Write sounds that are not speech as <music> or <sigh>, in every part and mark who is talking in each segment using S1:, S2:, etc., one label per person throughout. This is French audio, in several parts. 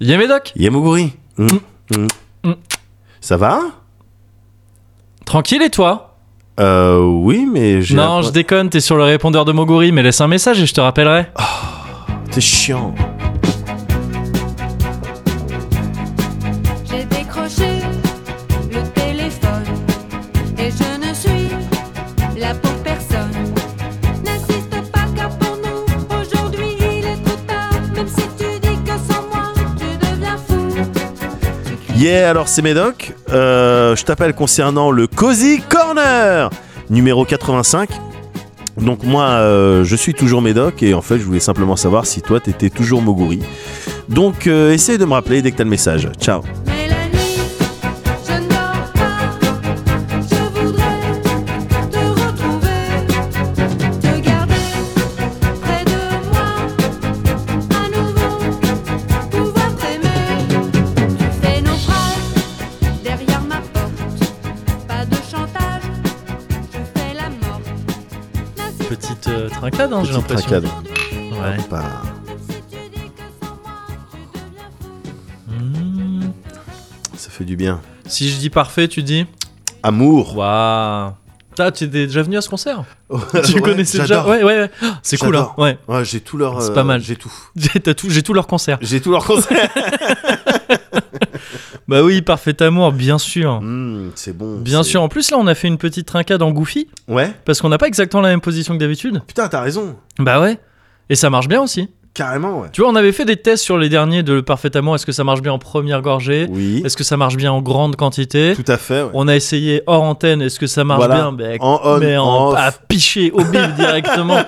S1: Yé Médoc
S2: Yamoguri. Mm. Mm.
S1: Mm.
S2: Ça va
S1: Tranquille et toi
S2: Euh, oui, mais j'ai.
S1: Non, je
S2: l'impression-
S1: déconne, t'es sur le répondeur de Moguri, mais laisse un message et je te rappellerai.
S2: Ah. T'es chiant.
S3: J'ai décroché le téléphone et je ne suis la pauvre personne. N'insiste pas car pour nous, aujourd'hui il est trop tard. Même si tu dis que sans moi, tu deviens fou. Tu cries
S2: Yeah, alors c'est Médoc. Euh, je t'appelle concernant le Cozy Corner numéro 85. Donc moi, euh, je suis toujours Médoc et en fait, je voulais simplement savoir si toi, t'étais toujours Moguri. Donc, euh, essaye de me rappeler dès que t'as le message. Ciao.
S3: Mais la nuit, je ne dors pas. Je voudrais te retrouver, te garder près de moi. À nouveau, pouvoir t'aimer. Tu fais naufrage derrière ma porte. Pas de chantage, je fais la morte.
S1: Petite euh, trincade, hein, j'ai
S2: Petite
S1: l'impression.
S2: trincade.
S1: Ouais.
S2: Bah,
S3: Même si tu dis que sans moi, tu deviens fou.
S1: Mmh.
S2: ça fait du bien.
S1: Si je dis parfait, tu dis
S2: Amour.
S1: Waouh Ah, tu étais déjà venu à ce concert Tu
S2: <laughs> Euh, Ouais,
S1: connaissais déjà
S2: j'adore.
S1: Ouais, ouais, ouais. Ah, C'est cool, hein.
S2: J'adore.
S1: Ouais.
S2: Ouais, j'ai tout leur.
S1: C'est
S2: euh,
S1: pas mal.
S2: J'ai tout.
S1: J'ai <laughs> t'as tout, j'ai tout leur concert.
S2: J'ai tout leur conseil.
S1: Bah oui, parfait amour, bien sûr.
S2: Hmm, c'est bon.
S1: Bien
S2: c'est-
S1: sûr. En plus, là, on a fait une petite trincade en goofy
S2: Ouais.
S1: parce qu'on n'a pas exactement la même position que d'habitude.
S2: Putain, t'as raison.
S1: Bah ouais. Et ça marche bien aussi.
S2: Carrément, ouais.
S1: Tu vois, on avait fait des tests sur les derniers de le parfait amour. Est-ce que ça marche bien en première gorgée
S2: Oui.
S1: Est-ce que ça marche bien en grande quantité
S2: Tout à fait. ouais.
S1: On a essayé hors antenne. Est-ce que ça marche
S2: Voilà.
S1: bien Ben,
S2: En on,
S1: mais en,
S2: en off,
S1: à picher au
S2: <laughs>
S1: bif directement.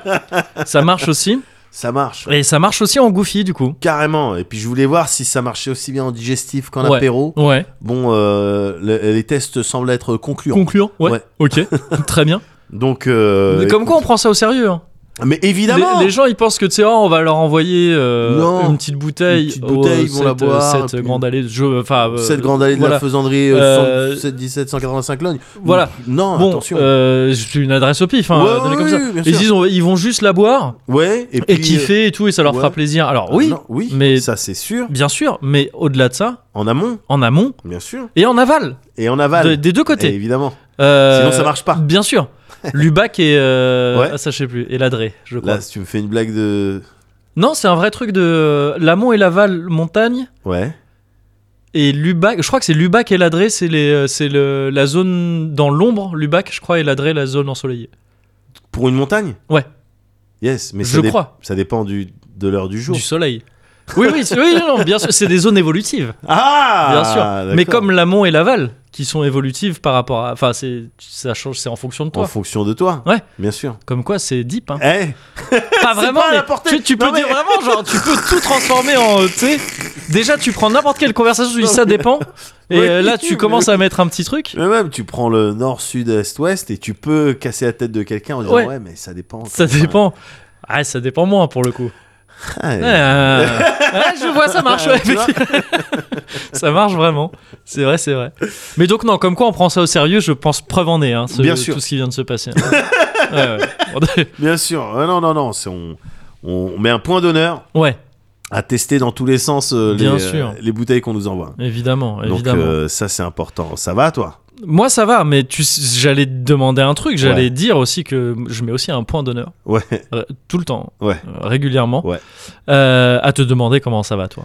S1: ça marche aussi.
S2: ça marche.
S1: Et ça marche aussi en goofy du coup.
S2: Carrément. Et puis je voulais voir si ça marchait aussi bien en digestif qu'en
S1: Ouais.
S2: apéro.
S1: Ouais.
S2: Bon, euh, le- les tests semblent être concluants.
S1: Concluant. Ouais.
S2: Ouais.
S1: Ok. <laughs> Très bien.
S2: Donc, euh,
S1: Mais Comme quoi, on prend ça au sérieux. hein.
S2: mais évidemment,
S1: les, les gens, ils pensent que tu sais, oh, on va leur envoyer euh,
S2: Non.
S1: une petite bouteille.
S2: Une petite bouteille, ils vont la
S1: cette, euh,
S2: boire,
S1: Cette
S2: puis-
S1: grande allée de jeu. Enfin. euh,
S2: cette grande allée de
S1: voilà.
S2: la faisanderie euh,
S1: Euh,
S2: 117, 1785 Logne.
S1: Voilà.
S2: Non,
S1: Bon,
S2: attention.
S1: euh, c'est une adresse au pif. hein,
S2: Ouais,
S1: donnez
S2: ouais,
S1: comme
S2: oui,
S1: ça.
S2: oui, bien
S1: Ils
S2: sûr.
S1: disent, on- ils vont juste la boire
S2: ouais. Et,
S1: et,
S2: puis,
S1: kiffer et tout, et ça leur
S2: ouais.
S1: fera plaisir. Alors
S2: euh,
S1: oui,
S2: non, oui.
S1: mais-
S2: ça c'est sûr.
S1: bien sûr, mais au-delà de ça,
S2: En amont,
S1: en amont
S2: bien sûr.
S1: et en aval,
S2: Et en
S1: de-
S2: aval.
S1: des deux côtés.
S2: Et évidemment.
S1: Euh,
S2: Sinon, ça marche pas.
S1: Bien
S2: <laughs>
S1: sûr. Lubac et euh,
S2: Ouais.
S1: ah, ça je sais plus et Ladré, je crois.
S2: Là, si tu me fais une blague de.
S1: Non, c'est un vrai truc de euh, l'amont et l'aval montagne
S2: Ouais.
S1: et Lubac. Je crois que c'est Lubac et Ladré, c'est les euh, c'est le la zone dans l'ombre Lubac, je crois, et Ladré la zone ensoleillée.
S2: Pour une montagne
S1: Ouais.
S2: Yes, mais
S1: Je
S2: ça dé-
S1: crois.
S2: Ça dépend du, de l'heure du jour.
S1: Du soleil. Oui, oui, c'est- oui, non, non, bien sûr, c'est des zones évolutives,
S2: Ah
S1: bien sûr. Mais
S2: d'accord.
S1: comme l'amont et l'aval, qui sont évolutives par rapport à, enfin, c'est ça change, c'est en fonction de
S2: En
S1: toi.
S2: fonction de toi.
S1: Ouais.
S2: Bien sûr.
S1: Comme quoi, c'est deep. Hein.
S2: Eh
S1: pas vraiment,
S2: pas à la
S1: mais
S2: portée.
S1: tu, tu peux
S2: Non, mais-
S1: dire vraiment, genre, tu peux tout transformer en, euh, tu sais, déjà tu prends n'importe quelle conversation, tu dis
S2: Non,
S1: ça dépend, et
S2: Oui,
S1: euh, là
S2: mais
S1: tu commences à mettre un petit truc,
S2: Mais même, tu prends le nord, sud, est, ouest et tu peux casser la tête de quelqu'un en disant
S1: Ouais.
S2: ouais. mais ça dépend.
S1: ça dépend. Ah, ça dépend moins pour le coup.
S2: Ah,
S1: Ouais, je vois, ça marche. ouais,
S2: <laughs> Tu vois
S1: effectivement. ça marche vraiment. C'est vrai, c'est vrai. Mais donc, non, comme quoi on prend ça au sérieux, je pense preuve en est, hein, ce-
S2: Bien sûr.
S1: tout ce qui vient de se passer. hein. Ouais, ouais.
S2: Bien sûr. Ah, non, non, non. c'est- On, on met un point d'honneur
S1: <laughs> Ouais,
S2: à tester dans tous les sens euh, les,
S1: Bien
S2: euh,
S1: sûr.
S2: les bouteilles qu'on nous envoie.
S1: évidemment, évidemment.
S2: Donc euh, ça c'est important. Ça va toi
S1: Moi, ça va, mais tu, j'allais te demander un truc. J'allais
S2: Ouais.
S1: dire aussi que je mets aussi un point d'honneur,
S2: Ouais.
S1: euh, tout le temps,
S2: Ouais.
S1: euh, régulièrement,
S2: Ouais.
S1: euh, à te demander comment ça va, toi.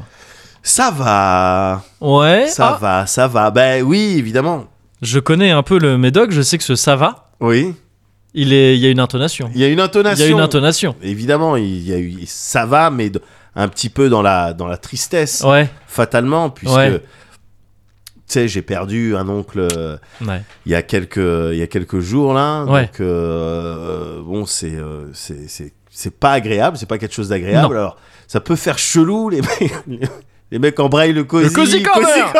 S2: Ça va.
S1: Ouais,
S2: Ça
S1: ah,
S2: va, ça va. Ben oui, évidemment.
S1: je connais un peu le médoc, je sais que ce ça va,
S2: Oui.
S1: il, est, il y a une intonation.
S2: Il y a une
S1: Il
S2: intonation.
S1: y a une intonation.
S2: Évidemment, il y a eu, ça va, mais d- un petit peu dans la, dans la tristesse,
S1: Ouais,
S2: fatalement, puisque,
S1: Oh. Ouais.
S2: tu sais, j'ai perdu un oncle euh,
S1: ouais.
S2: il y a quelques, il y a quelques jours, là.
S1: Ouais.
S2: Donc, euh, bon, c'est, euh, c'est, c'est, c'est pas agréable, c'est pas quelque chose d'agréable. Alors, ça peut faire chelou, les <laughs> mecs, les mecs en braille, le cosy,
S1: Le cosy corner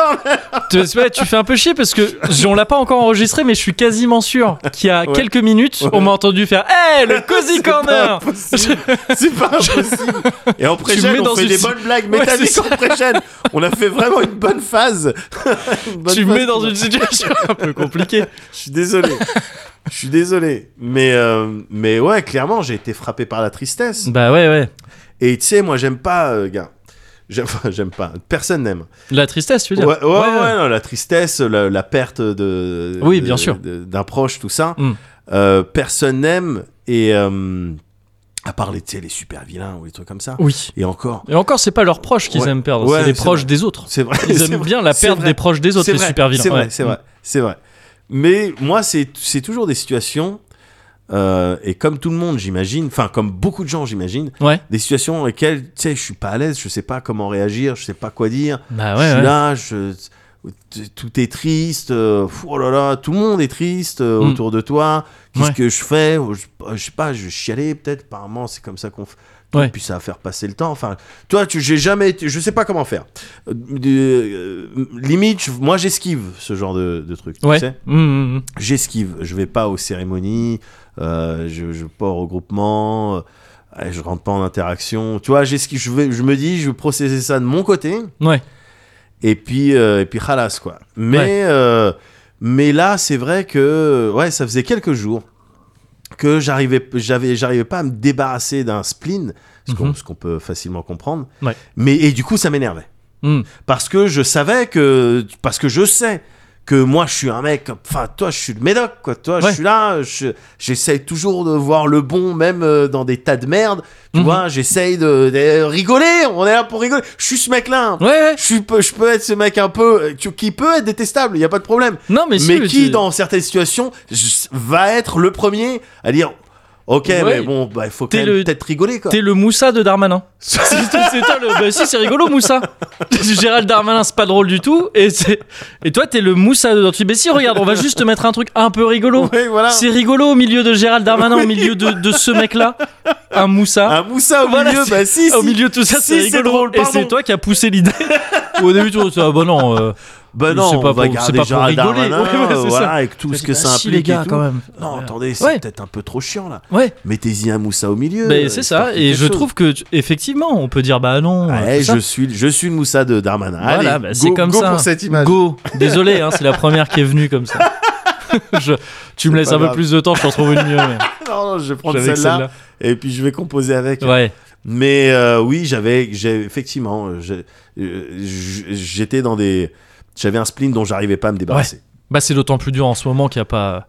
S1: Tu, ouais, tu fais un peu chier parce que j- on l'a pas encore enregistré, mais je suis quasiment sûr qu'il y a
S2: Ouais.
S1: quelques minutes, on m'a entendu faire Hey, le Cozy
S2: <laughs> C'est pas
S1: Corner
S2: impossible. C'est pas impossible. Et en
S1: mets
S2: pré-chaîne,
S1: dans
S2: on fait
S1: une
S2: des
S1: si-
S2: bonnes blagues
S1: Ouais,
S2: métalliques
S1: c'est
S2: en pré-chaîne. On a fait vraiment une bonne phase. <laughs> Une bonne
S1: Tu me
S2: phase.
S1: mets dans une situation un peu
S2: <laughs>
S1: compliquée.
S2: Je suis désolé. Je suis désolé. Mais, euh, mais ouais, clairement, j'ai été frappé par la tristesse.
S1: Bah ouais, ouais.
S2: Et tu sais, moi, j'aime pas, euh, gars. J'aime j'aime pas. Personne n'aime.
S1: La tristesse, tu veux
S2: Ouais,
S1: dire
S2: ouais, ouais, non, la tristesse, la, la perte de.
S1: Oui,
S2: de-
S1: bien sûr.
S2: de- D'un proche, tout ça.
S1: Mm.
S2: Euh, personne n'aime. Et. euh, à part les, tu sais, les super vilains ou les trucs comme ça.
S1: Oui.
S2: Et encore.
S1: Et encore, c'est pas leurs proches qu'ils
S2: Ouais.
S1: aiment perdre,
S2: Ouais,
S1: c'est les
S2: c'est
S1: proches
S2: vrai.
S1: des
S2: <laughs>
S1: autres.
S2: C'est vrai.
S1: Ils
S2: c'est
S1: aiment
S2: vrai,
S1: bien la
S2: c'est
S1: perte
S2: vrai.
S1: des proches des autres,
S2: C'est
S1: les
S2: vrai,
S1: super vilains.
S2: C'est
S1: ouais.
S2: vrai, c'est vrai, c'est vrai. Mais moi, c'est c'est toujours des situations, euh, et comme tout le monde, j'imagine, enfin, comme beaucoup de gens, j'imagine,
S1: Ouais.
S2: des situations dans lesquelles, tu sais, je suis pas à l'aise, je sais pas comment réagir, je sais pas quoi dire,
S1: Bah
S2: je
S1: ouais,
S2: suis
S1: ouais.
S2: là, je- t- tout est triste, euh, pff, oh là là, tout le monde est triste euh,
S1: Mm.
S2: autour de toi, qu'est-ce
S1: Ouais.
S2: que je fais Oh, je, je sais pas, je vais chialer peut-être, apparemment, c'est comme ça qu'on fait.
S1: Ouais.
S2: Puis ça va faire passer le temps. Enfin, toi, tu, j'ai jamais, été- je sais pas comment faire. Euh, de- euh, limite, je- moi, j'esquive ce genre de, de truc. tu
S1: Ouais.
S2: sais.
S1: Mmh, mmh, mmh.
S2: j'esquive. Je vais pas aux cérémonies, euh, je, je vais pas au regroupement, euh, euh, je rentre pas en interaction. Tu vois, j'esquive. Je, vais, je me dis, je vais processer ça de mon côté.
S1: hum. Ouais.
S2: Et puis, euh, et puis, halas quoi. Mais,
S1: Ouais.
S2: euh, mais là, c'est vrai que, ouais, ça faisait quelques jours que j'arrivais, j'avais, j'arrivais pas à me débarrasser d'un spleen, ce qu'on,
S1: Mhm.
S2: ce qu'on peut facilement comprendre.
S1: Ouais.
S2: Mais et du coup, ça m'énervait
S1: Mmh.
S2: parce que je savais que parce que je sais que moi je suis un mec enfin toi je suis le médoc quoi toi je
S1: Ouais.
S2: suis là je- j'essaie toujours de voir le bon même euh, dans des tas de merde tu
S1: Mhm.
S2: vois j'essaye de, de rigoler on est là pour rigoler je suis ce hein. mec là
S1: Ouais, ouais.
S2: je suis peu- je peux être ce mec un peu euh, tu- qui peut être détestable il y a pas de problème
S1: Non, mais, si,
S2: mais, qui
S1: tu-
S2: dans certaines situations je- va être le premier à dire OK
S1: Ouais.
S2: mais bon bah il faut quand
S1: T'es
S2: même
S1: le-
S2: peut-être rigoler quoi
S1: T'es le Moussa de
S2: <laughs>
S1: Darmanin. c'est c'est toi le. Bah si, c'est rigolo, Moussa. <laughs> Gérald Darmanin, c'est pas drôle du tout. Et, c'est- et toi, t'es le Moussa de. Tu dis, mais si, regarde, on va juste te mettre un truc un peu rigolo.
S2: Ouais, voilà
S1: C'est rigolo au milieu de Gérald Darmanin, au milieu de, de ce mec-là. Un Moussa.
S2: un moussa au
S1: Voilà,
S2: milieu
S1: c'est-
S2: bah si
S1: Au
S2: si.
S1: milieu de tout ça,
S2: Si,
S1: c'est
S2: c'est
S1: rigolo.
S2: drôle,
S1: et
S2: pardon.
S1: c'est toi qui as poussé l'idée.
S2: <laughs>
S1: Au début, tu te dis, ah bah non. euh,
S2: Ben
S1: Mais
S2: non,
S1: c'est pas
S2: on
S1: pour-
S2: va
S1: c'est
S2: garder
S1: pas pour
S2: Gérald
S1: rigoler.
S2: Darmanin,
S1: Ouais, ouais,
S2: euh,
S1: c'est
S2: voilà,
S1: ça.
S2: avec tout ce que
S1: Ah,
S2: ça implique
S1: si, les gars,
S2: et tout.
S1: quand même.
S2: Non,
S1: Ouais.
S2: attendez, c'est
S1: Ouais.
S2: peut-être un peu trop chiant là.
S1: Ouais.
S2: Mettez-y un moussa au milieu.
S1: Ben,
S2: euh,
S1: c'est
S2: histoire
S1: ça,
S2: qu'il y ait
S1: et
S2: quelque
S1: je
S2: chose.
S1: trouve que tu- effectivement, on peut dire bah non.
S2: Ah,
S1: euh,
S2: eh,
S1: tout ça.
S2: je suis, je suis le moussa de Darmanin.
S1: Voilà,
S2: Allez,
S1: bah,
S2: go-
S1: c'est comme
S2: go
S1: ça.
S2: pour cette image.
S1: Go. Désolé, hein, c'est la première qui est venue comme
S2: <laughs>
S1: ça. Je- tu me
S2: C'est
S1: laisses
S2: pas
S1: un peu
S2: grave.
S1: plus de temps, je t'en trouve une mieux.
S2: <laughs>
S1: mais
S2: Non, non, je vais prendre
S1: j'avais
S2: celle-là
S1: que
S2: et puis je vais composer avec.
S1: celle-là. Ouais.
S2: Mais euh, oui, j'avais, j'ai effectivement, euh, j'ai- euh, j'- j'étais dans des, j'avais un spleen dont j'arrivais pas à me débarrasser.
S1: Bah c'est d'autant plus dur en ce moment qu'il n'y a pas.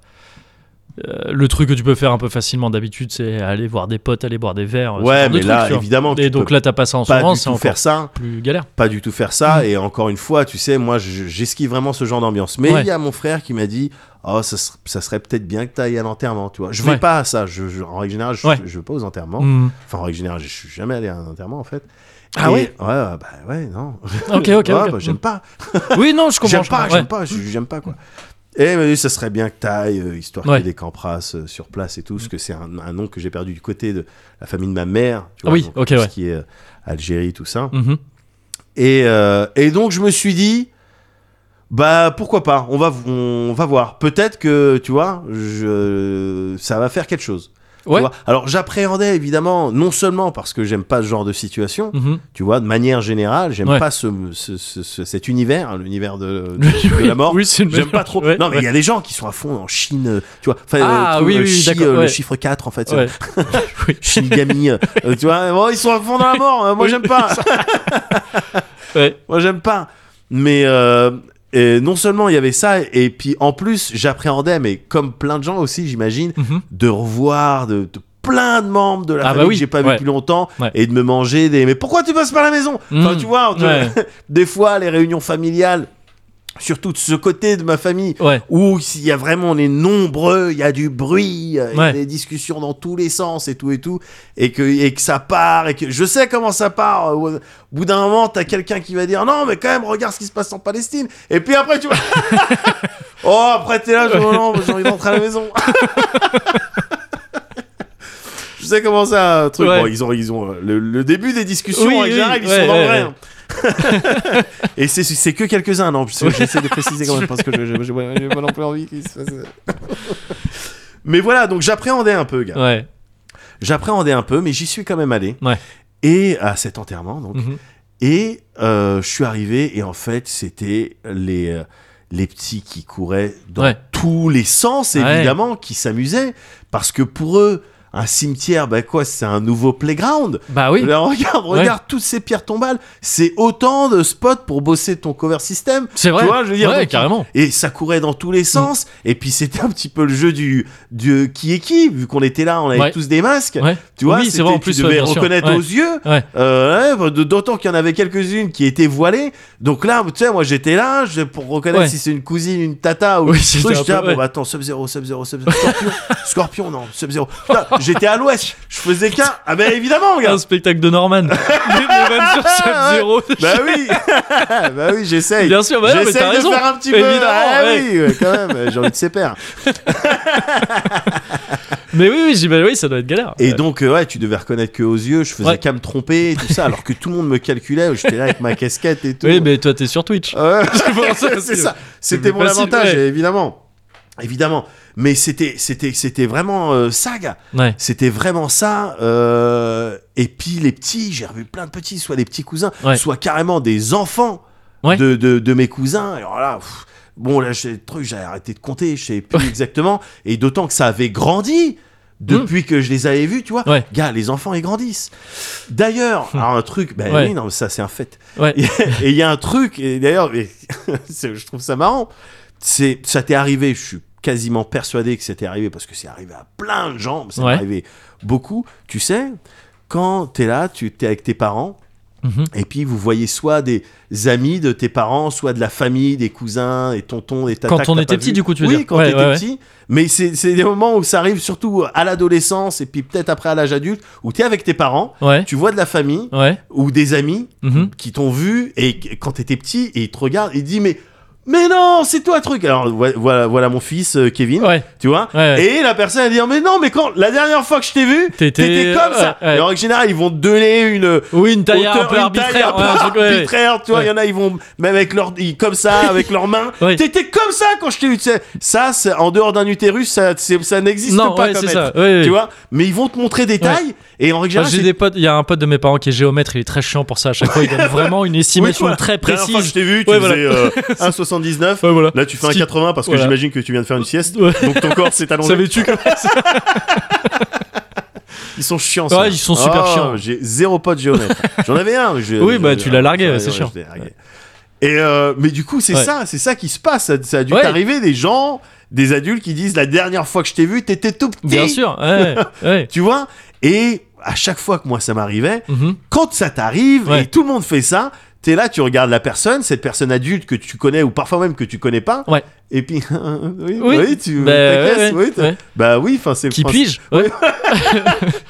S1: euh, le truc que tu peux faire un peu facilement d'habitude, c'est aller voir des potes, aller boire des verres. ce
S2: Ouais,
S1: genre de
S2: mais
S1: truc,
S2: là,
S1: tu vois.
S2: évidemment,
S1: Et
S2: tu
S1: donc
S2: peux
S1: là, t'as pas ça en ce
S2: pas
S1: moment,
S2: du
S1: c'est
S2: tout
S1: encore Mm.
S2: faire ça.
S1: plus galère.
S2: pas du tout faire ça. Et encore une fois, tu sais, moi, je- j'esquive vraiment ce genre d'ambiance. Mais il
S1: Ouais.
S2: y a mon frère qui m'a dit Oh, ça, ser- ça serait peut-être bien que tu ailles à l'enterrement, tu vois. Je vais
S1: Ouais.
S2: pas à ça. Je, je- en règle générale, je,
S1: Ouais.
S2: je vais pas aux enterrements.
S1: Mm.
S2: Enfin, en règle générale, je suis jamais allé à un enterrement, en fait.
S1: Ah
S2: Et-
S1: ouais
S2: Ouais, ouais, bah ouais, non.
S1: Ah, Ok, ok.
S2: <laughs> Ouais,
S1: ok.
S2: bah, j'aime pas.
S1: Oui, non, je comprends.
S2: J'aime
S1: je comprends,
S2: pas,
S1: ouais.
S2: j'aime pas, je- j'aime pas, quoi. Et il m'a dit, ça serait bien que t'ailles, euh, histoire
S1: Ouais. Mm.
S2: qu'il y ait des camprasses euh, sur place et tout, parce que c'est un, un nom que j'ai perdu du côté de la famille de ma mère. tu
S1: Ah oui,
S2: donc,
S1: ok,
S2: tout ce
S1: ouais.
S2: qui est euh, Algérie, tout ça.
S1: Mhm.
S2: Et, euh, et donc je me suis dit, bah pourquoi pas, on va, on va voir. Peut-être que, tu vois, je, ça va faire quelque chose. tu
S1: Ouais.
S2: vois. Alors j'appréhendais évidemment, non seulement parce que j'aime pas ce genre de situation,
S1: Mhm.
S2: tu vois, de manière générale, j'aime
S1: Ouais.
S2: pas ce, ce- ce- ce- cet univers, hein, l'univers de,
S1: Oui,
S2: de la mort.
S1: Oui, <laughs> c'est une
S2: J'aime
S1: manière-
S2: pas trop.
S1: ouais,
S2: non, mais il
S1: ouais.
S2: y a des gens qui sont à fond en Chine, euh, tu vois. Enfin,
S1: Ah,
S2: euh, tout
S1: oui,
S2: le
S1: oui,
S2: chi,
S1: d'accord,
S2: euh, le
S1: ouais.
S2: chiffre 4, en fait. euh,
S1: Ouais. Oui. <laughs>
S2: Shinigami, euh, euh, tu vois. Bon, ils sont à fond dans la mort, euh, moi
S1: Oui,
S2: j'aime pas.
S1: <laughs> Ouais.
S2: Moi, j'aime pas. Mais euh, et non seulement il y avait ça, et puis en plus, j'appréhendais, mais comme plein de gens aussi, j'imagine,
S1: Mhm.
S2: de revoir de, de plein de membres de la
S1: Ah, bah
S2: famille
S1: oui,
S2: que j'ai pas vu
S1: ouais.
S2: depuis longtemps,
S1: Ouais.
S2: et de me manger des. Mais pourquoi tu passes pas à la maison Enfin,
S1: Mhm.
S2: tu vois, on te-
S1: Ouais.
S2: <laughs> des fois, les réunions familiales, surtout de ce côté de ma famille,
S1: Ouais.
S2: où s'il y a vraiment, on est nombreux, il y a du bruit, euh, il y a
S1: Ouais.
S2: des discussions dans tous les sens et tout et tout, et que, et que ça part, et que je sais comment ça part. euh, Au bout d'un moment, t'as quelqu'un qui va dire non, mais quand même, regarde ce qui se passe en Palestine. Et puis
S1: <laughs>
S2: après, tu vois. oh, après, t'es là, je dis, oh non, j'ai envie d'entrer à
S1: <laughs>
S2: la maison. Je sais comment ça, un truc.
S1: Ouais.
S2: Bon, ils ont, ils ont euh, le, le début des discussions
S1: Oui,
S2: en
S1: oui,
S2: général, ils
S1: ouais,
S2: sont dans le
S1: ouais,
S2: vrai.
S1: ouais.
S2: hein. <laughs> Et c'est- c'est que quelques-uns, non je- J'essaie de préciser quand même parce que je- je- je- j'ai pas non plus envie qu'ils se fassent- Mais voilà, donc j'appréhendais un peu, gars.
S1: Ouais.
S2: J'appréhendais un peu, mais j'y suis quand même allé.
S1: Ouais.
S2: Et à cet enterrement, donc.
S1: Mhm.
S2: Et euh, je suis arrivé, et en fait, c'était les, euh, les petits qui couraient dans
S1: Ouais.
S2: tous les sens,
S1: Ouais.
S2: évidemment, qui s'amusaient, parce que pour eux, Un cimetière, bah quoi, c'est un nouveau playground.
S1: Bah oui.
S2: Là, regarde,
S1: Ouais.
S2: regarde toutes ces pierres tombales. C'est autant de spots pour bosser ton cover system.
S1: C'est vrai.
S2: Tu vois, je veux dire,
S1: ouais,
S2: donc,
S1: carrément.
S2: Et ça courait dans tous
S1: Mm.
S2: les sens. Et puis c'était un petit peu le jeu du, du qui est qui, vu qu'on était là, on avait
S1: Ouais.
S2: tous des masques.
S1: Ouais.
S2: Tu vois,
S1: Oui, c'est
S2: c'était-
S1: vrai, en
S2: tu
S1: plus,
S2: devais
S1: ouais, bien sûr.
S2: reconnaître
S1: Ouais.
S2: aux yeux.
S1: Ouais.
S2: Euh, ouais, d- D'autant qu'il y en avait quelques-unes qui étaient voilées. Donc là, tu sais, moi j'étais là je- pour reconnaître
S1: Ouais.
S2: si c'est une cousine, une tata ou
S1: Oui,
S2: quelque
S1: c'était
S2: chose.
S1: un
S2: J'étais
S1: peu-
S2: là, bon
S1: ouais.
S2: bah attends, Sub-Zero, Sub-Zero, Sub-Zero,
S1: <laughs>
S2: Scorpion, Scorpion, non, Sub-Zero. Putain, J'étais à l'ouest, je faisais qu'un. Ah ben évidemment, gars
S1: Un spectacle de Norman.
S2: <laughs>
S1: Les- les vannes sur Sub-Zero.
S2: Bah oui <laughs> Bah oui, j'essaye
S1: <laughs> Bien sûr, bah non, mais
S2: J'essaye
S1: t'as
S2: de
S1: raison.
S2: faire un petit peu.
S1: Évidemment,
S2: ah,
S1: ouais.
S2: oui, ouais, quand même, euh, j'ai envie de séparer.
S1: Mais oui, oui, j'imagine, oui, ça doit être galère.
S2: Et
S1: Ouais.
S2: donc, euh, ouais, tu devais reconnaître que aux yeux, je faisais
S1: Ouais.
S2: qu'à me tromper et tout ça, alors que tout le monde me calculait, j'étais là avec ma casquette et tout.
S1: Euh, Oui, mais toi, t'es sur Twitch.
S2: Ouais.
S1: <laughs> C'est pour
S2: <laughs>
S1: ça,
S2: c'est
S1: c'est-
S2: ça. C'était
S1: plus
S2: mon
S1: facile,
S2: avantage,
S1: ouais.
S2: évidemment. Évidemment. Mais c'était, c'était, c'était vraiment euh, ça, gars.
S1: Ouais.
S2: C'était vraiment ça. euh, Et puis les petits, j'ai revu plein de petits, soit des petits cousins,
S1: Ouais.
S2: soit carrément des enfants
S1: Ouais.
S2: de, de, de mes cousins. Et alors là, pff, bon, là, j'ai le truc, j'ai arrêté de compter, je sais plus exactement. Et d'autant que ça avait grandi depuis que je les avais vus, tu vois.
S1: Hmm. Ouais. Hmm.
S2: Gars, les enfants, ils grandissent. D'ailleurs, alors un truc, ben
S1: Ouais.
S2: oui, non, mais ça, c'est un fait.
S1: Ouais.
S2: Et <laughs> et il y a un truc, et d'ailleurs, mais c'est- je trouve ça marrant, c'est ça t'est arrivé, je suis quasiment persuadé que c'était arrivé parce que c'est arrivé à plein de gens, c'est
S1: Ouais.
S2: arrivé beaucoup. Tu sais, quand t'es là, tu t'es avec tes parents.
S1: Mhm.
S2: Et puis vous voyez soit des amis de tes parents, soit de la famille, des cousins, des tontons, des tatas.
S1: Quand
S2: que
S1: on
S2: t'as
S1: était
S2: pas
S1: petit,
S2: vu.
S1: du coup, tu veux
S2: oui,
S1: dire.
S2: quand
S1: Ouais,
S2: t'étais
S1: ouais, ouais.
S2: petit. Mais c'est c'est des moments où ça arrive surtout à l'adolescence et puis peut-être après à l'âge adulte où t'es avec tes parents,
S1: Ouais.
S2: tu vois de la famille
S1: Ouais.
S2: ou des amis
S1: Mhm.
S2: qui t'ont vu et qu- quand t'étais petit et ils te regardent, ils disent mais mais non c'est toi truc. Alors vo- voilà voilà mon fils euh, Kevin,
S1: Ouais.
S2: tu vois.
S1: Ouais, ouais.
S2: Et la personne a dit mais non mais quand la dernière fois que je t'ai vu
S1: T'étais- euh,
S2: t'étais comme ça.
S1: ouais, ouais.
S2: Et en règle générale ils vont te donner une
S1: Oui, une taille un
S2: hauteur,
S1: peu
S2: une taille
S1: arbitraire.
S2: un
S1: ouais,
S2: peu
S1: un truc, ouais, ouais.
S2: arbitraire, tu vois, il y en a ils vont même avec leur ils- comme ça
S1: <laughs>
S2: avec leurs mains.
S1: Ouais.
S2: T'étais comme ça quand je t'ai eu. tu sais. Ça c'est- en dehors d'un utérus ça c'est- ça n'existe
S1: Non,
S2: pas
S1: ouais,
S2: comme
S1: c'est ça.
S2: être.
S1: Ouais, ouais.
S2: Tu vois, mais ils vont te montrer des tailles et en règle
S1: Moi,
S2: générale
S1: j'ai
S2: c'est-
S1: des potes, il y a un pote de mes parents qui est géomètre, il est très chiant pour ça. À chaque fois, il <laughs> donne vraiment une
S2: Oui,
S1: estimation
S2: toi,
S1: très
S2: dernière fois que
S1: précise.
S2: je t'ai vu, tu
S1: Ouais,
S2: faisais
S1: voilà.
S2: euh,
S1: <laughs>
S2: 1,79.
S1: Ouais, voilà.
S2: Là, tu fais
S1: Ce
S2: un
S1: qui-
S2: 80 parce que
S1: Voilà.
S2: j'imagine que tu viens de faire une sieste.
S1: Ouais.
S2: Donc ton corps s'est allongé. <laughs>
S1: Savais-tu que
S2: Ils sont chiants.
S1: Ouais,
S2: ceux-là.
S1: ils sont super
S2: Oh,
S1: chiants.
S2: J'ai zéro pote géomètre. J'en avais un. j'ai-
S1: Oui,
S2: j'en
S1: bah,
S2: avais
S1: tu
S2: un.
S1: l'as largué, ouais, c'est
S2: Ouais,
S1: chiant.
S2: je l'ai largué. Et euh, mais du coup, c'est
S1: Ouais.
S2: ça, c'est ça qui se passe. Ça, ça a dû
S1: Ouais.
S2: t'arriver des gens, des adultes qui disent la dernière fois que je t'ai vu, t'étais tout petit.
S1: <laughs> Bien sûr, ouais, ouais.
S2: Tu vois Et à chaque fois que moi ça m'arrivait,
S1: Mhm.
S2: quand ça t'arrive
S1: Ouais.
S2: et tout le monde fait ça, t'es là, tu regardes la personne, cette personne adulte que tu connais ou parfois même que tu connais pas.
S1: Ouais.
S2: Et puis, <laughs> oui,
S1: Oui.
S2: oui, tu
S1: Bah, ouais,
S2: t'agaces,
S1: ouais,
S2: oui, t'as-
S1: ouais.
S2: bah oui, enfin c'est le
S1: Qui
S2: principe.
S1: pige ouais.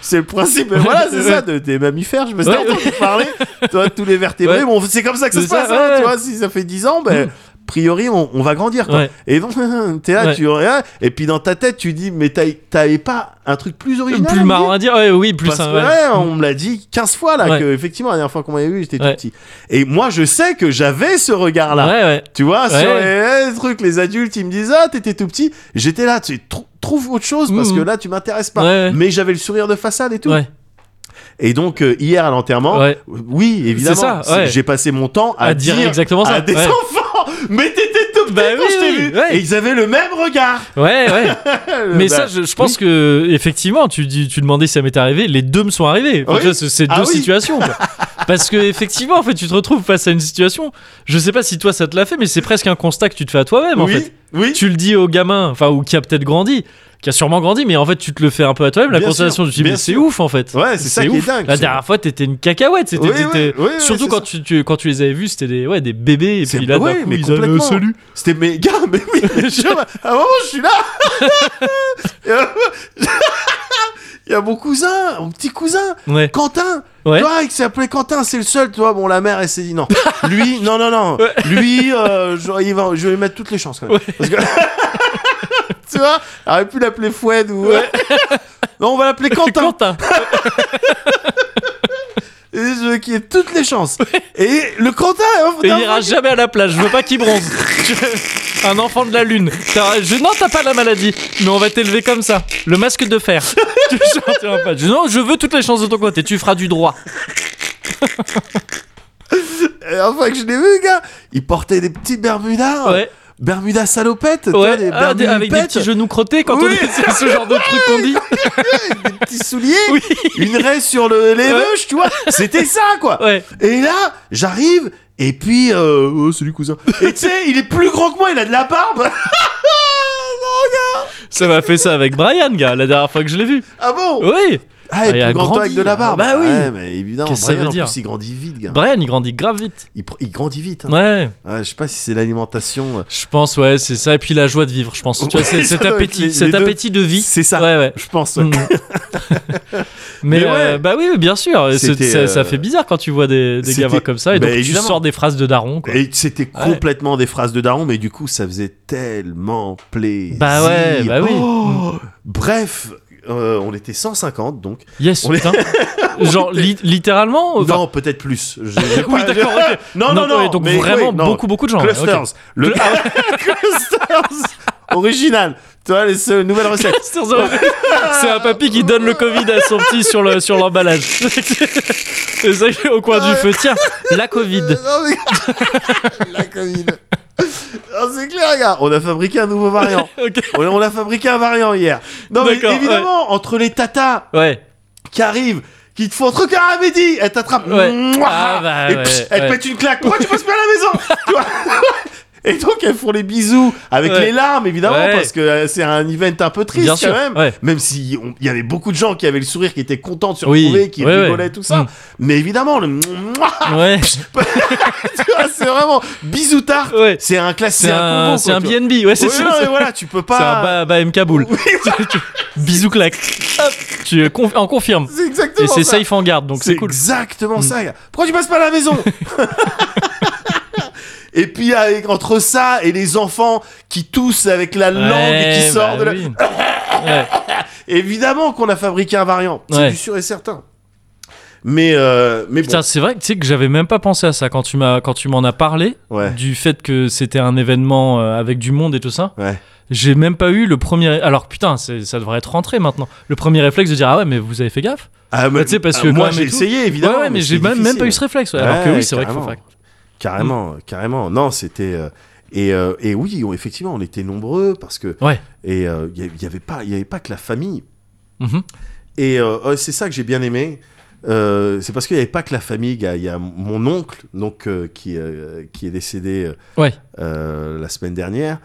S2: C'est le principe. Mais voilà, c'est ça, de, des mammifères. Je me suis
S1: Ouais.
S2: entendu parler. Toi, tous les vertébrés,
S1: Ouais.
S2: bon, c'est comme ça que ça
S1: C'est
S2: se passe.
S1: ça,
S2: hein,
S1: ouais.
S2: Tu vois, si ça fait 10 ans, ben. A priori, on, on va grandir. Quoi.
S1: Ouais.
S2: Et donc, <laughs> t'es là,
S1: Ouais.
S2: tu regardes, et puis dans ta tête, tu dis, mais t'as- t'avais pas un truc plus original à
S1: Plus
S2: me
S1: marrant à dire, ouais, oui, plus
S2: parce
S1: un.
S2: que,
S1: ouais. Mm.
S2: ouais, on me l'a dit 15 fois là
S1: Ouais.
S2: que effectivement la dernière fois qu'on m'avait vu j'étais
S1: Ouais.
S2: tout petit et moi je sais que j'avais ce regard là
S1: Ouais, ouais.
S2: tu vois
S1: Ouais.
S2: sur les, les trucs les adultes ils me disent ah t'étais tout petit j'étais là tu trou- trouves autre chose parce
S1: Mhm.
S2: que là tu m'intéresses pas
S1: Ouais, ouais.
S2: mais j'avais le sourire de façade et tout
S1: Ouais,
S2: et donc euh, hier à l'enterrement
S1: ouais.
S2: oui évidemment
S1: ça,
S2: c'est-
S1: ouais.
S2: j'ai passé mon temps à,
S1: À dire exactement ça,
S2: à des
S1: ouais.
S2: enfants <laughs> mais t'étais tout petit
S1: Bah
S2: quand je
S1: oui,
S2: t'ai vu
S1: ouais.
S2: et ils avaient le même regard
S1: Ouais, ouais.
S2: <laughs>
S1: Mais
S2: Bah,
S1: ça, je, je pense que effectivement, tu, dis- tu demandais si ça m'était arrivé, les deux me sont arrivés. Enfin,
S2: Oui.
S1: tu vois, c'est c'est deux
S2: Ah oui.
S1: situations.
S2: <laughs>
S1: quoi. Parce que effectivement, en fait, tu te retrouves face à une situation. Je sais pas si toi ça te l'a fait, mais c'est presque un constat que tu te fais à toi-même. En
S2: oui
S1: fait,
S2: oui
S1: tu le dis au gamin, enfin ou qui a peut-être grandi, qui a sûrement grandi, mais en fait, tu te le fais un peu à toi-même. La
S2: Bien
S1: constatation
S2: sûr,
S1: du film,
S2: bien
S1: mais c'est
S2: sûr.
S1: ouf en fait.
S2: Ouais, c'est ça qui est
S1: ouf.
S2: dingue,
S1: La
S2: c'est-
S1: dernière fois, t'étais une cacahuète. c'était-
S2: Oui, oui,
S1: t'étais-
S2: oui, oui,
S1: Surtout
S2: c'est
S1: quand
S2: ça.
S1: tu, tu- quand tu les avais vus, c'était des ouais des bébés. Et
S2: C'est-
S1: puis là, d'un
S2: ouais,
S1: coup,
S2: mais
S1: ils avaient
S2: complètement.
S1: salut.
S2: C'était mes gars, <laughs> mais oui, mais je- à un moment
S1: <laughs>
S2: je suis là. Et alors, <laughs> Il y a mon cousin, mon petit cousin,
S1: Ouais.
S2: Quentin.
S1: Ouais.
S2: Toi, qui s'appelait Quentin, c'est le seul, toi. Bon, la mère, elle s'est dit non. Lui, non, non, non.
S1: Ouais.
S2: Lui, euh, je, il va- je vais lui mettre toutes les chances quand même. Parce que- <laughs> tu vois, elle aurait pu l'appeler Foued ou. <laughs> non, on va l'appeler Quentin.
S1: Quentin.
S2: Et je qui ai toutes les chances. Et le Quentin, hein,
S1: Et il
S2: d'un-
S1: ira jamais à la plage, je veux pas qu'il
S2: <laughs>
S1: bronze. Je- Un enfant de la lune. T'as- je- non, t'as pas la maladie, mais on va t'élever comme ça. Le masque de fer. <laughs> Tu sortiras pas. Je- non, je veux toutes les chances de ton côté, tu feras du droit.
S2: Et la dernière fois que je l'ai vu, gars, il portait des petits Bermudas.
S1: Ouais.
S2: Bermuda salopette toi,
S1: Ouais,
S2: les
S1: ah, des- avec des
S2: bermupettes,
S1: petits genoux crottés quand
S2: Oui.
S1: on c'est ce genre
S2: <laughs>
S1: de truc qu'on dit.
S2: des petits souliers,
S1: <laughs> Oui.
S2: une raie sur le, les
S1: Ouais.
S2: veuches, tu vois. C'était ça, quoi.
S1: Ouais.
S2: Et là, j'arrive, et puis, euh, oh, salut cousin. Et tu sais, il est plus grand que moi, il a de la barbe. Non, regarde.
S1: Ça m'a fait ça avec Brian, gars, la dernière fois que je l'ai vu.
S2: Ah bon
S1: Oui.
S2: Ah, il
S1: il
S2: est
S1: a
S2: plus grand que toi avec
S1: grandi.
S2: de la barbe.
S1: Bah oui.
S2: Ouais, mais évidemment,
S1: Qu'est-ce que ça
S2: Brian,
S1: veut dire
S2: en plus, il grandit vite, gars.
S1: Brian, il grandit grave vite.
S2: Il, pr- il grandit vite. hein.
S1: Ouais.
S2: Ah, je sais pas si c'est l'alimentation. euh,
S1: Je pense, ouais, c'est ça. Et puis la joie de vivre, je pense. Tu vois,
S2: Ouais,
S1: c'est- cet
S2: ça doit être les-
S1: appétit,
S2: les
S1: cet
S2: deux.
S1: appétit de vie.
S2: C'est ça.
S1: Ouais, ouais.
S2: Je pense.
S1: Mm.
S2: <laughs>
S1: mais
S2: Mais
S1: euh,
S2: ouais.
S1: bah oui, bien sûr. Et c'est-
S2: C'était,
S1: ça, ça
S2: euh,
S1: fait bizarre quand tu vois des, des
S2: c'était-
S1: gars comme ça et
S2: bah,
S1: donc tu
S2: évidemment.
S1: sors des phrases de daron. Quoi.
S2: Et c'était complètement des phrases de daron, mais du coup, ça faisait tellement plaisir.
S1: Bah ouais, bah oui.
S2: Oh Bref, euh, on était 150 donc.
S1: Yes,
S2: <laughs> On est-
S1: putain. Genre li- littéralement. Oh, enfin-
S2: non, peut-être plus.
S1: <laughs>
S2: Je- j'ai
S1: Oui,
S2: pas-
S1: d'accord, ok.
S2: Non, non, non.
S1: ouais, donc
S2: mais
S1: vraiment
S2: oui, non.
S1: beaucoup, beaucoup de gens. ouais, ok.
S2: Clusters. Le ah
S1: Cl-
S2: <laughs> Clusters original. Tu vois, les euh, ce- nouvelle recette.
S1: Clusters of- <laughs> C'est un papy qui donne le Covid à son petit sur le sur l'emballage. <laughs> C'est ça qui est au coin du feu. Tiens, la
S2: <laughs>
S1: Covid.
S2: Non, mais- <laughs> La Covid. Non, c'est clair, gars. On a fabriqué un nouveau variant.
S1: Ok.
S2: On a, on a fabriqué un variant hier. Non, mais
S1: D'accord, ouais.
S2: évidemment, entre les tatas
S1: Ouais.
S2: qui arrivent, qui te font un truc à midi, elle t'attrape,
S1: Ouais.
S2: Mouah
S1: Ah bah
S2: et
S1: ouais,
S2: pss, elle te
S1: ouais.
S2: pète une claque. Pourquoi tu passes pas à la maison
S1: <laughs>
S2: Tu vois Et donc elles font les bisous avec
S1: Ouais.
S2: les larmes évidemment
S1: Ouais.
S2: parce que euh, c'est un event un peu triste
S1: Bien
S2: quand
S1: sûr,
S2: même.
S1: ouais.
S2: Même si on- il y avait beaucoup de gens qui avaient le sourire, qui étaient contents de se
S1: Oui,
S2: retrouver, qui
S1: ouais,
S2: rigolaient
S1: ouais.
S2: tout ça.
S1: Mm.
S2: Mais évidemment le mouah <laughs>
S1: Ouais.
S2: tu vois, c'est vraiment bisous tard.
S1: Ouais.
S2: C'est un classique,
S1: C'est un, c'est un BNB. Ouais, c'est
S2: Oui,
S1: sûr.
S2: non,
S1: c'est- <laughs>
S2: mais voilà, tu peux
S1: C'est un
S2: pas.
S1: ba- BAM Kaboul. <laughs> Bisous claque. Hop, tu conf- en confirmes.
S2: C'est exactement
S1: Et c'est
S2: ça.
S1: safe en garde, donc c'est cool. Mm.
S2: exactement ça. gars. Pourquoi tu passes pas à
S1: <laughs>
S2: la maison Et puis avec, entre ça et les enfants qui toussent avec la langue et qui
S1: Ouais,
S2: sort de
S1: bah
S2: la...
S1: oui. Ouais.
S2: Évidemment qu'on a fabriqué un variant, c'est
S1: Ouais.
S2: du sûr et certain. Mais euh, mais
S1: Putain,
S2: bon.
S1: c'est vrai que tu sais que j'avais même pas pensé à ça quand tu m'as quand tu m'en as parlé
S2: Ouais.
S1: du fait que c'était un événement euh, avec du monde et tout ça.
S2: Ouais.
S1: J'ai même pas eu le premier alors putain, c'est- ça devrait être rentré maintenant. Le premier réflexe de dire ah ouais, mais vous avez fait gaffe.
S2: Ah, mais-
S1: bah, tu sais, parce
S2: ah,
S1: que
S2: moi
S1: quand même
S2: j'ai
S1: et tout-
S2: essayé évidemment.
S1: ouais, ouais, mais j'ai
S2: c'est
S1: même, même pas eu Mm.
S2: difficile.
S1: ce réflexe. ouais. Alors que
S2: Ouais,
S1: oui, c'est vrai qu'il faut faire.
S2: carrément. Carrément, carrément. Non, c'était. euh, et, euh, et oui, on- effectivement, on était nombreux parce que.
S1: Ouais.
S2: Et euh, il y a- il y avait pas, il y avait pas que la famille.
S1: Mhm.
S2: Et euh, euh, c'est ça que j'ai bien aimé. Euh, c'est parce qu'il n'y avait pas que la famille. gars. Il y, a mon oncle, donc euh, qui, euh, qui est décédé euh,
S1: Ouais.
S2: euh, la semaine dernière.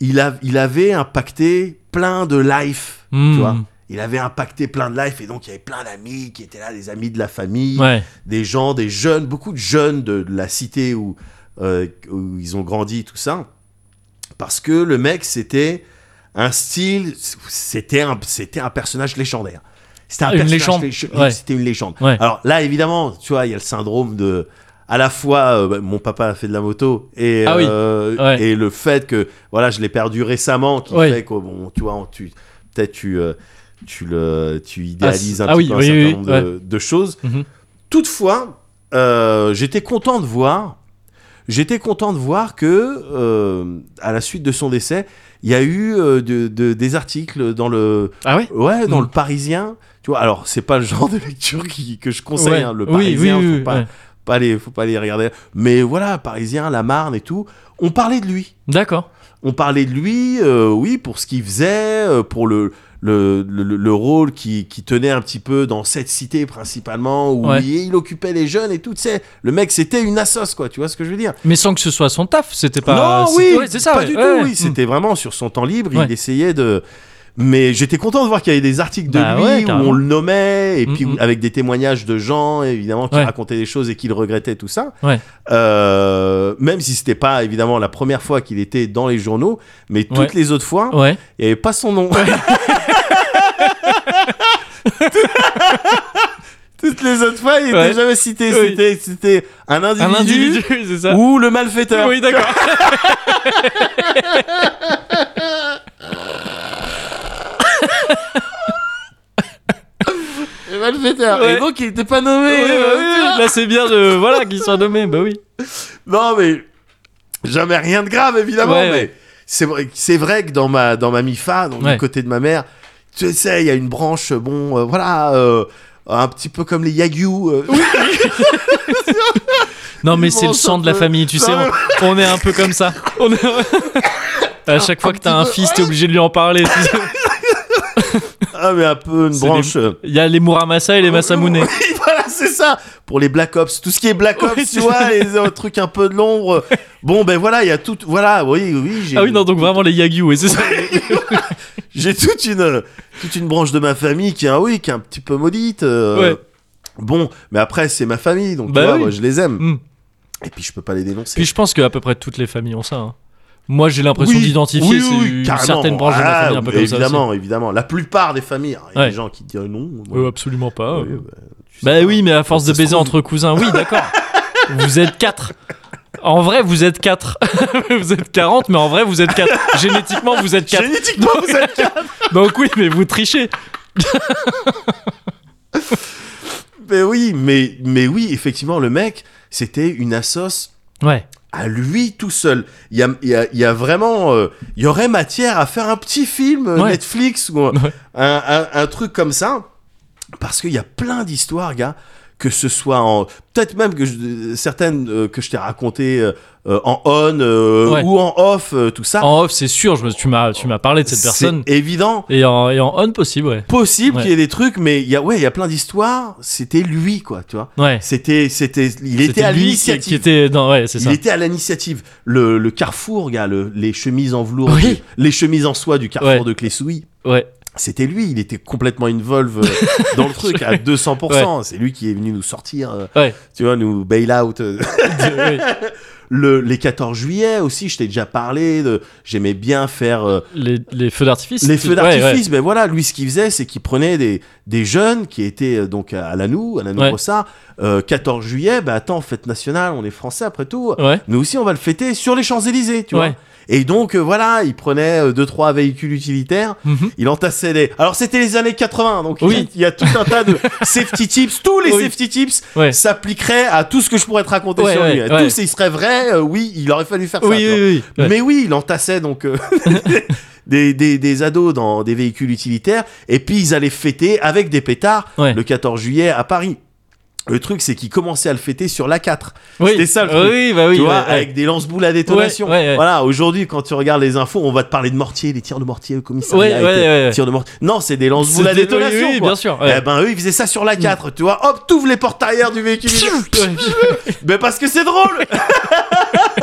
S2: Il, a, il avait impacté plein de life,
S1: Hmm.
S2: tu vois. Il avait impacté plein de life et donc il y avait plein d'amis qui étaient là, des amis de la famille,
S1: Ouais.
S2: des gens, des jeunes, beaucoup de jeunes de, de la cité où, euh, où ils ont grandi, tout ça. Parce que le mec, c'était un style, c'était un, c'était un personnage légendaire. C'était un
S1: Une
S2: personnage
S1: légende,
S2: lég-
S1: ouais.
S2: C'était une légende.
S1: Ouais.
S2: Alors là, évidemment, tu vois, il y a le syndrome de à la fois euh, bah, mon papa a fait de la moto et
S1: Ah oui,
S2: euh,
S1: ouais.
S2: et le fait que voilà je l'ai perdu récemment qui
S1: Ouais.
S2: fait que bon tu vois on- tu peut-être tu euh, tu le tu idéalises
S1: Ah,
S2: un
S1: ah
S2: petit
S1: oui,
S2: peu
S1: oui,
S2: un certain
S1: oui,
S2: nombre de, de choses
S1: Mhm.
S2: toutefois euh, j'étais content de voir j'étais content de voir que euh, à la suite de son décès il y a eu euh, de- de- des articles dans le
S1: Ah ouais.
S2: Ouais, dans
S1: Mm.
S2: le Parisien. Tu vois, alors c'est pas le genre de lecture qui, que je conseille,
S1: Ouais.
S2: hein, le
S1: Oui,
S2: Parisien.
S1: oui, oui,
S2: faut pas,
S1: ouais.
S2: pas les, faut pas les regarder. Mais voilà, Parisien, La Marne et tout. On parlait de lui.
S1: D'accord.
S2: On parlait de lui, euh, oui, pour ce qu'il faisait, euh, pour le le, le- le rôle qui, qui tenait un petit peu dans cette cité principalement où
S1: Ouais.
S2: il, il occupait les jeunes et tout. Tu sais, le mec, c'était une assoce, quoi. Tu vois ce que je veux dire
S1: Mais sans que ce soit son taf, c'était pas.
S2: non,
S1: c'était-
S2: oui,
S1: ouais, c'est ça.
S2: pas
S1: ouais,
S2: du
S1: ouais. Mhm. Hmm.
S2: tout. Oui, c'était vraiment sur son temps libre,
S1: Ouais.
S2: il essayait de. Mais j'étais content de voir qu'il y avait des articles de
S1: Bah
S2: lui
S1: ouais,
S2: où
S1: carrément.
S2: on le nommait et
S1: Mm,
S2: puis où-
S1: mm.
S2: avec des témoignages de gens évidemment qui
S1: Ouais.
S2: racontaient des choses et qui le regrettaient tout ça.
S1: Ouais.
S2: Euh, même si c'était pas évidemment la première fois qu'il était dans les journaux, mais toutes
S1: Ouais. Oh.
S2: les autres fois,
S1: Ouais.
S2: il n'y avait pas son nom. <laughs> toutes les autres fois, il n'était
S1: Ouais.
S2: jamais cité.
S1: Oui.
S2: C'était- C'était un
S1: Un
S2: individu,
S1: individu, c'est ça.
S2: ou le malfaiteur.
S1: Oui, d'accord.
S2: <laughs> Le malfaiteur.
S1: Ouais.
S2: Et donc il était pas nommé.
S1: Oui, bah
S2: euh, tu vois.
S1: oui, là c'est bien de voilà qu'ils soient nommés, bah oui.
S2: Non mais jamais rien de grave évidemment.
S1: Ouais,
S2: mais
S1: ouais.
S2: c'est vrai, c'est vrai que dans ma dans ma mifa, donc
S1: Ouais.
S2: du côté de ma mère, tu sais, il y a une branche. Bon, euh, voilà. euh, un petit peu comme les Yagyu. euh,
S1: Non, mais
S2: Ils
S1: c'est le
S2: mangent
S1: sang
S2: un
S1: de la
S2: peu.
S1: famille, tu
S2: Non,
S1: sais. On, on est un peu comme
S2: <laughs>
S1: ça. On est- À chaque fois que t'as un fils, t'es obligé de lui en parler. tu sais.
S2: <laughs> ah, mais un peu une
S1: C'est
S2: branche. euh,
S1: Il y a les Muramasa
S2: Oh,
S1: et les Masamune.
S2: <laughs> Oui, voilà, c'est ça. Pour les Black Ops, tout ce qui est Black Ops,
S1: Oui,
S2: tu
S1: c'est-
S2: vois, les euh, trucs un peu de l'ombre. Bon, ben voilà, il y a tout. Voilà, oui, oui. j'ai-
S1: Ah oui, non, donc vraiment les Yagyu, et c'est ça.
S2: J'ai toute une euh, toute une branche de ma famille qui est un oui, qui est un petit peu maudite. euh,
S1: Ouais.
S2: Bon, mais après c'est ma famille, donc tu
S1: Bah
S2: vois,
S1: oui.
S2: moi, je les aime.
S1: Mm.
S2: Et puis je peux pas les dénoncer.
S1: Puis je pense qu'à peu près toutes les familles ont ça. hein. Moi, j'ai l'impression
S2: Oui,
S1: d'identifier
S2: oui,
S1: c'est
S2: oui, oui,
S1: une
S2: carrément.
S1: certaine branche de la
S2: Ah,
S1: famille un peu
S2: mais
S1: comme ça.
S2: Évidemment, évidemment. La plupart des familles. hein, Il y a
S1: Ouais.
S2: des gens qui diront non.
S1: aussi.
S2: moi,
S1: Euh, absolument pas.
S2: oui,
S1: euh.
S2: bah, tu sais
S1: bah
S2: pas.
S1: oui, mais à force
S2: Ça
S1: de
S2: se
S1: baiser
S2: trouve.
S1: entre cousins, oui, d'accord. vous êtes quatre. En vrai, vous êtes quatre. <laughs> vous êtes 40, mais en vrai, vous êtes quatre. Génétiquement, vous êtes quatre.
S2: Génétiquement, vous
S1: <laughs>
S2: êtes quatre.
S1: Donc oui, mais vous trichez.
S2: Mais oui, mais, mais oui, effectivement, le mec, c'était une assoce
S1: Ouais.
S2: à lui tout seul. Il y a, il y a- il y a vraiment... euh, Il y aurait matière à faire un petit film euh,
S1: Ouais.
S2: Netflix ou un,
S1: Ouais.
S2: un- un- un truc comme ça. Parce qu'il y a plein d'histoires, gars. Que ce soit en... Peut-être même que je- certaines euh, que je t'ai racontées euh, euh, en on euh,
S1: Ouais.
S2: ou en off, euh, tout ça.
S1: En off, c'est sûr, je me, tu m'as tu m'as parlé de cette personne.
S2: C'est évident.
S1: Et en, et en on, possible, ouais.
S2: Possible
S1: Ouais.
S2: qu'il y ait des trucs, mais il y a, ouais, il y a plein d'histoires. C'était lui, quoi, tu vois.
S1: Ouais.
S2: C'était, c'était, il était,
S1: C'était
S2: à
S1: lui qui-
S2: l'initiative.
S1: Qui était... Non, ouais, c'est
S2: Il
S1: ça.
S2: était à l'initiative. Le, le carrefour, gars, le- les chemises en velours,
S1: Oui.
S2: du- les chemises en soie du carrefour
S1: Ouais.
S2: de Clessouilly,
S1: Ouais. <laughs>
S2: c'était lui. Il était complètement involve euh, dans le truc à 200%. C'est lui qui est venu nous sortir, euh,
S1: Ouais.
S2: tu vois, nous bail out. euh. <laughs>
S1: Ouais.
S2: Le, les 14 juillet aussi, je t'ai déjà parlé. de- J'aimais bien faire euh,
S1: Les, les feux d'artifice.
S2: les feux
S1: Ouais, ouais.
S2: d'artifice. Ben voilà, lui, ce qu'il faisait, c'est qu'il prenait des, des jeunes qui étaient euh, donc à Lanou,
S1: Ouais.
S2: à Lanou-Brossard. euh, 14 juillet, ben attends, fête nationale, on est français après tout.
S1: Ouais.
S2: Nous aussi, on va le fêter sur les Champs-Élysées, tu
S1: Ouais.
S2: vois. Et donc, euh, voilà, il prenait euh, deux, trois véhicules utilitaires,
S1: Mhm.
S2: il entassait les. Alors, c'était les années 80, donc il y a-
S1: Oui.
S2: il y, a tout un tas
S1: <laughs>
S2: de safety tips. Tous les
S1: Oui.
S2: safety tips
S1: Ouais.
S2: s'appliqueraient à tout ce que je pourrais te raconter
S1: Ouais,
S2: sur lui.
S1: ouais,
S2: Tous,
S1: ouais.
S2: ils seraient vrais, euh, oui, il aurait fallu faire ça. tu
S1: Oui,
S2: vois.
S1: oui, oui. Ouais.
S2: Mais oui, il entassait donc euh, <laughs> des, des, des ados dans des véhicules utilitaires, et puis ils allaient fêter avec des pétards
S1: Ouais.
S2: le 14 juillet à Paris. Le truc, c'est qu'ils commençaient à le fêter sur la 4
S1: Oui.
S2: c'était ça, le truc.
S1: Oui, bah oui.
S2: tu vois,
S1: ouais, ouais.
S2: avec des lance-boules à détonation.
S1: Ouais, ouais, ouais.
S2: Voilà, aujourd'hui, quand tu regardes les infos, on va te parler de mortier, les tirs de mortier, le commissariat.
S1: Ouais,
S2: et
S1: ouais,
S2: les
S1: ouais, ouais.
S2: tirs de mortier. Non, c'est des lance-boules à
S1: C'était-
S2: détonation.
S1: Oui, oui,
S2: quoi.
S1: bien sûr. ouais. Mm.
S2: Eh ben, eux, ils faisaient ça sur la 4, tu vois. Hop, t'ouvres les portes arrière du véhicule.
S1: Ouais.
S2: Mais parce que c'est drôle <laughs>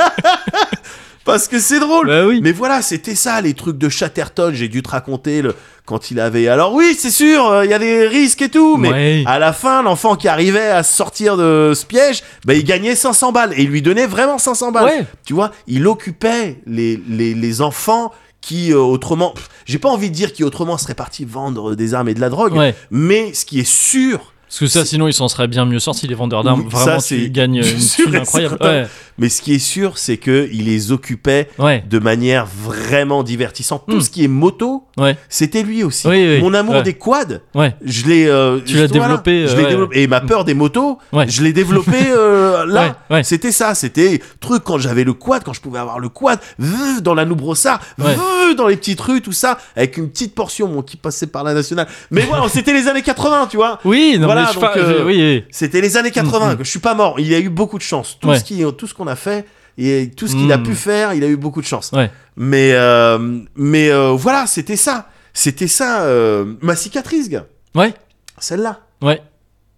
S2: Parce que c'est drôle
S1: Bah oui.
S2: mais voilà, c'était ça les trucs de Chatterton. J'ai dû te raconter le... quand il avait. Alors oui, c'est sûr, euh, il y a des risques et tout, mais
S1: Ouais.
S2: à la fin, l'enfant qui arrivait à sortir de ce piège, bah, il gagnait 500 balles et il lui donnait vraiment 500 balles.
S1: Ouais.
S2: Tu vois, il occupait les, les, les enfants qui euh, autrement, pff, j'ai pas envie de dire qui autrement seraient partis vendre des armes et de la drogue,
S1: Ouais.
S2: mais ce qui est sûr,
S1: Parce que ça, sinon, ils s'en seraient bien mieux sortis, les vendeurs d'armes.
S2: Oui, ça,
S1: Vraiment,
S2: c'est
S1: tu gagnes une
S2: <laughs> sûr
S1: thune
S2: et
S1: incroyable.
S2: certain.
S1: Ouais.
S2: mais ce qui est sûr, c'est que il les occupait
S1: Ouais.
S2: de manière vraiment divertissante. Tout
S1: Hmm.
S2: ce qui est moto,
S1: Ouais.
S2: c'était lui aussi.
S1: Oui, oui,
S2: Mon amour
S1: ouais.
S2: des quads,
S1: Ouais.
S2: je l'ai. euh,
S1: Tu l'as
S2: je- voilà,
S1: développé, euh,
S2: je l'ai
S1: ouais.
S2: développé. Et ma peur des motos,
S1: Ouais.
S2: je l'ai développé
S1: <laughs>
S2: euh, là.
S1: Ouais, ouais.
S2: C'était ça. C'était truc quand j'avais le quad, quand je pouvais avoir le quad, veuh, dans la Noubrossard,
S1: Ouais.
S2: veuh, dans les petites rues, tout ça, avec une petite portion mon, qui passait par la nationale. Mais voilà,
S1: <laughs>
S2: c'était les années 80, tu vois.
S1: Oui, non,
S2: Voilà,
S1: mais je suis
S2: donc,
S1: pas-
S2: euh,
S1: je- oui, oui.
S2: C'était les années 80.
S1: Mm,
S2: que Je suis pas mort. Il y a eu beaucoup de chance. Tout
S1: Ouais.
S2: ce qui, tout ce qu'on a fait et tout ce qu'il a
S1: Mm.
S2: pu faire, il a eu beaucoup de chance.
S1: Ouais.
S2: Mais euh, mais euh, voilà, c'était ça. C'était ça euh, ma cicatrice, gars.
S1: Ouais.
S2: Celle-là.
S1: Ouais.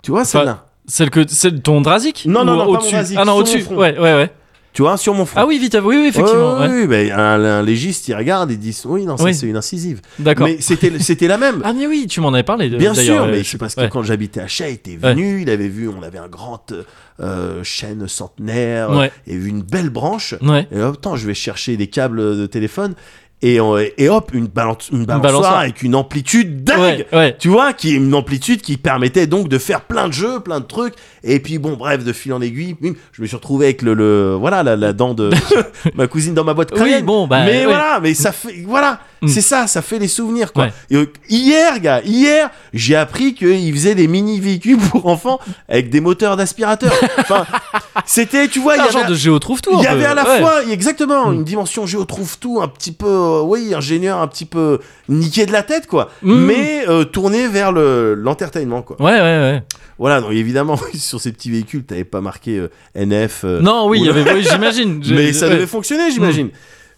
S2: Tu vois celle-là.
S1: Celle que, celle de ton drasic
S2: Non, non,
S1: Ou
S2: non, pas mon
S1: au-dessus
S2: drasic,
S1: Ah non,
S2: sur mon
S1: au-dessus.
S2: front.
S1: Ouais, ouais, ouais.
S2: Tu vois sur mon front.
S1: Ah oui, vite, oui, oui, effectivement.
S2: Ouais,
S1: ouais.
S2: ouais, ouais, ben, un, un légiste, il regarde et dit oui non ça
S1: Oui.
S2: c'est une incisive.
S1: D'accord.
S2: Mais c'était c'était la même.
S1: Ah, mais oui, tu m'en avais parlé. de-
S2: Bien
S1: d'ailleurs,
S2: sûr,
S1: euh,
S2: mais
S1: je-
S2: c'est parce que
S1: ouais.
S2: quand j'habitais à Chat, il était
S1: Ouais.
S2: venu, il avait vu, on avait un grand euh, euh, chêne centenaire,
S1: Ouais. Mm.
S2: il y avait une belle branche.
S1: Ouais.
S2: Et hop, attends, je vais chercher des câbles de téléphone. Et, on- et hop, une, balan- une balançoire
S1: balançoire.
S2: avec une amplitude dingue.
S1: Ouais, ouais.
S2: Tu vois, qui est une amplitude qui permettait donc de faire plein de jeux, plein de trucs. Et puis bon, bref, de fil en aiguille, bim, je me suis retrouvé avec
S1: <laughs>
S2: le, le- voilà la, la dent de ma cousine dans ma boîte.
S1: Oui,
S2: crânienne.
S1: bon, bah,
S2: mais
S1: ouais.
S2: voilà, mais ça fait voilà.
S1: Mm.
S2: C'est ça, ça fait les souvenirs, quoi.
S1: Ouais.
S2: Et, euh, hier, gars, hier, j'ai appris qu'ils faisaient des mini-véhicules pour enfants avec des
S1: <laughs>
S2: moteurs d'aspirateur. enfin, c'était, tu vois, il y
S1: Un
S2: avait-
S1: genre de géo trouve tout.
S2: il y avait à la fois, exactement,
S1: Mm.
S2: une dimension géo trouve tout, un petit peu, euh, oui, ingénieur, un petit peu niqué de la tête, quoi.
S1: Mm.
S2: Mais euh, tourné vers le- l'entertainment, quoi.
S1: Ouais, ouais, ouais.
S2: Voilà, donc évidemment, <laughs> sur ces petits véhicules, t'avais pas marqué euh, NF. euh,
S1: Non, oui, il y
S2: Oula.
S1: avait. oui, j'imagine. Je-
S2: <laughs> mais ça
S1: ouais. Mm.
S2: devait fonctionner, j'imagine.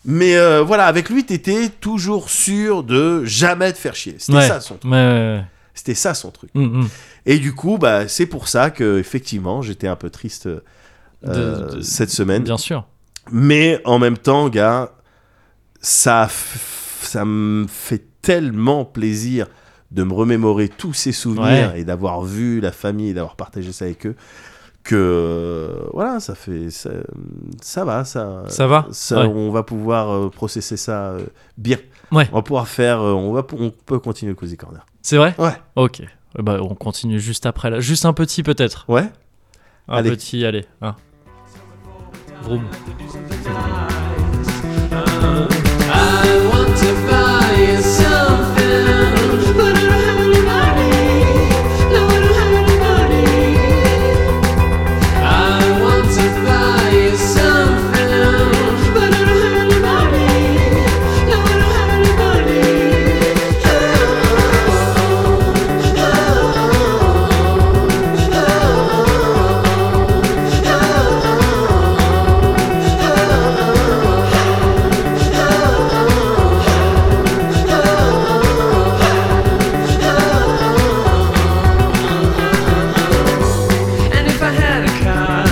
S2: Mais euh, voilà, avec lui, t'étais toujours sûr de jamais te faire chier. C'était
S1: Ouais.
S2: ça son,
S1: Ouais, ouais,
S2: c'était ça son truc.
S1: ouais. Mm, mm.
S2: Et du coup, bah, c'est pour ça que effectivement, j'étais un peu triste euh,
S1: De- de-
S2: cette semaine.
S1: Bien sûr.
S2: Mais en même temps, gars, ça, f- ça me fait tellement plaisir de me remémorer tous ces souvenirs et d'avoir vu la famille et d'avoir partagé ça avec eux que euh, voilà ça fait ça, ça va ça
S1: Ça va
S2: ça,
S1: Ouais.
S2: on va pouvoir euh, processer ça euh, bien
S1: Ouais.
S2: on va pouvoir faire euh, on va pou- on peut continuer le cozy corner
S1: C'est vrai
S2: ouais
S1: Ok. Eh ben, on continue juste après là. Juste un petit peut-être.
S2: ouais
S1: Un
S2: Allez.
S1: petit, allez. hein. Vroom.
S4: I want to buy you something, but I don't have any money. No, I don't have any money. I want to buy you something, but I don't have any money. No, I don't have any money. And if I had a car,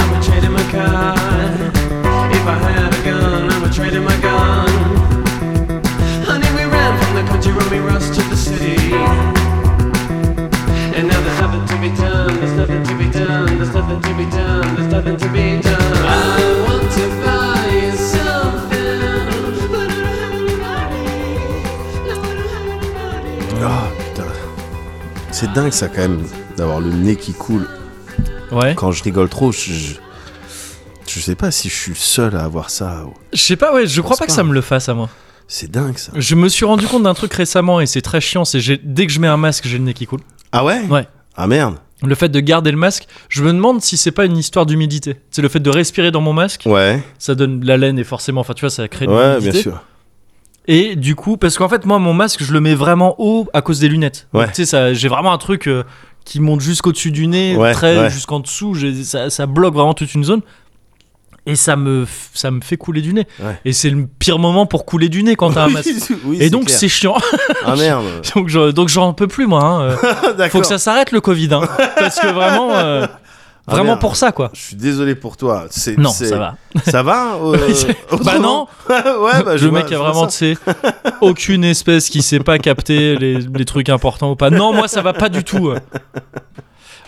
S4: I would trade in my car. If I had a gun, I would trade in my gun. Honey, we ran from the country when we rushed to the city. And now there's nothing to be done, there's nothing to be done, there's nothing to be done, there's nothing to be done. I want to buy you something, but I don't have any money. No, I don't have any money.
S2: Ah, putain c'est dingue ça quand même d'avoir le nez qui coule
S1: Ouais.
S2: quand je rigole trop je, je- je sais pas si je suis le seul à avoir ça ou-
S1: Je sais pas, ouais, je crois
S2: pense
S1: pas que
S2: pas.
S1: ça me le fasse à moi.
S2: c'est dingue ça
S1: Je me suis rendu compte d'un truc récemment et c'est très chiant, c'est j'ai- dès que je mets un masque, j'ai le nez qui coule.
S2: ah ouais
S1: Ouais.
S2: ah merde
S1: Le fait de garder le masque, je me demande si c'est pas une histoire d'humidité. C'est le fait de respirer dans mon masque,
S2: ouais
S1: ça donne de la laine et forcément, enfin tu vois, ça crée de
S2: ouais
S1: l'humidité.
S2: bien sûr
S1: Et du coup, parce qu'en fait, moi, mon masque, je le mets vraiment haut à cause des lunettes.
S2: Ouais.
S1: Tu sais, ça- j'ai vraiment un truc euh, qui monte jusqu'au-dessus du nez,
S2: Ouais,
S1: très
S2: ouais.
S1: jusqu'en dessous. j'ai- Ça, ça bloque vraiment toute une zone. Et ça me, f- ça me fait couler du nez.
S2: Ouais.
S1: Et c'est le pire moment pour couler du nez quand
S2: <laughs>
S1: t'as un masque.
S2: Oui,
S1: Et donc,
S2: clair.
S1: c'est chiant.
S2: ah merde <laughs>
S1: <laughs> Donc, je- donc j'en peux plus, moi. hein. Euh, Faut
S2: Ah, d'accord
S1: que ça s'arrête le Covid.
S2: <laughs>
S1: hein. Parce que vraiment, euh,
S2: Ah,
S1: vraiment
S2: merde.
S1: pour ça, quoi.
S2: je suis désolé pour toi c'est
S1: Non,
S2: c'est-
S1: ça va. <laughs>
S2: Ça va euh,
S1: Bah non,
S2: autrement <laughs> Ouais, bah je
S1: le
S2: vois-
S1: mec
S2: je
S1: a
S2: vois
S1: vraiment,
S2: ça.
S1: tu sais, aucune espèce qui sait pas capter les, les trucs importants ou pas. Non, moi, ça va pas du tout. euh.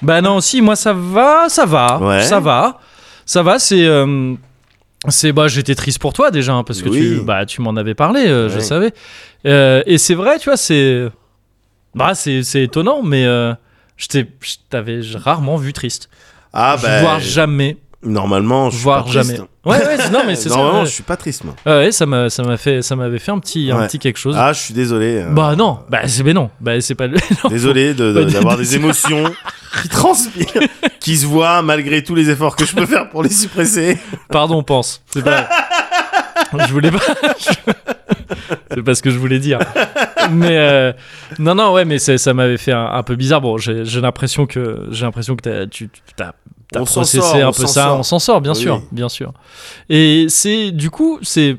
S1: Bah non, si, moi, ça va, ça va,
S2: Ouais.
S1: ça va. Ça va, c'est... euh, c'est bah j'étais triste pour toi déjà hein, parce que
S2: Oui.
S1: tu bah tu m'en avais parlé euh, je
S2: Ouais.
S1: savais Euh, et c'est vrai tu vois c'est bah c'est c'est étonnant mais euh, je t'ai je t'avais rarement vu triste
S2: Ah
S1: Je-
S2: bah
S1: voire jamais
S2: normalement je suis
S1: voire
S2: pas triste.
S1: jamais ouais ouais non
S2: <laughs>
S1: mais c'est ça
S2: Normalement,
S1: ouais.
S2: je suis pas triste moi.
S1: Ah Ouais, ouais, ça m'a ça m'a fait ça m'avait fait un petit un
S2: Ouais.
S1: petit quelque chose
S2: Ah, je suis désolé. euh,
S1: bah non, bah c'est mais non, bah c'est pas le. <laughs> non.
S2: Désolé de-
S1: Bah,
S2: de- d'avoir des émotions qui transpirent,
S1: <laughs>
S2: qui se voient malgré tous les efforts que je peux faire pour les suppresser.
S1: Pardon, on pense. C'est pas.
S2: <laughs>
S1: je voulais pas. <laughs> je- c'est pas ce que je voulais dire. Mais euh, non, non, ouais, mais c'est- ça m'avait fait un, un peu bizarre. Bon, j'ai j'ai l'impression que j'ai l'impression que t'as tu t'as t'as
S2: On s'en
S1: processé
S2: sort,
S1: un
S2: on
S1: peu
S2: s'en
S1: ça.
S2: sort.
S1: On s'en sort, bien
S2: Oui.
S1: sûr, bien sûr. Et c'est du coup c'est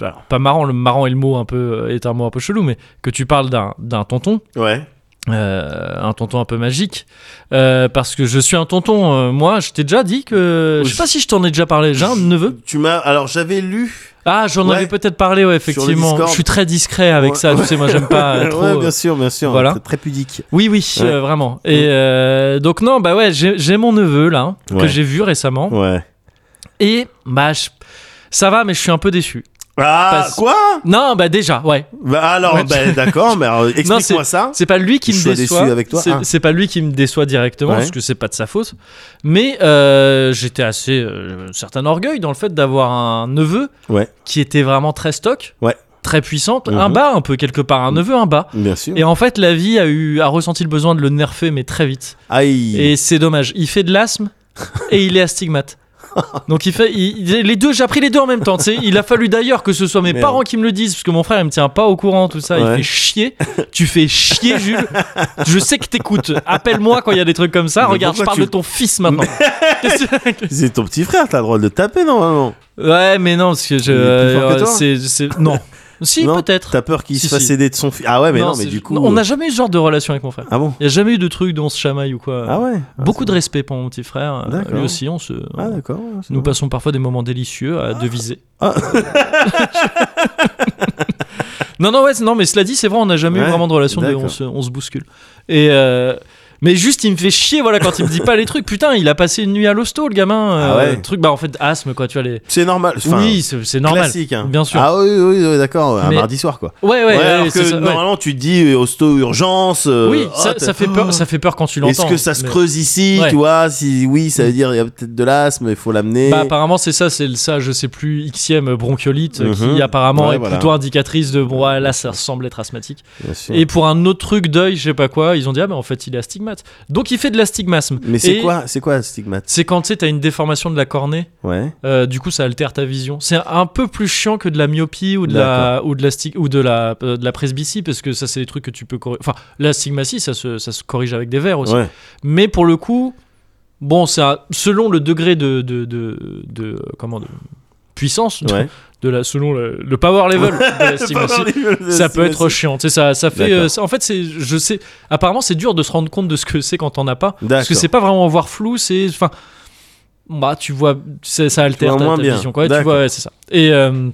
S1: alors, pas marrant. Le marrant est le mot un peu euh, est un mot un peu chelou, mais que tu parles d'un d'un tonton.
S2: Ouais.
S1: Euh, un tonton un peu magique Euh, parce que je suis un tonton euh, moi je t'ai déjà dit que je sais pas si je t'en ai déjà parlé j'ai un neveu
S2: Tu m'as. Alors, j'avais lu.
S1: ah j'en
S2: Ouais.
S1: avais peut-être parlé ouais effectivement
S2: Discord.
S1: je suis très discret avec
S2: Ouais.
S1: ça tu sais moi j'aime pas euh, trop
S2: <laughs> ouais,
S1: euh,
S2: bien sûr, bien sûr.
S1: voilà.
S2: Très, très pudique.
S1: oui oui
S2: Ouais.
S1: euh, vraiment et euh, donc non bah ouais j'ai j'ai mon neveu là hein, que
S2: Ouais.
S1: j'ai vu récemment
S2: Ouais.
S1: et bah je- ça va mais je suis un peu déçu
S2: Ah,
S1: Parce-
S2: quoi
S1: non bah déjà ouais
S2: Bah, alors,
S1: Ouais.
S2: bah, d'accord, mais alors, explique-moi ça.
S1: C'est pas lui qui
S2: Je
S1: me
S2: sois
S1: déçoit.
S2: déçu avec toi,
S1: C'est
S2: hein.
S1: c'est pas lui qui me déçoit directement,
S2: Ouais.
S1: parce que c'est pas de sa faute. Mais euh, j'étais assez euh, un certain orgueil dans le fait d'avoir un neveu
S2: Ouais.
S1: qui était vraiment très stock,
S2: Ouais.
S1: très puissante,
S2: Mhm.
S1: un bas un peu quelque part, un neveu, un bas.
S2: Bien sûr.
S1: Et en fait, la vie a, eu, a ressenti le besoin de le nerfer, mais très vite.
S2: Aïe.
S1: Et c'est dommage. Il fait de l'asthme et il est
S2: <laughs>
S1: astigmate. Donc il fait il- il- les deux, j'ai appris les deux en même temps. tu sais. Il a fallu d'ailleurs que ce soit mes
S2: Merde.
S1: parents qui me le disent, parce que mon frère il me tient pas au courant tout ça.
S2: Ouais.
S1: Il fait chier. Tu fais chier, Jules. Je sais que t'écoutes. Appelle-moi quand il y a des trucs comme ça.
S2: Mais
S1: Regarde, je
S2: pourquoi
S1: parle
S2: tu-
S1: de ton fils
S2: <laughs>
S1: maintenant. Qu'est-ce que-
S2: C'est ton petit frère, t'as le droit de le taper normalement.
S1: Ouais, mais non, parce que je.
S2: Il est plus fort que
S1: euh,
S2: toi hein.
S1: c'est, c'est- Non. si,
S2: Non,
S1: peut-être.
S2: T'as peur qu'il
S1: Si,
S2: se fasse
S1: si.
S2: aider de son fils. Ah ouais, mais non,
S1: c'est-
S2: mais du coup. euh,
S1: On n'a jamais eu ce genre de relation avec mon frère.
S2: Ah bon
S1: Il n'y a jamais eu de truc dont on se chamaille ou quoi.
S2: Ah ouais Ah,
S1: Euh, Beaucoup de respect pour mon petit frère. Euh,
S2: D'accord.
S1: Lui aussi, on se.
S2: c'est- Ah d'accord. ouais, c'est
S1: nous
S2: vrai.
S1: passons parfois des moments délicieux
S2: Ah.
S1: à deviser. <laughs> non, non, ouais, c'est- non, mais cela dit, c'est vrai, on n'a jamais eu
S2: Ouais,
S1: vraiment de relation de,
S2: d'accord.
S1: on, se, on se bouscule. Et. euh, mais juste, il me fait chier, voilà, quand il me dit pas les trucs. Putain, il a passé une nuit à l'hosto, le gamin.
S2: Ah
S1: euh,
S2: ouais.
S1: Truc, bah en fait, asthme, quoi, tu vois les.
S2: C'est normal. Enfin,
S1: oui, c'est, c'est normal.
S2: Classique, hein.
S1: Bien sûr.
S2: Ah oui, oui, oui, d'accord. Un
S1: Mais-
S2: mardi soir, quoi.
S1: Ouais, ouais,
S2: Ouais,
S1: ouais,
S2: alors
S1: c'est
S2: que
S1: ça, ouais.
S2: normalement, tu te dis euh, hosto urgence. euh,
S1: Oui,
S2: oh,
S1: ça,
S2: t'as-
S1: ça fait peur, ça fait peur quand tu l'entends.
S2: Est-ce que ça se
S1: mais-
S2: creuse ici,
S1: Ouais.
S2: tu vois Si oui, ça veut dire il y a peut-être de l'asthme, il faut l'amener.
S1: Bah, apparemment, c'est ça, c'est le- ça, je sais plus, Xème bronchiolite, euh,
S2: Mhm.
S1: qui apparemment
S2: Ouais,
S1: est
S2: voilà.
S1: plutôt indicatrice de bon, ouais, là, ça semble être asthmatique.
S2: Bien sûr.
S1: Et pour un autre truc d'œil, je sais pas quoi, ils ont dit, ah, bah, en fait, il est astigmate. Donc, il fait de l'astigmasme.
S2: Mais c'est
S1: Et
S2: quoi, c'est quoi stigmate
S1: C'est quand tu sais, t'as une déformation de la cornée,
S2: Ouais.
S1: euh, du coup, ça altère ta vision. C'est un peu plus chiant que de la myopie ou de la, ou de la, sti- ou de la, euh, de la presbytie, parce que ça, c'est des trucs que tu peux corriger. Enfin, l'astigmatie, ça se, ça se corrige avec des verres aussi.
S2: Ouais.
S1: Mais pour le coup, bon, ça, selon le degré de, de, de, de- euh, comment de puissance, de- <laughs>
S2: ouais.
S1: de la, selon le, le power
S2: <laughs>
S1: level de la Steam aussi, ça peut être chiant. tu sais, Ça, ça fait,
S2: D'accord.
S1: euh, ça- en fait, c'est, je sais. Apparemment, c'est dur de se rendre compte de ce que c'est quand t'en as pas, parce que
S2: D'accord.
S1: c'est pas vraiment voir flou. C'est, enfin, bah, tu vois, c'est- ça altère
S2: vois
S1: ta,
S2: moins
S1: ta
S2: bien.
S1: vision. Quoi. Tu
S2: D'accord.
S1: vois, ouais, c'est ça. Et euh,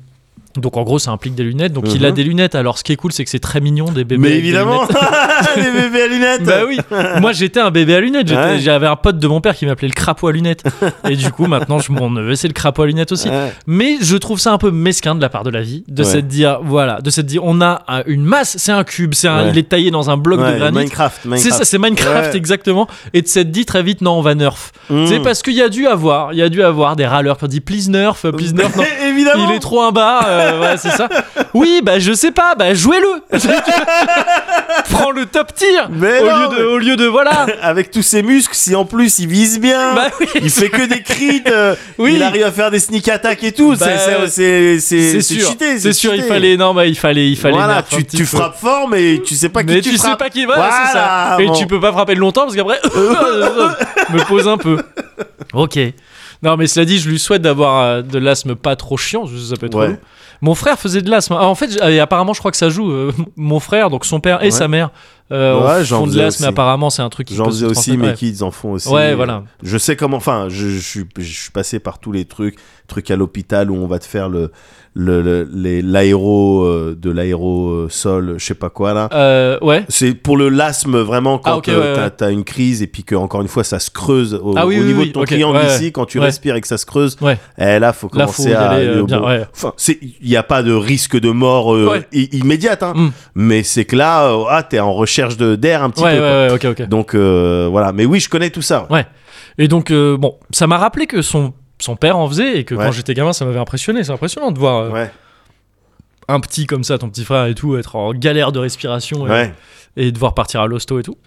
S1: donc, en gros, ça implique des lunettes. Donc, il a
S2: Mhm.
S1: des lunettes. Alors, ce qui est cool, c'est que c'est très mignon des bébés.
S2: Mais
S1: avec des
S2: évidemment, <laughs> les bébés à lunettes.
S1: bah
S2: <laughs>
S1: oui, moi j'étais un bébé à lunettes. J'étais-
S2: Ouais.
S1: J'avais un pote de mon père qui m'appelait le crapaud à lunettes. Et du coup, maintenant, je, mon neveu, c'est le crapaud à lunettes aussi.
S2: Ouais.
S1: Mais je trouve ça un peu mesquin de la part de la vie, de
S2: Ouais.
S1: cette dire, voilà, de cette dire, on a un- une masse, c'est un cube, c'est un,
S2: Ouais.
S1: il est taillé dans un bloc
S2: Ouais,
S1: de granit.
S2: Minecraft, Minecraft.
S1: C'est ça, c'est Minecraft
S2: Ouais.
S1: exactement. Et de cette dit très vite, non, on va nerf.
S2: Mm.
S1: C'est parce qu'il y a dû avoir, il y a dû avoir des râleurs qui ont dit please nerf, please nerf. Non,
S2: Hmm. <laughs> évidemment.
S1: il est trop un bas, euh, ouais, c'est ça. Oui, bah je sais pas, bah jouez-le. <laughs> Prends le top tir
S2: Mais
S1: au,
S2: non,
S1: lieu de, au lieu de
S2: <laughs>
S1: voilà.
S2: Avec tous ses muscles, si en plus il vise bien.
S1: bah oui.
S2: Il fait que des crits, euh,
S1: <laughs> Oui.
S2: il arrive à faire des sneak attacks et tout.
S1: Bah,
S2: c'est- c'est- c'est c'est-
S1: C'est
S2: c'est
S1: sûr,
S2: cheaté,
S1: c'est sûr, il
S2: cheaté.
S1: fallait, non, bah il fallait, il fallait.
S2: Voilà,
S1: nerf un
S2: tu,
S1: petit
S2: tu
S1: peu.
S2: frappes fort, mais tu sais pas qui
S1: Mais
S2: tu,
S1: tu sais
S2: frappes.
S1: pas qui va, c'est ça.
S2: Voilà,
S1: Et tu
S2: bon.
S1: peux pas frapper de longtemps parce qu'après, <laughs> me pose un peu. Ok. Non, mais cela dit, je lui souhaite d'avoir euh, de l'asthme pas trop chiant, parce que ça peut être
S2: Ouais.
S1: relou. Mon frère faisait de l'asthme. Ah, en fait, j- et apparemment, je crois que ça joue. euh, <laughs> mon frère, donc son père et
S2: Ouais.
S1: sa mère, euh,
S2: Ouais,
S1: ont-
S2: j'en
S1: font de
S2: faisais
S1: l'asthme.
S2: aussi.
S1: Apparemment, c'est un truc qui
S2: J'en
S1: peut se
S2: faisais aussi,
S1: transmettre.
S2: mes kids en font aussi.
S1: Ouais, voilà.
S2: Je sais comment. Enfin, je, je suis, je suis passé par tous les trucs, trucs à l'hôpital où on va te faire le, le, le- les- l'aéro euh, de l'aérosol, je sais pas quoi là.
S1: Euh, ouais.
S2: C'est pour le lasme vraiment quand
S1: Ah, ok,
S2: euh,
S1: ouais, ouais.
S2: t'as, t'as une crise et puis que encore une fois ça se creuse au,
S1: Ah oui,
S2: au
S1: oui,
S2: niveau
S1: oui,
S2: de ton
S1: ok,
S2: triangle
S1: ouais,
S2: ici quand tu
S1: ouais.
S2: respires et que ça se creuse.
S1: Ouais.
S2: Eh là faut
S1: Là, faut
S2: commencer
S1: y
S2: à
S1: aller, euh,
S2: au
S1: bien,
S2: bon-
S1: ouais.
S2: Enfin, c'est il n'y a pas de risque de mort euh,
S1: Ouais.
S2: i- immédiate, hein.
S1: Mm.
S2: mais c'est que là euh, ah t'es en recherche de d'air un petit
S1: Ouais,
S2: peu.
S1: ouais,
S2: quoi.
S1: ouais, ok, ok.
S2: Donc euh, voilà, mais oui, je connais tout ça.
S1: Ouais. Et donc, euh, bon, ça m'a rappelé que son, son père en faisait et que
S2: Ouais.
S1: quand j'étais gamin, ça m'avait impressionné. C'est impressionnant de voir euh,
S2: Ouais,
S1: un petit comme ça, ton petit frère et tout, être en galère de respiration et,
S2: ouais.
S1: et devoir partir à l'hosto et tout.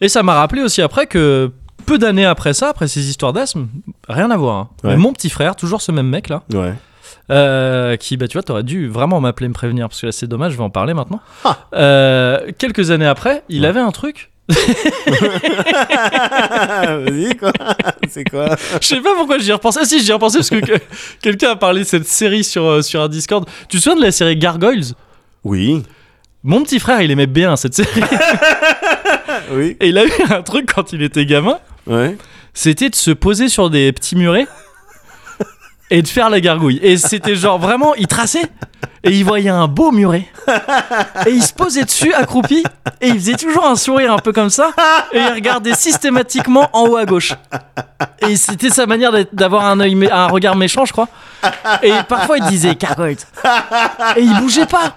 S1: Et ça m'a rappelé aussi après que peu d'années après ça, après ces histoires d'asthme, rien à voir. hein.
S2: Ouais.
S1: Mais Mon petit frère, toujours ce même mec là,
S2: ouais.
S1: euh, qui, bah tu vois, t'aurais dû vraiment m'appeler, me prévenir, parce que là c'est dommage, je vais en parler maintenant.
S2: Ah.
S1: Euh, quelques années après, il avait un truc.
S2: <laughs> Vas-y, quoi. <laughs> C'est quoi
S1: Je sais pas pourquoi j'y ai repensé. Ah si, j'y ai repensé parce que,
S2: <laughs>
S1: que- quelqu'un a parlé de cette série sur, euh, sur un Discord. Tu te souviens de la série Gargoyles
S2: Oui.
S1: Mon petit frère, il aimait bien cette
S2: <laughs>
S1: série.
S2: Oui. Ah,
S1: Et il a eu un truc quand il était gamin.
S2: Ouais.
S1: c'était de se poser sur des petits murets et de faire la gargouille. Et c'était genre vraiment, il traçait et il voyait un beau muret. Et il se posait dessus, accroupi, et il faisait toujours un sourire un peu comme ça, et il regardait systématiquement en haut à gauche. Et c'était sa manière d'être- d'avoir un, œil mé- un regard méchant, je crois. Et parfois il disait gargoyle. Et il bougeait pas.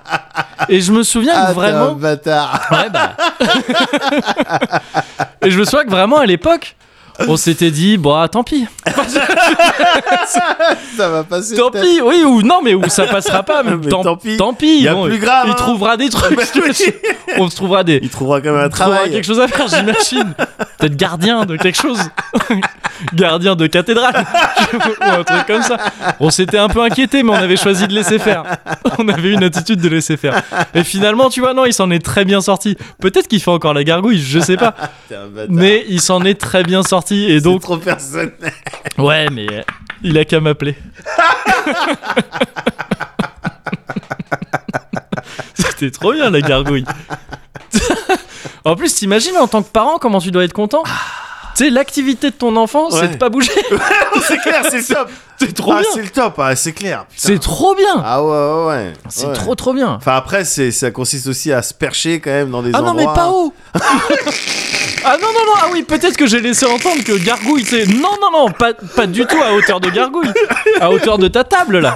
S1: Et je me souviens
S2: Ah,
S1: que vraiment.
S2: bâtard. <laughs>
S1: Ouais, bah. <laughs> Et je me ah, souviens que vraiment à l'époque, on s'était dit, bah tant pis.
S2: ça va passer.
S1: Tant
S2: peut-être.
S1: pis, oui, ou non, mais ou ça passera pas.
S2: <laughs>
S1: Mais
S2: Mais
S1: tant,
S2: tant pis.
S1: Tant pis.
S2: Il y a
S1: bon,
S2: plus grave,
S1: Il
S2: hein.
S1: trouvera
S2: <laughs>
S1: des trucs. <laughs> On se trouvera des.
S2: Il trouvera quand même un
S1: on trouvera
S2: travail.
S1: quelque chose à faire, j'imagine. Peut-être gardien de quelque chose. <laughs> gardien de cathédrale. <laughs> Ou un truc comme ça. On s'était un peu inquiété, mais on avait choisi de laisser faire. on avait une attitude de laisser faire. Et finalement, tu vois, non, il s'en est très bien sorti. Peut-être qu'il fait encore la gargouille, je sais pas.
S2: T'es un bâtard.
S1: Mais il s'en est très bien sorti. Et
S2: C'est
S1: donc, <laughs>
S2: trop personnel.
S1: ouais, mais euh, il a qu'à m'appeler.
S2: <laughs>
S1: C'était trop bien la gargouille. <laughs> en plus, t'imagines en tant que parent comment tu dois être content. Tu sais, l'activité de ton enfant, c'est
S2: Ah. Ouais.
S1: de pas bouger.
S2: c'est clair, <laughs> c'est le top.
S1: C'est trop
S2: ah,
S1: bien.
S2: c'est le top, ah, c'est clair. putain.
S1: C'est trop bien.
S2: Ah ouais, ouais, ouais.
S1: c'est
S2: Ouais.
S1: trop trop bien.
S2: Enfin après, c'est ça consiste aussi à se percher quand même dans des
S1: Ah non,
S2: endroits.
S1: mais pas haut. <laughs> ah non non non. Ah oui, peut-être que j'ai laissé entendre que gargouille, c'est non non non, pas pas du tout à hauteur de gargouille, à hauteur de ta table là.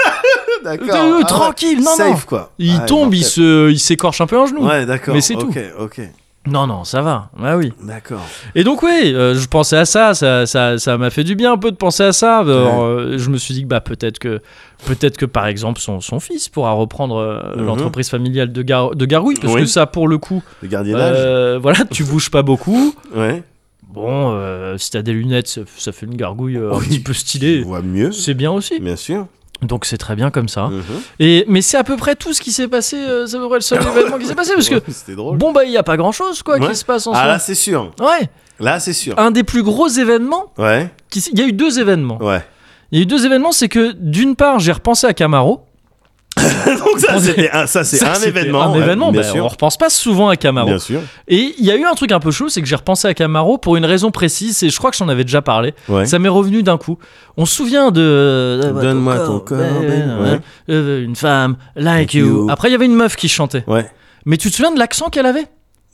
S2: D'accord. Ah,
S1: Euh, euh, tranquille, non,
S2: Safe,
S1: non.
S2: quoi.
S1: Il
S2: Ouais,
S1: tombe, il
S2: mortel.
S1: se, il s'écorche un peu un genou.
S2: Ouais, d'accord.
S1: Mais c'est
S2: ok, Ok,
S1: Non, non, ça va. Ah oui.
S2: D'accord.
S1: Et donc oui, euh, je pensais à ça, ça, ça, ça m'a fait du bien un peu de penser à ça. Alors, euh, je me suis dit que bah peut-être que, peut-être que par exemple son, son fils pourra reprendre euh,
S2: Mhm.
S1: l'entreprise familiale de, Gar- de Garouille, parce
S2: Oui.
S1: que ça pour le coup,
S2: Le gardiennage.
S1: euh, <laughs> voilà, tu bouges pas beaucoup.
S2: Ouais.
S1: Bon, euh, si t'as des lunettes, ça, ça fait une gargouille euh, un
S2: Oui. Mm.
S1: petit peu stylée.
S2: On voit mieux.
S1: C'est Hein bien aussi.
S2: Bien sûr.
S1: Donc c'est très bien comme ça.
S2: Mhm.
S1: Et mais c'est à peu près tout ce qui s'est passé. euh, c'est à peu près le
S2: <coughs>
S1: seul événement qui s'est passé parce que
S2: c'était drôle.
S1: bon hein. bah il y a pas grand chose quoi
S2: Ouais.
S1: qui se passe en
S2: ah là,
S1: ce
S2: c'est sûr.
S1: moment. Ouais.
S2: Là, c'est sûr.
S1: un des plus gros événements.
S2: Ouais.
S1: qui s- Il y a eu deux événements. <laughs>
S2: Ouais.
S1: Il y a eu deux événements, c'est que d'une part, j'ai repensé à Camaro.
S2: Donc <laughs> ça, c'était un, ça, c'est
S1: Ça,
S2: un
S1: c'était
S2: événement.
S1: Un
S2: ouais,
S1: événement,
S2: bien
S1: bah, on
S2: sûr.
S1: repense pas souvent à Camaro.
S2: Bien sûr.
S1: Et il y a eu un truc un peu chaud, c'est que j'ai repensé à Camaro pour une raison précise, et je crois que j'en avais déjà parlé.
S2: Ouais.
S1: Ça m'est revenu d'un coup. On se souvient de. bah,
S2: Donne-moi ton corps, Ben, ouais.
S1: euh, une femme like
S2: Like
S1: you.
S2: you.
S1: Après, il y avait une meuf qui chantait.
S2: Ouais.
S1: Mais tu te souviens de l'accent qu'elle avait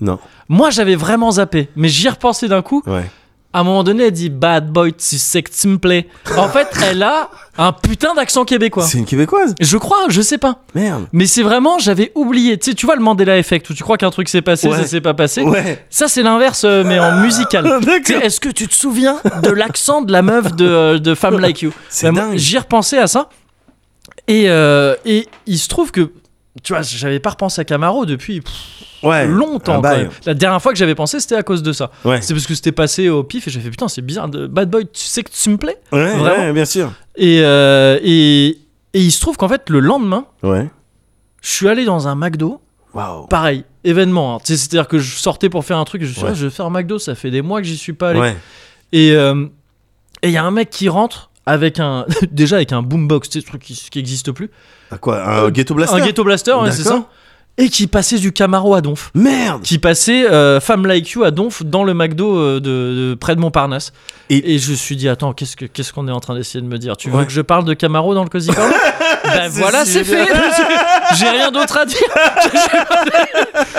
S2: Non.
S1: Moi, j'avais vraiment zappé, mais j'y repensais d'un coup.
S2: Ouais.
S1: À un moment donné, elle dit Bad boy, tu sais que tu me plais. En fait, elle a un putain d'accent québécois.
S2: C'est une québécoise.
S1: Je crois, je sais pas.
S2: Merde.
S1: Mais c'est vraiment, j'avais oublié. Tu sais, tu vois le Mandela Effect où tu crois qu'un truc s'est passé,
S2: Ouais.
S1: ça s'est pas passé.
S2: <laughs> Ouais.
S1: Ça, c'est l'inverse, euh, mais en
S2: <laughs>
S1: musical. Tu
S2: D'accord.
S1: sais, Est-ce que tu te souviens de l'accent de la meuf de, euh, de Femme Like You
S2: C'est
S1: moi,
S2: dingue.
S1: J'y repensais à ça. Et, euh, et il se trouve que, tu vois, j'avais pas repensé à Camaro depuis pff,
S2: Ouais. Ah bah
S1: longtemps.
S2: Un
S1: quand
S2: bail.
S1: même. La dernière fois que j'avais pensé, c'était à cause de ça.
S2: Ouais.
S1: C'est parce que c'était passé au pif et j'ai fait putain, c'est bizarre. de- Bad boy, tu sais que tu me plais
S2: Ouais,
S1: Vraiment.
S2: ouais, bien sûr.
S1: et, euh, et, et il se trouve qu'en fait, le lendemain,
S2: Ouais.
S1: je suis allé dans un McDo.
S2: Waouh.
S1: Pareil, événement. hein. Tu sais, C'est-à-dire que je sortais pour faire un truc. Je me suis dit,
S2: Ouais.
S1: Ah, je vais faire un McDo. Ça fait des mois que j'y suis pas allé.
S2: Ouais.
S1: Et euh, et il y a un mec qui rentre avec un <laughs> déjà avec un boombox, tu sais, ce truc qui, qui existe plus.
S2: À quoi Un
S1: Euh,
S2: ghetto blaster
S1: Un ghetto blaster, ouais, c'est
S2: D'accord.
S1: ça. Et qui passait du Camaro à Donf.
S2: Merde
S1: Qui passait euh, Femme Like You à Donf dans le McDo euh, de, de- près de Montparnasse. Et,
S2: Et-
S1: je me suis dit, attends, qu'est-ce que- qu'est-ce qu'on est, en train d'essayer de me dire Tu veux
S2: Ouais.
S1: que je parle de Camaro dans le Cozy
S2: <laughs>
S1: Corner Bah
S2: C'est
S1: voilà,
S2: si
S1: c'est fait
S2: <laughs> génial.
S1: J'ai rien d'autre à dire <laughs>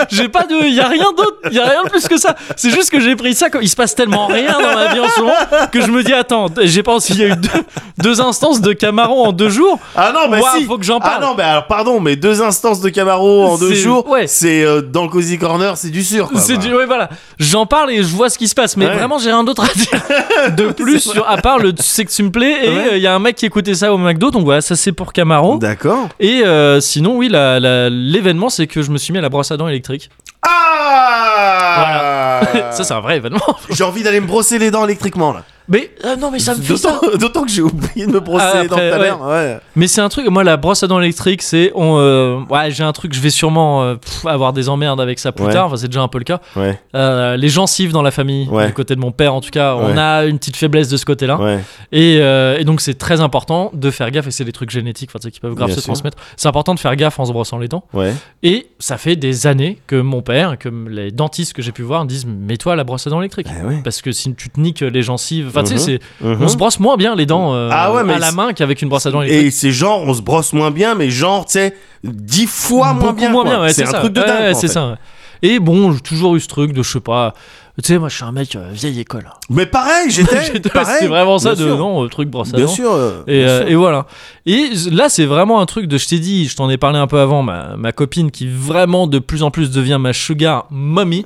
S1: J'ai pas de. Il y a rien d'autre, il y a rien de plus que ça. C'est juste que j'ai pris ça comme. Il se passe tellement rien dans ma vie en ce moment que je me dis, attends, j'ai pas qu'il y a eu deux, deux instances de Camaro en deux jours.
S2: Ah non, mais
S1: Ouah,
S2: si
S1: faut que j'en
S2: Ah
S1: parle.
S2: non, mais alors pardon, mais deux instances de Camaro en deux
S1: C'est-
S2: jours,
S1: ouais.
S2: c'est euh, dans le Cozy Corner, c'est du sûr. quoi.
S1: C'est
S2: Voilà.
S1: du- ouais, voilà. J'en parle et je vois ce qui se passe, mais
S2: Ouais.
S1: vraiment, j'ai rien d'autre à dire de plus, sur- à part le tu sais que tu me plais. Et il
S2: Ouais.
S1: y a un mec qui écoutait ça au McDo, donc voilà, ça c'est pour Camaro.
S2: D'accord.
S1: Et euh, sinon, oui, la- la- l'événement, c'est que je me suis mis à la brosse à dents électrique.
S2: Ah
S1: <laughs>
S2: <laughs>
S1: ça, c'est un vrai événement.
S2: J'ai envie d'aller me brosser les dents électriquement là.
S1: Mais euh, non, mais ça me fait ça.
S2: D'autant <laughs> d'autant que j'ai oublié de me brosser
S1: Ah,
S2: les dents tout
S1: après,
S2: à
S1: ouais.
S2: l'heure. Ouais.
S1: Mais c'est un truc, moi la brosse à dents électrique, c'est on, euh, ouais, j'ai un truc, je vais sûrement euh, pff, avoir des emmerdes avec ça plus
S2: Ouais.
S1: tard. Enfin, c'est déjà un peu le cas.
S2: Ouais.
S1: Euh, les gencives dans la famille,
S2: Ouais.
S1: du côté de mon père en tout cas, on
S2: Ouais.
S1: a une petite faiblesse de ce côté-là.
S2: Ouais.
S1: Et, euh, et donc c'est très important de faire gaffe. Et c'est des trucs génétiques, enfin, tu sais, qui peuvent grave
S2: Bien
S1: se
S2: sûr.
S1: transmettre. C'est important de faire gaffe en se brossant les dents.
S2: Ouais.
S1: Et ça fait des années que mon père, que m- les dentistes que j'ai pu voir, disent mets-toi la brosse à dents électrique.
S2: Eh ouais.
S1: Parce que si tu te niques les gencives, enfin tu sais,
S2: Mhm.
S1: c'est-
S2: Mhm.
S1: on se brosse moins bien les dents euh,
S2: Ah ouais, mais
S1: à la
S2: c'est-
S1: main qu'avec une brosse à dents électrique.
S2: Et c'est genre, on se brosse moins bien, mais genre, tu sais, dix fois moins
S1: Beaucoup
S2: bien. quoi.
S1: ouais,
S2: c'est un
S1: ça.
S2: truc de
S1: Ouais,
S2: dingue.
S1: ouais,
S2: en
S1: c'est
S2: fait.
S1: ça. ouais. Et bon, j'ai toujours eu ce truc de je sais pas Tu sais, moi, je suis un mec euh, vieille école. <laughs>
S2: Mais pareil, j'étais. pareil,
S1: C'était vraiment ça
S2: bien
S1: de
S2: sûr.
S1: non, euh, truc brosse à
S2: Bien
S1: dents.
S2: sûr. euh,
S1: Et,
S2: bien
S1: euh,
S2: sûr.
S1: et voilà. Et j- là, c'est vraiment un truc de, je t'ai dit, je t'en ai parlé un peu avant, ma, ma copine qui vraiment de plus en plus devient ma sugar
S2: <laughs>
S1: mommy,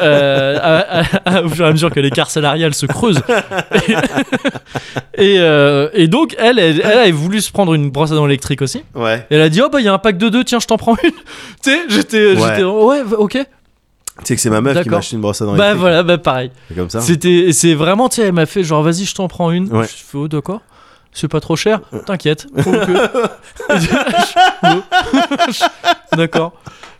S1: euh, à- à- à- au fur et à mesure que l'écart salarial se creuse. Et, <laughs> et, euh, et donc, elle, elle, elle avait voulu se prendre une brosse à dents électrique aussi.
S2: Ouais.
S1: Et elle a dit, oh bah, il y a un pack de deux, tiens, je t'en prends une. <laughs> tu sais, j'étais,
S2: Ouais.
S1: j'étais, oh, ouais, ok.
S2: Tu sais que c'est ma meuf qui m'a
S1: D'accord.
S2: acheté une brosse à dents.
S1: Bah
S2: électrique.
S1: voilà, bah pareil.
S2: C'est comme ça.
S1: C'était, et c'est vraiment, tu sais, elle m'a fait genre, vas-y, je t'en prends une.
S2: Ouais. Euh.
S1: Je fais, oh, d'accord. C'est pas trop cher,
S2: <laughs>
S1: t'inquiète. Trouve que- <laughs> d'accord.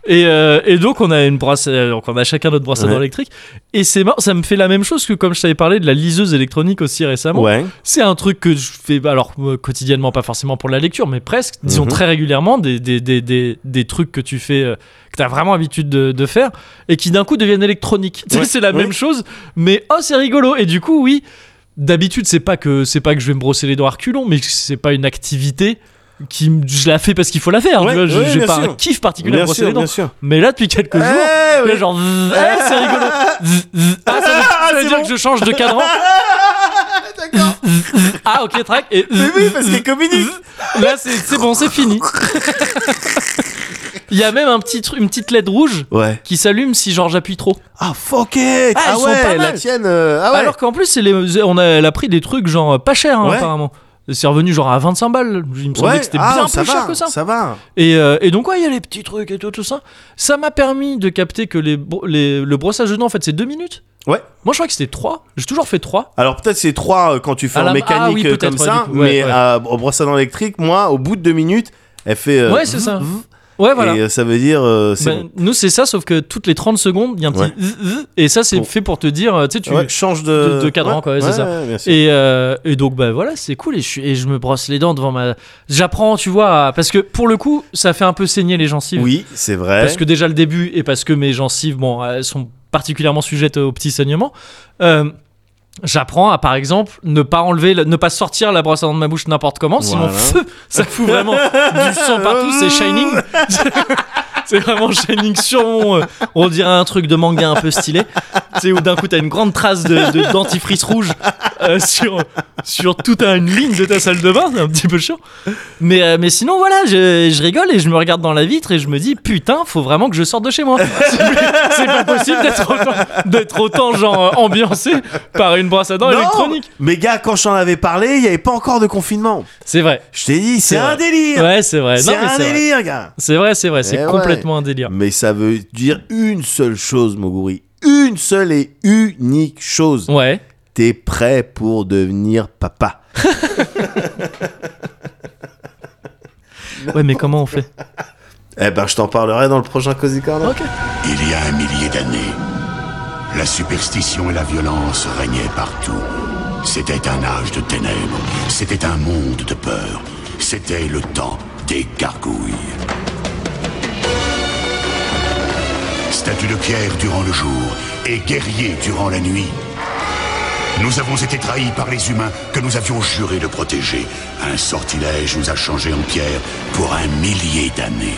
S1: Et, euh, et donc on a une brosse, euh, donc on a chacun notre brosse à dents
S2: Ouais.
S1: électrique. Et c'est marrant, ça me fait la même chose que comme je t'avais parlé de la liseuse électronique aussi récemment.
S2: Ouais.
S1: C'est un truc que je fais, bah, alors euh, quotidiennement, pas forcément pour la lecture, mais presque, disons
S2: Mhm.
S1: très régulièrement, des, des, des, des, des trucs que tu fais, euh, que tu as vraiment habitude de, de faire, et qui d'un coup deviennent électroniques. <laughs> Tu sais,
S2: Ouais.
S1: C'est la
S2: Ouais.
S1: même chose, mais oh, c'est rigolo. Et du coup, oui, d'habitude, c'est pas que c'est pas que je vais me brosser les doigts à reculons, mais c'est pas une activité qui me- je la fais parce qu'il faut la faire. hein, tu
S2: Ouais,
S1: vois, je-
S2: ouais,
S1: J'ai
S2: bien
S1: pas
S2: sûr.
S1: un kiff particulier à me
S2: Bien
S1: brosser les
S2: sûr,
S1: dents.
S2: bien sûr.
S1: Mais là, depuis quelques jours,
S2: Eh,
S1: là,
S2: oui.
S1: genre, <laughs> zzz, eh, c'est rigolo. Zzz, zzz. Ah, ça veut,
S2: <laughs>
S1: ça veut
S2: c'est
S1: dire
S2: bon.
S1: que je change de cadran.
S2: <laughs> D'accord.
S1: <laughs> Ah ok track et
S2: Mais
S1: <laughs>
S2: oui, parce qu'il est communiste.
S1: là c'est c'est bon c'est
S2: <laughs>
S1: fini. Il y a même un petit tru- une petite LED rouge
S2: Ouais.
S1: qui s'allume si genre j'appuie trop.
S2: Ah, fuck it.
S1: Ah,
S2: Ah,
S1: ils sont pas
S2: ouais, la
S1: mal.
S2: tienne. euh, Ah ouais.
S1: Alors qu'en plus c'est les- on a, elle a pris des trucs genre euh, pas cher hein,
S2: Ouais.
S1: apparemment. C'est revenu genre à 25 balles. Il me semblait
S2: Ouais.
S1: que c'était
S2: Ah,
S1: bien
S2: ça
S1: plus
S2: va,
S1: cher que ça.
S2: Ça va.
S1: Et, euh, et donc ouais il y a les petits trucs et tout tout ça. Ça m'a permis de capter que les, bro- les- le brossage de dents en fait c'est 2 minutes.
S2: Ouais.
S1: Moi je crois que c'était 3. J'ai toujours fait 3.
S2: Alors peut-être c'est 3 quand tu fais
S1: À la-
S2: en mécanique
S1: ah oui,
S2: euh,
S1: peut-être,
S2: comme
S1: ouais,
S2: ça,
S1: du coup, ouais,
S2: mais
S1: ouais.
S2: euh, au brosse à dents électrique, moi, au bout de 2 minutes, elle fait. euh,
S1: ouais c'est ça. Ouais voilà.
S2: Et euh, ça veut dire. euh, c'est
S1: Ben, Nous, c'est ça, sauf que toutes les 30 secondes, il y a un petit
S2: Ouais.
S1: zzz, zzz, et ça, c'est
S2: Bon.
S1: fait pour te dire, euh, tu sais, tu.
S2: bon. Ouais, change de,
S1: de- de cadran, quoi, ouais, c'est ça.
S2: bien sûr.
S1: Et, euh, et donc, bah voilà, c'est cool. Et je, suis- et je me brosse les dents devant ma. J'apprends, tu vois, à- parce que pour le coup, ça fait un peu saigner les gencives.
S2: Oui, c'est vrai.
S1: Parce que déjà le début, et parce que mes gencives, bon, elles sont particulièrement sujettes aux petits saignements. euh, J'apprends à par exemple ne pas enlever, la- ne pas sortir la brosse à dents de ma bouche n'importe comment, sinon
S2: Voilà.
S1: pfff, ça fout vraiment du sang partout, c'est shining. C'est vraiment shining sur mon. euh, on dirait un truc de manga un peu stylé. Tu sais, où d'un coup t'as une grande trace de, de dentifrice rouge euh, sur, sur toute une ligne de ta salle de bain, c'est un petit peu chiant. Mais, euh, mais sinon, voilà, je, je rigole et je me regarde dans la vitre et je me dis putain, faut vraiment que je sorte de chez moi. <laughs> C'est pas possible d'être autant, d'être autant genre euh, ambiancé par une brosse à dents
S2: Non,
S1: électronique.
S2: Mais gars, quand je t'en avais parlé, il n'y avait pas encore de confinement.
S1: C'est vrai.
S2: Je t'ai dit, c'est
S1: C'est
S2: un
S1: vrai.
S2: délire.
S1: Ouais, c'est vrai. Non,
S2: C'est
S1: mais
S2: un
S1: c'est vrai.
S2: délire, gars.
S1: C'est vrai, c'est vrai,
S2: Eh
S1: c'est
S2: ouais.
S1: complètement un délire.
S2: Mais ça veut dire une seule chose, Moguri. Une seule et unique chose.
S1: Ouais.
S2: T'es prêt pour devenir papa.
S1: Ouais, mais comment on fait
S2: Eh ben, je t'en parlerai dans le prochain Cozy Corner.
S1: Ok.
S5: Il y a un millier d'années, la superstition et la violence régnaient partout. C'était un âge de ténèbres, c'était un monde de peur, c'était le temps des gargouilles. Statue de pierre durant le jour et guerrier durant la nuit. Nous avons été trahis par les humains que nous avions juré de protéger. Un sortilège nous a changés en pierre pour un millier d'années.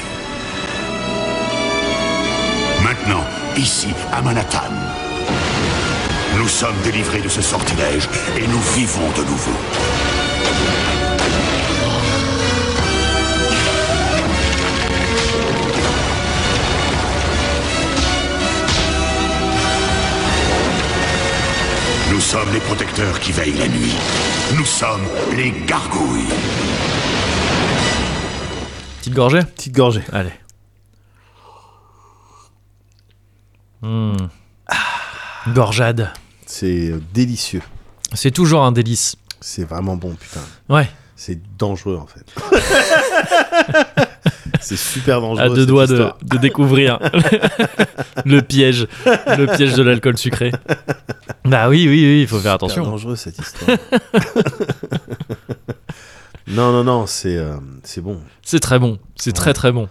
S5: Maintenant, ici, à Manhattan. Nous sommes délivrés de ce sortilège et nous vivons de nouveau. Nous sommes les protecteurs qui veillent la nuit. Nous sommes les gargouilles.
S1: Petite gorgée
S2: Petite gorgée.
S1: Allez.
S2: Hmm.
S1: Gorgeade.
S2: C'est euh, délicieux.
S1: C'est toujours un délice.
S2: C'est vraiment bon, putain.
S1: Ouais.
S2: C'est dangereux, en fait. <laughs> c'est super dangereux.
S1: À deux
S2: cette
S1: doigts de,
S2: histoire.
S1: de
S2: <laughs>
S1: découvrir le piège, le piège de l'alcool sucré. Bah oui, oui, oui, il faut faire
S2: C'est
S1: attention.
S2: dangereux, cette histoire. <laughs> non, non, non, c'est euh, c'est bon.
S1: C'est très bon, c'est très très bon.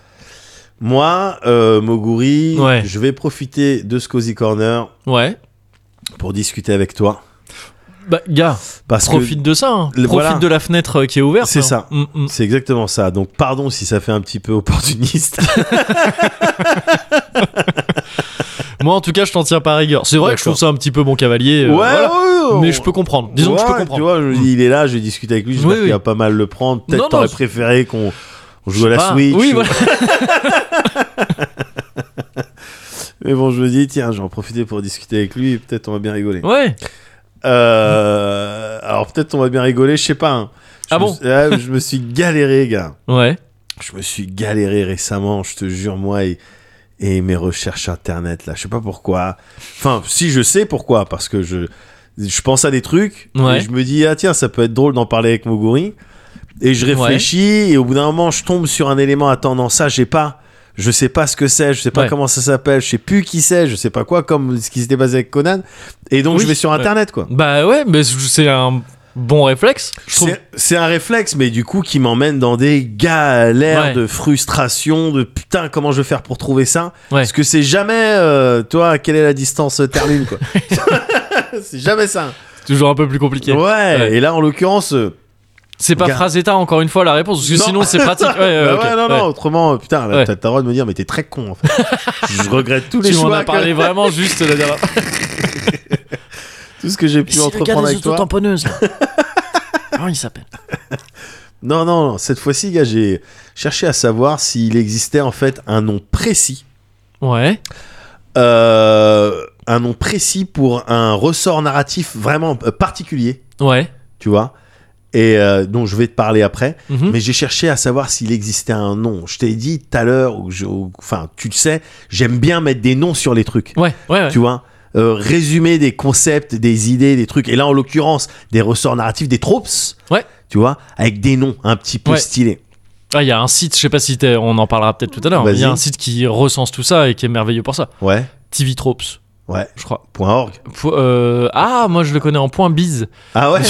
S2: Moi, euh, Moguri,
S1: Ouais.
S2: je vais profiter de ce Cozy Corner
S1: Ouais.
S2: pour discuter avec toi.
S1: Bah gars,
S2: Parce
S1: profite de ça. hein. Profite
S2: Le- voilà.
S1: de la fenêtre euh, qui est ouverte.
S2: C'est
S1: hein.
S2: ça.
S1: Mm, mm.
S2: que c'est exactement ça. Donc, pardon si ça fait un petit peu opportuniste.
S1: Moi, en tout cas, je t'en tiens par rigueur. C'est vrai que je trouve ça un petit peu mon cavalier. <laughs> euh,
S2: ouais,
S1: voilà.
S2: ouais, ouais,
S1: Mais
S2: on-
S1: je peux comprendre. Disons que je peux
S2: Ouais, Tu
S1: comprendre.
S2: vois, je- il est là, j'ai discuté avec lui, j'espère
S1: Oui,
S2: qu'il
S1: oui.
S2: va pas mal le prendre.
S1: Non, non,
S2: Peut-être t'aurais
S1: je-
S2: préféré qu'on on joue à la
S1: Ah,
S2: Switch.
S1: Oui,
S2: ou-
S1: voilà.
S2: <laughs> Mais bon, je me dis, tiens, je vais en profiter pour discuter avec lui, et peut-être on va bien rigoler.
S1: Ouais.
S2: Euh, alors peut-être on va bien rigoler, je sais pas. hein. Je
S1: Ah
S2: me
S1: bon
S2: suis- Ah, Je me suis galéré, gars.
S1: Ouais.
S2: Je me suis galéré récemment, je te jure, moi, et, et mes recherches internet, là, je sais pas pourquoi. Enfin, si, je sais pourquoi, parce que je, je pense à des trucs,
S1: Ouais.
S2: et je me dis, ah tiens, ça peut être drôle d'en parler avec Moguri. Et je réfléchis, et au bout d'un moment, je tombe sur un élément, attends, non, ça, j'ai pas. Je sais pas ce que c'est, je sais pas
S1: Ouais.
S2: comment ça s'appelle, je sais plus qui c'est, je sais pas quoi, comme ce qui s'était passé avec Conan. Et donc,
S1: Oui,
S2: je vais sur
S1: ouais.
S2: internet, quoi.
S1: Bah ouais, mais c'est un bon réflexe. Je trouve.
S2: C'est c'est un réflexe, mais du coup, qui m'emmène dans des galères
S1: Ouais.
S2: de frustration, de putain, comment je vais faire pour trouver ça
S1: Ouais.
S2: Parce que c'est jamais, euh, toi, quelle est la distance euh, termine,
S1: <laughs>
S2: quoi. <laughs> c'est jamais ça.
S1: C'est toujours un peu plus compliqué.
S2: Ouais,
S1: Ouais.
S2: et là, en l'occurrence. euh,
S1: C'est pas
S2: Gar-
S1: phrase état encore une fois la réponse, parce que
S2: Non.
S1: sinon c'est pratique.
S2: <laughs>
S1: Ouais, ouais,
S2: bah
S1: ok,
S2: ouais, non,
S1: ouais.
S2: non, autrement, euh, putain, là,
S1: Ouais.
S2: t'as t'as le droit de me dire, mais t'es très con,
S1: <laughs>
S2: en fait. je regrette tous les
S1: Tu m'en
S2: choix,
S1: as parlé
S2: que- <laughs>
S1: vraiment juste la dernière.
S2: tout ce que j'ai pu entreprendre avec toi. <laughs>
S1: tamponneuses. Comment il s'appelle
S2: Non, non, non, cette fois-ci, gars, j'ai cherché à savoir s'il existait, en fait, un nom précis
S1: Ouais.
S2: euh, un nom précis pour un ressort narratif vraiment euh, particulier,
S1: Ouais.
S2: tu vois, et euh, dont je vais te parler après.
S1: Mhm.
S2: Mais j'ai cherché à savoir s'il existait un nom. Je t'ai dit tout à l'heure, ou je- ou- enfin, tu le sais, j'aime bien mettre des noms sur les trucs,
S1: Ouais, ouais, ouais.
S2: tu vois. Euh, résumer des concepts, des idées, des trucs. Et là, en l'occurrence, des ressorts narratifs, des tropes,
S1: Ouais.
S2: tu vois, avec des noms un petit peu
S1: Ouais.
S2: stylés.
S1: Ah, il y a un site, je sais pas si t'es- on en parlera peut-être tout à l'heure. mais Il y a
S2: Vas-y.
S1: un site qui recense tout ça et qui est merveilleux pour ça.
S2: Ouais,
S1: TV Tropes,
S2: ouais.
S1: je crois.
S2: Point .org.
S1: Po- euh, ah, moi je le connais en point biz. <laughs>
S2: Ah ouais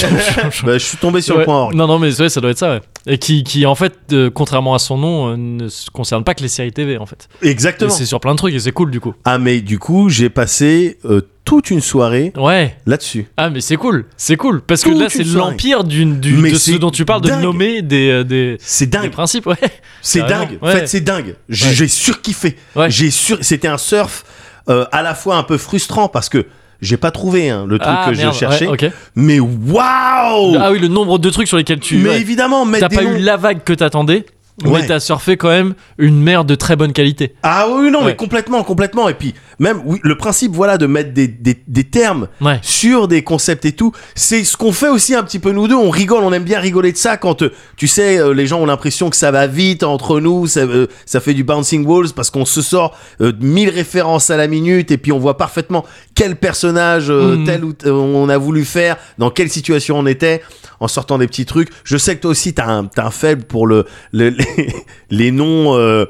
S2: Bah, Je suis tombé sur le
S1: Ouais.
S2: point .org.
S1: Non, non, mais ouais, ça doit être ça, ouais. Et qui, qui en fait, euh, contrairement à son nom, euh, ne se concerne pas que les séries TV, en fait. Et
S2: Exactement.
S1: c'est sur plein de trucs et c'est cool du coup.
S2: Ah mais du coup j'ai passé euh, toute une soirée
S1: Ouais.
S2: là-dessus.
S1: Ah, mais c'est cool, c'est cool. Parce que
S2: Toute
S1: là, c'est
S2: une soirée.
S1: l'empire d'une- du-
S2: Mais
S1: de
S2: c'est
S1: ce dont tu parles, de
S2: dingue.
S1: nommer des, euh, des,
S2: C'est
S1: des
S2: dingue,
S1: principes, ouais.
S2: c'est
S1: carrément,
S2: dingue.
S1: ouais.
S2: En fait c'est dingue. J'ai
S1: Ouais.
S2: j'ai surkiffé.
S1: Ouais.
S2: J'ai sur... C'était un surf euh, à la fois un peu frustrant parce que j'ai pas trouvé hein, le truc
S1: Ah,
S2: que
S1: merde,
S2: je cherchais.
S1: ouais, ok.
S2: Mais waouh
S1: Ah oui, le nombre de trucs sur lesquels tu.
S2: Mais
S1: ouais.
S2: évidemment mettre
S1: T'as
S2: des
S1: pas
S2: noms.
S1: eu la vague que t'attendais,
S2: Ouais.
S1: mais t'as surfé quand même une mer de très bonne qualité.
S2: Ah oui non mais
S1: Ouais.
S2: complètement complètement et puis même oui, le principe voilà de mettre des, des, des termes
S1: Ouais.
S2: sur des concepts et tout. C'est ce qu'on fait aussi un petit peu nous deux. On rigole, on aime bien rigoler de ça quand euh, tu sais, euh, les gens ont l'impression que ça va vite entre nous, ça, euh, ça fait du bouncing walls parce qu'on se sort euh, mille références à la minute et puis on voit parfaitement quel personnage euh,
S1: Mhm.
S2: tel ou t- on a voulu faire, dans quelle situation on était, en sortant des petits trucs. Je sais que toi aussi t'as un, t'as un faible pour le, le- <laughs> les, les noms. euh,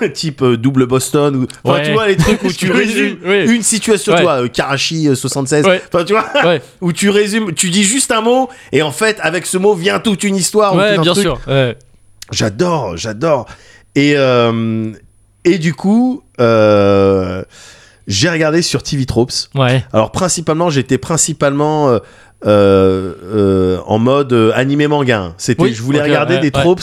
S2: <coughs> type euh, double Boston ou enfin
S1: Ouais.
S2: tu vois
S1: <laughs>
S2: les trucs où tu
S1: Oui,
S2: résumes
S1: oui.
S2: une situation
S1: Ouais.
S2: tu vois euh, Karachi euh, 76
S1: Ouais.
S2: enfin tu vois
S1: Ouais,
S2: <laughs> où tu résumes, tu dis juste un mot, et en fait, avec ce mot vient toute une histoire. ou
S1: ouais
S2: tout ah, un
S1: bien
S2: truc.
S1: sûr. Ouais.
S2: J'adore, j'adore. Et, euh, et du coup, euh, j'ai regardé sur TV Tropes.
S1: ouais.
S2: Alors, principalement, j'étais principalement euh, euh, euh, en mode euh, animé manga. hein. C'était,
S1: Oui,
S2: je voulais
S1: ok,
S2: regarder
S1: ouais,
S2: des
S1: ouais.
S2: tropes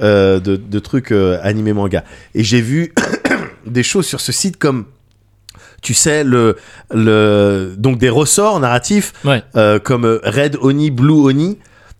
S2: euh, de, de trucs euh, animé manga. Et j'ai vu <coughs> des choses sur ce site comme. Tu sais, le, le, donc des ressorts narratifs
S1: Ouais.
S2: euh, comme euh, Red Oni, Blue Oni.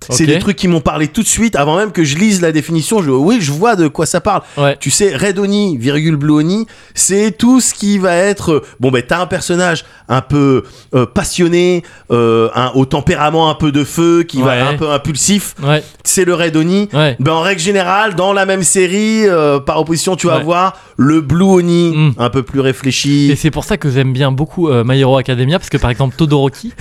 S2: C'est
S1: Ok.
S2: des trucs qui m'ont parlé tout de suite avant même que je lise la définition. Je, oui, je vois de quoi ça parle.
S1: Ouais.
S2: Tu sais, Red Oni, virgule Blue Oni, c'est tout ce qui va être. euh, Bon, ben, t'as un personnage un peu euh, passionné, euh, un- au tempérament un peu de feu, qui va
S1: Ouais.
S2: un peu impulsif.
S1: Ouais.
S2: C'est le Red Oni.
S1: Ouais.
S2: Ben, en règle générale, dans la même série, euh, par opposition, tu vas
S1: Ouais.
S2: voir le Blue Oni,
S1: Mm.
S2: un peu plus
S1: Et
S2: réfléchi.
S1: c'est pour ça que j'aime bien beaucoup euh, My Hero Academia, parce que par exemple
S2: <laughs>
S1: Todoroki,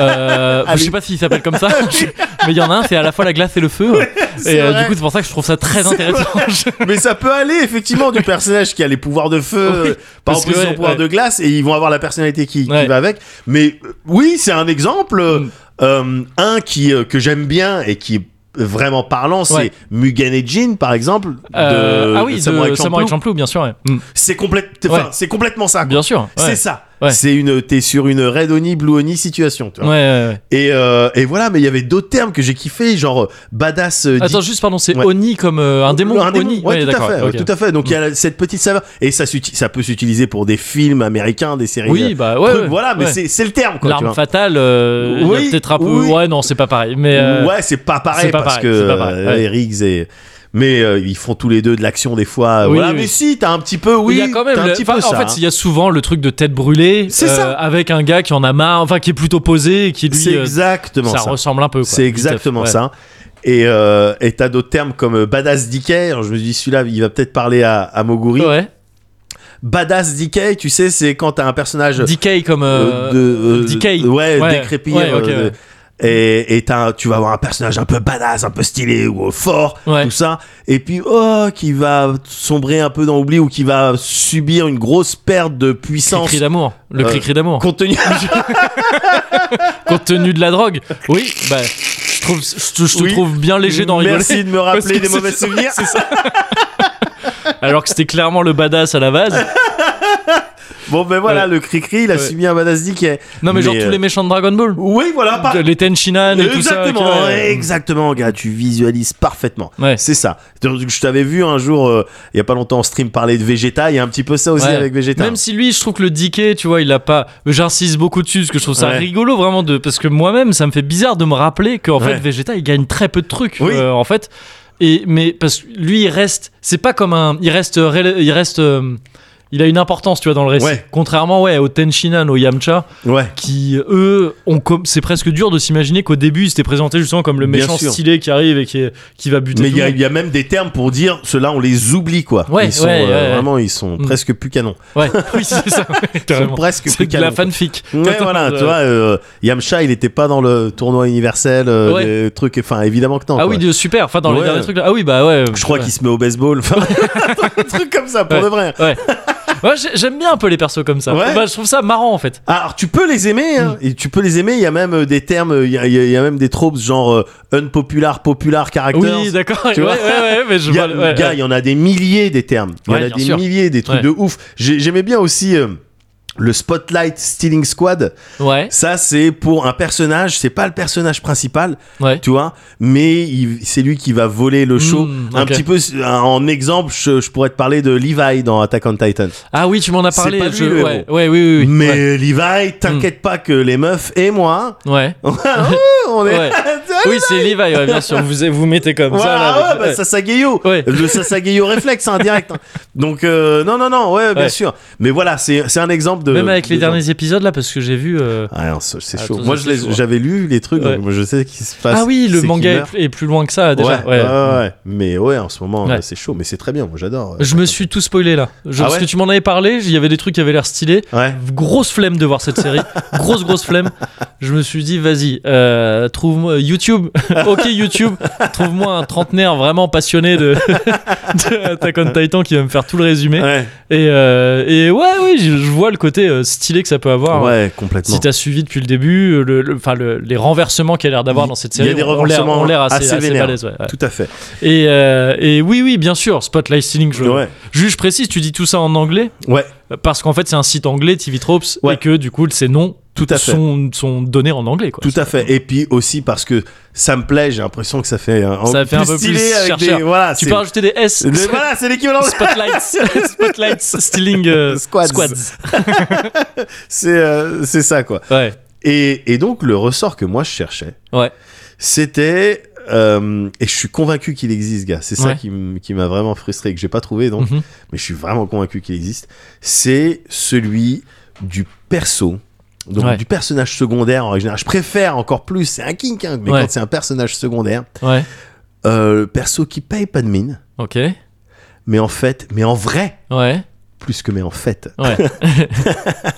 S1: euh,
S2: Ah,
S1: je sais pas s'il s'appelle comme ça, je- mais il y en a un, c'est à la fois la glace et le feu.
S2: c'est
S1: et euh,
S2: vrai.
S1: du coup, c'est pour ça que je trouve ça très
S2: C'est
S1: intéressant. <laughs>
S2: Mais ça peut aller effectivement du personnage qui a les pouvoirs de feu,
S1: Oui,
S2: euh, par
S1: parce que,
S2: opposition au
S1: ouais,
S2: pouvoir
S1: ouais.
S2: de glace, et ils vont avoir la personnalité qui, qui
S1: Ouais.
S2: va avec. Mais euh, oui, c'est un exemple. euh,
S1: Mm.
S2: euh, un qui euh, que j'aime bien et qui est vraiment parlant, c'est
S1: Ouais.
S2: Mugen et Jin, par exemple, de,
S1: Euh, ah oui,
S2: de
S1: de
S2: Samurai
S1: Samurai
S2: Champloo.
S1: Champloo, bien sûr. ouais. Mm.
S2: C'est complète- enfin,
S1: Ouais.
S2: c'est complètement ça. quoi.
S1: Bien sûr. ouais.
S2: C'est ça.
S1: Ouais.
S2: C'est une, t'es sur une red oni, blue oni situation, tu
S1: Ouais,
S2: vois.
S1: ouais, ouais.
S2: Et, euh, et voilà, mais il y avait d'autres termes que j'ai kiffé, genre euh, badass. euh,
S1: Attends,
S2: dit-
S1: juste, pardon, c'est
S2: Ouais.
S1: Oni comme euh, un démon
S2: Un démon,
S1: Oni.
S2: ouais,
S1: Ouais,
S2: tout à
S1: d'accord.
S2: fait,
S1: ok. Mm.
S2: ouais, tout à fait. Donc il y a la- cette petite saveur et ça, s'uti- ça peut s'utiliser pour des films américains, des séries.
S1: Oui,
S2: euh,
S1: bah ouais.
S2: trucs,
S1: ouais,
S2: voilà, mais
S1: ouais.
S2: c'est- c'est le terme quoi. tu
S1: L'arme
S2: vois.
S1: fatale, euh, il y a
S2: Oui,
S1: peut-être un peu.
S2: oui.
S1: Ouais, non, c'est pas pareil. Mais euh,
S2: ouais, c'est pas pareil
S1: c'est pas
S2: parce
S1: pareil,
S2: que
S1: c'est pas pareil,
S2: euh,
S1: ouais.
S2: Riggs et mais euh, ils font tous les deux de l'action des fois. euh,
S1: Oui,
S2: voilà,
S1: oui.
S2: mais si t'as un petit peu, oui,
S1: il y a quand même.
S2: t'as un
S1: le-
S2: petit
S1: enfin,
S2: peu ça.
S1: en
S2: hein.
S1: fait, il y a souvent le truc de tête brûlée. euh,
S2: C'est ça.
S1: Avec un gars qui en a marre, enfin, qui est plutôt posé et qui lui.
S2: c'est
S1: euh,
S2: exactement
S1: ça,
S2: ça.
S1: ressemble un peu. quoi.
S2: C'est exactement
S1: Tout à fait,
S2: ça. Et euh, et t'as d'autres termes comme euh, badass DK. Alors, je me dis celui-là, il va peut-être parler à, à Moguri.
S1: Ouais. ouais.
S2: Badass DK, tu sais, c'est quand t'as un personnage
S1: Decay comme.
S2: euh,
S1: euh,
S2: de euh,
S1: Decay.
S2: ouais,
S1: Ouais,
S2: décrépit.
S1: ouais, ok,
S2: euh,
S1: ouais.
S2: Et, et t'as un- tu vas avoir un personnage un peu badass, un peu stylé ou euh, fort,
S1: Ouais.
S2: tout ça. Et puis, oh, qui va sombrer un peu dans l'oubli ou qui va subir une grosse perte de puissance.
S1: Cri-cri d'amour. Le
S2: Euh,
S1: cri-cri d'amour.
S2: Compte
S1: <laughs>
S2: tenu.
S1: compte tenu de la drogue. Oui, bah, je, trouve, je, te- je te
S2: Oui.
S1: trouve bien léger d'en rigoler.
S2: Merci de me
S1: Parce
S2: rappeler
S1: que
S2: des
S1: c'est
S2: mauvais
S1: ça,
S2: souvenirs.
S1: c'est ça. <laughs> Alors que c'était clairement le badass à la base.
S2: Bon, ben voilà,
S1: Ouais.
S2: le cri-cri, il a
S1: Ouais.
S2: subi un badass DK.
S1: Non, mais,
S2: Mais,
S1: genre
S2: euh,
S1: tous les méchants de Dragon Ball.
S2: Oui, voilà, par-
S1: Les Tenchinan et tout ça.
S2: Exactement,
S1: qui- ouais.
S2: exactement, gars, tu visualises parfaitement.
S1: Ouais.
S2: C'est ça. Donc, Je t'avais vu un jour, euh, il y a pas longtemps en stream, parler de Vegeta. Il y a un petit peu ça aussi
S1: Ouais.
S2: avec Vegeta.
S1: Même si lui, je trouve que le Dickey, tu vois, il a pas. J'insiste beaucoup dessus parce que je trouve ça
S2: Ouais.
S1: rigolo vraiment de. Parce que moi-même, ça me fait bizarre de me rappeler qu'en
S2: Ouais.
S1: fait, Vegeta, il gagne très peu de trucs.
S2: Oui.
S1: euh, en fait. Et, mais parce que lui, il reste. C'est pas comme un. Il reste. ré- Il reste. euh, Il a une importance, tu vois, dans le récit.
S2: Ouais.
S1: Contrairement, ouais, au Tenchinan, au Yamcha,
S2: Ouais.
S1: qui eux, ont com- c'est presque dur de s'imaginer qu'au début, ils s'étaient présentés justement comme le
S2: Bien
S1: méchant
S2: sûr.
S1: stylé qui arrive et qui, est- qui va buter.
S2: Mais
S1: tout
S2: il y,
S1: le
S2: a-
S1: monde.
S2: il y a même des termes pour dire ceux-là, on les oublie quoi.
S1: Ouais,
S2: ils sont euh,
S1: ouais, ouais, ouais.
S2: vraiment, ils sont
S1: Mm.
S2: presque plus canons.
S1: Ouais, <laughs> oui, c'est
S2: <laughs>
S1: ça. ouais,
S2: Ils sont
S1: carrément.
S2: presque
S1: C'est
S2: plus
S1: de la
S2: canons.
S1: fanfic.
S2: Ouais, voilà, tu vois, euh, Yamcha, il était pas dans le tournoi universel, euh,
S1: Ouais.
S2: des trucs, enfin, évidemment que non.
S1: Ah
S2: quoi.
S1: oui, de super. Enfin, dans les
S2: Ouais.
S1: derniers trucs là. Ah oui, bah ouais.
S2: je crois
S1: ouais.
S2: qu'il se met au baseball, enfin, <laughs> un truc comme ça, pour
S1: Ouais.
S2: de vrai.
S1: Ouais, j'ai- j'aime bien un peu les persos comme ça.
S2: Ouais.
S1: Bah, je trouve ça marrant en fait.
S2: Ah, Alors, tu peux les aimer, hein,
S1: Mm.
S2: et tu peux les aimer, il y a même euh, des termes, euh, il y a, il y a- il y a même des tropes genre euh, unpopular, popular, characters.
S1: Oui, d'accord. Ouais,
S2: Tu
S1: ouais,
S2: vois
S1: ouais, mais je
S2: Il y a-
S1: vois. le- ouais,
S2: gars, il y en a des milliers des termes. Il
S1: Ouais,
S2: y en a
S1: bien
S2: des
S1: sûr.
S2: milliers, des trucs
S1: Ouais.
S2: de ouf. J'ai- J'aimais bien aussi euh, le Spotlight Stealing Squad.
S1: ouais.
S2: Ça, c'est pour un personnage, c'est pas le personnage principal,
S1: ouais.
S2: tu vois, mais il- c'est lui qui va voler le show.
S1: Mm,
S2: Un
S1: ok.
S2: petit peu, c'est- en exemple, je, je pourrais te parler de Levi dans Attack on Titan.
S1: Ah oui, tu m'en as
S2: C'est
S1: parlé.
S2: pas lui,
S1: je-
S2: le
S1: ouais, ouais, oui, oui, oui.
S2: mais
S1: Ouais. Hmm.
S2: Levi, t'inquiète pas que les meufs et moi, <laughs>
S1: Ouais.
S2: on <laughs> est.
S1: Ouais. Oui, c'est Levi, ouais, bien sûr. Vous vous mettez comme ça.
S2: Voilà,
S1: là,
S2: ouais,
S1: vous-
S2: bah,
S1: ouais.
S2: Sasageyo.
S1: Ouais.
S2: Le Sasageyo réflexe, hein,
S1: <laughs>
S2: direct. hein. Donc, euh, non, non, non, ouais, bien
S1: Ouais.
S2: sûr. Mais voilà, c'est c'est un exemple de.
S1: Même avec les
S2: de-
S1: derniers épisodes là, parce que j'ai vu. euh,
S2: Ah, non, c'est c'est
S1: Ah,
S2: chaud.
S1: ça,
S2: Moi,
S1: c'est
S2: je les-
S1: chaud.
S2: j'avais lu les trucs,
S1: Ouais.
S2: donc je sais ce qui se passe.
S1: Ah oui, le
S2: bah, c'est qu'il
S1: manga
S2: meurt.
S1: est- est plus loin que ça déjà.
S2: ouais, ouais, ouais, ouais. Mais ouais, en ce moment,
S1: Ouais.
S2: euh, c'est chaud, mais c'est très bien. Moi, j'adore.
S1: Je me suis tout spoilé là. Je-
S2: Ah
S1: parce
S2: ouais
S1: que tu m'en avais parlé, il y avait des trucs qui avaient l'air stylés.
S2: Ouais.
S1: grosse flemme de voir cette
S2: <laughs>
S1: série, grosse grosse flemme. Je me suis dit vas-y, euh, trouve-moi YouTube, <laughs> ok YouTube, trouve-moi un trentenaire vraiment passionné de, <laughs> de Attack on Titan qui va me faire tout le résumé.
S2: Ouais,
S1: Et, euh, et ouais oui, je, je vois le côté euh, stylé que ça peut avoir.
S2: ouais, complètement.
S1: Si t'as suivi depuis le début, le, le- enfin, le- les renversements qu'il y a l'air d'avoir dans cette
S2: Il y a
S1: série,
S2: des
S1: ont- ont l'air-
S2: renversements
S1: ont l'air assez,
S2: assez
S1: assez,
S2: vénères.
S1: balèzes, ouais, ouais.
S2: Tout à fait.
S1: Et, euh, et oui, oui, bien sûr, Spotlight Stealing, je,
S2: Ouais,
S1: juste je précise, tu dis tout ça en anglais,
S2: ouais,
S1: parce qu'en fait, c'est un site anglais, TV Tropes,
S2: Ouais.
S1: et que du coup, ces noms
S2: Tout à fait.
S1: sont, sont donnés en anglais. Quoi.
S2: tout à fait. Et puis aussi parce que ça me plaît, j'ai l'impression que ça fait un,
S1: Ça fait un peu
S2: stylé
S1: plus
S2: avec
S1: chercheur.
S2: Des, voilà,
S1: Tu
S2: c'est-
S1: peux rajouter des S.
S2: le- voilà,
S1: <laughs>
S2: c'est l'équivalent.
S1: Spotlights, Spotlights, Stealing euh,
S2: Squads.
S1: Squads.
S2: <laughs> C'est euh, c'est ça quoi.
S1: Ouais,
S2: Et, et donc le ressort que moi je cherchais,
S1: ouais,
S2: c'était euh, et je suis convaincu qu'il existe, gars. C'est ça
S1: Ouais.
S2: qui m- qui m'a vraiment frustré que j'ai pas trouvé donc,
S1: Mhm.
S2: mais je suis vraiment convaincu qu'il existe. C'est celui du perso. Donc
S1: Ouais.
S2: du personnage secondaire en général, je préfère encore plus, c'est un kink, hein, mais
S1: Ouais.
S2: quand c'est un personnage secondaire,
S1: ouais.
S2: euh, le perso qui paye pas de mine,
S1: Ok,
S2: mais en fait, mais en vrai,
S1: ouais,
S2: plus que mais en fait, <laughs>
S1: ouais.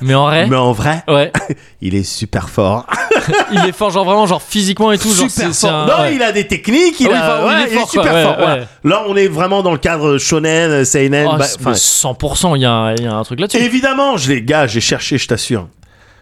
S1: mais en vrai,
S2: mais en vrai,
S1: ouais,
S2: il est super fort.
S1: il est fort, genre vraiment, genre physiquement et tout. genre,
S2: super
S1: c'est- c'est
S2: fort.
S1: un-
S2: non,
S1: ouais.
S2: il a des techniques, il,
S1: Ah oui,
S2: a-
S1: enfin,
S2: ouais,
S1: il est
S2: il est
S1: fort, quoi,
S2: super
S1: ouais,
S2: fort. voilà.
S1: ouais.
S2: Là, on est vraiment dans le cadre shonen, seinen.
S1: Oh,
S2: bah,
S1: c'est-
S2: enfin,
S1: mais 100%, il y, a un- il y a un truc là-dessus.
S2: évidemment, je les gars, j'ai cherché, je t'assure.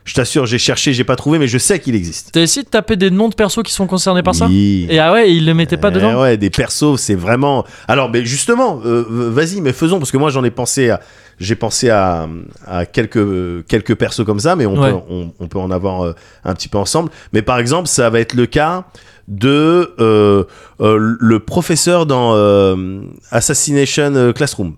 S2: Je t'assure, j'ai cherché, j'ai pas trouvé, mais je sais qu'il existe.
S1: T'as essayé de taper des noms de persos qui sont concernés par ça
S2: Oui.
S1: Et ah ouais, ils le mettaient pas
S2: Eh
S1: dedans
S2: ouais, des persos, c'est vraiment. Alors, mais justement, euh, vas-y, mais faisons parce que moi j'en ai pensé, à... j'ai pensé à, à quelques quelques persos comme ça, mais on
S1: Ouais.
S2: peut on, on peut en avoir euh, un petit peu ensemble. Mais par exemple, ça va être le cas de euh, euh, le professeur dans euh, Assassination euh, Classroom.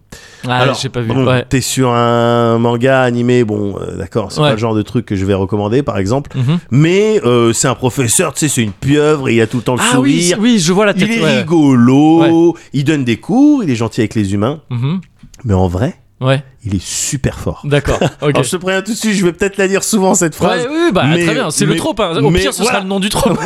S1: Ah,
S2: Alors,
S1: j'ai pas vu.
S2: bon,
S1: Ouais.
S2: T'es sur un manga animé, bon, euh, d'accord, c'est
S1: Ouais.
S2: pas le genre de truc que je vais recommander, par exemple.
S1: Mhm.
S2: Mais euh, c'est un professeur, tu sais, c'est une pieuvre, et il a tout le temps le
S1: Ah oui,
S2: sourire.
S1: oui, je vois la tête.
S2: Il est
S1: ouais.
S2: rigolo, il donne des cours, il est gentil avec les humains,
S1: Mhm.
S2: mais en vrai,
S1: Ouais,
S2: il est super fort. <laughs>
S1: d'accord. ok.
S2: Alors je te préviens tout de suite, je vais peut-être la dire souvent cette phrase,
S1: Ouais, oui, bah
S2: mais-
S1: très bien, c'est le
S2: mais-
S1: trope. hein. Au
S2: mais
S1: pire, ce
S2: voilà.
S1: sera le nom du
S2: <laughs>
S1: trope.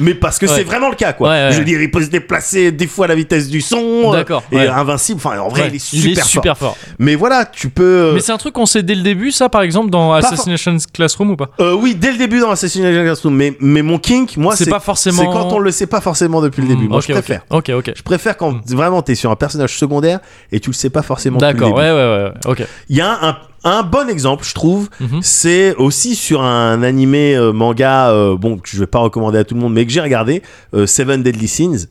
S2: mais parce que
S1: Ouais.
S2: c'est vraiment le cas, quoi.
S1: Ouais, ouais, ouais.
S2: Je veux dire, il peut se déplacer des fois à la vitesse du son, euh,
S1: D'accord,
S2: et
S1: ouais.
S2: invincible. Enfin, en vrai,
S1: Ouais,
S2: il est super, fort. Euh.
S1: super fort.
S2: Mais voilà, tu peux.
S1: Mais c'est un truc qu'on sait dès le début, ça, par exemple, dans
S2: fort.
S1: Assassination Classroom ou pas
S2: Euh, oui, dès le début dans Assassination Classroom. Mais, mais mon kink, moi,
S1: C'est
S2: c'est
S1: pas forcément-
S2: C'est quand on le sait pas forcément depuis le début.
S1: Hmm,
S2: Moi,
S1: ok,
S2: je préfère.
S1: Ok, ok.
S2: Je préfère quand vraiment t'es sur un personnage secondaire et tu le sais pas forcément depuis le
S1: D'accord,
S2: début.
S1: ouais, ouais, ouais, ouais, ok.
S2: Il y a un, un bon exemple, je trouve.
S1: Mhm.
S2: C'est aussi sur un animé euh, manga, euh, bon, que je vais pas recommander à tout le monde, mais que j'ai regardé, euh, Seven Deadly Sins.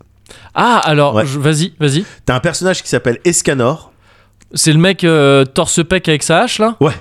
S1: Ah, alors,
S2: Ouais.
S1: je- vas-y, vas-y.
S2: T'as un personnage qui s'appelle Escanor.
S1: C'est le mec euh, torse-pec avec sa hache, là
S2: Ouais.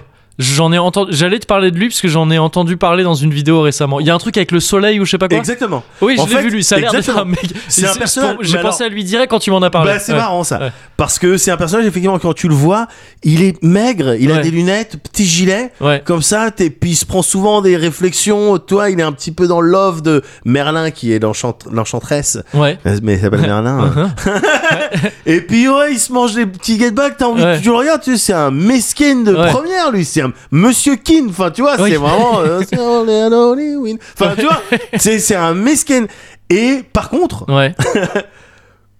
S1: J'en ai entendu. J'allais te parler de lui parce que j'en ai entendu parler dans une vidéo récemment. Il y a un truc avec le soleil ou je sais pas quoi.
S2: Exactement.
S1: Oui,
S2: En
S1: je l'ai
S2: fait,
S1: vu lui. Ça a l'air d'être
S2: exactement.
S1: un mec.
S2: C'est un personnage,
S1: J'ai
S2: mais
S1: pensé
S2: alors-
S1: à lui direct quand tu m'en as parlé.
S2: Bah, c'est
S1: Ouais.
S2: marrant ça.
S1: Ouais.
S2: Parce que c'est un personnage, effectivement, quand tu le vois, il est maigre, il a
S1: Ouais.
S2: des lunettes, petit gilet.
S1: Ouais.
S2: Comme ça, t'es- puis il se prend souvent des réflexions. Toi, il est un petit peu dans le love de Merlin, qui est l'enchant- l'enchantresse.
S1: Ouais.
S2: Euh, Mais
S1: <laughs>
S2: il s'appelle Merlin. hein. <laughs> Et puis, ouais, il se mange des petits get back. T'as envie,
S1: Uh-huh. Ouais.
S2: tu le regardes, tu sais, c'est un mesquin de
S1: Ouais.
S2: première, lui. C'est un monsieur Kin. Enfin, tu vois,
S1: Oui. <laughs>
S2: c'est vraiment. euh, c'est only an only win. Enfin, tu vois, c'est c'est un mesquin. Et par contre,
S1: Ouais.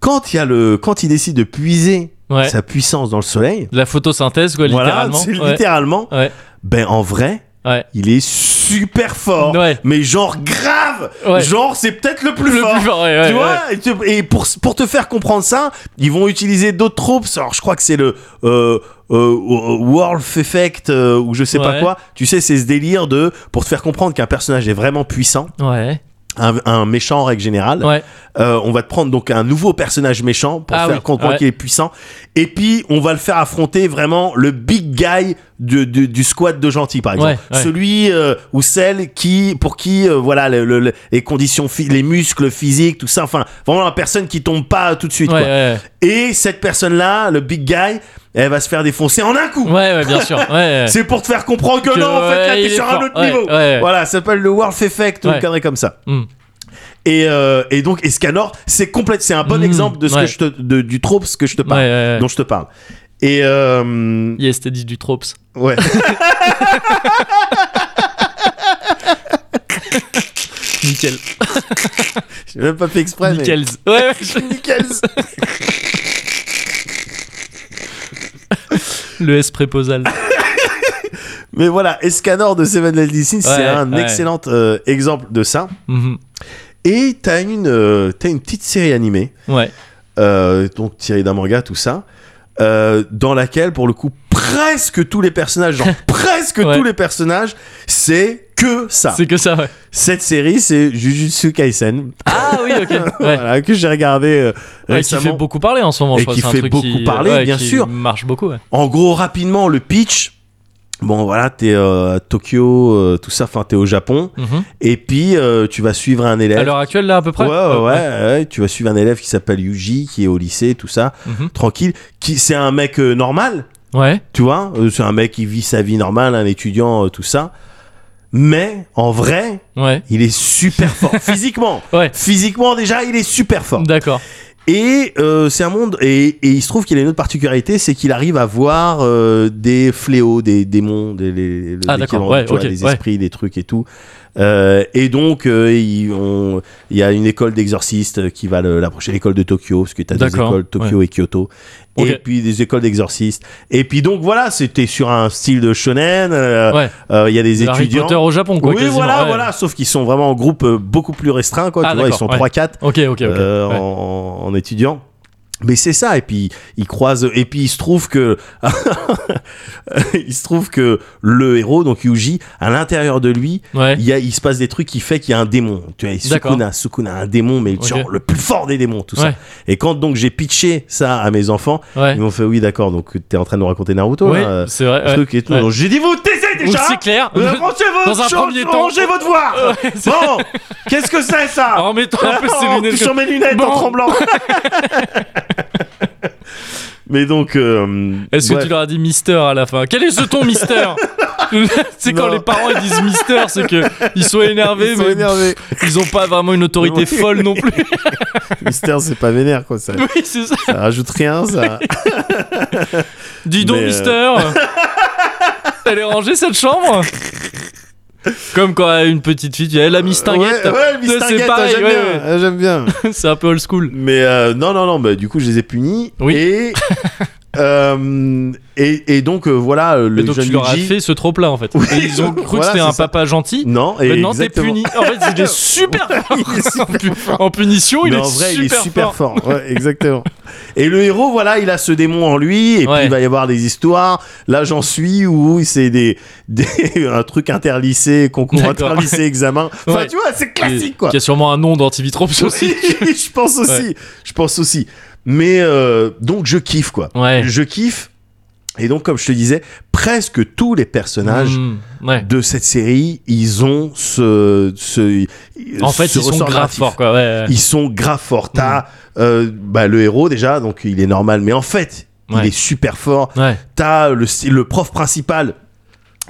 S2: quand il, y a le, quand il décide de puiser
S1: Ouais.
S2: sa puissance dans le soleil,
S1: La photosynthèse, quoi,
S2: voilà,
S1: littéralement.
S2: c'est
S1: Ouais.
S2: littéralement,
S1: Ouais.
S2: ben en vrai,
S1: Ouais.
S2: il est super fort.
S1: Ouais.
S2: Mais genre grave.
S1: Ouais.
S2: Genre, c'est peut-être le plus
S1: Le
S2: fort.
S1: plus fort, ouais, ouais,
S2: tu
S1: ouais.
S2: vois et tu- et, pour, pour te faire comprendre ça, ils vont utiliser d'autres tropes. Alors, je crois que c'est le euh, euh, World Effect euh, ou je sais pas
S1: Ouais.
S2: quoi. Tu sais, c'est ce délire de pour te faire comprendre qu'un personnage est vraiment puissant,
S1: Ouais.
S2: un, un méchant en règle générale.
S1: Ouais.
S2: Euh, on va te prendre donc un nouveau personnage méchant pour
S1: Ah
S2: faire
S1: oui,
S2: comprendre
S1: ouais.
S2: qu'il est puissant. Et puis, on va le faire affronter vraiment le big guy de- de- du squad de gentil, par exemple.
S1: Ouais, ouais.
S2: Celui euh, ou celle qui, pour qui, euh, voilà, le- le- le- les conditions, phy- les muscles physiques, tout ça. Enfin, vraiment la personne qui tombe pas tout de suite.
S1: Ouais,
S2: quoi.
S1: ouais,
S2: Et cette personne-là, le big guy, elle va se faire défoncer en un coup.
S1: ouais. Ouais, ouais, bien sûr. Ouais, Ouais.
S2: C'est pour te faire comprendre que,
S1: Que,
S2: non, en fait, là,
S1: ouais,
S2: t'es
S1: il est
S2: sur un
S1: fort.
S2: autre
S1: Ouais,
S2: niveau.
S1: ouais, ouais.
S2: Voilà, ça s'appelle le World Effect ou
S1: Ouais.
S2: une connerie comme ça.
S1: Hmm.
S2: Et, euh, et donc Escanor, c'est complète, c'est un bon
S1: Mmh,
S2: exemple de ce que
S1: ouais.
S2: je te, de- du trope ce que je te parle,
S1: Ouais, ouais, ouais.
S2: dont je te parle. Et euh,
S1: Yes, t'as dit du tropes. <laughs>
S2: ouais.
S1: Nickel.
S2: J'ai même pas fait exprès. mais-
S1: Nickels. Ouais, ouais, <laughs> je-
S2: Nickels.
S1: le S préposal.
S2: Mais voilà, Escanor de Seven Deadly Sins, c'est
S1: Ouais,
S2: un
S1: ouais.
S2: excellent euh, exemple de ça.
S1: Mhm.
S2: Et t'as une, euh, t'as une petite série animée,
S1: Ouais.
S2: euh, donc tirée d'un manga, tout ça, euh, dans laquelle pour le coup presque tous les
S1: <laughs>
S2: personnages, genre presque
S1: Ouais.
S2: tous les personnages, c'est que ça.
S1: C'est que ça, ouais.
S2: Cette série, c'est Jujutsu Kaisen.
S1: Ah oui, ok. Ouais.
S2: Voilà, que j'ai regardé euh,
S1: Ouais, qui
S2: récemment.
S1: fait beaucoup parler en ce moment,
S2: Et
S1: je crois.
S2: qui
S1: c'est un
S2: fait
S1: truc
S2: beaucoup
S1: qui,
S2: parler,
S1: ouais,
S2: bien
S1: qui
S2: sûr.
S1: marche beaucoup, ouais.
S2: En gros, rapidement, le pitch. Bon, voilà, t'es euh, à Tokyo, euh, tout ça, enfin, t'es au Japon.
S1: Mhm.
S2: Et puis, euh, tu vas suivre un élève.
S1: À l'heure actuelle, là, à peu près
S2: Ouais, ouais, ouais, ouais, tu vas suivre un élève qui s'appelle Yuji, qui est au lycée, tout ça,
S1: Mhm.
S2: tranquille. Qui, c'est un mec euh, normal,
S1: Ouais.
S2: tu vois. euh, c'est un mec qui vit sa vie normale, un étudiant, euh, tout ça. Mais, en vrai,
S1: Ouais.
S2: il est super
S1: <laughs>
S2: fort. Physiquement.
S1: Ouais.
S2: Physiquement, déjà, il est super fort.
S1: D'accord.
S2: Et euh, c'est un monde et, et il se trouve qu'il a une autre particularité, c'est qu'il arrive à voir euh, des fléaux, des démons, des, les, le-
S1: Ah,
S2: des-
S1: d'accord,
S2: tu
S1: ouais,
S2: vois,
S1: ok,
S2: des
S1: ouais.
S2: esprits, des trucs et tout. Euh, et donc euh, il on- il y a une école d'exorcistes qui va le- l'approcher, l'école de Tokyo, parce que tu as des
S1: D'accord,
S2: écoles Tokyo et Kyoto,
S1: Ok.
S2: et puis des écoles d'exorcistes. Et puis donc voilà, c'était sur un style de shonen. euh, euh, Il
S1: Ouais.
S2: y a des
S1: Harry
S2: étudiants.
S1: Potter au Japon, quoi.
S2: oui,
S1: quasiment,
S2: voilà,
S1: ouais.
S2: voilà, sauf qu'ils sont vraiment en groupe euh, beaucoup plus restreint, quoi.
S1: Ah,
S2: tu vois, ils
S1: d'accord,
S2: sont
S1: ouais.
S2: 3-4
S1: Ok, ok, ok.
S2: euh,
S1: Ouais.
S2: en, en étudiant. Mais c'est ça, et puis il croise, et puis il se trouve que, <laughs> il se trouve que le héros, donc Yuji, à l'intérieur de lui,
S1: Ouais.
S2: il, y a- il se passe des trucs qui fait qu'il y a un démon. Tu vois,
S1: D'accord.
S2: Sukuna, Sukuna, un démon, mais
S1: Ok.
S2: genre le plus fort des démons, tout
S1: Ouais.
S2: ça. Et quand donc j'ai pitché ça à mes enfants,
S1: Ouais.
S2: ils m'ont fait oui, d'accord, donc t'es en train de nous raconter Naruto,
S1: Oui,
S2: là, euh,
S1: c'est vrai.
S2: le
S1: ouais.
S2: truc et tout.
S1: Ouais.
S2: Donc, J'ai dit vous taisez
S1: Ou
S2: déjà.
S1: c'est clair.
S2: Euh,
S1: <laughs>
S2: rangez votre
S1: Dans un
S2: chose,
S1: premier temps.
S2: rangez votre voix.
S1: Ouais, c'est-
S2: Bon, qu'est-ce que c'est ça
S1: en mettant un peu ses
S2: Oh,
S1: lunettes.
S2: sur mes lunettes
S1: Bon.
S2: en tremblant. <laughs> Mais donc, euh,
S1: Est-ce que
S2: bref.
S1: tu leur as dit Mister à la fin Quel est ce ton Mister
S2: <laughs>
S1: <laughs> C'est quand
S2: Non.
S1: les parents ils disent Mister, c'est que ils sont énervés,
S2: Ils sont
S1: mais
S2: énervés.
S1: ils ont pas vraiment une autorité
S2: Oui.
S1: folle non
S2: <laughs>
S1: plus.
S2: Mystère, c'est pas vénère quoi, ça,
S1: oui, c'est ça.
S2: ça rajoute rien,
S1: <laughs>
S2: ça.
S1: Dis donc,
S2: Mais, euh,
S1: Mister,
S2: <laughs>
S1: elle est rangée cette chambre Comme quand à une petite fille, tu dis, Eh, la mistinguette.
S2: Ouais, ouais, mistinguette,
S1: c'est pareil,
S2: j'aime
S1: ouais,
S2: bien,
S1: ouais.
S2: euh, j'aime bien.
S1: <laughs> c'est un peu old school.
S2: Mais euh, non, non, non, bah, du coup, je les ai punis.
S1: Oui. <laughs>
S2: Et, euh, et, et donc, euh, voilà, euh, le
S1: Et donc
S2: jeune
S1: tu leur as
S2: Luigi-
S1: fait ce trop plein en fait.
S2: Oui,
S1: Et ils ont cru
S2: voilà,
S1: que c'était
S2: c'est
S1: un
S2: ça.
S1: papa gentil.
S2: Non, et
S1: Maintenant t'es
S2: exactement.
S1: puni. En fait il
S2: <laughs>
S1: est super fort.
S2: Il est
S1: en, pu- en punition Oh, il,
S2: Mais
S1: est
S2: en vrai,
S1: super
S2: il est super
S1: fort. <laughs>
S2: fort. Ouais, exactement. Et le héros, voilà, il a ce démon en lui, et
S1: Ouais.
S2: puis il va y avoir des histoires. Là, j'en suis où c'est des, <laughs> des- un truc interlycée, concours
S1: D'accord. <laughs>
S2: interlycée, examen. Enfin,
S1: Ouais.
S2: tu vois, c'est classique, quoi.
S1: Qui a sûrement un nom d'antivitrops aussi.
S2: Oui, <laughs> je pense aussi. Je pense aussi. Mais euh, donc, je kiffe, quoi.
S1: Ouais.
S2: Je kiffe. Et donc, comme je te disais, presque tous les personnages
S1: Mm, ouais.
S2: de cette série, ils ont ce. ce
S1: En fait
S2: ce
S1: ils sont
S2: ressort
S1: grave
S2: narratif.
S1: forts quoi. Ouais.
S2: Ils sont grave forts. T'as
S1: Mm.
S2: euh, bah, le héros déjà, donc il est normal, mais en fait, il
S1: Ouais.
S2: est super fort.
S1: Ouais.
S2: T'as le, style- le prof principal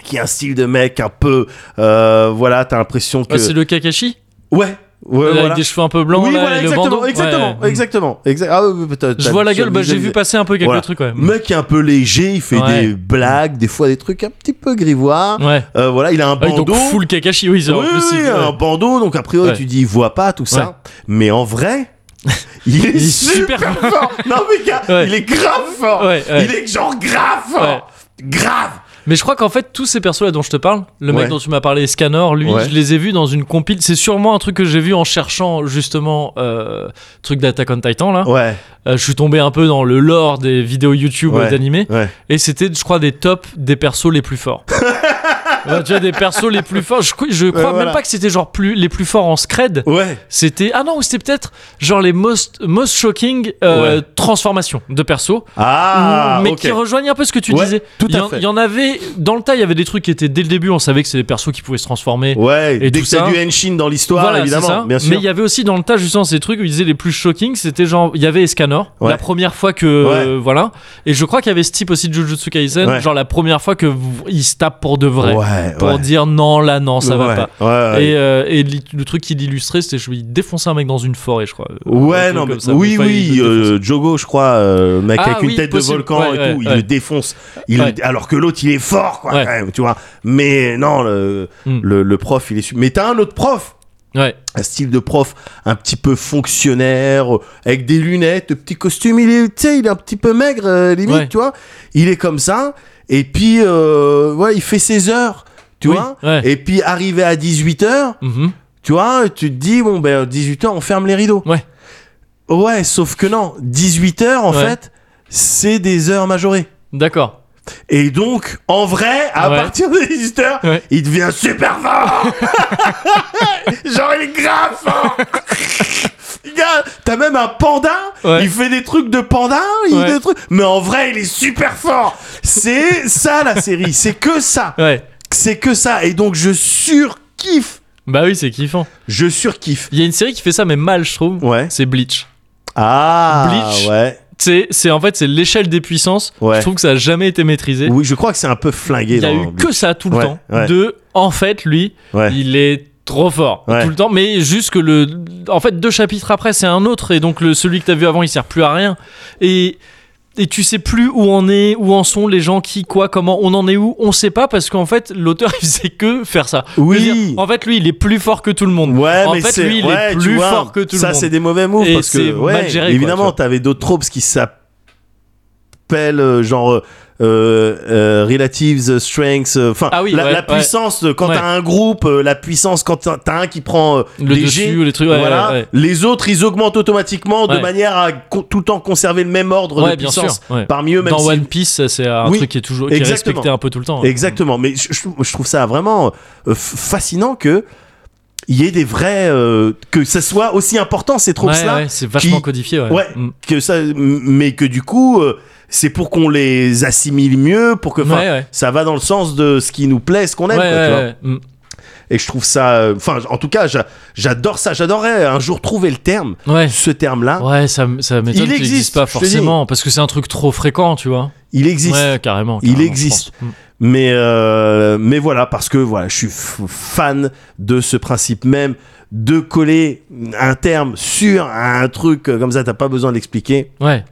S2: qui a un style de mec un peu. euh, voilà, t'as l'impression que.
S1: Ah, c'est le Kakashi
S2: Ouais, ouais,
S1: avec
S2: voilà.
S1: des cheveux un peu blancs
S2: oui,
S1: là,
S2: voilà,
S1: et le
S2: exactement,
S1: bandeau.
S2: exactement,
S1: Ouais.
S2: exactement. Exa- ah, ouais, ouais, t'as-
S1: Je
S2: t'as-
S1: vois la
S2: t'as-
S1: gueule, bah, j'ai vu passer un peu quelques
S2: Voilà.
S1: trucs quand même.
S2: Mec qui est un peu léger, il fait
S1: Ouais.
S2: des blagues, des fois des trucs un petit peu grivois.
S1: Ouais.
S2: Euh, voilà, il a un
S1: Ah oui,
S2: bandeau.
S1: donc full Kakashi, oui, c'est
S2: Oui,
S1: en plus,
S2: oui,
S1: il-
S2: un
S1: ouais.
S2: bandeau, donc a priori
S1: Ouais.
S2: tu dis il voit pas tout ça,
S1: Ouais.
S2: mais
S1: <laughs>
S2: en vrai, il est,
S1: Il est
S2: super,
S1: super
S2: fort. <laughs> Non mais gars,
S1: Ouais.
S2: il est grave fort.
S1: Ouais, ouais.
S2: Il est genre grave fort. Grave.
S1: Mais je crois qu'en fait, tous ces persos là dont je te parle, le mec
S2: Ouais.
S1: dont tu m'as parlé, Scanor, lui,
S2: Ouais.
S1: je les ai vus dans une compile. C'est sûrement un truc que j'ai vu en cherchant justement euh, truc d'Attack on Titan là.
S2: Ouais,
S1: Euh, je suis tombé un peu dans le lore des vidéos YouTube
S2: Ouais.
S1: euh, d'animé
S2: ouais.
S1: et c'était, je crois, des tops des persos les plus
S2: <laughs>
S1: forts. Ouais, tu vois, des persos les plus forts. Je, crois- je crois
S2: voilà.
S1: même pas que c'était genre plus, les plus forts en scred.
S2: Ouais.
S1: C'était ah non c'était peut-être genre les most most shocking euh,
S2: Ouais.
S1: transformations de persos
S2: Ah,
S1: Mm, mais
S2: ok.
S1: qui rejoignent un peu ce que tu
S2: Ouais,
S1: disais.
S2: tout à
S1: il, y en,
S2: fait.
S1: il y en avait dans le tas, il y avait des trucs qui étaient dès le début, on savait que c'est des persos qui pouvaient se transformer.
S2: Ouais,
S1: Et
S2: dès
S1: tout
S2: que t'as
S1: ça.
S2: du Henshin dans l'histoire,
S1: Voilà,
S2: évidemment,
S1: c'est ça.
S2: bien sûr.
S1: Mais il y avait aussi dans le tas justement ces trucs où ils disaient les plus shocking, c'était genre il y avait Escanor
S2: Ouais.
S1: la première fois que
S2: Ouais.
S1: euh, voilà et je crois qu'il y avait ce type aussi de Jujutsu Kaisen,
S2: Ouais.
S1: genre la première fois que v- il se tape pour de vrai
S2: Ouais,
S1: pour
S2: ouais.
S1: dire non là non ça va
S2: Ouais,
S1: pas.
S2: Ouais, ouais.
S1: Et, euh, et li- le truc qu'il illustrait, c'était je lui défonçait un mec dans une forêt, je crois. Euh, un
S2: Ouais,
S1: truc
S2: non, mais
S1: comme ça.
S2: oui,
S1: Enfin, il
S2: oui,
S1: le défonçait.
S2: euh, Jogo, je crois, euh, mec
S1: Ah
S2: avec une
S1: oui,
S2: tête
S1: possible.
S2: de volcan
S1: Ouais,
S2: et
S1: ouais,
S2: tout, il
S1: ouais.
S2: le défonce. Il le-
S1: Ouais.
S2: alors que l'autre, il est fort, quoi,
S1: Ouais.
S2: quand même, tu vois. Mais non, le,
S1: Hmm.
S2: le, le prof, il est. su- Mais t'as un autre prof,
S1: Ouais.
S2: un style de prof un petit peu fonctionnaire, euh, avec des lunettes, le petit costume, il est, tu sais, il est un petit peu maigre, euh, limite,
S1: Ouais.
S2: tu vois. Il est comme ça, et puis, euh, ouais, il fait ses heures, tu
S1: Oui,
S2: vois.
S1: ouais.
S2: Et puis, arrivé à 18h,
S1: Mhm.
S2: tu vois, tu te dis, bon, ben, 18h, on ferme les rideaux.
S1: Ouais.
S2: Ouais, sauf que non, 18h, en
S1: Ouais.
S2: fait, c'est des heures majorées.
S1: D'accord.
S2: Et donc, en vrai, à
S1: Ouais.
S2: partir de 18h,
S1: Ouais.
S2: il devient super fort <laughs> Genre, il est grave fort <laughs> Gars, T'as même un panda,
S1: Ouais.
S2: il fait des trucs de panda, il
S1: Ouais.
S2: fait des trucs... mais en vrai, il est super fort. C'est ça la série, c'est que ça,
S1: Ouais.
S2: c'est que ça. Et donc, je surkiffe,
S1: Bah oui, c'est kiffant.
S2: je surkiffe.
S1: Il y a une série qui fait ça, mais mal, je trouve.
S2: Ouais.
S1: C'est Bleach.
S2: Ah,
S1: Bleach.
S2: ouais.
S1: C'est, c'est en fait, c'est l'échelle des puissances.
S2: Ouais.
S1: Je trouve que ça a jamais été maîtrisé.
S2: Oui, je crois que c'est un peu flingué.
S1: Il y a
S2: dans-
S1: eu que ça tout le
S2: Ouais,
S1: temps.
S2: ouais.
S1: De, en fait, lui,
S2: Ouais.
S1: il est trop fort
S2: Ouais.
S1: tout le temps. Mais juste que le, en fait, deux chapitres après, c'est un autre et donc le celui que t'as vu avant, il sert plus à rien. Et et tu sais plus où en est, où en sont les gens, qui, quoi, comment, on en est où, on sait pas parce qu'en fait l'auteur <laughs> il faisait que faire ça.
S2: Oui.
S1: C'est-à-dire, En fait lui il est plus fort que tout le monde.
S2: Ouais,
S1: en
S2: mais
S1: fait
S2: c'est
S1: lui il
S2: ouais,
S1: est
S2: tu
S1: plus
S2: vois,
S1: fort que tout le
S2: ça,
S1: monde.
S2: c'est des mauvais moves
S1: Et
S2: parce
S1: c'est
S2: que ouais,
S1: mal géré, quoi, tu
S2: évidemment,
S1: vois.
S2: t'avais d'autres tropes qui s'appellent euh, genre euh, euh, euh, relatives strengths, euh, enfin
S1: Ah oui,
S2: la,
S1: ouais,
S2: la
S1: ouais.
S2: puissance euh, quand
S1: Ouais.
S2: t'as un groupe, euh, la puissance quand t'as t'as un qui prend euh,
S1: Le
S2: des
S1: dessus
S2: jets,
S1: ou les trucs, ouais,
S2: voilà,
S1: ouais, ouais.
S2: les autres ils augmentent automatiquement de
S1: Ouais.
S2: manière à con- tout le temps conserver le même ordre
S1: Ouais,
S2: de
S1: bien
S2: puissance
S1: sûr, ouais.
S2: parmi eux, même
S1: Dans
S2: si-
S1: One Piece, ça, c'est un
S2: Oui,
S1: truc qui est toujours qui est
S2: exactement.
S1: respecté un peu tout le temps. hein.
S2: Exactement, mais je, je- je trouve ça vraiment euh, f- fascinant que il y ait des vrais euh, que ça soit aussi important ces tropes
S1: Ouais,
S2: là
S1: ouais, c'est vachement
S2: qui-
S1: codifié. Ouais.
S2: Ouais.
S1: Mm.
S2: que ça m- mais que du coup euh, c'est pour qu'on les assimile mieux pour que enfin,
S1: Ouais, ouais.
S2: ça va dans le sens de ce qui nous plaît ce qu'on aime
S1: Ouais,
S2: quoi, tu vois.
S1: ouais, ouais. Mm.
S2: et je trouve ça euh, enfin en tout cas j'a- j'adore ça j'adorerais un jour trouver le terme
S1: Mm. Ouais.
S2: ce terme là
S1: Ouais, ça, m- ça m'étonne
S2: Il
S1: qu'il
S2: existe,
S1: n'existe pas
S2: je te
S1: forcément, parce que c'est un truc trop fréquent, tu vois.
S2: il existe
S1: Ouais, carrément.
S2: Il
S1: carrément, je
S2: existe.
S1: pense. Mm.
S2: mais euh, mais voilà parce que voilà je suis f- fan de ce principe même de coller un terme sur un truc euh, comme ça t'as pas besoin de l'expliquer
S1: Ouais,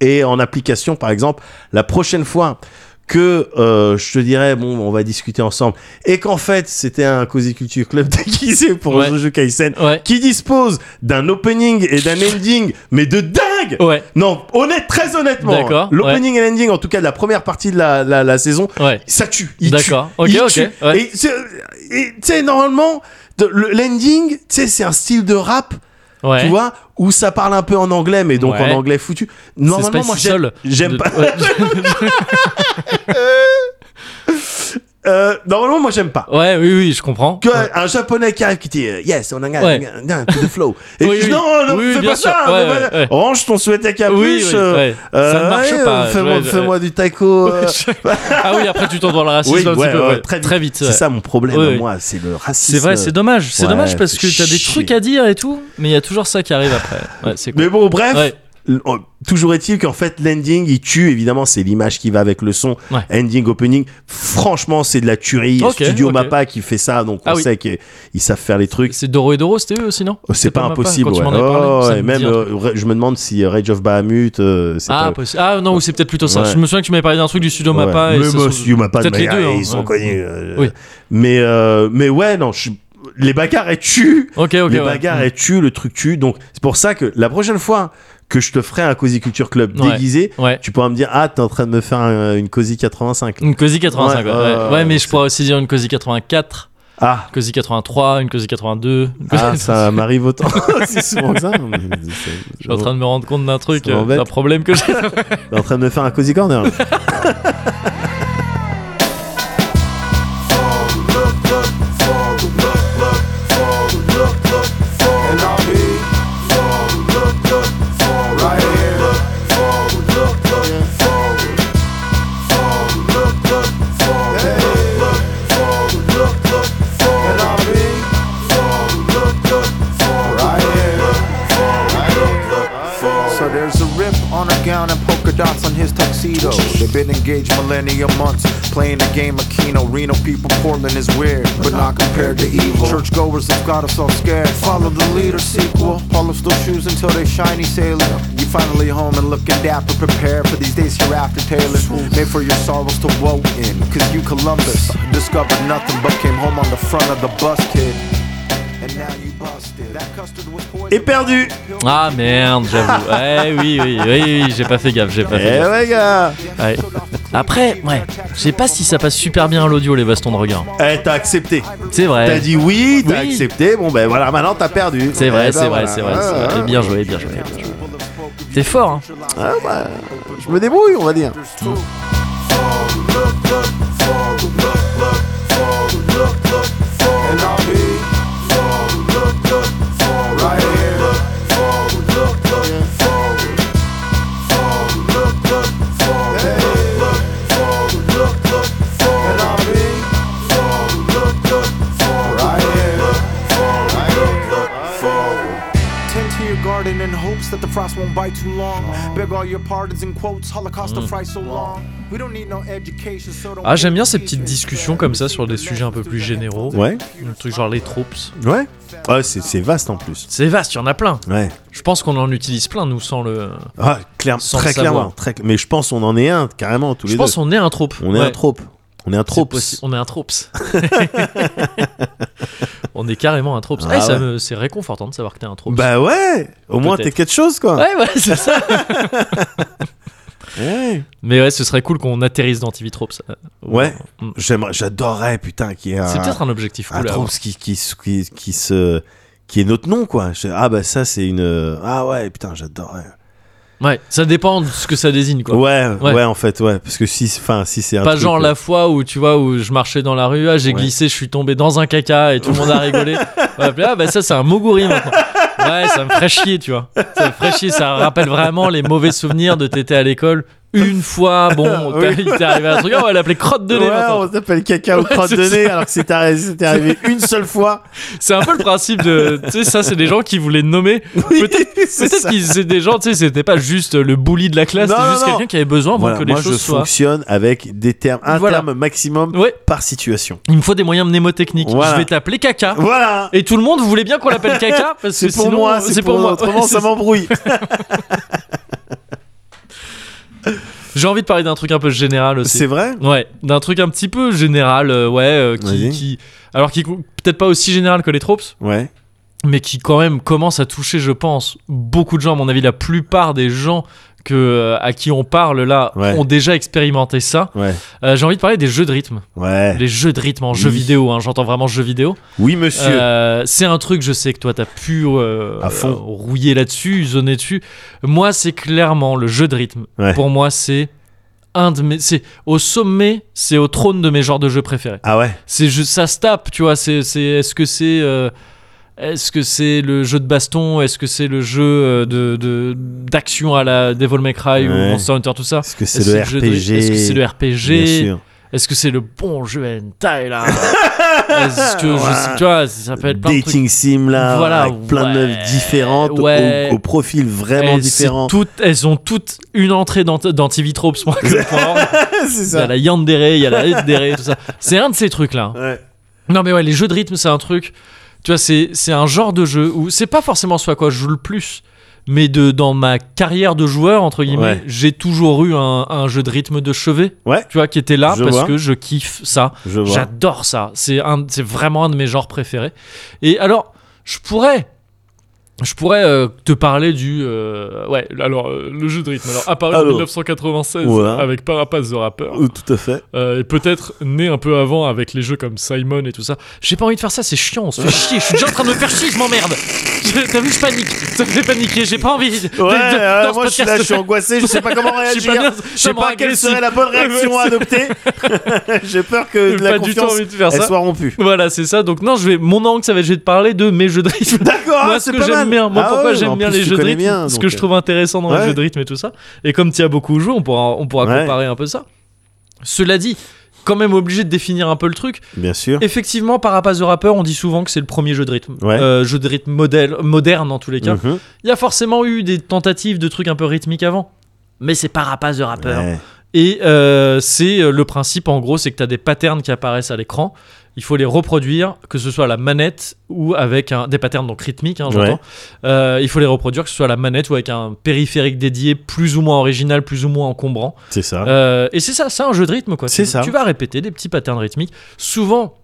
S2: et en application par exemple la prochaine fois que euh, je te dirais bon on va discuter ensemble et qu'en fait c'était un Cozy Culture Club déguisé pour
S1: Ouais.
S2: Jojo Kaisen
S1: ouais,
S2: qui dispose d'un opening et d'un ending mais de dingue
S1: ouais,
S2: non honnête très honnêtement
S1: D'accord,
S2: hein, l'opening et l'ending en tout cas de la première partie de la, la, la saison
S1: ouais.
S2: ça tue il
S1: D'accord,
S2: tue,
S1: ok,
S2: il
S1: ok,
S2: tue.
S1: ouais.
S2: et c'est- et tu sais normalement de- le- l'ending tu sais c'est un style de rap
S1: ouais.
S2: tu vois, où ça parle un peu en anglais, mais donc
S1: Ouais.
S2: en anglais foutu.
S1: c'est
S2: Normalement,
S1: Spicy
S2: moi, j'aime-
S1: Soul.
S2: j'aime
S1: De-
S2: pas.
S1: Ouais,
S2: <laughs> euh, normalement, moi, j'aime pas.
S1: Ouais, oui, oui, je comprends.
S2: Que
S1: Ouais.
S2: un japonais qui arrive qui dit euh, yes on a
S1: Ouais.
S2: to the
S1: <laughs>
S2: flow et
S1: Oui,
S2: je dis,
S1: oui.
S2: non non
S1: Oui, oui,
S2: fais
S1: bien
S2: pas
S1: sûr.
S2: ça
S1: Ouais,
S2: fais pas
S1: ouais,
S2: ça.
S1: ouais.
S2: range ton sweat à
S1: Oui, oui,
S2: capuche euh,
S1: ouais. ça
S2: euh,
S1: ne marche
S2: ouais,
S1: pas.
S2: euh, fais-moi
S1: Ouais, <laughs>
S2: fais-moi du taco euh,
S1: Ah oui, après tu tombes
S2: <laughs>
S1: dans le racisme
S2: Oui,
S1: un petit
S2: ouais,
S1: peu,
S2: ouais,
S1: ouais.
S2: très vite.
S1: vite.
S2: c'est
S1: ouais.
S2: ça mon problème
S1: Ouais, ouais.
S2: moi c'est le racisme
S1: C'est vrai, c'est dommage. C'est
S2: Ouais,
S1: dommage parce que
S2: fait
S1: t'as des
S2: chier.
S1: trucs à dire et tout, mais il y a toujours ça qui arrive après. Ouais, c'est cool.
S2: mais bon bref
S1: Ouais.
S2: l- oh, Toujours est-il qu'en fait l'ending il tue évidemment c'est l'image qui va avec le son
S1: Ouais.
S2: ending opening franchement c'est de la tuerie
S1: Ok,
S2: Studio
S1: ok.
S2: Mappa qui fait ça donc
S1: Ah
S2: on
S1: oui.
S2: sait qu'ils savent faire les trucs
S1: C'est Doro et Doro, c'était eux aussi, non
S2: Oh, C'est pas,
S1: Mappa,
S2: impossible.
S1: quand tu
S2: ouais.
S1: m'en avais parlé,
S2: Oh,
S1: ça
S2: et
S1: me
S2: même,
S1: dit un truc.
S2: euh, Ra- je me demande si euh, Rage of Bahamut, euh, c'est
S1: Ah,
S2: pas.
S1: possi- ah non, ou c'est peut-être plutôt ça.
S2: Ouais.
S1: Je me souviens que tu m'avais parlé d'un truc du studio
S2: Ouais.
S1: Mappa.
S2: Mais
S1: et ça
S2: bon,
S1: se-
S2: si Mappa, de
S1: peut-être les
S2: manière-
S1: deux, hein,
S2: ils sont
S1: ouais.
S2: connus. euh,
S1: Oui.
S2: Mais, euh, mais ouais, non, je- les bagarres elles tuent.
S1: Ok, ok.
S2: les
S1: ouais. Mm.
S2: bagarres elles tuent, le truc tue. Donc, c'est pour ça que la prochaine fois que je te ferai un Cozy Culture Club
S1: Ouais.
S2: déguisé,
S1: Ouais.
S2: tu pourras me dire Ah, t'es en train de me faire un- une Cozy 85.
S1: Une Cozy 85, ouais.
S2: Ouais,
S1: Ouais,
S2: euh,
S1: Ouais, mais je pourrais aussi dire une Cozy 84, <laughs>
S2: Ah,
S1: une Cozy 83, une Cozy 82. une <laughs> Cozy-
S2: ah ça m'arrive autant. c'est souvent que ça. mais c'est-
S1: Je suis en train de me rendre compte d'un truc,
S2: Ça
S1: euh,
S2: m'embête.
S1: d'un problème que j'ai.
S2: T'es en train de me faire un Cozy Corner. là.
S6: So there's a rip on her gown and polka dots on his tuxedo. They've been engaged millennia months, playing a game of Keno. Reno people, Portland is weird, but not compared to evil. Churchgoers have got us all scared. Follow the leader sequel. Polish those shoes until they shiny sailing. You finally home and looking dapper, prepared for these days hereafter, Taylor. Made for your sorrows to woe in, cause you Columbus discovered nothing but came home on the front of the bus, kid. And now you busted. That custard was poison.
S2: Et perdu
S1: Ah merde, j'avoue. Ouais, oui, oui, oui, oui, j'ai pas fait gaffe, j'ai pas
S2: Eh
S1: fait gaffe.
S2: ouais, gars
S1: Ouais. Après, ouais, je sais pas si ça passe super bien à l'audio les bastons de regard.
S2: Eh, t'as accepté.
S1: C'est vrai.
S2: T'as dit oui, t'as
S1: Oui.
S2: accepté, bon ben voilà, maintenant t'as perdu.
S1: C'est
S2: Eh
S1: vrai,
S2: ben
S1: c'est vrai,
S2: voilà.
S1: c'est vrai,
S2: Ah,
S1: c'est vrai.
S2: ah,
S1: Bien joué, bien joué. bien joué. T'es fort, hein
S2: ah, bah, je me débrouille, on va dire.
S6: Tend to your garden in hopes that the frost won't bite too long. Beg all your pardons and quotes, Holocaust of fry so long. We don't need no education, so don't
S1: Mm. Ah, j'aime bien ces petites discussions comme ça sur des sujets un peu plus généraux.
S2: Ouais,
S1: Un truc genre les troupes.
S2: ouais. Ouais, c'est, c'est vaste en plus.
S1: C'est vaste, il y en a plein.
S2: Ouais.
S1: Je pense qu'on en utilise plein, nous, sans le.
S2: Ah, clair,
S1: Sans
S2: très
S1: le savoir.
S2: clairement. Très, cl- mais je pense on en est un, carrément, tous
S1: Je
S2: les
S1: pense
S2: deux.
S1: qu'on est un troupe.
S2: On est
S1: Ouais.
S2: un trope. On est un
S1: C'est
S2: trope.
S1: possi- On est un troupe. <laughs> on est carrément un troupe.
S2: Ah
S1: Eh, ça
S2: ouais.
S1: me- C'est réconfortant de savoir que t'es un troupe.
S2: Bah ouais, au moins t'es
S1: Peut-être.
S2: quelque chose quoi.
S1: Ouais, ouais, c'est ça.
S2: Ouais.
S1: Mais Mais ouais, ce serait cool qu'on atterrisse dans Tivitrope. ça.
S2: Ah. Ouais.
S1: Mm.
S2: J'aimerais, j'adorerais, putain, qu'il y ait un,
S1: C'est peut-être un objectif
S2: un
S1: cool. à
S2: Trump
S1: avoir.
S2: qui, qui, se- qui, qui se, qui est notre nom, quoi. Je- ah bah ça, c'est une, ah ouais, putain, j'adorerais.
S1: Ouais, ça dépend de ce que ça désigne quoi.
S2: Ouais, ouais,
S1: Ouais.
S2: en fait, ouais, parce que si, enfin, si c'est un
S1: Pas
S2: truc,
S1: genre
S2: euh,
S1: la fois où tu vois où je marchais dans la rue, ah, j'ai
S2: Ouais.
S1: glissé, je suis tombé dans un caca et tout le monde a
S2: <laughs>
S1: rigolé. Ouais, puis, ah bah ça c'est un moguri maintenant. Ouais, ça me ferait chier, tu vois. Ça me ferait chier, ça rappelle vraiment les mauvais souvenirs de t'étais à l'école. Une fois,
S2: <laughs>
S1: bon, t'as-
S2: Oui.
S1: il t'est arrivé un truc, ah, on va l'appeler crotte de nez.
S2: Ouais,
S1: maintenant.
S2: on s'appelle caca au
S1: Ouais, <laughs>
S2: crotte
S1: c'est
S2: de nez,
S1: ça.
S2: alors que c'était
S1: <laughs>
S2: arri- c'était arrivé une seule fois.
S1: C'est un peu le principe de. Tu sais, ça c'est des gens qui voulaient nommer.
S2: Oui,
S1: Peut-être-
S2: c'est
S1: Peut-être
S2: ça.
S1: qu'ils étaient des gens, tu sais, c'était pas juste le bully de la classe,
S2: Non,
S1: c'était juste
S2: non, non.
S1: quelqu'un qui avait besoin pour
S2: Voilà,
S1: que les
S2: moi, je
S1: choses soient.
S2: fonctionne avec des termes, un
S1: Voilà.
S2: terme maximum
S1: Ouais,
S2: par situation.
S1: il me faut des moyens mnémotechniques.
S2: Voilà.
S1: Je vais t'appeler caca.
S2: Voilà.
S1: Et tout le monde voulait bien qu'on l'appelle
S2: <laughs>
S1: caca parce que
S2: C'est pour
S1: sinon,
S2: moi, hein, c'est pour,
S1: <laughs>
S2: moi. Autrement,
S1: Ouais,
S2: ça
S1: c'est-
S2: m'embrouille.
S1: J'ai envie de parler d'un truc un peu général aussi.
S2: C'est vrai
S1: Ouais, d'un truc un petit peu général, euh, ouais, euh, qui,
S2: Vas-y.
S1: qui- alors qui cou- peut-être pas aussi général que les tropes,
S2: Ouais.
S1: mais qui quand même commence à toucher, je pense, beaucoup de gens. À mon avis, la plupart des gens que euh, à qui on parle là
S2: Ouais.
S1: ont déjà expérimenté ça.
S2: Ouais.
S1: Euh, J'ai envie de parler des jeux de rythme,
S2: Ouais.
S1: les jeux de rythme en
S2: Oui.
S1: jeux vidéo. hein, J'entends vraiment jeux vidéo.
S2: Oui, monsieur.
S1: Euh, c'est un truc, je sais que toi, t'as pu euh,
S2: À fond.
S1: euh, rouiller là-dessus, zoner dessus. Moi, c'est clairement le jeu de rythme.
S2: Ouais.
S1: Pour moi, c'est un de mes. C'est au sommet, c'est au trône de mes genres de jeux préférés.
S2: Ah ouais.
S1: C'est ju- ça se tape, tu vois. C'est, c'est, est-ce que c'est. euh, est-ce que c'est le jeu de baston Est-ce que c'est le jeu euh, de, de- d'action à la Devil May Cry ou
S2: Ouais.
S1: Monster Hunter, tout ça
S2: Est-ce que c'est
S1: Est-ce
S2: le
S1: que jeu de rythme-
S2: RPG
S1: Est-ce que c'est le RPG
S2: Bien sûr.
S1: est-ce que c'est le bon jeu hentai
S2: <laughs>
S1: là Est-ce que je sais, tu vois, ça peut être plein de trucs.
S2: Dating sim là,
S1: Voilà,
S2: avec plein de meufs
S1: ouais,
S2: différentes, au-
S1: ouais.
S2: au, profil vraiment
S1: Elles- c'est
S2: différent.
S1: toutes- elles ont toutes une entrée dans, dans tvtropes.com. Il
S2: <laughs> c'est
S1: y a la Yandere, il y a la Edere, tout ça. C'est un de ces trucs là.
S2: Ouais.
S1: Non mais ouais, les jeux de rythme, c'est un truc. Tu vois, c'est c'est un genre de jeu où c'est pas forcément ce à quoi je joue le plus, mais de dans ma carrière de joueur entre guillemets,
S2: Ouais.
S1: j'ai toujours eu un, un jeu de rythme de chevet.
S2: Ouais.
S1: Tu vois, qui était là
S2: Je
S1: parce
S2: vois.
S1: que je kiffe ça.
S2: Je vois.
S1: J'adore ça. C'est un, c'est vraiment un de mes genres préférés. Et alors, je pourrais, je pourrais euh, te parler du, euh, ouais, alors euh, le jeu de rythme. Alors apparu en
S2: Alors.
S1: 1996
S2: Voilà.
S1: avec Parapaz the Rapper,
S2: Euh, Tout à fait.
S1: euh, et peut-être né un peu avant avec les jeux comme Simon et tout ça. J'ai pas envie de faire ça, c'est chiant. On se fait chier. Je suis déjà en train de me faire chier, je m'emmerde. Je- T'as vu, je panique. Ça me fait paniquer. J'ai pas envie. de- de-
S2: Ouais,
S1: de-
S2: euh,
S1: <laughs> dans ce
S2: moi je suis là,
S1: podcast.
S2: je suis angoissé, je sais pas comment
S1: <laughs> Je
S2: réagir.
S1: sais pas bien,
S2: je
S1: ça
S2: sais
S1: me rend
S2: pas quelle
S1: agressif.
S2: serait la
S1: <laughs>
S2: bonne réaction à adopter. <laughs> J'ai peur que de la
S1: Pas du tout
S2: confiance
S1: envie de faire
S2: elle
S1: ça.
S2: soit rompue. <laughs>
S1: <laughs> Voilà, c'est ça. Donc non, je vais mon angle, ça va être je vais te parler de mes jeux de rythme. <laughs>
S2: D'accord,
S1: moi, ce
S2: c'est
S1: que
S2: pas
S1: j'aime
S2: mal.
S1: bien, moi,
S2: Ah
S1: pourquoi
S2: ouais, en
S1: j'aime bien
S2: plus,
S1: les
S2: tu
S1: jeux de
S2: connais
S1: rythme,
S2: bien,
S1: ce
S2: donc, euh,
S1: que je trouve intéressant dans
S2: ouais.
S1: les jeux de rythme et tout ça. Et comme tu as beaucoup joué, on pourra, on pourra
S2: Ouais.
S1: comparer un peu ça. Cela dit, quand même obligé de définir un peu le truc.
S2: euh, Bien sûr.
S1: Effectivement, Parapaz the Rapper, on dit souvent que c'est le premier jeu de rythme.
S2: Ouais.
S1: Euh, jeu de rythme modèle, moderne en tous les cas.
S2: Mhm.
S1: Il y a forcément eu des tentatives de trucs un peu rythmiques avant. Mais c'est Parapaz the Rapper.
S2: Ouais.
S1: Et euh, c'est euh, le principe en gros, c'est que tu as des patterns qui apparaissent à l'écran. Il faut les reproduire, que ce soit à la manette ou avec un, des patterns donc rythmiques, hein, j'entends.
S2: Ouais.
S1: Euh, il faut les reproduire, que ce soit à la manette ou avec un périphérique dédié, plus ou moins original, plus ou moins encombrant.
S2: C'est ça.
S1: Euh, et c'est ça, c'est un jeu de rythme quoi.
S2: Ah. C'est
S1: Tu-
S2: ça.
S1: Tu vas répéter des petits patterns rythmiques, souvent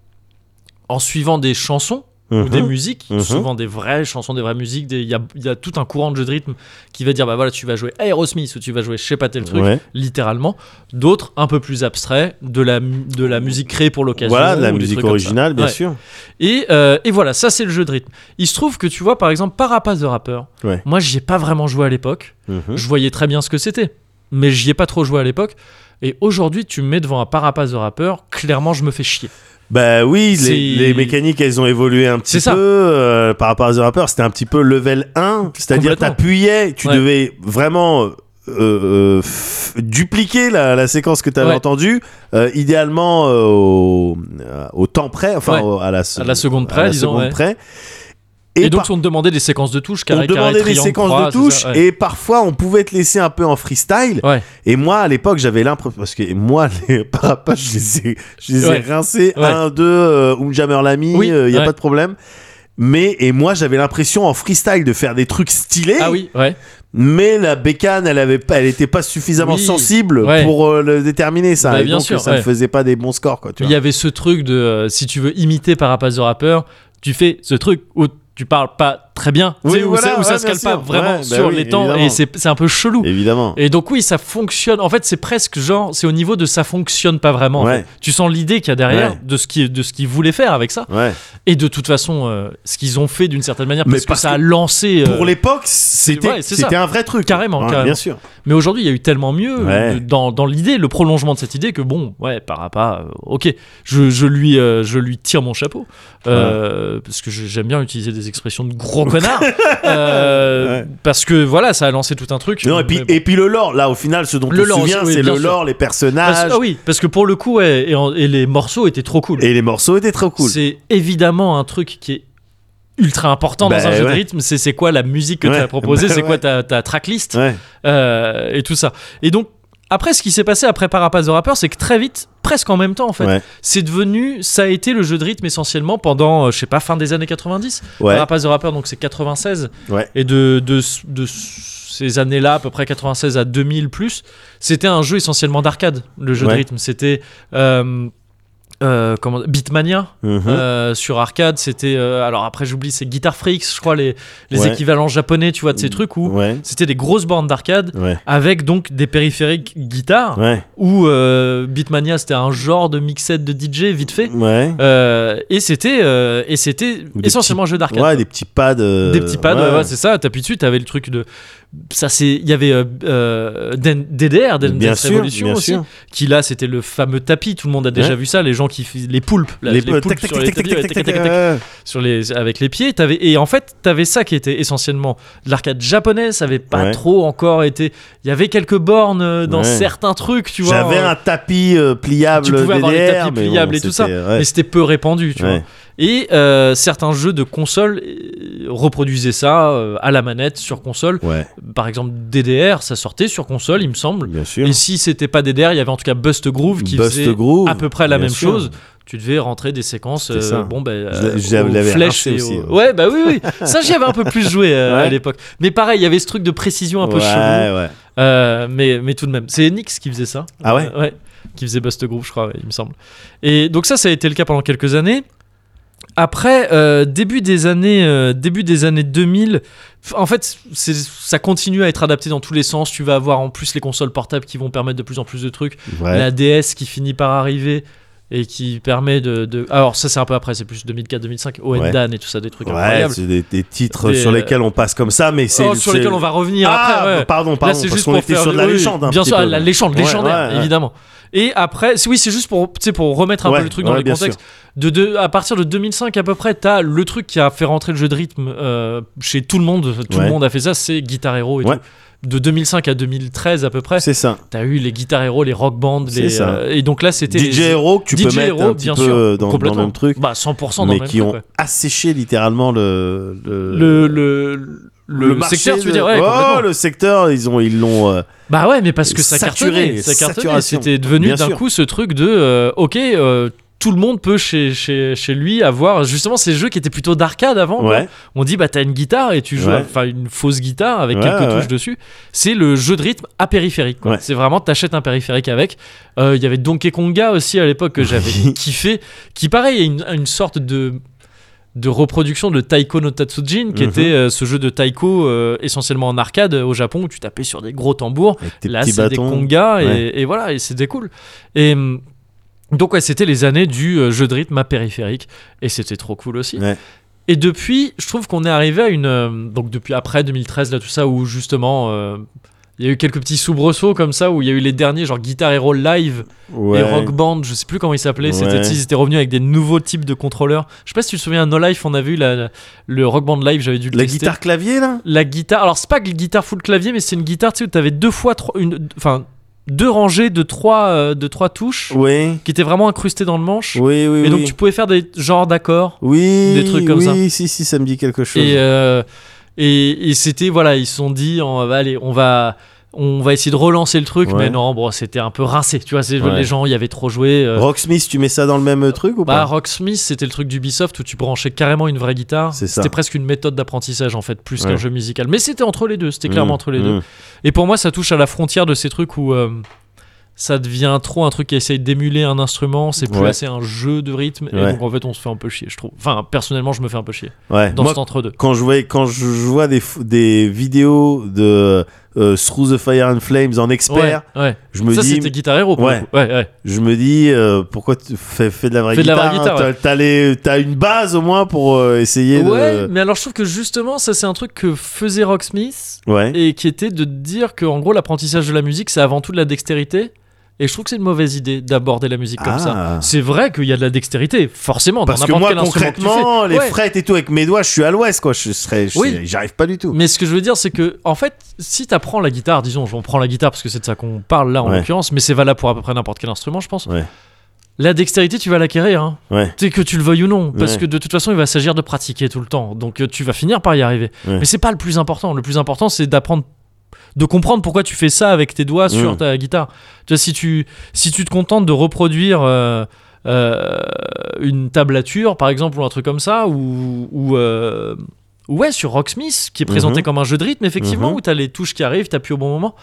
S1: en suivant des chansons ou
S2: Mhm.
S1: des musiques,
S2: Mhm.
S1: souvent des vraies chansons, des vraies musiques. des- Il y a, il y a tout un courant de jeu de rythme qui va dire bah voilà, tu vas jouer Aerosmith ou tu vas jouer je sais pas tel truc,
S2: Ouais.
S1: littéralement. D'autres un peu plus abstraits, de la, mu- de la musique créée pour l'occasion.
S2: Voilà, de la
S1: ou des
S2: musique
S1: trucs comme ça.
S2: originale, bien
S1: Ouais.
S2: sûr.
S1: Et, euh, et voilà, ça c'est le jeu de rythme. Il se trouve que tu vois par exemple Parapaz de rappeur.
S2: Ouais.
S1: Moi j'y ai pas vraiment joué à l'époque.
S2: Mhm.
S1: Je voyais très bien ce que c'était, mais j'y ai pas trop joué à l'époque. Et aujourd'hui, tu me mets devant un Parapaz de rappeur, clairement je me fais chier.
S2: Bah oui,
S1: C'est-
S2: les, les mécaniques, elles ont évolué un petit
S1: C'est ça.
S2: peu euh, par rapport à The Rapper. C'était un petit peu level 1, c'est-à-dire
S1: Complètement.
S2: t'appuyais, tu
S1: Ouais.
S2: devais vraiment euh, euh, f- dupliquer la, la séquence que t'avais
S1: Ouais.
S2: entendue, euh, idéalement euh, au, euh, au temps près, enfin
S1: Ouais.
S2: au- à, la se-
S1: À la seconde près,
S2: à la
S1: disons,
S2: seconde
S1: ouais.
S2: près.
S1: Et,
S2: Et,
S1: donc
S2: par-
S1: on te demandait des séquences de touches,
S2: on
S1: carré, carré,
S2: demandait des
S1: triangle,
S2: séquences
S1: croix,
S2: de
S1: c'est
S2: touches
S1: ça, ouais.
S2: et parfois on pouvait te laisser un peu en freestyle.
S1: Ouais.
S2: Et moi, à l'époque, j'avais l'impression. Parce que moi, <laughs> les parapages, je les ai, je les ai
S1: Ouais.
S2: rincés.
S1: Ouais.
S2: Un, deux, euh, Unjammer l'a mis, il
S1: Oui,
S2: n'y euh, a
S1: ouais.
S2: pas de problème. Mais, et moi, j'avais l'impression en freestyle de faire des trucs stylés.
S1: Ah oui, ouais.
S2: Mais la bécane, elle avait pas, elle était pas suffisamment
S1: Oui.
S2: sensible
S1: Ouais.
S2: pour euh, le déterminer, ça.
S1: Bah,
S2: et
S1: bien
S2: donc,
S1: sûr,
S2: ça ne
S1: ouais.
S2: faisait pas des bons scores, quoi. Tu
S1: Il
S2: vois.
S1: y avait ce truc de euh, si tu veux imiter Parapaz the rappeur, tu fais ce truc où tu parles pas très bien.
S2: Oui,
S1: Tu sais, où
S2: voilà,
S1: ça- où ça
S2: ouais,
S1: se cale
S2: bien
S1: pas
S2: sûr.
S1: vraiment
S2: Ouais, bah
S1: sur
S2: oui,
S1: les temps
S2: évidemment.
S1: et c'est c'est un peu chelou.
S2: Évidemment.
S1: Et donc oui, ça fonctionne. En fait, c'est presque genre, c'est au niveau de ça fonctionne pas vraiment. en
S2: Ouais.
S1: fait. Tu sens l'idée qu'il y a derrière
S2: Ouais.
S1: de ce qui de ce qu'ils voulaient faire avec ça.
S2: Ouais.
S1: Et de toute façon, euh, ce qu'ils ont fait d'une certaine manière,
S2: Mais
S1: parce,
S2: parce
S1: que ça a
S2: que
S1: lancé. euh,
S2: Pour l'époque, c'était
S1: ouais, c'est ça.
S2: c'était un vrai truc.
S1: Carrément,
S2: Ouais,
S1: carrément.
S2: Bien sûr.
S1: Mais aujourd'hui, il y a eu tellement mieux
S2: Ouais.
S1: de- dans, dans l'idée, le prolongement de cette idée que bon, ouais, par rapport, euh, ok, je, je lui euh, je lui tire mon chapeau euh, parce que je- j'aime bien utiliser des expressions de gros
S2: <laughs>
S1: connards euh,
S2: Ouais.
S1: parce que voilà, ça a lancé tout un truc.
S2: Non, et, puis,
S1: Mais bon.
S2: et puis le lore, là, au final, ce dont
S1: Le
S2: on se
S1: lore aussi,
S2: souvient,
S1: oui,
S2: c'est
S1: bien
S2: le
S1: sûr.
S2: lore, les
S1: Parce-
S2: personnages.
S1: ah oui, parce que pour le coup, ouais, et, en- et les morceaux étaient trop cool.
S2: Et les morceaux étaient trop cool.
S1: C'est évidemment un truc qui est ultra important
S2: Bah,
S1: dans un jeu de
S2: ouais.
S1: rythme. C'est c'est quoi la musique que
S2: Ouais,
S1: tu as proposée,
S2: bah,
S1: c'est
S2: ouais.
S1: quoi ta, ta tracklist
S2: Ouais.
S1: euh, et tout ça. Et donc, après, ce qui s'est passé après Parapace the Rapper, c'est que très vite, presque en même temps en fait,
S2: Ouais.
S1: c'est devenu, ça a été le jeu de rythme essentiellement pendant, euh, je sais pas, fin des années 90.
S2: Ouais.
S1: Parapace the Rapper, donc c'est 96.
S2: Ouais.
S1: Et de, de, de ces années-là, à peu près 96 à 2000 plus, c'était un jeu essentiellement d'arcade, le jeu
S2: Ouais.
S1: de rythme. C'était. euh, euh, comment Beatmania
S2: Mhm.
S1: euh, sur arcade c'était euh, alors après j'oublie c'est Guitar Freaks je crois les, les
S2: Ouais. Mmh.
S1: équivalents japonais tu vois de ces trucs où
S2: Ouais.
S1: c'était des grosses bornes d'arcade
S2: Ouais.
S1: avec donc des périphériques guitare
S2: Ouais.
S1: où euh, Beatmania c'était un genre de mixette de DJ vite fait
S2: Ouais.
S1: Euh, et c'était euh, et c'était
S2: Ou des
S1: essentiellement un jeu d'arcade
S2: Ouais, des petits pads. euh,
S1: des petits pads,
S2: ouais.
S1: ouais, ouais, c'est ça. T'appuies dessus, t'avais le truc de. Ça, c'est. Il y avait euh, euh, Dan- DDR, Dan-
S2: Bien
S1: Dance
S2: sûr,
S1: Revolution
S2: bien
S1: aussi,
S2: sûr.
S1: qui là, c'était le fameux tapis. Tout le monde a déjà
S2: Ouais.
S1: vu ça. Les gens qui. fais- Les poulpes, là,
S2: Les
S1: les,
S2: tac,
S1: poulpes
S2: tac,
S1: sur les
S2: tac, tac,
S1: tapis, ouais,
S2: tac,
S1: tac,
S2: tac,
S1: tac, tac,
S2: euh,
S1: sur les, avec les pieds. T'avais, et en fait, t'avais ça qui était essentiellement de l'arcade japonaise. Ça avait pas
S2: Ouais.
S1: trop encore été. Il y avait quelques bornes euh, dans
S2: Ouais.
S1: certains trucs, tu vois.
S2: J'avais
S1: euh,
S2: un tapis euh, pliable.
S1: tu pouvais avoir les
S2: DDR,
S1: tapis
S2: mais bon,
S1: pliables et tout ça,
S2: c'était- ouais.
S1: mais c'était peu répandu, tu
S2: Ouais.
S1: vois. Et euh, certains jeux de console euh, reproduisaient ça euh, à la manette sur console.
S2: Ouais,
S1: Par exemple, DDR, ça sortait sur console, il me semble.
S2: bien sûr.
S1: Et si c'était pas DDR, il y avait en tout cas Bust Groove qui
S2: Bust
S1: faisait
S2: Groove,
S1: à peu près la
S2: bien
S1: même
S2: sûr.
S1: chose. Tu devais rentrer des séquences,
S2: C'est
S1: euh,
S2: ça.
S1: bon ben,
S2: Je- je
S1: aux
S2: l'avais
S1: flèches
S2: rincé
S1: et
S2: aussi,
S1: aux- ouais bah oui oui, ça j'y avais un peu plus joué euh,
S2: Ouais.
S1: à l'époque. Mais pareil, il y avait ce truc de précision un peu
S2: ouais,
S1: chelou.
S2: ouais.
S1: Euh, mais, mais tout de même, c'est Enix qui faisait ça.
S2: Ah ouais
S1: Euh, Ouais, qui faisait Bust Groove, je crois, ouais, il me semble. Et donc ça, ça a été le cas pendant quelques années. Après, euh, début, des années, euh, début des années 2000, f- en fait, c'est- ça continue à être adapté dans tous les sens. Tu vas avoir en plus les consoles portables qui vont permettre de plus en plus de trucs.
S2: Ouais.
S1: La DS qui finit par arriver et qui permet de... de- Alors ça, c'est un peu après, c'est plus 2004-2005, Oendan et tout ça, des trucs
S2: Ouais,
S1: incroyables.
S2: c'est des, des titres
S1: Des,
S2: sur
S1: euh,
S2: lesquels on passe comme ça, mais c'est.
S1: Oh, sur
S2: c'est-
S1: lesquels on va revenir
S2: Ah,
S1: après. ouais.
S2: bah, pardon,
S1: Là,
S2: pardon,
S1: c'est
S2: parce
S1: juste
S2: qu'on
S1: pour
S2: était
S1: faire-
S2: sur de la
S1: oui,
S2: légende. un
S1: bien
S2: petit
S1: sûr,
S2: peu.
S1: la légende,
S2: Ouais,
S1: légendaire,
S2: ouais, ouais.
S1: évidemment. Et après, c'est- oui, c'est juste pour, tu sais, pour remettre un
S2: Ouais,
S1: peu le truc
S2: ouais,
S1: dans le
S2: bien
S1: contexte. De, de- à partir de 2005 à peu près, t'as le truc qui a fait rentrer le jeu de rythme euh, chez tout le monde. Tout
S2: Ouais.
S1: le monde a fait ça, c'est Guitar Hero et
S2: Ouais.
S1: tout. De 2005 à 2013 à peu près,
S2: C'est ça.
S1: t'as eu les Guitar Hero, les Rock Band,
S2: C'est
S1: les,
S2: ça.
S1: euh, et donc là c'était
S2: DJ
S1: les-
S2: Hero, que tu peux
S1: DJ
S2: mettre
S1: Hero,
S2: un petit
S1: bien
S2: peu
S1: sûr,
S2: euh, dans, dans le
S1: complètement.
S2: même truc,
S1: Bah 100% dans
S2: mais
S1: le même
S2: qui
S1: truc,
S2: ont
S1: ouais.
S2: asséché littéralement le.
S1: le, le, le,
S2: marché
S1: secteur, tu veux
S2: de-
S1: dire ouais, complètement.
S2: oh, le secteur, ils ont, ils l'ont. euh,
S1: Bah ouais, mais parce que ça
S2: Saturé,
S1: cartonnait, ça cartonnait.
S2: saturation.
S1: C'était devenu
S2: Bien
S1: d'un
S2: sûr.
S1: coup ce truc de euh, ok, euh, tout le monde peut chez, chez, chez lui avoir justement ces jeux qui étaient plutôt d'arcade avant. quoi.
S2: ouais,
S1: On dit Oh, bah t'as une guitare et tu joues,
S2: Ouais.
S1: enfin une fausse guitare avec
S2: Ouais,
S1: quelques
S2: ouais.
S1: touches dessus. C'est le jeu de rythme à périphérique. quoi.
S2: Ouais.
S1: C'est vraiment t'achètes un périphérique avec. Euh, Il y avait Donkey Konga aussi à l'époque que j'avais <laughs> kiffé, qui pareil est une, une sorte de de reproduction de Taiko no Tatsujin, qui
S2: Mhm.
S1: était euh, ce jeu de taiko euh, essentiellement en arcade euh, au Japon où tu tapais sur des gros tambours
S2: avec tes
S1: là
S2: petits
S1: c'est des
S2: bâtons.
S1: congas et,
S2: Ouais.
S1: et voilà et c'était cool et hum, donc ouais c'était les années du euh, jeu de rythme à périphérique et c'était trop cool aussi
S2: Ouais.
S1: et depuis je trouve qu'on est arrivé à une euh, donc depuis après 2013 là tout ça où justement euh, il y a eu quelques petits soubresauts comme ça où il y a eu les derniers genre Guitar Hero Live
S2: Ouais.
S1: et Rock Band, je sais plus comment ils s'appelaient. c'était-
S2: Ouais.
S1: Ils étaient revenus avec des nouveaux types de contrôleurs. Je sais pas si tu te souviens, à No Life, on a vu la- le Rock Band Live, j'avais dû le
S2: La
S1: tester
S2: guitare clavier là.
S1: la guitare. Alors c'est pas que la guitare full clavier, mais c'est une guitare tu sais où t'avais deux fois trois, une, enfin deux rangées de trois, euh, de trois touches
S2: Oui,
S1: qui étaient vraiment incrustées dans le manche.
S2: oui, oui.
S1: et donc
S2: oui.
S1: tu pouvais faire des genres d'accords.
S2: Oui,
S1: Des trucs comme
S2: oui,
S1: ça.
S2: si, si, ça me dit quelque chose.
S1: Et euh, et, et c'était voilà, ils se sont dit, on va allez, on va on va essayer de relancer le truc,
S2: Ouais.
S1: mais non, bon, c'était un peu rincé. Tu vois, c'est-
S2: Ouais.
S1: les gens y avaient trop joué. euh,
S2: Rocksmith, tu mets ça dans le même truc ou
S1: Bah,
S2: pas
S1: Rocksmith, c'était le truc d'Ubisoft où tu branchais carrément une vraie guitare.
S2: C'est ça.
S1: C'était presque une méthode d'apprentissage en fait, plus
S2: Ouais.
S1: qu'un jeu musical. Mais c'était entre les deux, c'était
S2: Mmh,
S1: clairement entre les deux.
S2: mmh.
S1: Et pour moi, ça touche à la frontière de ces trucs où. euh, ça devient trop un truc qui essaye d'émuler un instrument, c'est plus
S2: Ouais.
S1: assez un jeu de rythme, et
S2: Ouais.
S1: donc en fait on se fait un peu chier, je trouve. Enfin, personnellement, je me fais un peu chier
S2: Ouais.
S1: dans
S2: Moi,
S1: cet entre-deux.
S2: quand je vois, quand je je vois des, f- des vidéos de euh, Through the Fire and Flames en expert,
S1: Ouais, ouais.
S2: je me
S1: ça
S2: dis,
S1: c'était Guitar Hero, pour le
S2: Ouais.
S1: coup. ouais, ouais.
S2: je me dis, euh, pourquoi tu fais, fais de la vraie
S1: Fais de la
S2: guitare,
S1: vraie
S2: hein,
S1: guitare,
S2: t'as- t'as les- t'as une base au moins pour euh, essayer
S1: Ouais,
S2: de,
S1: mais alors je trouve que justement, ça c'est un truc que faisait Rocksmith
S2: ouais,
S1: et qui était de dire que en gros l'apprentissage de la musique c'est avant tout de la dextérité. Et je trouve que c'est une mauvaise idée d'aborder la musique comme
S2: Ah.
S1: ça. C'est vrai qu'il y a de la dextérité, forcément, dans
S2: parce que
S1: n'importe
S2: moi
S1: quel instrument que tu
S2: concrètement,
S1: fais.
S2: les
S1: Ouais.
S2: frettes et tout avec mes doigts, je suis à l'ouest quoi, je serais, je
S1: Oui.
S2: serais- j'arrive pas du tout.
S1: Mais ce que je veux dire, c'est que, en fait, si t'apprends la guitare, disons, on prend la guitare parce que c'est de ça qu'on parle là en
S2: Ouais.
S1: l'occurrence, mais c'est valable pour à peu près n'importe quel instrument, je pense.
S2: Ouais.
S1: La dextérité, tu vas l'acquérir, hein.
S2: Ouais.
S1: Tu sais, que tu le veuilles ou non, parce
S2: Ouais.
S1: que de toute façon, il va s'agir de pratiquer tout le temps, donc euh, tu vas finir par y arriver.
S2: Ouais.
S1: Mais c'est pas le plus important. Le plus important, c'est d'apprendre, de comprendre pourquoi tu fais ça avec tes doigts sur
S2: Mm.
S1: ta guitare. Tu vois, si tu, si tu te contentes de reproduire. euh, euh, une tablature par exemple ou un truc comme ça ou, ou euh, ouais sur Rocksmith qui est présenté
S2: Mhm.
S1: comme un jeu de rythme effectivement
S2: Mhm.
S1: où t'as les touches qui arrivent t'appuies au bon moment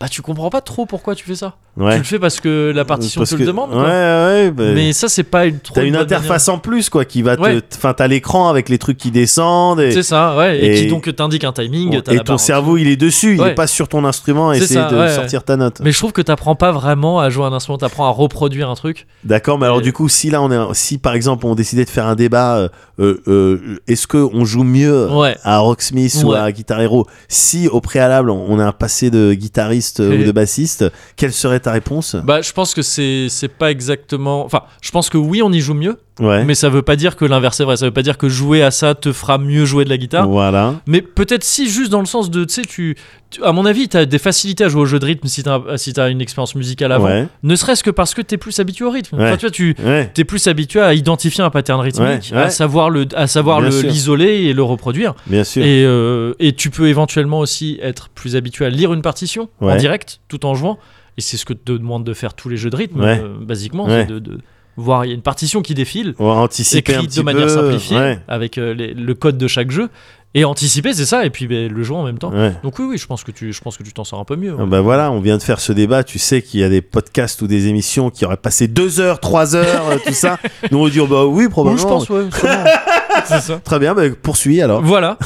S1: bah tu comprends pas trop pourquoi tu fais ça tu
S2: Ouais.
S1: le fais parce que la partition
S2: Parce
S1: te
S2: que-
S1: le demande
S2: Ouais,
S1: quoi.
S2: ouais, bah,
S1: mais ça c'est pas une trop
S2: T'as une
S1: bonne manière.
S2: interface en plus quoi qui va te,
S1: Ouais.
S2: enfin t'as l'écran avec les trucs qui descendent et,
S1: c'est ça ouais et,
S2: et-
S1: qui donc t'indique un timing t'as
S2: et
S1: la barre
S2: ton
S1: en dessous.
S2: cerveau il est dessus, il
S1: hein, Ouais.
S2: est pas sur ton instrument et
S1: C'est
S2: essaie
S1: ça,
S2: de
S1: ouais, ouais.
S2: sortir ta note.
S1: mais je trouve que t'apprends pas vraiment à jouer un instrument t'apprends à reproduire un truc
S2: D'accord, mais alors
S1: Et-
S2: du coup si là on est, si par exemple on décidait de faire un débat, euh, euh, euh, est-ce que on joue mieux
S1: ouais
S2: à Rocksmith ou
S1: Ouais.
S2: à Guitar Hero si au préalable on a un passé de guitariste euh, ou
S1: Et-
S2: de bassiste, quelle serait ta réponse
S1: bah je pense que c'est c'est pas exactement enfin je pense que oui on y joue mieux
S2: Ouais.
S1: mais ça veut pas dire que l'inverse est vrai ça veut pas dire que jouer à ça te fera mieux jouer de la guitare
S2: Voilà.
S1: Mais peut-être si, juste dans le sens de, tu sais, tu, tu- à mon avis, t'as des facilités à jouer au jeu de rythme si t'as si t'as une expérience musicale avant.
S2: Ouais.
S1: Ne serait-ce que parce que t'es plus habitué au rythme.
S2: Ouais.
S1: Enfin, tu vois, tu
S2: Ouais.
S1: t'es plus habitué à identifier un pattern rythmique,
S2: Ouais, ouais.
S1: à savoir le, à savoir
S2: Bien
S1: le-
S2: sûr.
S1: l'isoler et le reproduire.
S2: Bien sûr.
S1: Et, euh, et tu peux éventuellement aussi être plus habitué à lire une partition en
S2: Ouais.
S1: direct, tout en jouant. Et c'est ce que te demande de faire tous les jeux de rythme,
S2: Ouais.
S1: euh, basiquement,
S2: Ouais.
S1: c'est de, de voir il y a une partition qui défile
S2: On va anticiper un
S1: écrit
S2: petit
S1: de manière
S2: peu.
S1: simplifiée
S2: Ouais.
S1: avec euh, les- le code de chaque jeu et anticiper c'est ça et puis ben, le jouer en même temps
S2: Ouais.
S1: donc oui oui je pense que tu je pense que tu t'en sors un peu mieux hein. ouais.
S2: Ah bah voilà, on vient de faire ce débat. Tu sais qu'il y a des podcasts ou des émissions qui auraient passé deux heures, trois heures, euh, tout
S1: <laughs>
S2: ça. Nous on dit oh bah oui
S1: Oui,
S2: probablement.
S1: je pense ouais, sûrement. <laughs> c'est ça
S2: Très bien, bah, poursuis alors.
S1: voilà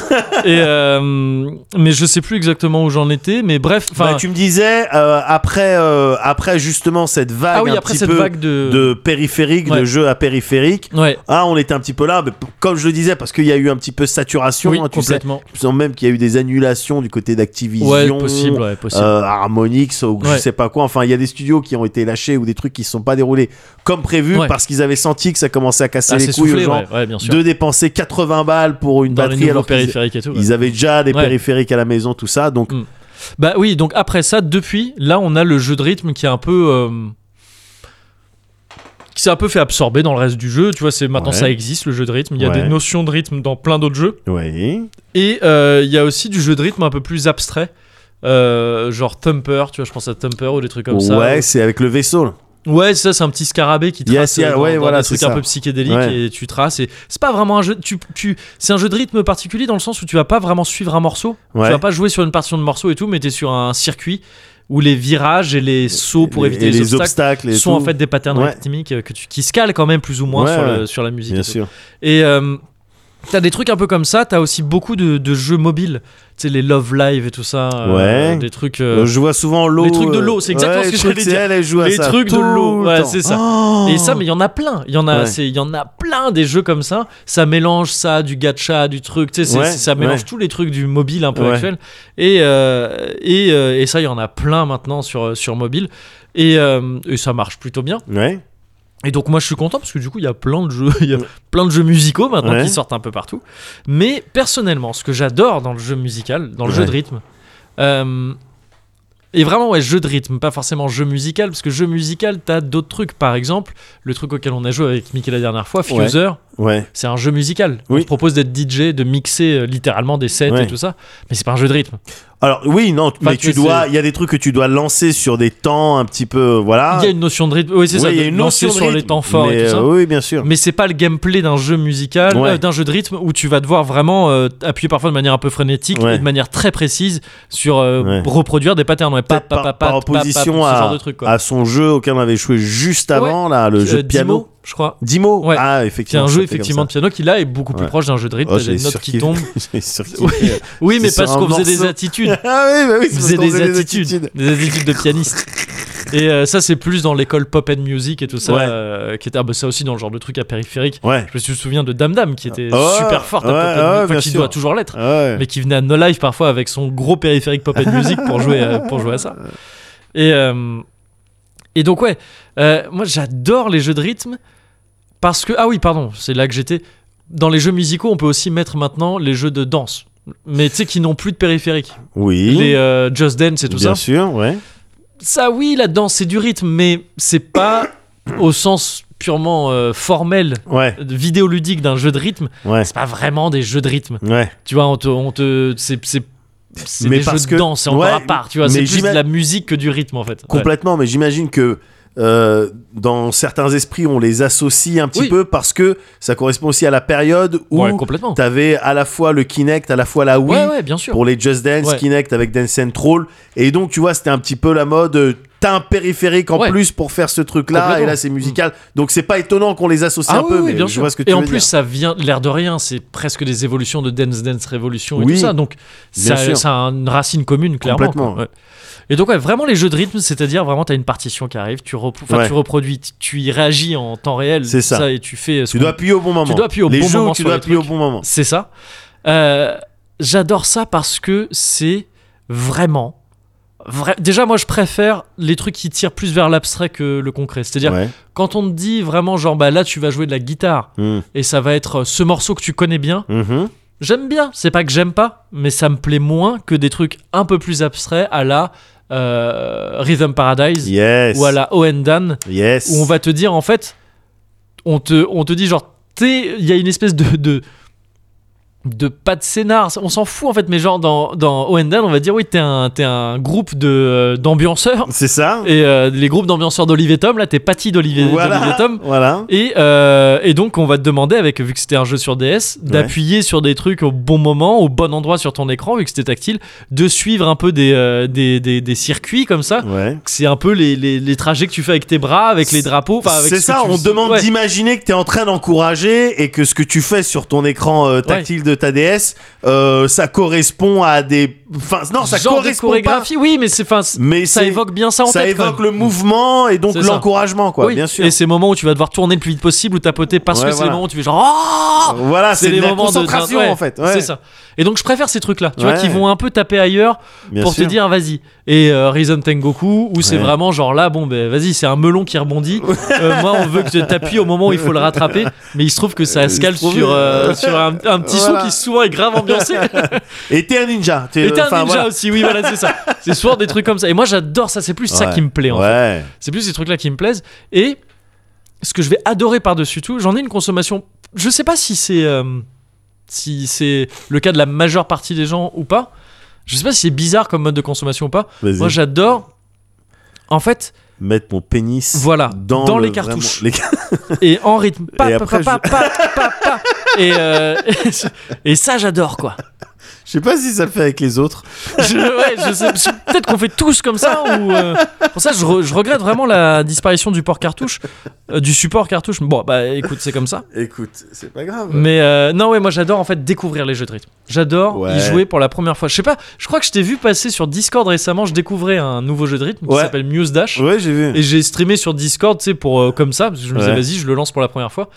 S1: et euh, mais je sais plus exactement où j'en étais mais bref enfin
S2: Bah, tu me disais euh, après euh, après justement cette vague
S1: ah oui
S2: un
S1: après
S2: petit
S1: cette
S2: peu
S1: vague de,
S2: de périphérique, de
S1: Ouais.
S2: jeu à périphérique.
S1: ouais
S2: Ah, on était un petit peu là, mais p- comme je le disais, parce qu'il y a eu un petit peu saturation.
S1: oui
S2: hein, tu sais,
S1: complètement
S2: je sens même qu'il y a eu des annulations du côté d'Activision.
S1: ouais possible ouais possible
S2: euh, Harmonix ou je
S1: Ouais.
S2: sais pas quoi. Enfin, il y a des studios qui ont été lâchés ou des trucs qui se sont pas déroulés comme prévu
S1: Ouais.
S2: parce qu'ils avaient senti que ça commençait à casser
S1: Ah,
S2: les
S1: c'est
S2: couilles
S1: soufflé
S2: aux gens
S1: ouais, ouais, bien sûr
S2: de dépenser 80 balles pour une
S1: dans les
S2: batterie
S1: nouveaux
S2: alors qu'ils
S1: périphériques et tout ouais.
S2: ils avaient déjà des
S1: Ouais.
S2: périphériques à la maison, tout ça. Donc,
S1: Mm. Bah oui, donc après ça, depuis, là, on a le jeu de rythme qui est un peu. euh, qui s'est un peu fait absorber dans le reste du jeu. Tu vois, c'est maintenant
S2: Ouais.
S1: ça existe le jeu de rythme. Il y a
S2: Ouais.
S1: des notions de rythme dans plein d'autres jeux.
S2: oui.
S1: Et euh, il y a aussi du jeu de rythme un peu plus abstrait. Euh, genre Thumper, tu vois, je pense à Thumper ou des trucs comme ça. euh,
S2: ouais, c'est avec le vaisseau. là.
S1: Ouais, ça, c'est un petit scarabée qui trace
S2: Yes, yeah,
S1: euh, dans,
S2: ouais,
S1: dans
S2: voilà,
S1: des trucs
S2: c'est
S1: un
S2: ça.
S1: peu psychédéliques
S2: Ouais.
S1: et tu traces. Et c'est pas vraiment un jeu. Tu, tu, c'est un jeu de rythme particulier dans le sens où tu vas pas vraiment suivre un morceau.
S2: Ouais.
S1: Tu vas pas jouer sur une partition de morceau et tout, mais t'es sur un circuit où les virages et les sauts pour
S2: Et
S1: éviter
S2: les,
S1: les, obstacles,
S2: et
S1: sont
S2: tout.
S1: en fait des patterns
S2: Ouais.
S1: rythmiques euh, que tu, qui se calent quand même plus ou moins
S2: Ouais,
S1: sur, le-
S2: ouais.
S1: sur la musique.
S2: Bien
S1: et tout.
S2: sûr.
S1: Et euh, t'as des trucs un peu comme ça. T'as aussi beaucoup de, de jeux mobiles. Tu sais, les Love Live et tout ça. euh,
S2: Ouais.
S1: Des trucs. euh,
S2: je vois souvent l'eau.
S1: les trucs de
S2: euh,
S1: l'eau, c'est exactement
S2: ouais,
S1: ce que
S2: les
S1: je
S2: trucs,
S1: voulais
S2: c'est
S1: dire.
S2: elle, elle joue à
S1: Les
S2: ça
S1: trucs de
S2: tout
S1: l'eau,
S2: le
S1: ouais,
S2: temps.
S1: c'est ça.
S2: Oh.
S1: Et ça, mais il y en a plein. Il y en a,
S2: Ouais.
S1: c'est, il y en a plein des jeux comme ça. Ça mélange ça, du gacha, du truc. Tu sais, c'est-
S2: Ouais,
S1: ça mélange
S2: ouais.
S1: tous les trucs du mobile un peu
S2: Ouais.
S1: actuel. Et euh, et, euh, et ça, il y en a plein maintenant sur sur mobile. Et, euh, et ça marche plutôt bien.
S2: Ouais.
S1: Et donc moi je suis content parce que du coup il y a plein de jeux, <laughs> il y a plein de jeux musicaux maintenant
S2: Ouais.
S1: qui sortent un peu partout. Mais personnellement, ce que j'adore dans le jeu musical, dans le jeu
S2: Ouais.
S1: de rythme, euh, et vraiment ouais jeu de rythme, pas forcément jeu musical parce que jeu musical t'as d'autres trucs. Par exemple, le truc auquel on a joué avec Mickey la dernière fois,
S2: Ouais.
S1: Fuser,
S2: Ouais.
S1: c'est un jeu musical. On
S2: Oui.
S1: te propose d'être DJ, de mixer euh, littéralement des sets
S2: Ouais.
S1: et tout ça, mais c'est pas un jeu de rythme.
S2: Alors oui, non, mais
S1: que
S2: tu dois, il y a des trucs que tu dois lancer sur des temps un petit peu, voilà.
S1: Il y a une notion de rythme. Oui, c'est
S2: Oui,
S1: ça.
S2: Ah. il y a
S1: de
S2: une
S1: lancer
S2: notion de
S1: sur les
S2: rythme,
S1: temps forts et
S2: mais,
S1: tout ça.
S2: euh, oui, bien sûr.
S1: Mais c'est pas le gameplay d'un jeu musical,
S2: Ouais.
S1: euh, d'un jeu de rythme où tu vas devoir vraiment euh, appuyer parfois de manière un peu frénétique
S2: Ouais.
S1: et de manière très précise sur euh,
S2: Ouais.
S1: reproduire des patterns. Ouais,
S2: Peut-être
S1: pap, pap,
S2: par,
S1: pap,
S2: par
S1: pap, pap,
S2: opposition
S1: ce
S2: à,
S1: genre de truc, quoi.
S2: à son jeu auquel on avait joué juste avant, là, le
S1: Euh,
S2: jeu de piano.
S1: Dimo, je crois.
S2: Dimo,
S1: Ouais.
S2: ah
S1: Qui est
S2: effectivement.
S1: un jeu
S2: ça fait comme
S1: effectivement
S2: ça.
S1: de piano qui là est beaucoup plus
S2: Ouais.
S1: proche d'un jeu de rythme,
S2: Oh,
S1: t'as des
S2: j'avais
S1: notes qui
S2: surkiffé.
S1: tombent.
S2: J'avais surkiffé.
S1: Oui, oui, mais
S2: <laughs> C'est
S1: parce
S2: sur un
S1: qu'on faisait des
S2: morceau.
S1: attitudes.
S2: <laughs> Ah oui, bah oui,
S1: On
S2: c'est
S1: faisait
S2: parce qu'on
S1: des attitudes, des attitudes de pianiste. Et euh, ça, c'est plus dans l'école pop and music et tout ça,
S2: Ouais.
S1: euh, qui était ah, bah, ça aussi dans le genre de truc à périphérique.
S2: Ouais.
S1: Je me souviens de Dame Dame qui était
S2: Ouais,
S1: super forte, à
S2: Ah. Oh, ouais,
S1: pop
S2: ah
S1: and Music,
S2: ouais,
S1: enfin,
S2: bien
S1: qui
S2: sûr.
S1: doit toujours l'être,
S2: Ah Ouais.
S1: mais qui venait à No Life parfois avec son gros périphérique pop and music pour jouer à, pour jouer à
S2: <laughs>
S1: ça. Et euh, et donc ouais, euh, moi j'adore les jeux de rythme parce que ah oui pardon, c'est là que j'étais. Dans les jeux musicaux, on peut aussi mettre maintenant les jeux de danse, mais tu sais qui n'ont plus de périphérique
S2: Oui.
S1: les euh, Just Dance et tout
S2: bien
S1: ça.
S2: sûr, ouais.
S1: Ça, oui, la danse, c'est du rythme, mais c'est pas au sens purement euh, formel,
S2: Ouais,
S1: euh, vidéoludique d'un jeu de rythme.
S2: ouais,
S1: C'est pas vraiment des jeux de rythme.
S2: ouais.
S1: Tu vois, on te. on te- c'est. c'est- c'est
S2: Mais
S1: des
S2: parce
S1: jeux de
S2: que-
S1: danse, c'est encore
S2: ouais,
S1: à part, tu vois. C'est
S2: mais
S1: plus de
S2: j'ima-
S1: la musique que du rythme, en fait. Ouais.
S2: Complètement, mais j'imagine que euh, dans certains esprits, on les associe un petit
S1: Oui.
S2: peu parce que ça correspond aussi à la période où
S1: Ouais, complètement.
S2: t'avais à la fois le Kinect, à la fois la Wii.
S1: Ouais, ouais, bien sûr.
S2: Pour les Just Dance,
S1: Ouais.
S2: Kinect avec Dance Central. Et donc, tu vois, c'était un petit peu la mode. euh, T'as un périphérique en
S1: Ouais.
S2: plus pour faire ce truc-là. Et
S1: Complètement. Mm.
S2: là, c'est musical. Donc, c'est pas étonnant qu'on les associe
S1: Ah
S2: un
S1: oui,
S2: peu.
S1: oui,
S2: mais
S1: bien
S2: je
S1: sûr.
S2: vois ce que tu
S1: et en
S2: veux
S1: plus,
S2: dire.
S1: ça vient l'air de rien. C'est presque des évolutions de Dance Dance Revolution et
S2: Oui.
S1: tout ça. Donc, ça,
S2: Bien sûr.
S1: ça a une racine commune, clairement.
S2: Complètement.
S1: quoi. Ouais. Et donc, ouais, vraiment, les jeux de rythme, c'est-à-dire vraiment, tu as une partition qui arrive, tu, repro- enfin,
S2: Ouais.
S1: tu reproduis, tu- tu y réagis en temps réel.
S2: C'est ça.
S1: Et tu fais. ce
S2: Tu
S1: qu'on-
S2: dois appuyer au bon moment.
S1: dois appuyer au
S2: les
S1: bon
S2: jeux où
S1: moment
S2: tu
S1: sur
S2: dois
S1: les
S2: appuyer au
S1: trucs.
S2: bon moment.
S1: C'est ça. Euh, J'adore ça parce que c'est vraiment. vra- Déjà, moi, je préfère les trucs qui tirent plus vers l'abstrait que le concret. C'est-à-dire,
S2: Ouais.
S1: quand on te dit vraiment, genre, bah là, tu vas jouer de la guitare
S2: Mmh.
S1: et ça va être euh, ce morceau que tu connais bien.
S2: Mhm.
S1: J'aime bien, c'est pas que j'aime pas, mais ça me plaît moins que des trucs un peu plus abstraits à la euh, Rhythm Paradise
S2: Yes.
S1: ou à la Oendan,
S2: mm-hmm. Yes.
S1: où on va te dire en fait, on te, on te dit genre, t'es- il y a une espèce de, de de pas de scénar, on s'en fout en fait, mais genre dans, dans Oendan, on va dire oui, t'es un, t'es un groupe de, euh, d'ambianceurs,
S2: <laughs> C'est ça.
S1: et euh, les groupes d'ambianceurs d'Olivier Tom, là t'es Patty d'Olivier d'Olivier
S2: Voilà.
S1: Tom,
S2: Voilà.
S1: et, euh, et donc, on va te demander, avec, vu que c'était un jeu sur DS, d'appuyer sur des trucs au bon moment, au bon endroit sur ton écran, vu que c'était tactile, de suivre un peu des, euh, des, des, des circuits comme ça.
S2: Ouais.
S1: C'est un peu les, les, les trajets que tu fais avec tes bras, avec les drapeaux. enfin, avec
S2: C'est
S1: ce
S2: ça,
S1: que tu-
S2: on demande
S1: Ouais.
S2: d'imaginer que tu es en train d'encourager et que ce que tu fais sur ton écran euh, tactile de ta DS, euh, ça correspond à des. Enfin, non, ça
S1: Genre de
S2: correspond pas.
S1: chorégraphie, oui, mais c'est enfin, c'est-
S2: Mais
S1: ça
S2: c'est-
S1: évoque bien ça en
S2: ça
S1: tête. quand
S2: évoque
S1: même.
S2: le mouvement et donc
S1: C'est ça.
S2: l'encouragement, quoi,
S1: Oui,
S2: bien sûr.
S1: Et ces moments où tu vas devoir tourner le plus vite possible ou tapoter parce
S2: Ouais,
S1: que c'est
S2: voilà.
S1: les moments où tu fais genre. Oh
S2: Voilà, c'est
S1: les
S2: de la
S1: moments de-
S2: concentration
S1: ouais,
S2: en fait. Ouais,
S1: C'est ça. Et donc je préfère ces trucs-là, tu vois,
S2: Ouais.
S1: qui vont un peu taper ailleurs
S2: bien
S1: pour
S2: sûr.
S1: te dire vas-y et euh, Rhythm Tengoku où c'est
S2: Ouais.
S1: vraiment genre là bon ben vas-y c'est un melon qui rebondit Euh, moi on veut que tu t'appuies au moment où il faut le rattraper mais il se trouve que ça se
S2: se
S1: cale
S2: trouve-
S1: sur, euh, sur un, un petit
S2: Voilà.
S1: son qui souvent est grave ambiancé
S2: Et t'es un ninja. T'es
S1: et t'es un
S2: enfin,
S1: ninja
S2: voilà.
S1: aussi oui voilà c'est ça c'est souvent des trucs comme ça et moi j'adore ça c'est plus ça
S2: Ouais.
S1: qui me plaît en fait
S2: Ouais.
S1: c'est plus ces trucs là qui me plaisent et ce que je vais adorer par-dessus tout j'en ai une consommation je sais pas si c'est euh, si c'est le cas de la majeure partie des gens ou pas je sais pas si c'est bizarre comme mode de consommation ou pas
S2: Vas-y.
S1: moi j'adore. En fait,
S2: Mettre mon pénis
S1: Voilà,
S2: dans,
S1: dans
S2: le-
S1: les cartouches.
S2: vraiment- les-
S1: et en
S2: <laughs>
S1: rythme. Pa,
S2: Et
S1: pa,
S2: après,
S1: pa, pa, pa, pa, pa. Et, euh, <laughs> et ça, j'adore quoi.
S2: <laughs> Je sais pas si ça le fait avec les autres.
S1: Je- ouais, je sais- je- Peut-être qu'on fait tous comme ça. Ou, euh, Pour ça, je, re- je regrette vraiment la disparition du port cartouche, euh, du support cartouche. Bon, bah écoute, c'est comme ça.
S2: Écoute, c'est pas grave.
S1: Mais euh, non, ouais, moi j'adore en fait découvrir les jeux de rythme. J'adore y
S2: Ouais.
S1: jouer pour la première fois. Je sais pas, je crois que je t'ai vu passer sur Discord récemment. Je découvrais un nouveau jeu de rythme qui
S2: Ouais.
S1: s'appelle Muse Dash.
S2: Ouais, j'ai vu.
S1: Et j'ai streamé sur Discord, tu sais, pour euh, comme ça, parce que je me disais,
S2: Ouais.
S1: vas-y, je le lance pour la première fois.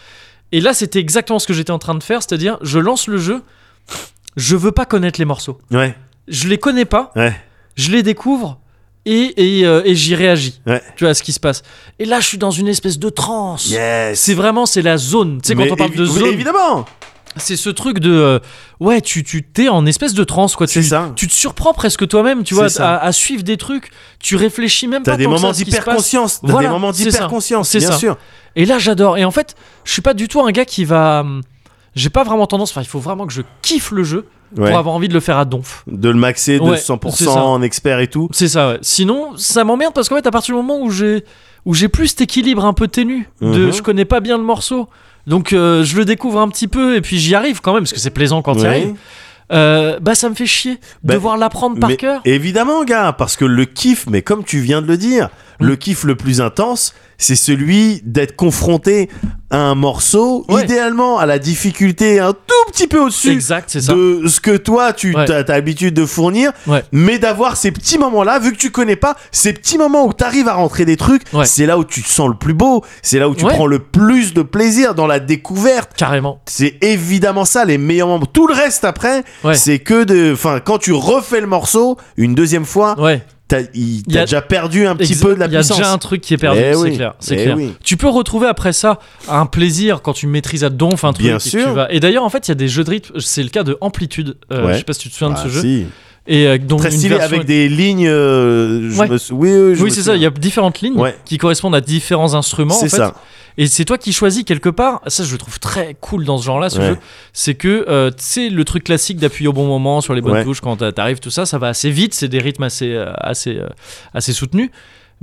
S1: Et là, c'était exactement ce que j'étais en train de faire, c'est-à-dire, je lance le jeu, je veux pas connaître les morceaux.
S2: Ouais,
S1: Je les connais pas,
S2: ouais.
S1: je les découvre et, et, euh, et j'y réagis.
S2: Ouais.
S1: Tu vois à ce qui se passe. Et là, je suis dans une espèce de transe.
S2: Yes.
S1: C'est vraiment, c'est la zone. Tu sais, quand
S2: Mais
S1: on parle
S2: évi-
S1: de
S2: oui,
S1: zone,
S2: Évidemment.
S1: c'est ce truc de. euh, ouais, tu tu- t'es en espèce de transe, quoi. Tu,
S2: C'est ça.
S1: tu te surprends presque toi-même, tu
S2: C'est
S1: vois,
S2: ça.
S1: à, à suivre des trucs. Tu réfléchis même pas
S2: T'as des
S1: tant que ça
S2: moments
S1: à ce qui se passe.
S2: d'hyperconscience. T'as
S1: Voilà,
S2: des moments
S1: c'est ça.
S2: d'hyperconscience,
S1: C'est
S2: bien
S1: ça.
S2: sûr.
S1: Et là, j'adore. Et en fait, je suis pas du tout un gars qui va. hum, j'ai pas vraiment tendance. Enfin, il faut vraiment que je kiffe le jeu
S2: Ouais.
S1: pour avoir envie de le faire à donf.
S2: De le maxer de
S1: Ouais, c'est
S2: 100%
S1: ça.
S2: en expert et tout.
S1: C'est ça, ouais. Sinon, ça m'emmerde parce qu'en fait, à partir du moment où j'ai où j'ai plus cet équilibre un peu ténu, de
S2: Mhm.
S1: je connais pas bien le morceau, donc euh, je le découvre un petit peu et puis j'y arrive quand même parce que c'est plaisant quand tu
S2: Ouais.
S1: arrives. Euh, bah, ça me fait chier
S2: Bah,
S1: devoir l'apprendre par
S2: Mais
S1: cœur.
S2: Évidemment, gars, parce que le kiff, mais comme tu viens de le dire,
S1: Mm.
S2: le kiff le plus intense, c'est celui d'être confronté à un morceau,
S1: Ouais.
S2: idéalement à la difficulté un tout petit peu au-dessus
S1: Exact, c'est ça.
S2: de ce que toi tu
S1: Ouais.
S2: as, l'habitude de fournir,
S1: Ouais.
S2: mais d'avoir ces petits moments-là, vu que tu connais pas, ces petits moments où tu arrives à rentrer des trucs,
S1: Ouais.
S2: c'est là où tu te sens le plus beau, c'est là où tu
S1: Ouais.
S2: prends le plus de plaisir dans la découverte.
S1: Carrément.
S2: C'est évidemment ça, les meilleurs membres. Tout le reste après,
S1: Ouais.
S2: c'est que de. Enfin, quand tu refais le morceau une deuxième fois,
S1: Ouais.
S2: t'as il-
S1: Y
S2: t'as
S1: a-
S2: déjà perdu un petit
S1: Exa-
S2: peu de la
S1: Il y a
S2: puissance.
S1: déjà un truc qui est perdu,
S2: Eh
S1: c'est
S2: oui,
S1: clair. c'est
S2: eh
S1: clair.
S2: oui.
S1: Tu peux retrouver après ça un plaisir quand tu maîtrises à donf un truc.
S2: Bien
S1: et que
S2: sûr.
S1: tu vas- Et d'ailleurs, en fait, il y a des jeux de rythme. C'est le cas de Amplitude. euh,
S2: Ouais.
S1: Je sais pas si tu te souviens de
S2: Ah,
S1: ce jeu.
S2: si.
S1: Et euh, donc
S2: Très
S1: une
S2: stylé,
S1: version-
S2: avec des lignes. euh, je
S1: Ouais.
S2: me sou- Oui, oui, je me
S1: Oui, c'est ça.
S2: souviens.
S1: Il y a différentes lignes
S2: Ouais.
S1: qui correspondent à différents instruments. en
S2: C'est
S1: fait.
S2: ça.
S1: Et c'est toi qui choisis quelque part. Ça, je le trouve très cool dans ce genre-là, ce
S2: Ouais.
S1: jeu. C'est que euh, tu sais le truc classique d'appuyer au bon moment sur les bonnes
S2: Ouais.
S1: touches quand t'a- t'arrives, tout ça, ça va assez vite. C'est des rythmes assez, euh, assez, euh, assez soutenus.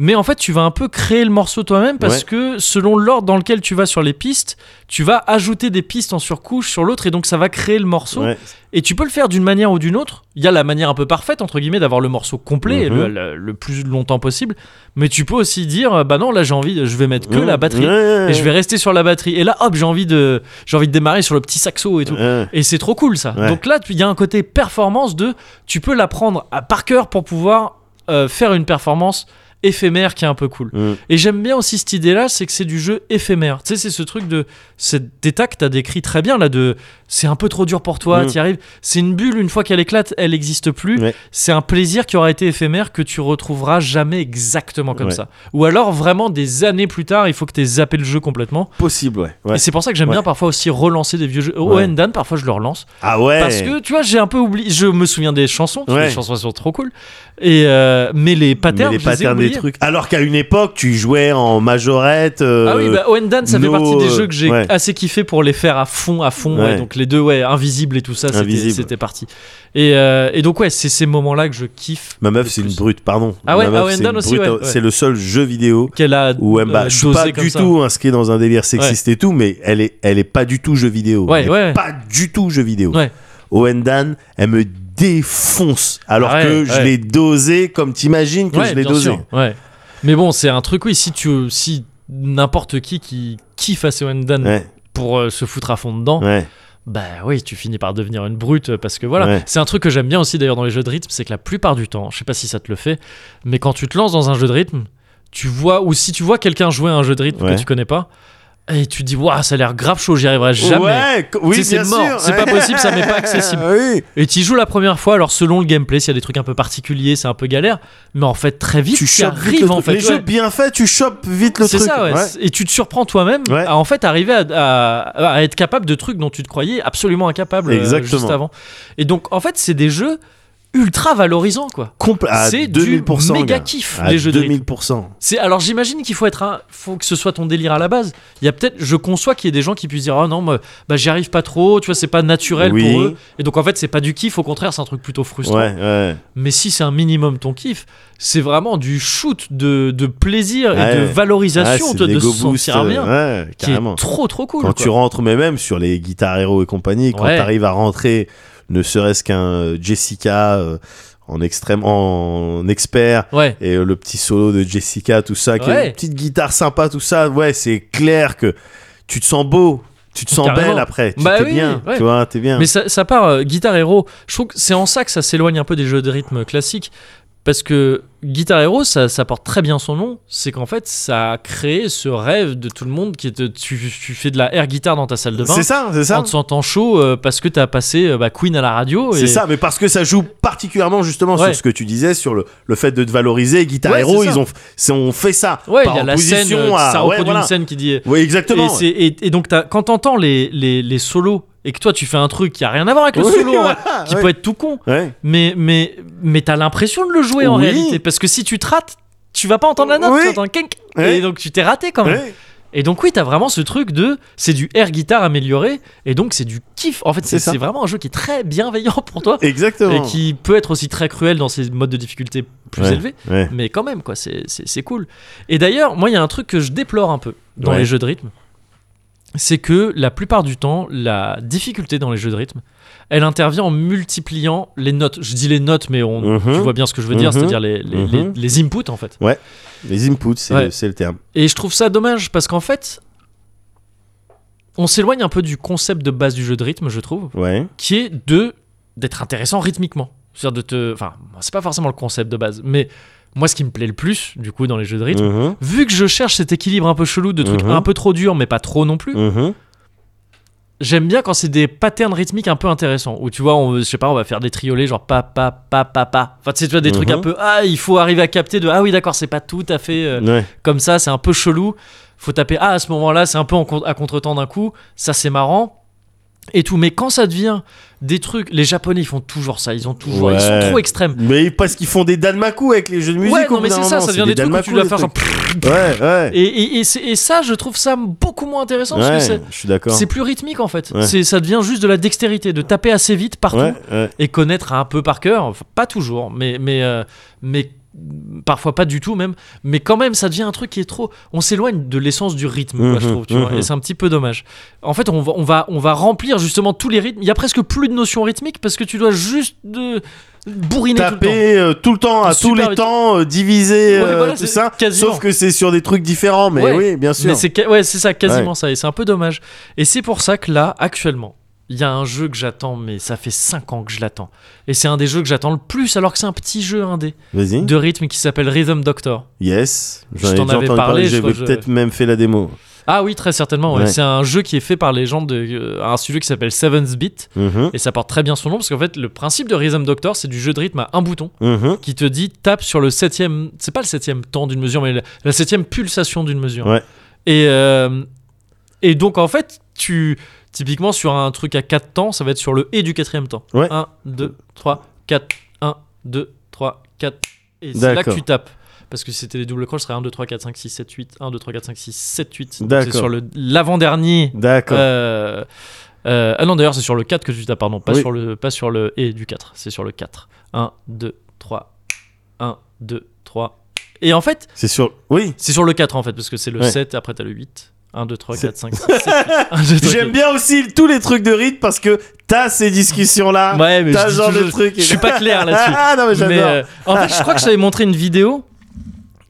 S1: Mais en fait, tu vas un peu créer le morceau toi-même parce
S2: Ouais.
S1: que selon l'ordre dans lequel tu vas sur les pistes, tu vas ajouter des pistes en surcouche sur l'autre et donc ça va créer le morceau.
S2: Ouais.
S1: Et tu peux le faire d'une manière ou d'une autre. Il y a la manière un peu parfaite, entre guillemets, d'avoir le morceau complet
S2: Mhm.
S1: le, le- le plus longtemps possible. Mais tu peux aussi dire, euh, bah non, là j'ai envie, de- je vais mettre que
S2: Ouais.
S1: la batterie.
S2: Ouais.
S1: Et je vais rester sur la batterie. Et là, hop, j'ai envie de, j'ai envie de démarrer sur le petit saxo et tout.
S2: Ouais.
S1: Et c'est trop cool ça.
S2: Ouais.
S1: Donc là, tu- il y a un côté performance de, tu peux l'apprendre à par cœur pour pouvoir euh, faire une performance éphémère qui est un peu cool.
S2: Mm.
S1: Et j'aime bien aussi cette idée-là, c'est que c'est du jeu éphémère. Tu sais, c'est ce truc de cet état que t'as décrit très bien là, de c'est un peu trop dur pour toi,
S2: Mm.
S1: t'y arrives. C'est une bulle, une fois qu'elle éclate, elle n'existe plus.
S2: Ouais.
S1: C'est un plaisir qui aura été éphémère que tu retrouveras jamais exactement comme
S2: Ouais.
S1: ça. Ou alors vraiment des années plus tard, il faut que t'aies zappé le jeu complètement.
S2: Possible, ouais. Ouais.
S1: Et c'est pour ça que j'aime
S2: Ouais.
S1: bien parfois aussi relancer des vieux jeux. Oh,
S2: Ouais.
S1: Owen Dan, parfois je le relance.
S2: Ah ouais.
S1: Parce que tu vois, j'ai un peu oublié. Je me souviens des chansons. parce que
S2: Ouais.
S1: Les chansons sont trop cool. Et euh, mais les patterns,
S2: Mais les
S1: je les ai
S2: patterns des
S1: oubliés.
S2: trucs. Alors qu'à une époque, tu jouais en majorette. euh,
S1: Ah oui, bah, Owen Dan, ça
S2: no,
S1: fait partie des
S2: euh,
S1: jeux que j'ai
S2: ouais.
S1: assez kiffé pour les faire à fond, à fond. ouais.
S2: Ouais.
S1: donc les deux, ouais, invisible et tout ça, c'était-
S2: Invisible.
S1: c'était parti. Et, euh, et donc ouais, c'est ces moments-là que je kiffe.
S2: Ma meuf,
S1: le
S2: c'est une
S1: plus.
S2: brute, pardon.
S1: Ah ouais,
S2: Ma meuf,
S1: ah ouais,
S2: c'est
S1: Dan
S2: une
S1: aussi,
S2: brute,
S1: ouais,
S2: euh,
S1: ouais.
S2: C'est le seul jeu vidéo
S1: Qu'elle a
S2: où elle, bah,
S1: euh,
S2: je suis
S1: dosé
S2: pas
S1: comme
S2: du
S1: ça.
S2: tout inscrit dans un délire sexiste et tout, mais elle est, elle est pas du tout jeu vidéo.
S1: Ouais,
S2: Elle est
S1: ouais.
S2: Pas du tout jeu vidéo.
S1: Ouais.
S2: Owen Dan, elle me défonce, alors
S1: Ah ouais,
S2: que je
S1: ouais.
S2: l'ai dosé comme t'imagines que
S1: Ouais,
S2: je l'ai
S1: bien
S2: dosé.
S1: sûr, ouais. Mais bon, c'est un truc oui. Si tu, si n'importe qui qui kiffe assez Owen Dan
S2: Ouais,
S1: pour euh, se foutre à fond dedans,
S2: ouais.
S1: Bah oui, tu finis par devenir une brute euh, parce que voilà.
S2: Ouais.
S1: C'est un truc que j'aime bien aussi d'ailleurs dans les jeux de rythme, c'est que la plupart du temps, je sais pas si ça te le fait, mais quand tu te lances dans un jeu de rythme, tu vois, ou si tu vois quelqu'un jouer à un jeu de rythme
S2: Ouais.
S1: que tu connais pas, et tu te dis, waouh, ça a l'air grave chaud, j'y arriverai jamais.
S2: Ouais, co- oui,
S1: Tu sais,
S2: bien
S1: c'est mort,
S2: sûr. Ah
S1: c'est pas possible, ça m'est pas
S2: <laughs>
S1: accessible.
S2: Oui.
S1: Et tu y joues la première fois, alors selon le gameplay, s'il y a des trucs un peu particuliers, c'est un peu galère, mais en fait, très vite,
S2: Tu
S1: t'y
S2: chopes vite
S1: arrives,
S2: le
S1: en
S2: truc.
S1: fait.
S2: Les jeux
S1: ouais.
S2: bien faits, tu chopes vite le
S1: C'est
S2: truc.
S1: ça, ouais.
S2: Ouais.
S1: Et tu te surprends toi-même
S2: Ouais.
S1: à en fait arriver à, à- à être capable de trucs dont tu te croyais absolument incapable euh,
S2: Exactement.
S1: juste avant. Et donc, en fait, c'est des jeux ultra valorisants, quoi.
S2: Compl- à
S1: C'est
S2: 2000%.
S1: du méga
S2: gars.
S1: kiff,
S2: À
S1: les jeux de rythme.
S2: 2000%.
S1: C'est alors j'imagine qu'il faut être un, faut que ce soit ton délire à la base. Il y a peut-être, je conçois qu'il y ait des gens qui puissent dire ah non, moi, bah j'y arrive pas trop, tu vois, c'est pas naturel
S2: Oui.
S1: pour eux. Et donc en fait c'est pas du kiff, au contraire c'est un truc plutôt frustrant.
S2: Ouais, ouais.
S1: Mais si c'est un minimum ton kiff, c'est vraiment du shoot de, de plaisir et
S2: Ouais.
S1: de
S2: Ah,
S1: valorisation
S2: c'est
S1: toi, de,
S2: des
S1: se
S2: go boost,
S1: sentir bien
S2: euh, Ouais,
S1: qui est
S2: carrément.
S1: trop trop cool.
S2: quand
S1: quoi.
S2: tu rentres, mais même sur les Guitar Hero et compagnie, quand
S1: Ouais.
S2: t'arrives à rentrer, ne serait-ce qu'un euh, Jessica euh, en extrême, en expert.
S1: Ouais.
S2: Et euh, le petit solo de Jessica, tout ça, qui est
S1: Ouais.
S2: une petite guitare sympa, tout ça. Ouais, c'est clair que tu te sens beau, tu te sens
S1: Ah, Carrément.
S2: belle après. Tu
S1: Bah
S2: t'es
S1: oui,
S2: bien,
S1: ouais.
S2: tu vois, t'es bien.
S1: Mais ça, ça part euh, Guitar Hero. Je trouve que c'est en ça que ça s'éloigne un peu des jeux de rythme classiques. Parce que Guitar Hero, ça, ça porte très bien son nom. C'est qu'en fait, ça a créé ce rêve de tout le monde qui est de- tu, tu fais de la air guitare dans ta salle de bain.
S2: C'est ça, c'est ça.
S1: En te sentant chaud euh, parce que t'as passé euh, bah, Queen à la radio. et-
S2: C'est ça, mais parce que ça joue particulièrement justement
S1: Ouais.
S2: sur ce que tu disais, sur le, le fait de te valoriser. Guitar
S1: Ouais,
S2: Hero,
S1: c'est ça.
S2: ils ont, c'est- ont fait ça.
S1: Ouais, il
S2: par
S1: y a la scène.
S2: opposition
S1: euh,
S2: à-
S1: ça
S2: ouais,
S1: reproduit
S2: voilà.
S1: une scène qui dit.
S2: Oui,
S1: Et,
S2: exactement.
S1: c'est- et- et donc, t'as- quand t'entends les, les, les solos et que toi tu fais un truc qui a rien à voir avec le
S2: Oui,
S1: solo, en vrai,
S2: voilà,
S1: hein, qui
S2: ouais.
S1: peut être tout con,
S2: Ouais.
S1: mais mais mais t'as l'impression de le jouer en
S2: Oui.
S1: réalité parce que si tu te rates tu vas pas entendre la note
S2: Oui.
S1: tu entends kink
S2: Ouais.
S1: et donc tu t'es raté quand même
S2: Ouais.
S1: Et donc oui, t'as vraiment ce truc de c'est du air guitare amélioré et donc c'est du kiff. En fait, c'est
S2: C'est ça.
S1: c'est vraiment un jeu qui est très bienveillant pour toi et
S2: Exactement.
S1: qui peut être aussi très cruel dans ses modes de difficulté plus
S2: Ouais.
S1: élevés.
S2: Ouais.
S1: Mais quand même, quoi, c'est- c'est c'est cool. Et d'ailleurs, moi, il y a un truc que je déplore un peu dans
S2: Ouais.
S1: les jeux de rythme. C'est que la plupart du temps, la difficulté dans les jeux de rythme, elle intervient en multipliant les notes. Je dis les notes, mais on,
S2: Mhm.
S1: tu vois bien ce que je veux dire,
S2: Mhm.
S1: c'est-à-dire les, les, les-
S2: Mhm.
S1: les inputs, en fait.
S2: Les inputs, c'est
S1: Ouais.
S2: le- c'est le terme.
S1: Et je trouve ça dommage parce qu'en fait, on s'éloigne un peu du concept de base du jeu de rythme, je trouve,
S2: Ouais.
S1: qui est de d'être intéressant rythmiquement. C'est-à-dire de te. Enfin, c'est pas forcément le concept de base, mais moi, ce qui me plaît le plus, du coup, dans les jeux de rythme,
S2: Mhm.
S1: vu que je cherche cet équilibre un peu chelou de trucs
S2: Mhm.
S1: un peu trop durs, mais pas trop non plus,
S2: Mhm.
S1: j'aime bien quand c'est des patterns rythmiques un peu intéressants. Où tu vois, on, je sais pas, on va faire des triolets genre pa pa pa pa pa. Enfin, tu sais, tu vois, des trucs
S2: Mhm.
S1: un peu. Ah, il faut arriver à capter de. Ah oui, d'accord, c'est pas tout à fait. euh,
S2: Ouais.
S1: comme ça, c'est un peu chelou. Faut taper ah à ce moment-là, c'est un peu en con- à contre-temps d'un coup, ça c'est marrant et tout. Mais quand ça devient des trucs, les Japonais ils font toujours ça, ils ont toujours, ils sont
S2: Ouais.
S1: trop extrêmes.
S2: Mais parce qu'ils font des dalmaku avec les jeux de musique.
S1: ouais,
S2: au
S1: non
S2: bout
S1: mais
S2: d'un
S1: c'est ça,
S2: moment,
S1: ça devient des, trucs où
S2: dalmaku,
S1: tu dois
S2: les
S1: faire genre
S2: trucs. Ouais, ouais.
S1: et, et, et c'est- et ça, je trouve ça beaucoup moins intéressant parce que
S2: ouais,
S1: c'est-
S2: je suis d'accord.
S1: c'est plus rythmique en fait.
S2: Ouais.
S1: C'est ça devient juste de la dextérité, de taper assez vite partout
S2: Ouais, ouais.
S1: et connaître un peu par cœur, enfin, pas toujours, mais mais euh, mais parfois pas du tout même, mais quand même ça devient un truc qui est trop on s'éloigne de l'essence du rythme quoi,
S2: Mhm,
S1: je trouve, tu vois,
S2: mhm.
S1: et c'est un petit peu dommage. En fait, on va on va on va remplir justement tous les rythmes, il y a presque plus de notion rythmique parce que tu dois juste de bourriner tout le temps.
S2: Taper euh, tout le temps, à tous
S1: Super
S2: les
S1: vite.
S2: temps, euh, diviser,
S1: Ouais,
S2: euh,
S1: voilà,
S2: tout
S1: c'est
S2: ça.
S1: quasiment.
S2: Sauf que c'est sur des trucs différents, mais
S1: Ouais.
S2: oui, bien sûr.
S1: Mais c'est ca- ouais, c'est ça, quasiment
S2: Ouais.
S1: ça, et c'est un peu dommage. Et c'est pour ça que là, actuellement, il y a un jeu que j'attends, mais ça fait 5 ans que je l'attends. Et c'est un des jeux que j'attends le plus, alors que c'est un petit jeu indé
S2: Vas-y.
S1: de rythme qui s'appelle Rhythm Doctor.
S2: Yes.
S1: Je
S2: J'en ai
S1: t'en
S2: déjà
S1: avais
S2: entendu
S1: parlé,
S2: parler,
S1: je crois
S2: j'avais
S1: que je-
S2: peut-être même fait la démo.
S1: Ah oui, très certainement. ouais.
S2: Ouais.
S1: C'est un jeu qui est fait par les gens de euh, un studio qui s'appelle Seven's Beat
S2: Mhm,
S1: et ça porte très bien son nom parce qu'en fait le principe de Rhythm Doctor c'est du jeu de rythme à un bouton
S2: mhm.
S1: qui te dit tape sur le septième, c'est pas le septième temps d'une mesure mais la, la septième pulsation d'une mesure.
S2: Ouais.
S1: Et euh, et donc en fait tu typiquement sur un truc à 4 temps ça va être sur le et du quatrième temps.
S2: Ouais.
S1: 1, 2, 3, 4, 1, 2, 3, 4 et c'est là que
S2: D'accord.
S1: tu tapes. Parce que si c'était les double croches, ce serait 1, 2, 3, 4, 5, 6, 7, 8. 1, 2, 3, 4, 5, 6, 7, 8. Donc C'est
S2: D'accord.
S1: sur le- l'avant-dernier.
S2: D'accord.
S1: euh, euh, ah non, d'ailleurs, c'est sur le 4 que tu tapes, pardon. Pas,
S2: Oui.
S1: sur le, pas sur le et du 4. C'est sur le 4. 1, 2, 3. 1, 2, 3. Et en fait,
S2: C'est sur. Oui.
S1: c'est sur le 4 en fait, parce que c'est le
S2: Ouais.
S1: 7, après t'as le 8. 1, 2, 3,
S2: C'est-
S1: 4,
S2: <laughs>
S1: 5, 6, 7, 8.
S2: J'aime bien aussi tous les trucs de rythme parce que t'as ces discussions-là.
S1: Ouais, mais
S2: T'as
S1: je, dis
S2: genre
S1: toujours-
S2: le truc.
S1: je suis pas clair là-dessus.
S2: <laughs> ah non, mais
S1: Mais,
S2: j'adore.
S1: euh, en fait, je crois que je t'avais montré une vidéo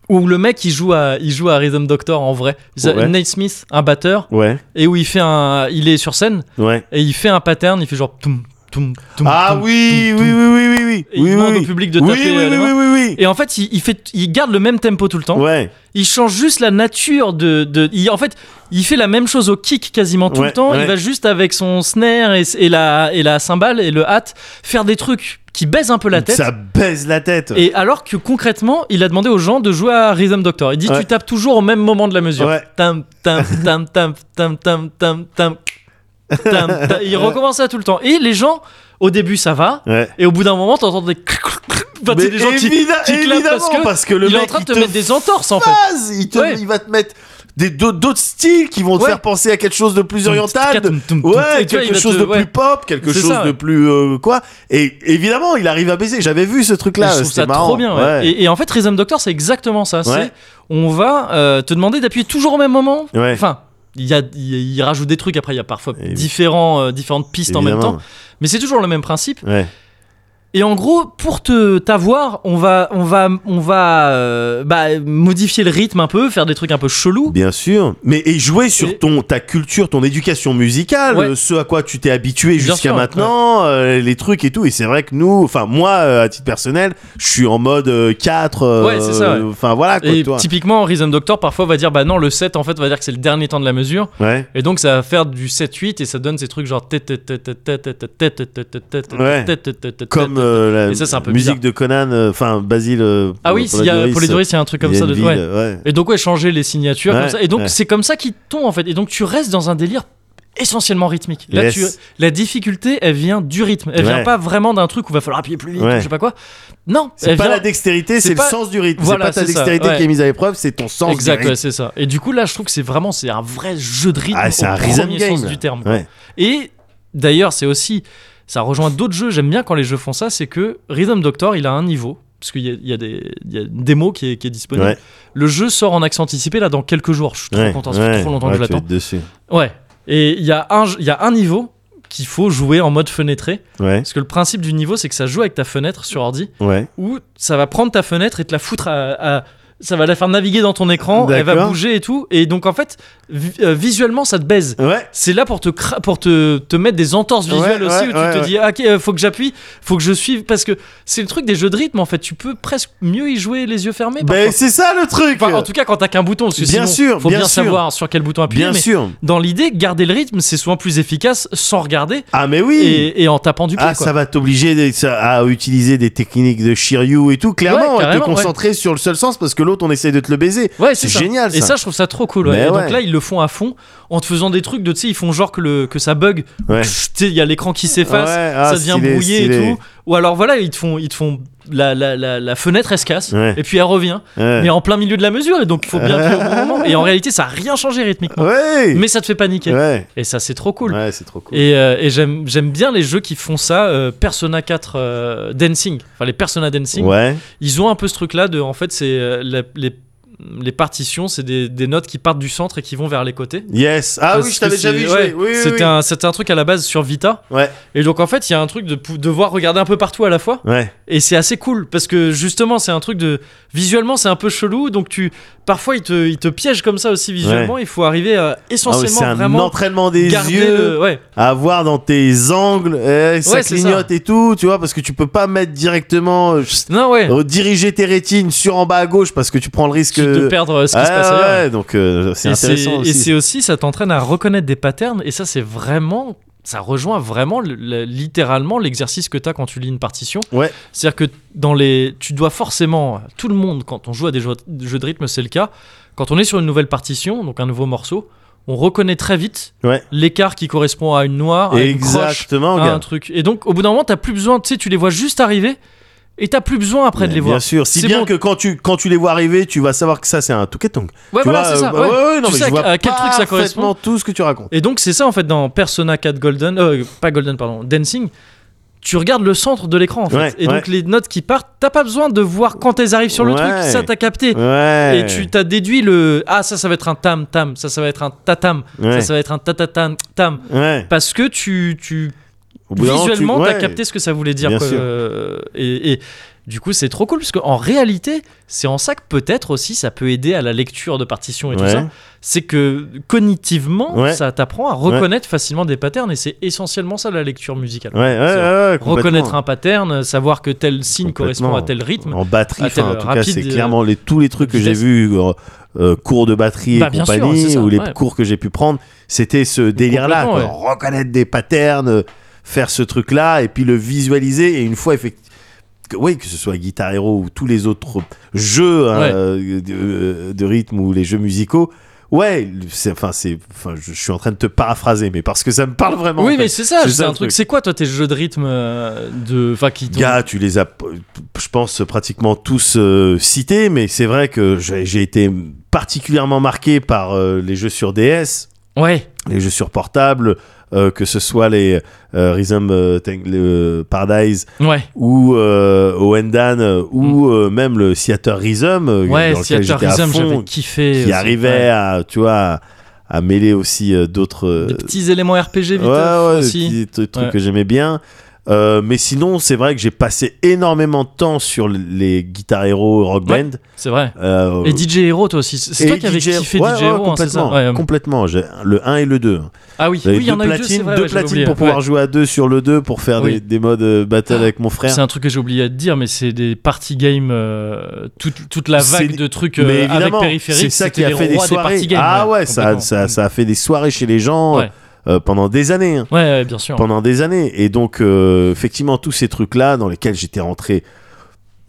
S1: où le mec il joue à il joue à Rhythm Doctor en vrai. Ça-
S2: Ouais.
S1: Nate Smith, un batteur,
S2: Ouais,
S1: et où il fait un il est sur scène
S2: ouais.
S1: et il fait un pattern, il fait genre toum toum toum.
S2: Ah
S1: toum,
S2: oui,
S1: toum,
S2: oui, oui,
S1: toum.
S2: oui, oui, oui.
S1: Et
S2: oui,
S1: il demande
S2: oui,
S1: au public de
S2: oui,
S1: taper.
S2: oui,
S1: euh,
S2: oui,
S1: les mains.
S2: oui, oui, oui.
S1: Et en fait, il, il fait il garde le même tempo tout le temps.
S2: Ouais,
S1: Il change juste la nature de, de il- en fait, il fait la même chose au kick quasiment tout
S2: Ouais,
S1: le temps. Il
S2: ouais.
S1: va juste avec son snare et, et la et la cymbale et le hat faire des trucs qui baisent un peu la tête.
S2: ça baise la tête.
S1: Et alors que concrètement, il a demandé aux gens de jouer à Rhythm Doctor. Il dit
S2: Ouais.
S1: tu tapes toujours au même moment de la mesure.
S2: Ouais.
S1: Tam tam tam tam tam tam tam
S2: <laughs>
S1: tam. tam, tam. Il recommence ça tout le temps. Et les gens, au début ça va,
S2: Ouais.
S1: et au bout d'un moment t'entends des. Enfin,
S2: Mais
S1: c'est des gens qui,
S2: évida-
S1: qui clapent
S2: évidemment,
S1: parce que
S2: parce que le
S1: il est en
S2: mec,
S1: train de
S2: il
S1: te
S2: te
S1: mettre des entorses en fait.
S2: Base, il, te-
S1: Ouais.
S2: il va te mettre des d'autres d'autres styles qui vont te
S1: Ouais.
S2: faire penser à quelque chose de plus oriental. de-
S1: Tum, tum, tum, tum.
S2: Ouais,
S1: Et tu vois, il
S2: quelque
S1: va
S2: chose
S1: te-
S2: de
S1: ouais.
S2: plus pop, quelque
S1: C'est
S2: chose
S1: ça,
S2: de
S1: ouais.
S2: plus euh, quoi. Et évidemment, il arrive à baiser. J'avais vu ce
S1: Et
S2: truc-là,
S1: je
S2: euh,
S1: trouve ça
S2: c'était marrant.
S1: trop bien. ouais.
S2: Ouais.
S1: Et, et en fait, Rhythm Doctor, c'est exactement ça. C'est
S2: Ouais.
S1: on va euh, te demander d'appuyer toujours au même moment.
S2: Ouais.
S1: Enfin, il y a, il y- il rajoute des trucs. Après, il y a parfois
S2: Et-
S1: différents, euh, différentes pistes en même
S2: Évidemment.
S1: temps. Mais c'est toujours le même principe.
S2: Ouais.
S1: Et en gros, pour te t'avoir, on va, on va, on va euh, bah, modifier le rythme un peu, faire des trucs un peu chelous.
S2: Bien sûr, mais et jouer sur
S1: Et-
S2: ton ta culture, ton éducation musicale,
S1: Ouais.
S2: euh, ce à quoi tu t'es habitué
S1: Bien
S2: jusqu'à
S1: sûr,
S2: maintenant, euh, les trucs et tout. Et c'est vrai que nous, enfin moi euh, à titre personnel, je suis en mode 4
S1: Ouais, c'est ça, ouais.
S2: Enfin voilà quoi,
S1: Et
S2: toi.
S1: typiquement, Rhythm Doctor, parfois, va dire bah non, le 7, en fait, va dire que c'est le dernier temps de la mesure.
S2: Ouais.
S1: Et donc ça va faire du 7-8 et ça donne ces trucs genre
S2: Comme
S1: comme
S2: euh, la
S1: Et ça, c'est un peu
S2: musique
S1: bizarre.
S2: de Conan, euh, enfin Basile. euh,
S1: ah oui, s'il y a
S2: Polidoris,
S1: pour les touristes, il y a un truc comme
S2: il y a
S1: ça
S2: une
S1: de
S2: ville,
S1: ouais.
S2: ouais.
S1: Et donc ouais, changer les signatures comme
S2: Ouais,
S1: ça. Et donc
S2: ouais.
S1: c'est comme ça qu'ils t'ont en fait. Et donc tu restes dans un délire essentiellement rythmique. Là,
S2: Yes.
S1: tu, la difficulté, elle vient du rythme. Elle
S2: Ouais.
S1: vient pas vraiment d'un truc où va falloir appuyer plus vite,
S2: Ouais.
S1: ou je sais pas quoi. Non,
S2: C'est
S1: elle
S2: pas
S1: vient-
S2: la dextérité,
S1: Eh c'est
S2: c'est le
S1: pas-
S2: sens du rythme.
S1: Voilà,
S2: c'est pas ta
S1: c'est ça,
S2: dextérité
S1: ouais.
S2: qui est mise à l'épreuve, c'est ton sens
S1: Exact,
S2: du
S1: ouais,
S2: rythme.
S1: c'est ça. Et du coup, là, je trouve que c'est vraiment c'est un vrai jeu de rythme
S2: Ah, c'est
S1: au
S2: un rhythm
S1: premier
S2: game.
S1: sens du terme.
S2: Ouais.
S1: Et d'ailleurs, c'est aussi ça rejoint d'autres jeux. J'aime bien quand les jeux font ça, c'est que Rhythm Doctor, il a un niveau parce qu'il y a, il y a des il y a une démo qui est, qui est disponible.
S2: Ouais.
S1: Le jeu sort en accent anticipé là dans quelques jours. Je suis trop
S2: Ouais,
S1: content, ça
S2: ouais,
S1: fait trop longtemps
S2: ouais,
S1: que je
S2: tu vas
S1: l'attends.
S2: être dessus.
S1: Ouais. Et il y a un jeu- il y a un niveau qu'il faut jouer en mode fenêtré
S2: Ouais,
S1: parce que le principe du niveau, c'est que ça joue avec ta fenêtre sur ordi
S2: ouais.
S1: où ça va prendre ta fenêtre et te la foutre à, à- ça va la faire naviguer dans ton écran, elle va
S2: D'accord.
S1: bouger et tout, et donc en fait vi- euh, visuellement ça te baise.
S2: Ouais,
S1: C'est là pour te cra- pour te, te mettre des entorses
S2: Ouais,
S1: visuelles aussi
S2: ouais,
S1: où tu
S2: ouais,
S1: te
S2: ouais.
S1: dis ah, ok euh, faut que j'appuie, faut que je suive parce que c'est le truc des jeux de rythme en fait, tu peux presque mieux y jouer les yeux fermés.
S2: ben
S1: parfois.
S2: c'est ça le truc.
S1: Enfin, en tout cas quand t'as qu'un bouton, parce que
S2: Bien
S1: sinon,
S2: sûr,
S1: faut
S2: bien
S1: bien,
S2: sûr.
S1: savoir sur quel bouton appuyer.
S2: Bien
S1: mais
S2: sûr.
S1: Dans l'idée, garder le rythme c'est souvent plus efficace sans regarder
S2: Ah mais oui.
S1: et, et en tapant du pied.
S2: Ah,
S1: quoi.
S2: ça va t'obliger de- ça- à utiliser des techniques de Shiryu et tout, clairement,
S1: Ouais,
S2: et te
S1: carrément,
S2: concentrer sur le seul sens parce que l'autre, on essaie de te le baiser.
S1: Ouais,
S2: C'est
S1: ça.
S2: génial,
S1: Et
S2: ça.
S1: ça, je trouve ça trop cool. ouais.
S2: Mais
S1: Et
S2: ouais.
S1: Donc là, ils le font à fond en te faisant des trucs de, tu sais, ils font genre que, le, que ça bug.
S2: Ouais.
S1: Tu sais, il y a l'écran qui s'efface,
S2: Ouais, ah,
S1: ça devient
S2: stylé,
S1: brouillé
S2: stylé.
S1: et tout. Ou alors voilà, ils te font, ils te font la, la, la, la fenêtre, elle se casse,
S2: Ouais.
S1: et puis elle revient,
S2: Ouais.
S1: mais en plein milieu de la mesure, et donc il faut
S2: <laughs>
S1: bien jouer au bon moment. Et en réalité, ça a rien changé rythmiquement,
S2: Ouais.
S1: mais ça te fait paniquer.
S2: Ouais.
S1: Et ça, c'est trop cool.
S2: Ouais, c'est trop cool.
S1: Et, euh, et j'aime j'aime bien les jeux qui font ça, euh, Persona 4 euh, Dancing, enfin les Persona Dancing,
S2: Ouais.
S1: ils ont un peu ce truc là de en fait c'est euh, la- les les partitions, c'est des, des notes qui partent du centre et qui vont vers les côtés.
S2: Yes. Ah
S1: Parce
S2: oui, je
S1: que
S2: t'avais
S1: c'est-
S2: déjà vu
S1: ouais,
S2: jouer. Oui, oui,
S1: c'était
S2: oui.
S1: un c'était un truc à la base sur Vita.
S2: Ouais.
S1: Et donc en fait, il y a un truc de pou- devoir regarder un peu partout à la fois.
S2: Ouais. Ah,
S1: Et c'est assez cool parce que justement, c'est un truc de visuellement, c'est un peu chelou. Donc tu parfois il te il te piège comme ça aussi visuellement. Il faut arriver à
S2: Ah oui,
S1: essentiellement
S2: c'est un
S1: vraiment
S2: entraînement des
S1: garder
S2: yeux
S1: le- ouais.
S2: à voir dans tes angles, eh, ça
S1: Ouais, c'est
S2: clignote et tout, tu vois, parce que tu peux pas mettre directement euh, juste,
S1: Non
S2: <laughs>
S1: ouais.
S2: euh, diriger tes rétines sur en bas à gauche parce que tu prends le risque Ah
S1: Tu- De perdre euh, ce qui
S2: Ouais,
S1: se passe ailleurs.
S2: ouais, donc euh, c'est
S1: Et c'est-
S2: intéressant
S1: Et
S2: aussi.
S1: c'est aussi, ça t'entraîne à reconnaître des patterns, et ça, c'est vraiment. Ça rejoint vraiment le- le- littéralement l'exercice que tu as quand tu lis une partition.
S2: Ouais.
S1: C'est-à-dire que dans les, tu dois forcément, tout le monde, quand on joue à des jeux, jeux de rythme, c'est le cas, quand on est sur une nouvelle partition, donc un nouveau morceau, on reconnaît très vite
S2: Ouais.
S1: l'écart qui correspond à une noire, à une croche,
S2: Exactement,
S1: à
S2: gars.
S1: un truc. Et donc, au bout d'un moment, t'as plus besoin, tu sais, tu les vois juste arriver, et t'as plus besoin après de
S2: Mais
S1: les
S2: Bien
S1: voir.
S2: sûr, si
S1: C'est
S2: bien
S1: bon.
S2: que quand tu, quand tu les vois arriver, tu vas savoir que ça c'est un touquetong.
S1: Ouais,
S2: tu
S1: voilà,
S2: vois,
S1: c'est ça.
S2: euh, bah,
S1: ouais.
S2: ouais, non,
S1: Tu
S2: mais
S1: sais
S2: je vois
S1: à quel truc ça correspond.
S2: parfaitement tout ce que tu racontes.
S1: Et donc c'est ça en fait dans Persona 4 Golden, euh, pas Golden pardon, Dancing, tu regardes le centre de l'écran en fait.
S2: Ouais,
S1: et
S2: ouais.
S1: donc les notes qui partent, t'as pas besoin de voir quand elles arrivent sur le
S2: Ouais.
S1: truc, ça t'as capté.
S2: Ouais.
S1: Et tu t'as déduit le ah ça ça va être un tam tam, ça ça va être un tatam,
S2: Ouais.
S1: ça ça va être un tatatam tam
S2: Ouais.
S1: parce que tu tu
S2: Au bout d'un moment, tu-
S1: visuellement t'as
S2: ouais.
S1: capté ce que ça voulait dire
S2: Bien
S1: quoi.
S2: sûr.
S1: Euh, et, et du coup, c'est trop cool parce qu'en réalité, c'est en ça que peut-être aussi ça peut aider à la lecture de partitions et tout
S2: Ouais.
S1: ça c'est que cognitivement,
S2: Ouais.
S1: ça t'apprend à reconnaître facilement des patterns et c'est essentiellement ça la lecture musicale.
S2: Ouais, ouais, ouais, ouais, complètement.
S1: Reconnaître un pattern, savoir que tel signe correspond à
S2: Complètement.
S1: tel rythme.
S2: En batterie,
S1: à
S2: enfin, en
S1: tel
S2: tout cas,
S1: rapide,
S2: c'est
S1: euh,
S2: clairement les, tous les trucs que j'ai
S1: vitesse.
S2: vus, euh, euh, cours de batterie et
S1: Bah, bien sûr,
S2: compagnie,
S1: c'est ça,
S2: ou les
S1: ouais.
S2: cours que j'ai pu prendre, c'était ce délire-là. quoi.
S1: Complètement,
S2: Reconnaître des patterns, euh, faire ce truc-là, et puis le visualiser, et une fois effectivement. Oui, que ce soit Guitar Hero ou tous les autres jeux hein,
S1: Ouais.
S2: euh, de, euh, de rythme ou les jeux musicaux, ouais, c'est, enfin, c'est, enfin, je, je suis en train de te paraphraser, mais parce que ça me parle vraiment.
S1: oui,
S2: en fait.
S1: mais c'est ça,
S2: C'est
S1: c'est
S2: ça,
S1: un
S2: le truc.
S1: truc. C'est quoi, toi, tes jeux de rythme euh, de. Enfin, qui t'ont-
S2: Gars, tu les as, je pense, pratiquement tous euh, cités, mais c'est vrai que j'ai j'ai été particulièrement marqué par euh, les jeux sur DS,
S1: Ouais,
S2: les jeux sur portable, euh, que ce soit les euh, Rhythm euh, Tang- le Paradise
S1: ouais,
S2: ou euh, Oendan euh, ou euh, même le Theater Rhythm, euh,
S1: Mm. ouais,
S2: dans lequel
S1: Theater
S2: j'étais à
S1: Rhythm,
S2: fond,
S1: j'avais kiffé.
S2: qui
S1: aussi,
S2: arrivait
S1: ouais.
S2: à, tu vois, à, à mêler aussi euh, d'autres...
S1: Des
S2: euh,
S1: petits éléments RPG vite euh,
S2: ouais, ouais,
S1: aussi.
S2: des petits trucs
S1: Ouais.
S2: que j'aimais bien. Euh, mais sinon, c'est vrai que j'ai passé énormément de temps sur les Guitar Hero Rock
S1: Ouais.
S2: Band.
S1: C'est vrai.
S2: Euh,
S1: Et DJ Hero, toi aussi. C'est toi
S2: et
S1: qui avais
S2: DJ
S1: kiffé
S2: ouais,
S1: DJ
S2: ouais,
S1: Hero, hein, c'est ça
S2: complètement.
S1: Ouais, euh,
S2: complètement. J'ai le 1 et le 2.
S1: Ah oui, oui,
S2: J'avais
S1: il y
S2: deux
S1: en a eu deux, c'est
S2: platines,
S1: vrai.
S2: deux
S1: ouais, j'avais
S2: platines
S1: oublié.
S2: pour pouvoir
S1: Ouais.
S2: jouer à deux sur le 2 pour faire des,
S1: Oui. Ah,
S2: des modes euh, battle avec mon frère.
S1: C'est un truc que j'ai oublié de dire, mais c'est des party games, euh, toute, toute la
S2: C'est-
S1: vague de trucs euh,
S2: Mais
S1: avec
S2: évidemment,
S1: périphérique.
S2: c'est ça qui
S1: c'était
S2: a fait
S1: les
S2: des
S1: rois
S2: soirées.
S1: party games,
S2: ah ouais, ça,
S1: complètement. Hum.
S2: ça, ça a fait des soirées chez les gens
S1: Ouais.
S2: euh, pendant des années. hein.
S1: Ouais, ouais, bien sûr.
S2: pendant des années. Et donc, euh, effectivement, tous ces trucs-là dans lesquels j'étais rentré,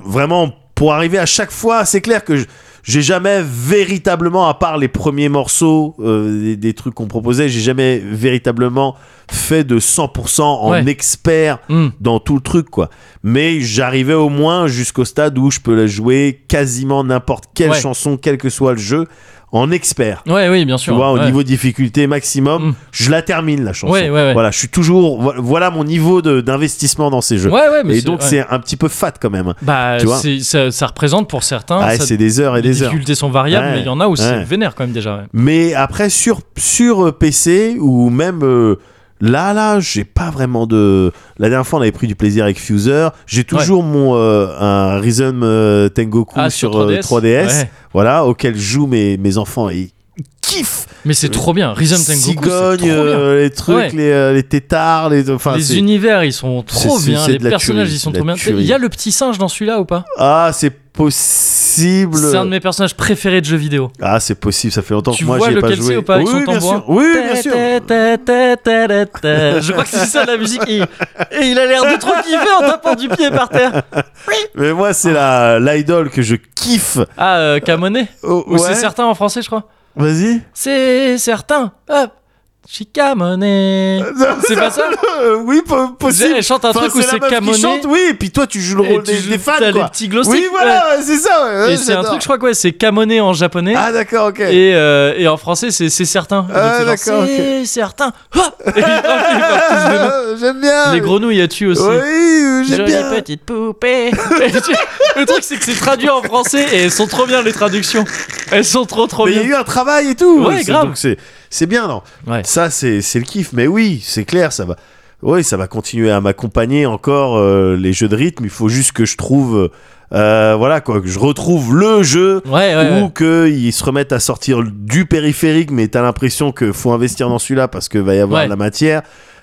S2: vraiment, pour arriver à chaque fois, c'est clair que je, J'ai jamais véritablement, à part les premiers morceaux, euh, des, des trucs qu'on proposait, j'ai jamais véritablement fait de 100% en
S1: Ouais.
S2: expert
S1: Hmm.
S2: dans tout le truc, quoi. Mais j'arrivais au moins jusqu'au stade où je peux la jouer quasiment n'importe quelle
S1: Ouais.
S2: chanson, quel que soit le jeu, en expert.
S1: Ouais, oui, bien
S2: Tu
S1: sûr.
S2: vois, au
S1: ouais.
S2: niveau difficulté maximum,
S1: Mm.
S2: je la termine la chanson.
S1: Ouais, ouais, ouais.
S2: Voilà, je suis toujours. vo- Voilà mon niveau de- d'investissement dans ces jeux.
S1: Ouais, ouais, mais
S2: et donc
S1: ouais.
S2: c'est un petit peu fat quand même.
S1: Bah,
S2: tu vois.
S1: c'est- ça, ça représente pour certains.
S2: Ah,
S1: ça-
S2: c'est des heures et
S1: les
S2: des heures.
S1: difficultés sont variables,
S2: Ouais,
S1: mais il y en a où
S2: ouais.
S1: c'est vénère quand même déjà. ouais.
S2: Mais après sur sur euh, PC ou même euh, là là, j'ai pas vraiment de. La dernière fois, on avait pris du plaisir avec Fuser. J'ai toujours mon euh, un Rhythm euh, Tengoku
S1: Ah,
S2: sur,
S1: sur
S2: euh,
S1: 3DS,
S2: 3DS,
S1: ouais.
S2: voilà, auquel jouent mes mes enfants et ils kiffent.
S1: Mais c'est trop bien. Rhythm Tengoku, c'est trop
S2: Cigogne,
S1: bien.
S2: euh, les trucs,
S1: Ouais.
S2: les, euh, les tétards, les enfin
S1: les
S2: c'est-
S1: univers, ils sont trop
S2: c'est-
S1: bien.
S2: c'est
S1: Les
S2: de la
S1: personnages,
S2: tuerie,
S1: ils
S2: de
S1: sont
S2: la
S1: trop bien.
S2: tuerie.
S1: Il y a le petit singe dans celui-là ou pas
S2: Ah, c'est possible.
S1: C'est un de mes personnages préférés de jeux vidéo.
S2: Ah, c'est possible, ça fait longtemps
S1: Tu
S2: que moi
S1: vois
S2: j'y ai pas
S1: lequel
S2: joué.
S1: c'est ou pas avec
S2: oui,
S1: son
S2: bien
S1: tambour
S2: sûr. Oui, bien sûr.
S1: Je crois que c'est ça la musique. Et, et il a l'air de trop kiffer en tapant du pied par terre.
S2: Mais moi, c'est la l'idole que je kiffe.
S1: Ah, euh, Kamone
S2: Oh,
S1: Ah. Ou c'est
S2: ouais.
S1: certain en français, je crois.
S2: Vas-y.
S1: C'est certain. Hop. Shikamone.
S2: <laughs>
S1: C'est pas ça
S2: Euh, oui, po- possible.
S1: Elle chante un
S2: Enfin,
S1: truc où
S2: la
S1: c'est
S2: meuf qui
S1: Kamone.
S2: chante, oui, et puis toi, tu joues le
S1: et
S2: rôle
S1: tu
S2: des,
S1: joues-
S2: des fans,
S1: t'as les
S2: quoi.
S1: petits glow
S2: Oui,
S1: sticks, ouais.
S2: voilà, ouais, c'est ça. ouais, ouais,
S1: Et c'est un
S2: j'adore.
S1: truc, je crois que ouais, c'est Kamone en japonais.
S2: Ah, d'accord, ok.
S1: Et, euh, et en français, c'est c'est certain. Et
S2: Ah,
S1: donc, c'est
S2: d'accord,
S1: genre,
S2: ok.
S1: C'est certain. Hop. Et il frappe- il frappe
S2: <laughs>
S1: tous les mains.
S2: Ah, J'aime bien.
S1: Les grenouilles à tuer aussi.
S2: Oui, euh,
S1: Jolie
S2: j'aime bien.
S1: petite poupée. <laughs> Et tu- le truc, c'est que c'est traduit en français et elles sont trop bien les traductions. Elles sont trop trop
S2: Mais il y
S1: Oh, bien.
S2: a eu un travail et tout.
S1: Ouais,
S2: C'est-
S1: grave.
S2: donc c'est c'est bien, non
S1: Ouais.
S2: Ça, c'est c'est le kiff. Mais oui, c'est clair, ça va. Oui, ça va continuer à m'accompagner encore euh, les jeux de rythme. Il faut juste que je trouve, euh, voilà quoi, que je retrouve le jeu
S1: Ouais, ouais, ouais.
S2: ou qu'ils se remettent à sortir du périphérique. Mais t'as l'impression que faut investir dans celui-là parce que va y avoir
S1: Ouais.
S2: de la matière.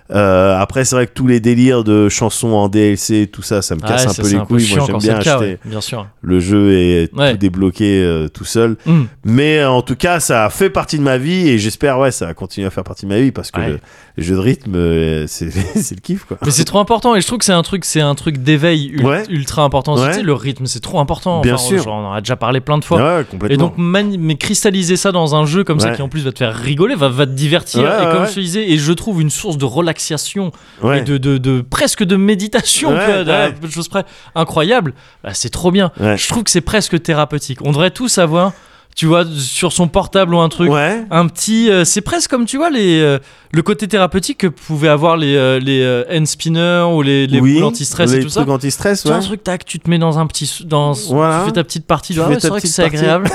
S2: Euh, après, c'est vrai que tous les délires de chansons en DLC, tout ça, ça me
S1: Ah Ouais,
S2: casse
S1: ça,
S2: un peu les couilles.
S1: chiant
S2: Moi,
S1: quand
S2: j'aime
S1: c'est
S2: bien
S1: le
S2: acheter
S1: cas, ouais, bien sûr.
S2: le jeu et
S1: Ouais.
S2: tout débloqué euh, tout seul.
S1: Mm.
S2: Mais euh, en tout cas, ça fait partie de ma vie et j'espère, ouais, ça va continuer à faire partie de ma vie parce que
S1: Ouais.
S2: le, les jeux de rythme, euh, c'est <laughs> c'est le kiff, quoi.
S1: Mais c'est trop important et je trouve que c'est un truc, c'est un truc d'éveil ul-
S2: Ouais.
S1: ultra important.
S2: Ouais.
S1: Tu sais, le rythme, c'est trop important.
S2: Bien
S1: Enfin,
S2: sûr.
S1: genre, on en a déjà parlé plein de fois.
S2: Ouais,
S1: Et
S2: complètement.
S1: donc, mani- mais cristalliser ça dans un jeu comme ça
S2: Ouais.
S1: qui en plus va te faire rigoler, va, va te divertir.
S2: Ouais,
S1: et
S2: ouais,
S1: comme
S2: ouais.
S1: je te disais, et je trouve une source de relaxation
S2: ouais.
S1: et de, de- de- presque de méditation,
S2: Ouais,
S1: tu vois, d'un
S2: ouais.
S1: peu de choses près, incroyable. Bah, c'est trop bien.
S2: Ouais.
S1: Je trouve que c'est presque thérapeutique. On devrait tous avoir, tu vois, sur son portable ou un truc.
S2: Ouais.
S1: Un petit, euh, c'est presque comme tu vois les, euh, le côté thérapeutique que pouvaient avoir les euh, les euh, hand spinners ou les les
S2: Oui,
S1: boules anti-stress
S2: les
S1: et tout ça.
S2: trucs anti-stress,
S1: Tu vois
S2: ouais.
S1: un truc tac, tu te mets dans un petit dans
S2: Voilà.
S1: tu fais ta petite partie,
S2: Tu
S1: tu ah
S2: fais
S1: ouais,
S2: ta
S1: c'est vrai que
S2: petite
S1: c'est
S2: partie. <laughs>
S1: agréable.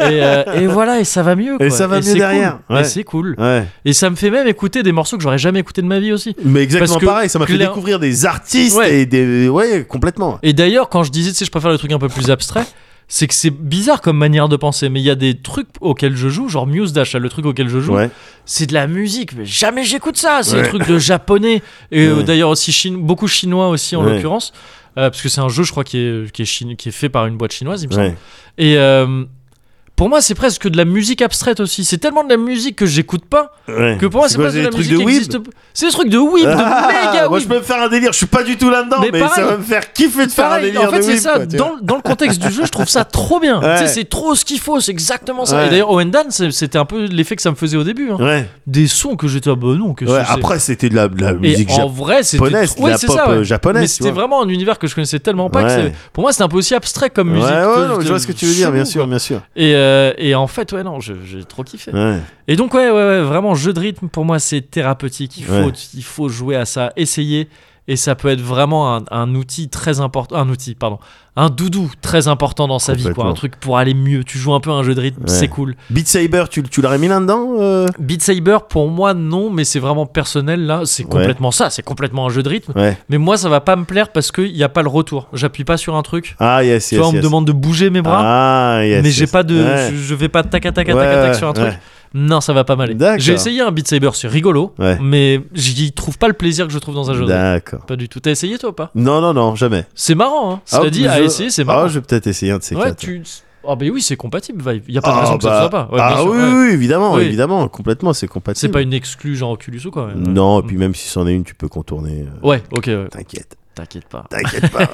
S1: et, euh, et voilà, et ça va mieux. Quoi.
S2: ça va mieux
S1: c'est cool.
S2: derrière, ouais.
S1: Et c'est cool.
S2: Ouais.
S1: Et ça me fait même écouter des morceaux que j'aurais jamais écouté de ma vie aussi.
S2: Mais exactement
S1: que
S2: pareil, ça m'a fait
S1: clair-
S2: découvrir des artistes
S1: Ouais.
S2: et des. Ouais, complètement.
S1: Et d'ailleurs, quand je disais, tu sais, je préfère les trucs un peu plus abstraits, c'est que c'est bizarre comme manière de penser, mais il y a des trucs auxquels je joue, genre Muse Dash, là, le truc auquel je joue,
S2: Ouais.
S1: c'est de la musique, mais jamais j'écoute ça, c'est
S2: Ouais.
S1: des trucs de japonais, et euh,
S2: Ouais.
S1: d'ailleurs aussi chino- beaucoup chinois aussi en
S2: Ouais.
S1: l'occurrence, euh, parce que c'est un jeu, je crois, qui est, qui, est chino- qui est fait par une boîte chinoise, il me semble.
S2: Ouais.
S1: Et euh, pour moi, c'est presque de la musique abstraite aussi, c'est tellement de la musique que j'écoute pas,
S2: Ouais.
S1: que pour moi, c'est
S2: quoi,
S1: presque de la
S2: des trucs
S1: musique
S2: de
S1: qui
S2: weeb
S1: existe. C'est des trucs de
S2: <laughs>
S1: weeb,
S2: Ah,
S1: de méga
S2: Moi,
S1: weeb.
S2: je peux me faire un délire. Je suis pas du tout là-dedans, mais,
S1: Mais
S2: ça
S1: pareil.
S2: va me faire kiffer de faire un
S1: Pareil,
S2: délire.
S1: en fait,
S2: de
S1: c'est
S2: weeb,
S1: ça.
S2: quoi, tu vois.
S1: dans, dans le contexte du jeu, je trouve ça trop bien.
S2: Ouais.
S1: Tu sais, c'est trop ce qu'il faut, c'est exactement ça.
S2: Ouais.
S1: Et d'ailleurs, Owendan, c'est- c'était un peu l'effet que ça me faisait au début. hein.
S2: Ouais.
S1: Des sons que j'étais, ah bah non, que
S2: Ouais,
S1: c'est.
S2: Après, c'était de la, de la
S1: Et
S2: musique
S1: en vrai, c'était
S2: japonaise,
S1: trop- ouais,
S2: la
S1: c'est
S2: pop,
S1: ça, ouais.
S2: euh, japonaise,
S1: Mais
S2: tu
S1: c'était
S2: vois.
S1: vraiment un univers que je connaissais tellement pas. que
S2: Ouais.
S1: c'est- pour moi, c'était un peu aussi abstrait comme musique.
S2: Ouais,
S1: tu
S2: ouais,
S1: vois,
S2: non, je
S1: j'étais
S2: vois ce que tu veux dire,
S1: chelou,
S2: bien sûr,
S1: quoi.
S2: bien sûr.
S1: Et, euh, et en fait, ouais, non, je- j'ai trop kiffé.
S2: Ouais.
S1: Et donc, ouais, ouais, ouais, vraiment, jeu de rythme, pour moi, c'est thérapeutique. Il faut,
S2: Ouais.
S1: il faut jouer à ça, essayer. Et ça peut être vraiment un, un outil très important. Un outil, pardon. Un doudou très important dans sa vie, quoi.
S2: Complètement.
S1: Un truc pour aller mieux. Tu joues un peu à un jeu de rythme,
S2: Ouais.
S1: c'est cool.
S2: Beat Saber, tu, tu l'aurais mis là-dedans euh
S1: Beat Saber, pour moi, non, mais c'est vraiment personnel, là. C'est
S2: Ouais.
S1: complètement ça. C'est complètement un jeu de rythme.
S2: Ouais.
S1: Mais moi, ça va pas me plaire parce qu'il n'y a pas le retour. J'appuie pas sur un truc.
S2: Ah, yes, yes.
S1: tu vois, on
S2: yes.
S1: me demande de bouger mes bras.
S2: Ah, yes.
S1: mais
S2: yes.
S1: j'ai pas de.
S2: Ouais.
S1: Je, je vais pas tac tac tac
S2: Ouais,
S1: tac tac
S2: ouais,
S1: sur un truc.
S2: ouais.
S1: Non, ça va pas mal.
S2: D'accord.
S1: J'ai essayé un Beat Saber, c'est rigolo,
S2: Ouais.
S1: mais j'y trouve pas le plaisir que je trouve dans un jeu. de rythme.
S2: D'accord.
S1: Pas du tout. T'as essayé toi ou pas
S2: Non, non, non, jamais.
S1: C'est marrant, hein.
S2: Ah,
S1: Cela dit,
S2: mais
S1: à
S2: je-
S1: essayer, c'est
S2: Ah,
S1: marrant.
S2: je vais peut-être essayer un de ces
S1: ouais,
S2: quatre.
S1: tu. Ah, bah oui, c'est compatible, Vive. Y a pas de
S2: Ah,
S1: raison que ça
S2: bah-
S1: soit pas. Ouais, bien
S2: ah
S1: sûr,
S2: oui,
S1: ouais.
S2: oui, évidemment,
S1: Oui.
S2: évidemment, complètement, c'est compatible.
S1: C'est pas une exclue genre Oculus ou quoi. ouais.
S2: Non, et puis même si c'en est une, tu peux contourner. euh,
S1: Ouais, ok, ouais.
S2: T'inquiète,
S1: <laughs> t'inquiète pas.
S2: t'inquiète pas.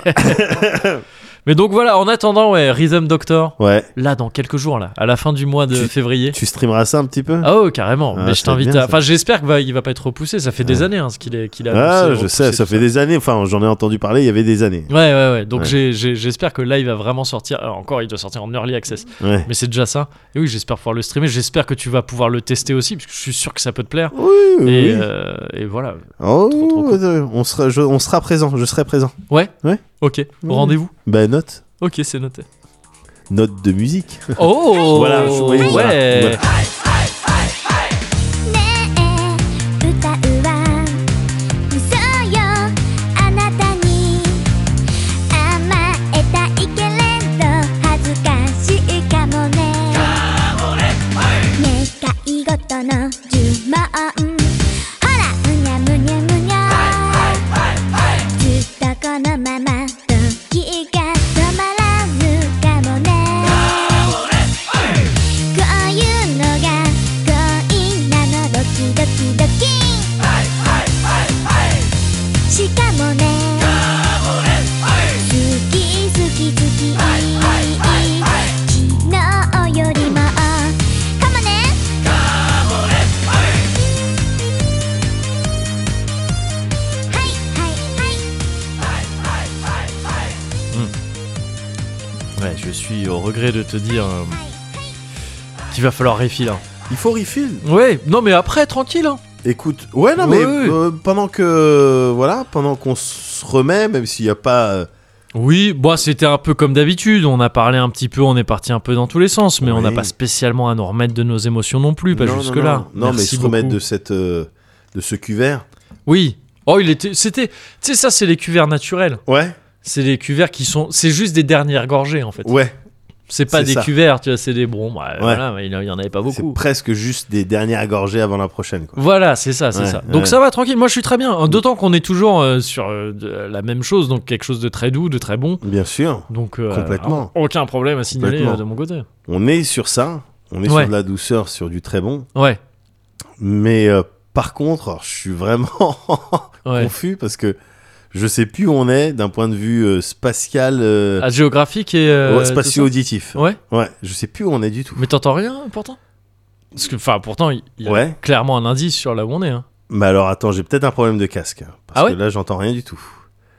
S1: Mais donc voilà, en attendant, ouais, Rhythm Doctor,
S2: Ouais.
S1: là dans quelques jours, là, à la fin du mois de
S2: Tu-
S1: février.
S2: Tu streameras ça un petit peu
S1: Ah oh, carrément,
S2: Ah,
S1: mais je
S2: ça va être
S1: t'invite
S2: bien,
S1: à.
S2: ça.
S1: Enfin, j'espère que va- il va pas être repoussé, ça fait des années hein, ce qu'il est- qu'il a.
S2: Ah,
S1: annoncé,
S2: je
S1: repoussé,
S2: sais, ça
S1: tout
S2: fait des années. Enfin, j'en ai entendu parler il y avait des années.
S1: Ouais, ouais, ouais. Donc
S2: Ouais.
S1: j'ai- j'ai- j'espère que là, il va vraiment sortir. Alors, encore, il doit sortir en early access.
S2: Ouais.
S1: Mais c'est déjà ça. Et oui, j'espère pouvoir le streamer. J'espère que tu vas pouvoir le tester aussi, parce que je suis sûr que ça peut te plaire.
S2: Oui, oui.
S1: Et,
S2: oui.
S1: euh, et voilà.
S2: Oh,
S1: trop, trop cool.
S2: euh, on, sera, je- on sera présent, je serai présent.
S1: Ouais.
S2: Ouais.
S1: Ok.
S2: Ouais.
S1: Rendez-vous.
S2: Bah, note.
S1: Ok, c'est
S2: <laughs>
S1: noté.
S2: Note de musique.
S1: <laughs> Oh.
S2: Voilà, je- oui,
S1: ouais.
S2: voilà, voilà.
S7: ねえ歌うわそうよあなたに甘えたいけれど恥ずかしいかもね願い事の呪文ほらむにゃむにゃむにゃずっとこのまま時が止まらぬかもねこういうのが恋なのドキドキドキしかもね好き好き好き昨日よりもかもねはいはいはい
S1: Ouais, je suis au regret de te dire euh, qu'il va falloir refill. hein.
S2: Il faut refill.
S1: Ouais. Non, mais après, tranquille. hein.
S2: Écoute, ouais, non, mais
S1: Ouais, ouais.
S2: euh, pendant que. Voilà, pendant qu'on se remet, même s'il n'y a pas. euh,
S1: Oui, bon, c'était un peu comme d'habitude. On a parlé un petit peu, on est parti un peu dans tous les sens, mais on n'a
S2: Oui.
S1: pas spécialement à nous remettre de nos émotions non plus, pas
S2: non, non,
S1: jusque-là.
S2: Non, non, mais
S1: Merci
S2: se remettre
S1: beaucoup.
S2: de, cette, euh, de ce cuvert.
S1: Oui. Oh, il était. C'était. Tu sais, ça, c'est les cuverts naturels.
S2: Ouais,
S1: C'est les cuverts qui sont. C'est juste des dernières gorgées, en fait.
S2: ouais.
S1: C'est pas
S2: c'est
S1: des
S2: ça.
S1: cuverts, tu vois, c'est des. Bon, bah, voilà, mais il y en avait pas
S2: C'est
S1: beaucoup.
S2: presque juste des dernières gorgées avant la prochaine. Quoi.
S1: Voilà, c'est ça, c'est
S2: Ouais,
S1: ça. Donc
S2: ouais.
S1: ça va, tranquille. Moi, je suis très bien. hein. D'autant qu'on est toujours euh, sur euh, de- la même chose, donc quelque chose de très doux, de très bon.
S2: Bien sûr.
S1: Donc, euh,
S2: Complètement.
S1: aucun problème à signaler
S2: Complètement.
S1: euh, de mon côté.
S2: On est sur ça. On est
S1: Ouais.
S2: sur de la douceur, sur du très bon.
S1: Ouais,
S2: Mais euh, par contre, alors, je suis vraiment
S1: ouais.
S2: confus parce que je sais plus où on est d'un point de vue euh, spatial, euh,
S1: Ah, géographique et. euh,
S2: ouais,
S1: tout
S2: spatio-auditif.
S1: ça. Ouais.
S2: Ouais, je sais plus où on est du tout.
S1: Mais t'entends rien, pourtant Parce que, enfin, pourtant, il il y a
S2: Ouais.
S1: clairement un indice sur là où on est. hein.
S2: Mais alors attends, j'ai peut-être un problème de casque. hein, Parce
S1: Ah
S2: que
S1: ouais
S2: là, j'entends rien du tout.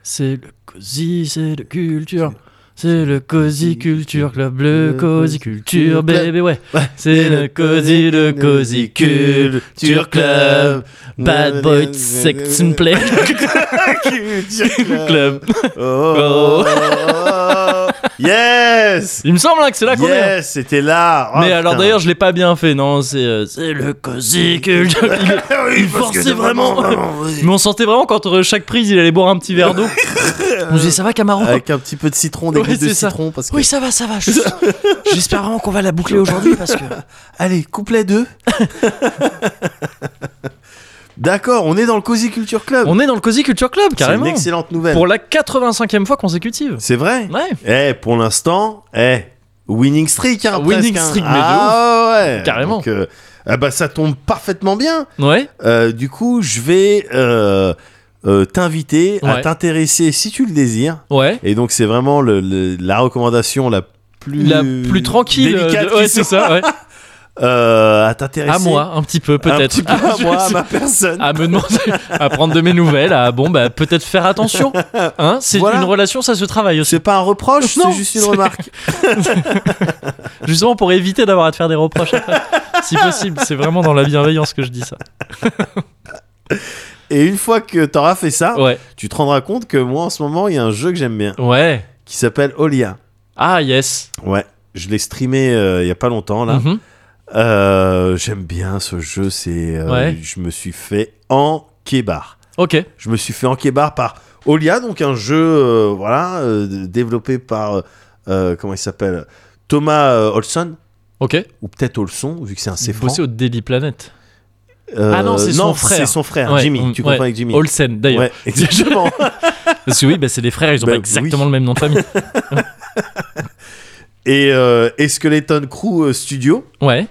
S1: C'est le cosy, c'est le culture. C'est le cosy culture club, le cosy culture, bébé, ouais.
S2: Ouais.
S1: C'est <laughs> le cosy, le cosy culture club. Bad boy sex and play. <laughs>
S2: Culture
S1: Club.
S2: Oh. <laughs> yes
S1: Il me semble hein, que c'est là qu'on est. hein.
S2: Yes, c'était là. Oh,
S1: Mais alors
S2: putain.
S1: d'ailleurs, je l'ai pas bien fait, non C'est euh, c'est le cosy culture. Il, <laughs> est-
S2: Ah
S1: il forçait vraiment. Mais on sentait vraiment qu'entre chaque prise, il allait boire un petit <laughs> verre d'eau. on se disait, ça va, Camaro
S2: avec un petit peu de citron, des
S1: Ouais,
S2: gouttes de
S1: c'est ça.
S2: citron parce que
S1: Oui, ça va, ça va. je- <laughs> J'espère vraiment qu'on va la boucler aujourd'hui parce que.
S2: <laughs> Allez,
S1: <laughs>
S2: couplet 2. D'accord, on est dans le Cozy Culture Club.
S1: On est dans le Cozy Culture Club,
S2: C'est une
S1: carrément.
S2: excellente nouvelle.
S1: Pour la 85e fois consécutive.
S2: C'est vrai
S1: Ouais.
S2: Eh, pour l'instant, eh, winning streak. Hein,
S1: Ah, winning
S2: presque, hein.
S1: streak, mais de
S2: Ah ouais.
S1: Carrément.
S2: Donc, euh, ah bah, ça tombe parfaitement bien.
S1: Ouais.
S2: Euh, du coup, je vais euh, euh, t'inviter à
S1: Ouais.
S2: t'intéresser, si tu le désires.
S1: Ouais.
S2: Et donc, c'est vraiment le- le- la recommandation la plus,
S1: La plus tranquille. euh,
S2: délicate
S1: de- Ouais,
S2: qui
S1: c'est
S2: soit,
S1: ça, ouais.
S2: <laughs> euh, à t'intéresser
S1: À moi, un petit peu,
S2: un
S1: peut-être.
S2: petit peu à
S1: <laughs> je
S2: moi, bah. à
S1: sais-
S2: ma personne.
S1: à me demander, à prendre de mes nouvelles, à bon, bah, peut-être faire
S2: <laughs>
S1: attention. Hein, c'est
S2: Voilà.
S1: une relation, ça se travaille aussi.
S2: C'est pas un reproche,
S1: Non,
S2: c'est juste une
S1: c'est- <laughs>
S2: remarque.
S1: Justement pour éviter d'avoir à te faire des
S2: <laughs>
S1: reproches après. si possible, c'est vraiment dans la bienveillance que je dis ça.
S2: Et une fois que t'auras fait ça,
S1: Ouais.
S2: tu te rendras compte que moi en ce moment, il y a un jeu que j'aime bien
S1: Ouais.
S2: qui s'appelle Olia.
S1: Ah, yes.
S2: Ouais, je l'ai streamé euh, il y a pas longtemps là.
S1: Mhm.
S2: Euh, j'aime bien ce jeu, c'est euh,
S1: Ouais.
S2: je me suis fait en kébar.
S1: Ok.
S2: Je me suis fait en kébar par Olia, donc un jeu euh, voilà euh, développé par euh, euh, comment il s'appelle Thomas euh, Olson
S1: Ok.
S2: ou peut-être Olson vu que c'est un C
S1: Bossé au Daily Planet.
S2: Euh,
S1: Ah non, c'est son frère.
S2: C'est son frère,
S1: Ouais, mm,
S2: Jimmy. Tu
S1: ouais.
S2: comprends avec Jimmy.
S1: Olsen, d'ailleurs.
S2: Ouais,
S1: <laughs>
S2: exactement.
S1: Parce que oui, bah, c'est des frères, ils ont
S2: Bah,
S1: pas exactement
S2: oui.
S1: le même nom de
S2: <laughs>
S1: famille.
S2: et, euh, et Skeleton Crew euh, Studio,
S1: Ouais,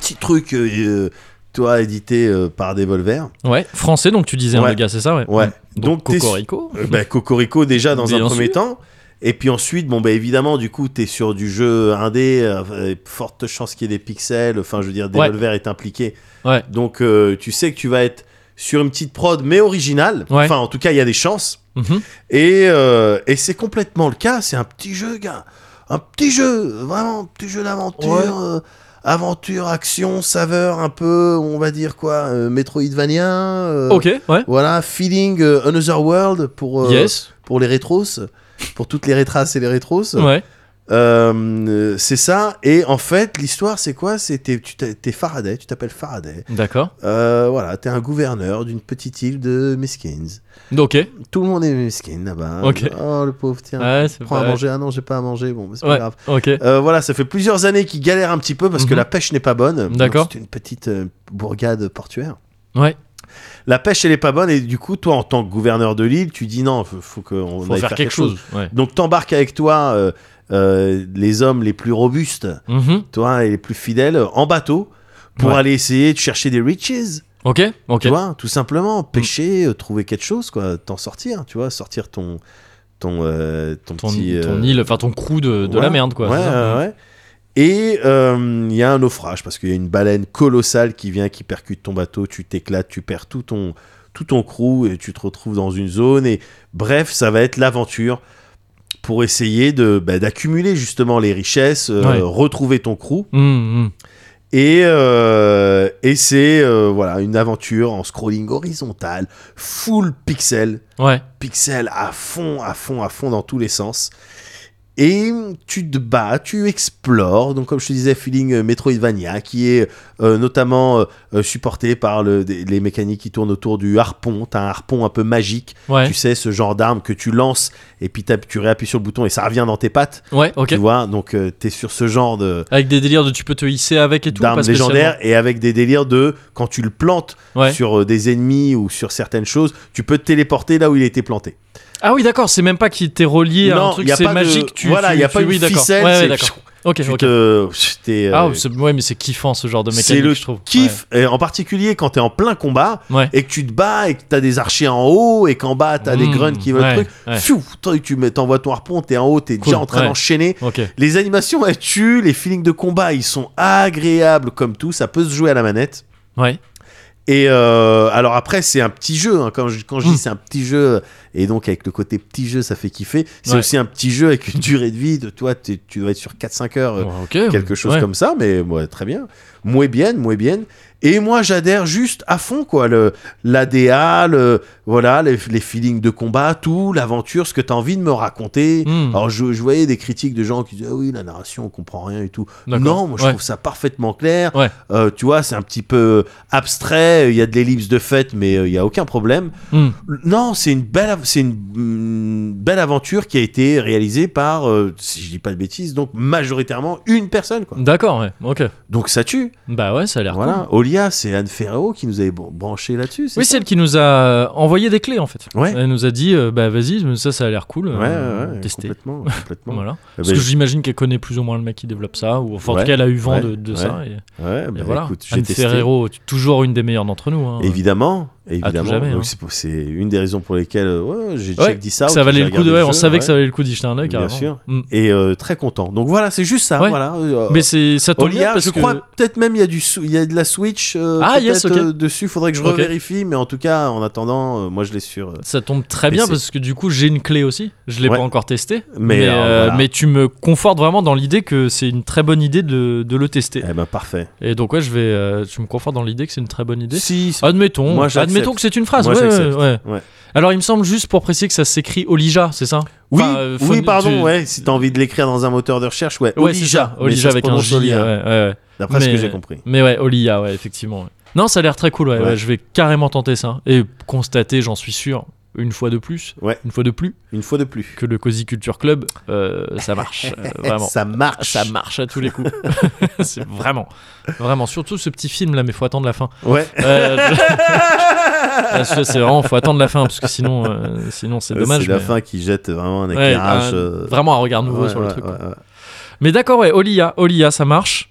S2: petit truc, euh, euh, toi, édité euh, par Devolver.
S1: ouais. Français, donc tu disais, un
S2: Ouais.
S1: gars, c'est ça, ouais.
S2: Ouais.
S1: Donc,
S2: t'es-
S1: <laughs> Cocorico.
S2: Euh, bah, Cocorico déjà dans
S1: Bien
S2: un premier
S1: sûr.
S2: temps. Et puis ensuite, bon, bah évidemment, du coup, t'es sur du jeu indé, euh, forte chance qu'il y ait des pixels, enfin, je veux dire,
S1: Ouais.
S2: Devolver est impliqué.
S1: Ouais.
S2: Donc, euh, tu sais que tu vas être sur une petite prod, mais originale.
S1: Ouais.
S2: Enfin, en tout cas, il y a des chances.
S1: Mhm.
S2: Et, euh, et c'est complètement le cas, c'est un petit jeu, gars. Un petit jeu, vraiment, petit jeu d'aventure.
S1: Ouais.
S2: euh, aventure, action, saveur, un peu, on va dire quoi, euh, Metroidvania. euh,
S1: Ok, ouais.
S2: Voilà, feeling euh, Another World pour, euh,
S1: yes.
S2: pour les rétros, pour toutes les rétraces et les rétros.
S1: Ouais.
S2: Euh, euh, c'est ça, et en fait, l'histoire, c'est quoi C'est t'es- tu t'es t'es Faraday, tu t'appelles Faraday.
S1: D'accord.
S2: Euh, voilà, t'es un gouverneur d'une petite île de Miskins.
S1: Ok.
S2: Tout le monde est miskin là-bas.
S1: Ok.
S2: Oh le pauvre, tiens.
S1: Ouais, c'est
S2: Prends à
S1: pas-
S2: manger. Ah non, j'ai pas à manger. Bon, bah, c'est pas
S1: Ouais.
S2: grave.
S1: Ok.
S2: Euh, voilà, ça fait plusieurs années qu'il galère un petit peu parce que
S1: Mhm.
S2: la pêche n'est pas bonne.
S1: D'accord.
S2: Donc, C'est une petite euh, bourgade portuaire.
S1: Ouais.
S2: La pêche, elle est pas bonne et du coup, toi, en tant que gouverneur de l'île, tu dis non, faut, faut qu'on
S1: Faut
S2: aille
S1: faire quelque chose. Ouais.
S2: Donc, t'embarques avec toi euh, euh, les hommes les plus robustes,
S1: Mhm.
S2: toi, et les plus fidèles, euh, en bateau pour
S1: Ouais.
S2: aller essayer de chercher des riches.
S1: Ok. Ok. Mm.
S2: Tu vois, tout simplement, pêcher, euh, trouver quelque chose, quoi, t'en sortir, tu vois, sortir ton ton euh, ton,
S1: ton,
S2: petit euh,
S1: ton île, enfin ton crew de, de
S2: ouais,
S1: la merde, quoi.
S2: Ouais,
S1: c'est ça
S2: ouais, ouais. Et euh, il y a un naufrage parce qu'il y a une baleine colossale qui vient, qui percute ton bateau, tu t'éclates, tu perds tout ton tout ton crew et tu te retrouves dans une zone et bref, ça va être l'aventure pour essayer de bah, d'accumuler justement les richesses, euh,
S1: Ouais.
S2: retrouver ton crew
S1: Mhm, mhm.
S2: et, euh, et c'est euh, voilà une aventure en scrolling horizontal, full pixel,
S1: Ouais.
S2: pixel à fond, à fond, à fond dans tous les sens. Et tu te bats, tu explores. Donc, comme je te disais, feeling euh, Metroidvania, qui est euh, notamment euh, euh, supporté par le- des- les mécaniques qui tournent autour du harpon. T'as un harpon un peu magique,
S1: Ouais.
S2: tu sais, ce genre d'arme que tu lances et puis t'appuies- tu réappuies sur le bouton et ça revient dans tes pattes.
S1: Ouais. Ok.
S2: Tu vois, donc euh, t'es sur ce genre de,
S1: Avec des délires de tu peux te hisser avec et tout.
S2: d'armes
S1: pas spécialement.
S2: légendaires et avec des délires de quand tu le plantes
S1: Ouais.
S2: sur euh, des ennemis ou sur certaines choses, tu peux te téléporter là où il a été planté.
S1: Ah oui, d'accord. C'est même pas qu'il t'est relié à un
S2: Non,
S1: truc.
S2: y a
S1: C'est
S2: pas de-
S1: magique. Tu,
S2: voilà,
S1: tu-
S2: y a
S1: tu-
S2: pas une
S1: oui, d'accord.
S2: ficelle,
S1: Ouais, ouais,
S2: c'est-
S1: d'accord. Ok.
S2: Tu
S1: ok.
S2: te- t'es, euh,
S1: Ah c'est- ouais, mais c'est kiffant ce genre de
S2: c'est
S1: mécanique,
S2: le
S1: je trouve.
S2: kiff, et en particulier quand t'es en plein combat
S1: Ouais.
S2: et que tu te bats et que t'as des archers en haut et qu'en bas t'as des
S1: Mmh,
S2: grunts qui veulent
S1: ouais,
S2: le truc.
S1: ouais.
S2: Fiou, toi, tu mets- t'envoies ton harpon, t'es en haut, t'es
S1: Cool,
S2: déjà en train
S1: ouais.
S2: d'enchaîner.
S1: Ouais. Ok.
S2: Les animations, elles tuent, les feelings de combat, ils sont agréables comme tout, ça peut se jouer à la manette.
S1: Ouais.
S2: Et euh, alors après, c'est un petit jeu. hein. Quand je, quand je
S1: Mm.
S2: dis c'est un petit jeu, et donc avec le côté petit jeu, ça fait kiffer. C'est
S1: Ouais.
S2: aussi un petit jeu avec une durée de vie de toi, t'es- tu dois être sur 4-5 heures, euh,
S1: ok.
S2: quelque chose
S1: ouais.
S2: comme ça, mais ouais, très bien. Mouais bien, mouais bien. Et moi, j'adhère juste à fond, quoi. Le- L'ADA, le, voilà, les, les feelings de combat, tout, l'aventure, ce que t'as envie de me raconter.
S1: Mm.
S2: Alors, je, je voyais des critiques de gens qui disaient, ah oui, la narration, on comprend rien et tout.
S1: D'accord.
S2: Non, moi je
S1: Ouais.
S2: trouve ça parfaitement clair.
S1: Ouais.
S2: Euh, tu vois, c'est un petit peu abstrait. Il y a de l'ellipse de fait, mais euh, il y a aucun problème.
S1: Mm.
S2: Non, c'est une belle, av- c'est une, mm, belle aventure qui a été réalisée par, euh, si je dis pas de bêtises, donc majoritairement une personne. Quoi.
S1: D'accord. Ouais. Ok.
S2: Donc ça tue.
S1: Bah ouais, ça a l'air. cool.
S2: Voilà. Olia, c'est Anne Ferrero qui nous avait bran- branché là-dessus. c'est
S1: Oui,
S2: ça
S1: celle qui nous a envoyé des clés en fait.
S2: Ouais.
S1: Elle nous a dit, euh, bah vas-y, ça, ça a l'air cool.
S2: Ouais,
S1: euh,
S2: ouais, ouais,
S1: tester. <laughs>
S2: complètement, complètement.
S1: Voilà.
S2: Euh,
S1: Parce
S2: bah,
S1: que j'imagine qu'elle connaît plus ou moins le mec qui développe ça, ou enfin, en
S2: Ouais,
S1: tout cas, elle a eu vent
S2: ouais,
S1: de, de ça. Et, et
S2: ouais, bah,
S1: voilà.
S2: écoute, j'ai
S1: Anne
S2: testé.
S1: Ferrero, hein. toujours une des meilleures d'entre nous. hein.
S2: Évidemment, évidemment.
S1: jamais,
S2: Donc,
S1: hein.
S2: c'est pour- c'est une des raisons pour lesquelles euh, ouais, j'ai
S1: Ouais,
S2: check dit ça.
S1: ça valait le coup de. ouais, on savait que
S2: ça
S1: ça valait le coup d'y jeter un œil.
S2: Bien
S1: carrément.
S2: sûr.
S1: Mm.
S2: et euh, très content. Donc voilà, c'est juste ça.
S1: Ouais.
S2: Voilà. euh,
S1: Mais c'est ça tombe bien
S2: Olia,
S1: parce
S2: je
S1: que.
S2: crois peut-être même il y a du sou- il y a de la Switch euh,
S1: Ah,
S2: peut-être,
S1: yes, ok.
S2: euh, dessus. Faudrait que je
S1: Ok.
S2: revérifie, mais en tout cas, en attendant, euh, moi je l'ai sur. euh,
S1: Ça tombe très
S2: Mais
S1: bien
S2: c'est-
S1: parce que du coup j'ai une clé aussi. Je l'ai
S2: Ouais.
S1: pas encore testée.
S2: Mais,
S1: mais,
S2: alors,
S1: euh,
S2: voilà.
S1: mais tu me confortes vraiment dans l'idée que c'est une très bonne idée de, de le tester.
S2: Eh ben parfait.
S1: Et donc ouais, je vais, euh, tu me confortes dans l'idée que c'est une très bonne idée.
S2: Si. c'est-
S1: Admettons,
S2: Moi, j'accepte.
S1: admettons que c'est une phrase.
S2: Moi,
S1: ouais,
S2: j'accepte.
S1: ouais, ouais.
S2: Ouais.
S1: Alors, il me semble juste pour préciser que ça s'écrit Olija, c'est ça
S2: Oui,
S1: Enfin, euh,
S2: oui,
S1: phon-
S2: pardon.
S1: tu-
S2: Ouais, si t'as envie de l'écrire dans un moteur de recherche, ouais.
S1: Ouais, c'est
S2: Olija.
S1: ça.
S2: mais
S1: Olija
S2: ça se
S1: avec un
S2: prononce
S1: J. ouais,
S2: Olia,
S1: ouais, ouais.
S2: D'après ce
S1: Mais-
S2: que j'ai compris.
S1: Mais ouais, Olija, ouais, effectivement. ouais. Non, ça a l'air très cool. Ouais,
S2: Ouais.
S1: ouais, je vais carrément tenter ça et constater, j'en suis sûr, une fois de plus,
S2: Ouais.
S1: une fois de plus,
S2: Une fois de plus.
S1: que le Cozy Culture Club, euh, ça marche,
S2: <laughs>
S1: euh, <laughs> vraiment.
S2: Ça marche.
S1: Ça marche à tous les coups. <laughs> c'est vraiment, vraiment. Surtout ce petit film là, mais faut attendre la fin.
S2: Ouais. <laughs>
S1: Euh, Ah, ça, c'est vraiment, faut attendre la fin parce que sinon, euh, sinon c'est dommage.
S2: C'est la
S1: mais-
S2: fin qui jette vraiment un
S1: Ouais,
S2: éclairage.
S1: un-
S2: euh,
S1: Vraiment un regard nouveau
S2: ouais,
S1: sur le
S2: ouais,
S1: truc.
S2: ouais,
S1: quoi.
S2: ouais. <laughs>
S1: Mais d'accord, ouais, Olia, Olia, ça marche.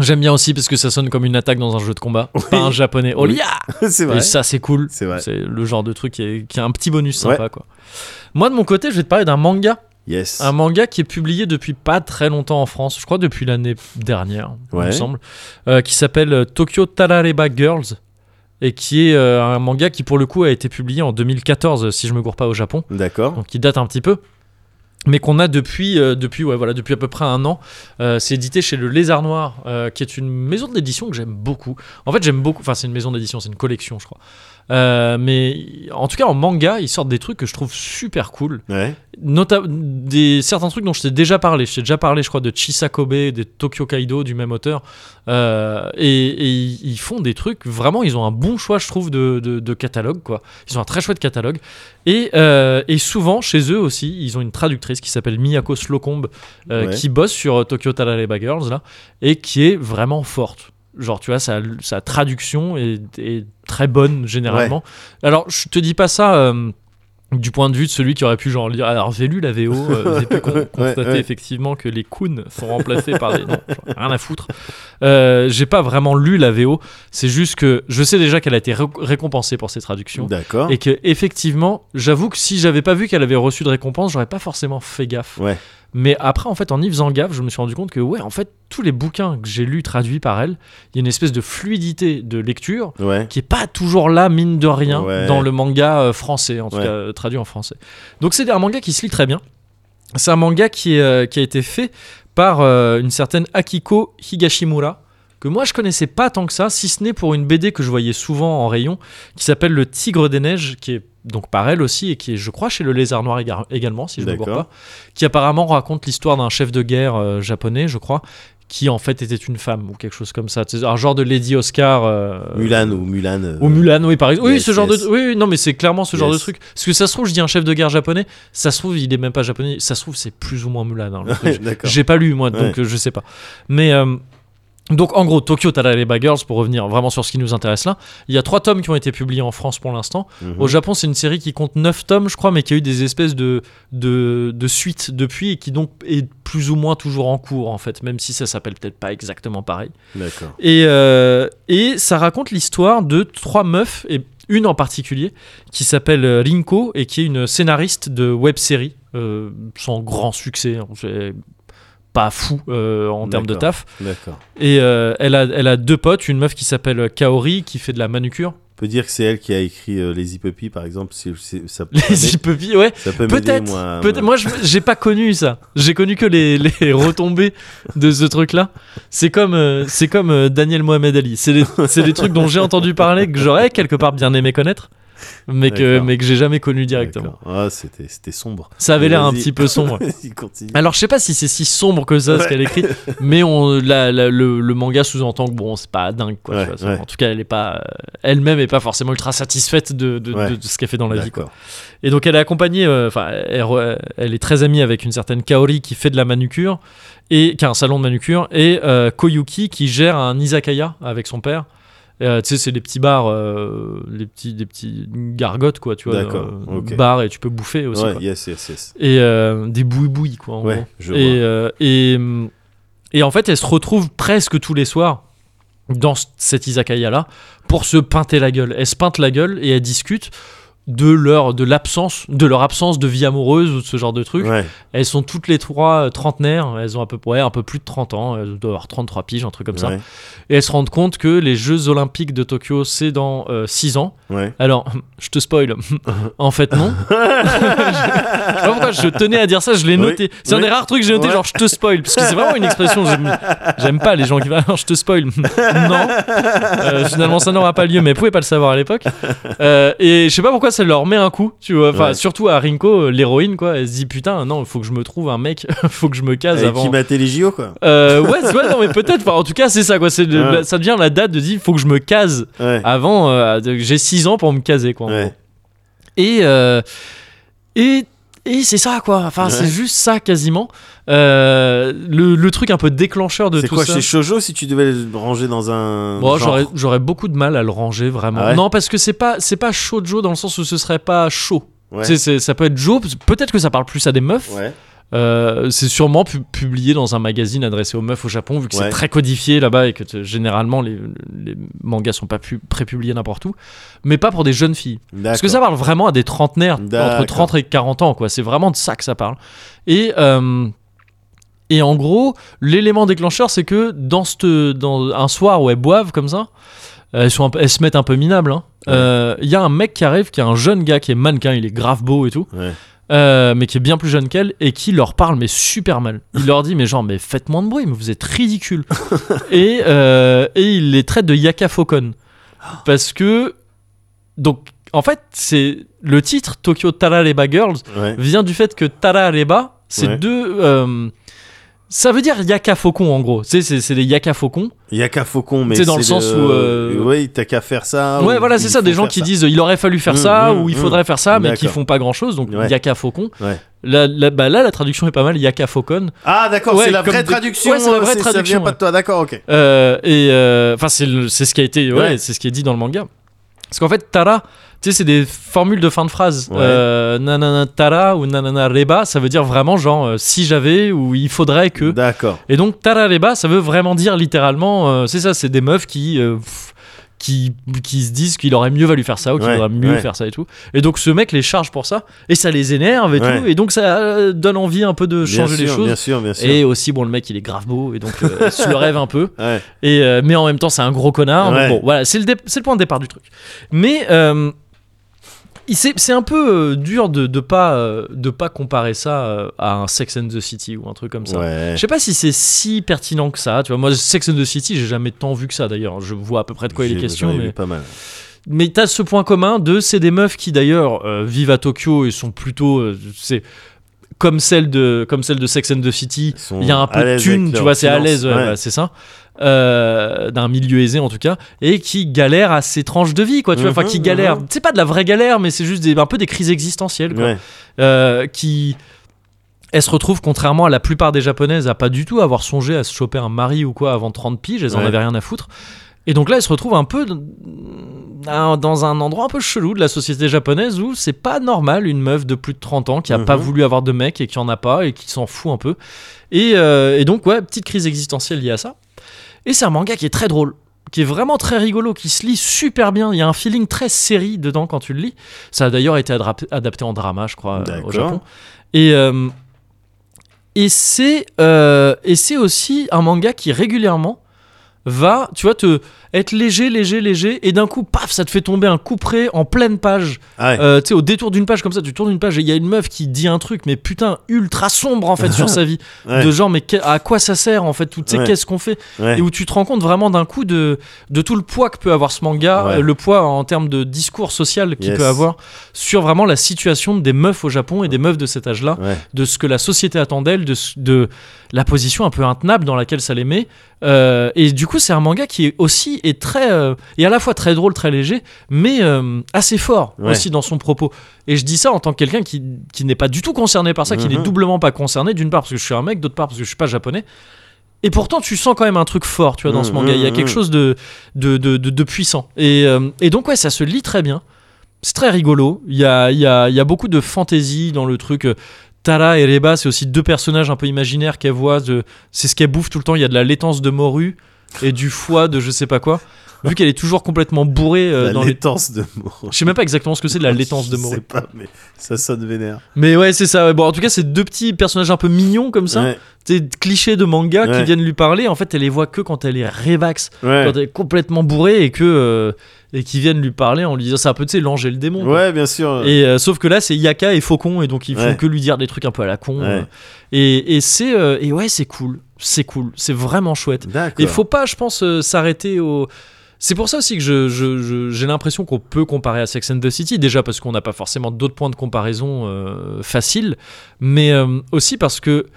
S1: J'aime bien aussi parce que ça sonne comme une attaque dans un jeu de combat, pas un japonais. Olia
S2: C'est
S1: Et
S2: vrai.
S1: ça, c'est cool.
S2: C'est vrai.
S1: le genre de truc qui, est- qui a un petit bonus sympa, quoi. Moi, de mon côté, je vais te parler d'un manga
S2: Yes.
S1: Un manga qui est publié depuis pas très longtemps en France, je crois depuis l'année dernière, il
S2: Ouais.
S1: me semble, euh, qui s'appelle euh, Tokyo Tarareba Girls, et qui est euh, un manga qui pour le coup a été publié en 2014, si je me gourre pas au Japon,
S2: D'accord.
S1: donc qui date un petit peu, mais qu'on a depuis, euh, depuis, ouais, voilà, depuis à peu près un an. Euh, c'est édité chez Le Lézard Noir, euh, qui est une maison d'édition que j'aime beaucoup. En fait, j'aime beaucoup, enfin, c'est une maison d'édition, c'est une collection, je crois. Euh, mais en tout cas, en manga, ils sortent des trucs que je trouve super cool.
S2: Ouais.
S1: Nota- des certains trucs dont je t'ai déjà parlé. Je t'ai déjà parlé, je crois, de Chisakobe, des Tokyo Kaido, du même auteur. Euh, et, et ils ils font des trucs vraiment. Ils ont un bon choix, je trouve, de, de- de catalogue. Quoi. Ils ont un très chouette catalogue. Et, euh, et souvent, chez eux aussi, ils ont une traductrice qui s'appelle Miyako Slocombe, euh,
S2: Ouais.
S1: qui bosse sur euh, Tokyo Talariba Girls là, et qui est vraiment forte. Genre, tu vois, sa, sa traduction est, est très bonne généralement. Alors, je te dis pas ça. euh, du point de vue de celui qui aurait pu genre lire alors j'ai lu la VO
S2: <laughs>
S1: euh, j'ai pu con- constater
S2: ouais.
S1: effectivement que les coons sont remplacés par des non j'en ai rien à foutre Euh, j'ai pas vraiment lu la VO c'est juste que je sais déjà qu'elle a été ré- récompensée pour ses traductions
S2: D'accord.
S1: et que effectivement j'avoue que si j'avais pas vu qu'elle avait reçu de récompense j'aurais pas forcément fait gaffe
S2: Ouais.
S1: mais après en fait en y faisant gaffe je me suis rendu compte que ouais en fait tous les bouquins que j'ai lus traduits par elle il y a une espèce de fluidité de lecture
S2: Ouais.
S1: qui est pas toujours là mine de rien
S2: Ouais.
S1: dans le manga euh, français en tout
S2: Ouais.
S1: cas euh, traduit en français donc c'est un manga qui se lit très bien c'est un manga qui, est, euh, qui a été fait par euh, une certaine Akiko Higashimura que moi je connaissais pas tant que ça si ce n'est pour une BD que je voyais souvent en rayon qui s'appelle Le Tigre des Neiges qui est donc par elle aussi et qui est je crois chez le Lézard Noir éga- également si je ne me gourre
S2: D'accord.
S1: pas qui apparemment raconte l'histoire d'un chef de guerre euh, japonais je crois qui en fait était une femme ou quelque chose comme ça C'est un genre de Lady Oscar euh,
S2: Mulan ou Mulan. euh,
S1: ou Mulan, oui, par exemple. Oui,
S2: Yes,
S1: ce genre
S2: yes.
S1: de. Oui, oui, non, mais c'est clairement ce genre
S2: Yes.
S1: de truc. Parce que ça se trouve, je dis un chef de guerre japonais, ça se trouve, il est même pas japonais, ça se trouve, c'est plus ou moins Mulan. hein, le
S2: <laughs>
S1: truc.
S2: D'accord.
S1: J'ai pas lu, moi, donc
S2: Ouais.
S1: euh, je sais pas. Mais. euh, donc en gros, Tokyo Talariba Girls, pour revenir vraiment sur ce qui nous intéresse là, il y a trois tomes qui ont été publiés en France pour l'instant.
S2: Mhm.
S1: Au Japon, c'est une série qui compte 9 tomes, je crois, mais qui a eu des espèces de, de, de suites depuis et qui donc est plus ou moins toujours en cours, en fait, même si ça s'appelle peut-être pas exactement pareil.
S2: D'accord.
S1: Et, euh, et ça raconte l'histoire de trois meufs, et une en particulier, qui s'appelle euh, Rinko et qui est une scénariste de web-série, euh, sans grand succès, hein, c'est pas fou euh, en termes de
S2: D'accord.
S1: taf.
S2: D'accord.
S1: Et euh, elle, a, elle a deux potes, une meuf qui s'appelle euh, Kaori, qui fait de la manucure. <laughs>
S2: On peut dire que c'est elle qui a écrit euh, Lazy Puppy, par exemple. si- si- ça, peut
S1: Les
S2: m'aider-
S1: hippies, ouais,
S2: ça peut m'aider,
S1: peut-être.
S2: moi. à
S1: peut-être.
S2: me-
S1: moi, je- j'ai pas connu ça. J'ai connu que les, les <laughs> retombées de ce truc-là. C'est comme, euh, c'est comme euh, Daniel Mohamed Ali. C'est des, c'est des trucs dont j'ai entendu parler que j'aurais quelque part bien aimé connaître, mais que,
S2: D'accord.
S1: mais que j'ai jamais connu directement.
S2: D'accord. Ah, c'était
S1: <laughs>
S2: c'était sombre.
S1: Ça avait l'air un
S2: Vas-y.
S1: petit peu sombre.
S2: Vas-y, continue.
S1: Alors, je sais pas si c'est si sombre que ça ce qu'elle écrit, mais on, la- la- le, le manga sous-entend que bon, c'est pas dingue quoi. tu
S2: Ouais,
S1: vois, c'est-
S2: ouais.
S1: En tout cas, elle est pas, euh, elle-même est pas forcément ultra satisfaite de, de-
S2: Ouais.
S1: de- de ce qu'elle fait dans la vie quoi.
S2: D'accord.
S1: Et donc elle est accompagnée, euh, enfin elle, re- elle est très amie avec une certaine Kaori qui fait de la manucure et qui a un salon de manucure et euh, Koyuki qui gère un izakaya avec son père. Euh, tu sais, c'est des petits bars, euh, les petits, des petits gargotes quoi, tu vois,
S2: D'accord,
S1: euh,
S2: ok.
S1: bars et tu peux bouffer aussi.
S2: Ouais,
S1: quoi.
S2: yes, yes, yes.
S1: Et euh, des boui-boui quoi. En
S2: Ouais,
S1: gros.
S2: je
S1: et, euh, et hum, et en fait elle se retrouve presque tous les soirs dans c- cet izakaya là pour se peinter la gueule. Elles se peintent la gueule et elles discutent de leur de l'absence de leur absence de vie amoureuse ou de ce genre de truc.
S2: Ouais,
S1: Elles sont toutes les trois euh, trentenaires, elles ont à peu ouais, un peu plus de 30 ans, elles doivent avoir 33 piges, un truc comme ça.
S2: ouais,
S1: Et elles se rendent compte que les jeux olympiques de Tokyo c'est dans 6 ans.
S2: ouais.
S1: Alors, <laughs> je te
S2: <laughs>
S1: spoil. en fait non. je sais pas pourquoi je tenais à dire ça, je l'ai
S2: Oui,
S1: noté. C'est un
S2: oui.
S1: des rares trucs que j'ai noté
S2: Ouais.
S1: genre je te spoil parce que c'est vraiment une expression que j'aime- j'aime pas les gens qui vont je te spoil. <laughs> non. Euh, finalement, ça n'aura pas lieu, mais ils pouvaient pas le savoir à l'époque. Euh, et je sais pas pourquoi ça leur met un coup, tu vois. Enfin,
S2: Ouais.
S1: surtout à Rinko, euh, l'héroïne, quoi. Elle se dit putain, non, faut que je me trouve un mec, <laughs> faut que je me case
S2: Et
S1: avant.
S2: qui battait les JO, quoi.
S1: Euh, ouais, c'est- ouais, non, mais peut-être. Enfin, en tout cas, c'est ça, quoi. C'est de-
S2: Ouais.
S1: la- ça devient la date de dire faut que je me case
S2: Ouais.
S1: avant. euh, de- j'ai 6 ans pour me caser, quoi. en
S2: Ouais.
S1: gros. Et, euh, et, et c'est ça, quoi. Enfin,
S2: Ouais.
S1: c'est juste ça, quasiment. Euh, le, le truc un peu déclencheur de
S2: C'est
S1: tout
S2: quoi
S1: ça.
S2: chez Shoujo si tu devais le ranger dans un.
S1: Bon,
S2: genre
S1: j'aurais- j'aurais beaucoup de mal à le ranger vraiment.
S2: Ah ouais
S1: non, parce que c'est pas c'est pas shoujo dans le sens où ce serait pas chaud.
S2: Ouais.
S1: C'est- c'est- ça peut être jo, peut-être que ça parle plus à des meufs,
S2: Ouais.
S1: Euh, c'est sûrement pu- publié dans un magazine adressé aux meufs au Japon, vu que
S2: Ouais.
S1: c'est très codifié là-bas et que t- généralement les, les mangas sont pas pu- prépubliés n'importe où, mais pas pour des jeunes filles. Parce que ça parle vraiment à des trentenaires, entre
S2: D'accord.
S1: 30 et 40 ans, quoi. C'est vraiment de ça que ça parle. Et, euh, et en gros, l'élément déclencheur, c'est que dans, cette, dans un soir où elles boivent comme ça, elles, sont un peu- elles se mettent un peu minables. hein. Euh, Il y a un mec qui arrive, qui est un jeune gars, qui est mannequin, il est grave beau et tout.
S2: Ouais.
S1: Euh, mais qui est bien plus jeune qu'elle et qui leur parle mais super mal. Il leur dit mais genre mais faites moins de bruit mais vous êtes
S2: <laughs>
S1: ridicules. et, euh, et il les traite de Yaka Faucon. Parce que donc en fait c'est le titre Tokyo Tarareba Girls
S2: Ouais.
S1: vient du fait que Tarareba c'est
S2: Ouais.
S1: deux euh, ça veut dire Yaka Faucon en gros. C'est c'est c'est des Yaka Faucon.
S2: Il y a qu'à Faucon, mais
S1: C'est dans le sens où, euh,
S2: Oui, t'as qu'à faire ça.
S1: Ouais
S2: Ah, ou
S1: voilà c'est
S2: il
S1: ça des
S2: faut
S1: gens
S2: faire
S1: qui
S2: ça.
S1: disent il aurait fallu faire
S2: Mm,
S1: ça
S2: mm,
S1: ou il
S2: mm.
S1: faudrait faire ça mais qui
S2: D'accord.
S1: font pas grand chose donc
S2: Ouais.
S1: Yaka Faucon.
S2: Ouais.
S1: Là, là, bah là la traduction est pas mal Yaka Faucon.
S2: Ah, d'accord,
S1: Ouais,
S2: c'est la
S1: comme
S2: vraie
S1: des-
S2: traduction.
S1: Ouais, c'est la vraie
S2: ça
S1: traduction,
S2: vient pas de toi, d'accord, ok.
S1: Euh, et euh, enfin c'est le- c'est ce qui a été ouais,
S2: Ouais.
S1: c'est ce qui est dit dans le manga parce qu'en fait Tara tu sais c'est des formules de fin de phrase
S2: Ouais.
S1: Euh, nanana Tara ou nanana Reba ça veut dire vraiment genre euh, si j'avais ou il faudrait que
S2: D'accord.
S1: et donc Tara Reba ça veut vraiment dire littéralement euh, c'est ça c'est des meufs qui euh, pff, qui, qui se disent qu'il aurait mieux valu faire ça ou qu'il
S2: Ouais,
S1: aurait mieux
S2: ouais.
S1: faire ça et tout. Et donc ce mec les charge pour ça et ça les énerve et
S2: Ouais.
S1: tout. Et donc ça euh, donne envie un peu de
S2: Bien
S1: changer les
S2: sûr,
S1: choses.
S2: Bien sûr, bien sûr.
S1: et aussi, bon, le mec il est grave beau et donc
S2: <laughs>
S1: euh, se le rêve un peu.
S2: Ouais.
S1: Et, euh, mais en même temps, c'est un gros connard.
S2: Ouais.
S1: Donc bon, voilà, c'est le, dé- c'est le point de départ du truc. Mais euh, il- c'est c'est un peu euh, dur de de pas, euh, de pas comparer ça euh, à un Sex and the City ou un truc comme ça.
S2: Ouais.
S1: Je sais pas si c'est si pertinent que ça. Tu vois, moi, Sex and the City, j'ai jamais tant vu que ça d'ailleurs. Je vois à peu près de quoi il
S2: J'ai-
S1: est question.
S2: j'en ai vu
S1: Mais,
S2: pas mal.
S1: mais t'as ce point commun de c'est des meufs qui d'ailleurs euh, vivent à Tokyo et sont plutôt. euh, c'est comme celle de comme celle de Sex and the City,
S2: Ils sont
S1: il y a un peu
S2: à
S1: de
S2: l'aise
S1: thune,
S2: avec
S1: tu
S2: leur
S1: vois, c'est à
S2: finance,
S1: l'aise, ouais,
S2: ouais.
S1: bah, c'est ça. Euh, d'un milieu aisé en tout cas et qui galère à ses tranches de vie quoi tu vois enfin
S2: Mhm,
S1: qui galère
S2: mhm.
S1: c'est pas de la vraie galère mais c'est juste des, un peu des crises existentielles quoi.
S2: Ouais.
S1: Euh, qui elles se retrouvent contrairement à la plupart des japonaises à pas du tout avoir songé à se choper un mari ou quoi avant 30 piges elles en
S2: Ouais.
S1: avaient rien à foutre et donc là elles se retrouvent un peu d- un- dans un endroit un peu chelou de la société japonaise où c'est pas normal une meuf de plus de 30 ans qui a pas
S2: Mhm.
S1: voulu avoir de mec et qui en a pas et qui s'en fout un peu et, euh, et donc ouais petite crise existentielle liée à ça et c'est un manga qui est très drôle qui est vraiment très rigolo, qui se lit super bien. Il y a un feeling très série dedans quand tu le lis. Ça a d'ailleurs été adra- adapté en drama, je crois, euh,
S2: D'accord.
S1: au Japon. Et, euh, et c'est euh, et c'est aussi un manga qui régulièrement va, tu vois, te être léger, léger, léger, et d'un coup, paf, ça te fait tomber un coup près en pleine page.
S2: Ah ouais.
S1: Euh, tu sais, au détour d'une page comme ça, tu tournes une page et il y a une meuf qui dit un truc, mais putain, ultra sombre en fait
S2: <laughs>
S1: sur sa vie.
S2: Ouais.
S1: De genre, mais que- à quoi ça sert en fait, toutes ces
S2: Ouais.
S1: qu'est-ce qu'on fait
S2: Ouais.
S1: et où tu te rends compte vraiment d'un coup de, de tout le poids que peut avoir ce manga,
S2: Ouais.
S1: euh, le poids en termes de discours social qu'il
S2: Yes.
S1: peut avoir sur vraiment la situation des meufs au Japon et des meufs de cet âge-là,
S2: Ouais.
S1: de ce que la société attend d'elles, de, ce- de la position un peu intenable dans laquelle ça les met. Euh, et du coup, c'est un manga qui est aussi est très euh, et à la fois très drôle, très léger, mais euh, assez fort
S2: Ouais.
S1: aussi dans son propos. Et je dis ça en tant que quelqu'un qui, qui n'est pas du tout concerné par ça, qui n'est
S2: Mhm.
S1: doublement pas concerné, d'une part parce que je suis un mec, d'autre part parce que je suis pas japonais. Et pourtant, tu sens quand même un truc fort, tu vois, dans ce
S2: Mhm,
S1: manga. Il y a
S2: mhm,
S1: quelque
S2: mhm.
S1: chose de, de, de, de- de puissant. Et, euh, et donc, ouais, ça se lit très bien. C'est très rigolo. Il y a, il y, a, il y a beaucoup de fantaisie dans le truc. Tara et Reba, c'est aussi deux personnages un peu imaginaires qu'elle voit. de- C'est ce qu'elle bouffe tout le temps. Il y a de la laitance de morue et du foie de je sais pas quoi. Vu qu'elle est toujours complètement bourrée euh,
S2: la
S1: dans les.
S2: laitance de mort.
S1: Je sais même pas exactement ce que c'est de la laitance de
S2: <laughs> Je
S1: morue.
S2: sais pas, mais ça sonne vénère.
S1: Mais ouais, c'est ça. ouais. Bon, en tout cas, c'est deux petits personnages un peu mignons comme ça.
S2: Ouais.
S1: Des clichés de manga qui
S2: Ouais.
S1: viennent lui parler. En fait, elle les voit que quand elle est révax,
S2: Ouais.
S1: quand elle est complètement bourrée et que euh, et qui viennent lui parler en lui disant c'est un peu tu sais l'ange et le démon. quoi.
S2: Ouais, bien sûr.
S1: Et euh, sauf que là c'est Yaka et Faucon et donc ils font
S2: Ouais.
S1: que lui dire des trucs un peu à la con.
S2: Ouais.
S1: euh. Et, et c'est euh, et ouais c'est cool, c'est cool, c'est vraiment chouette.
S2: D'accord.
S1: Il faut pas, je pense, euh, s'arrêter au. C'est pour ça aussi que je- je- je- j'ai l'impression qu'on peut comparer à Sex and the City, déjà parce qu'on n'a pas forcément d'autres points de comparaison euh, faciles, mais euh, aussi parce que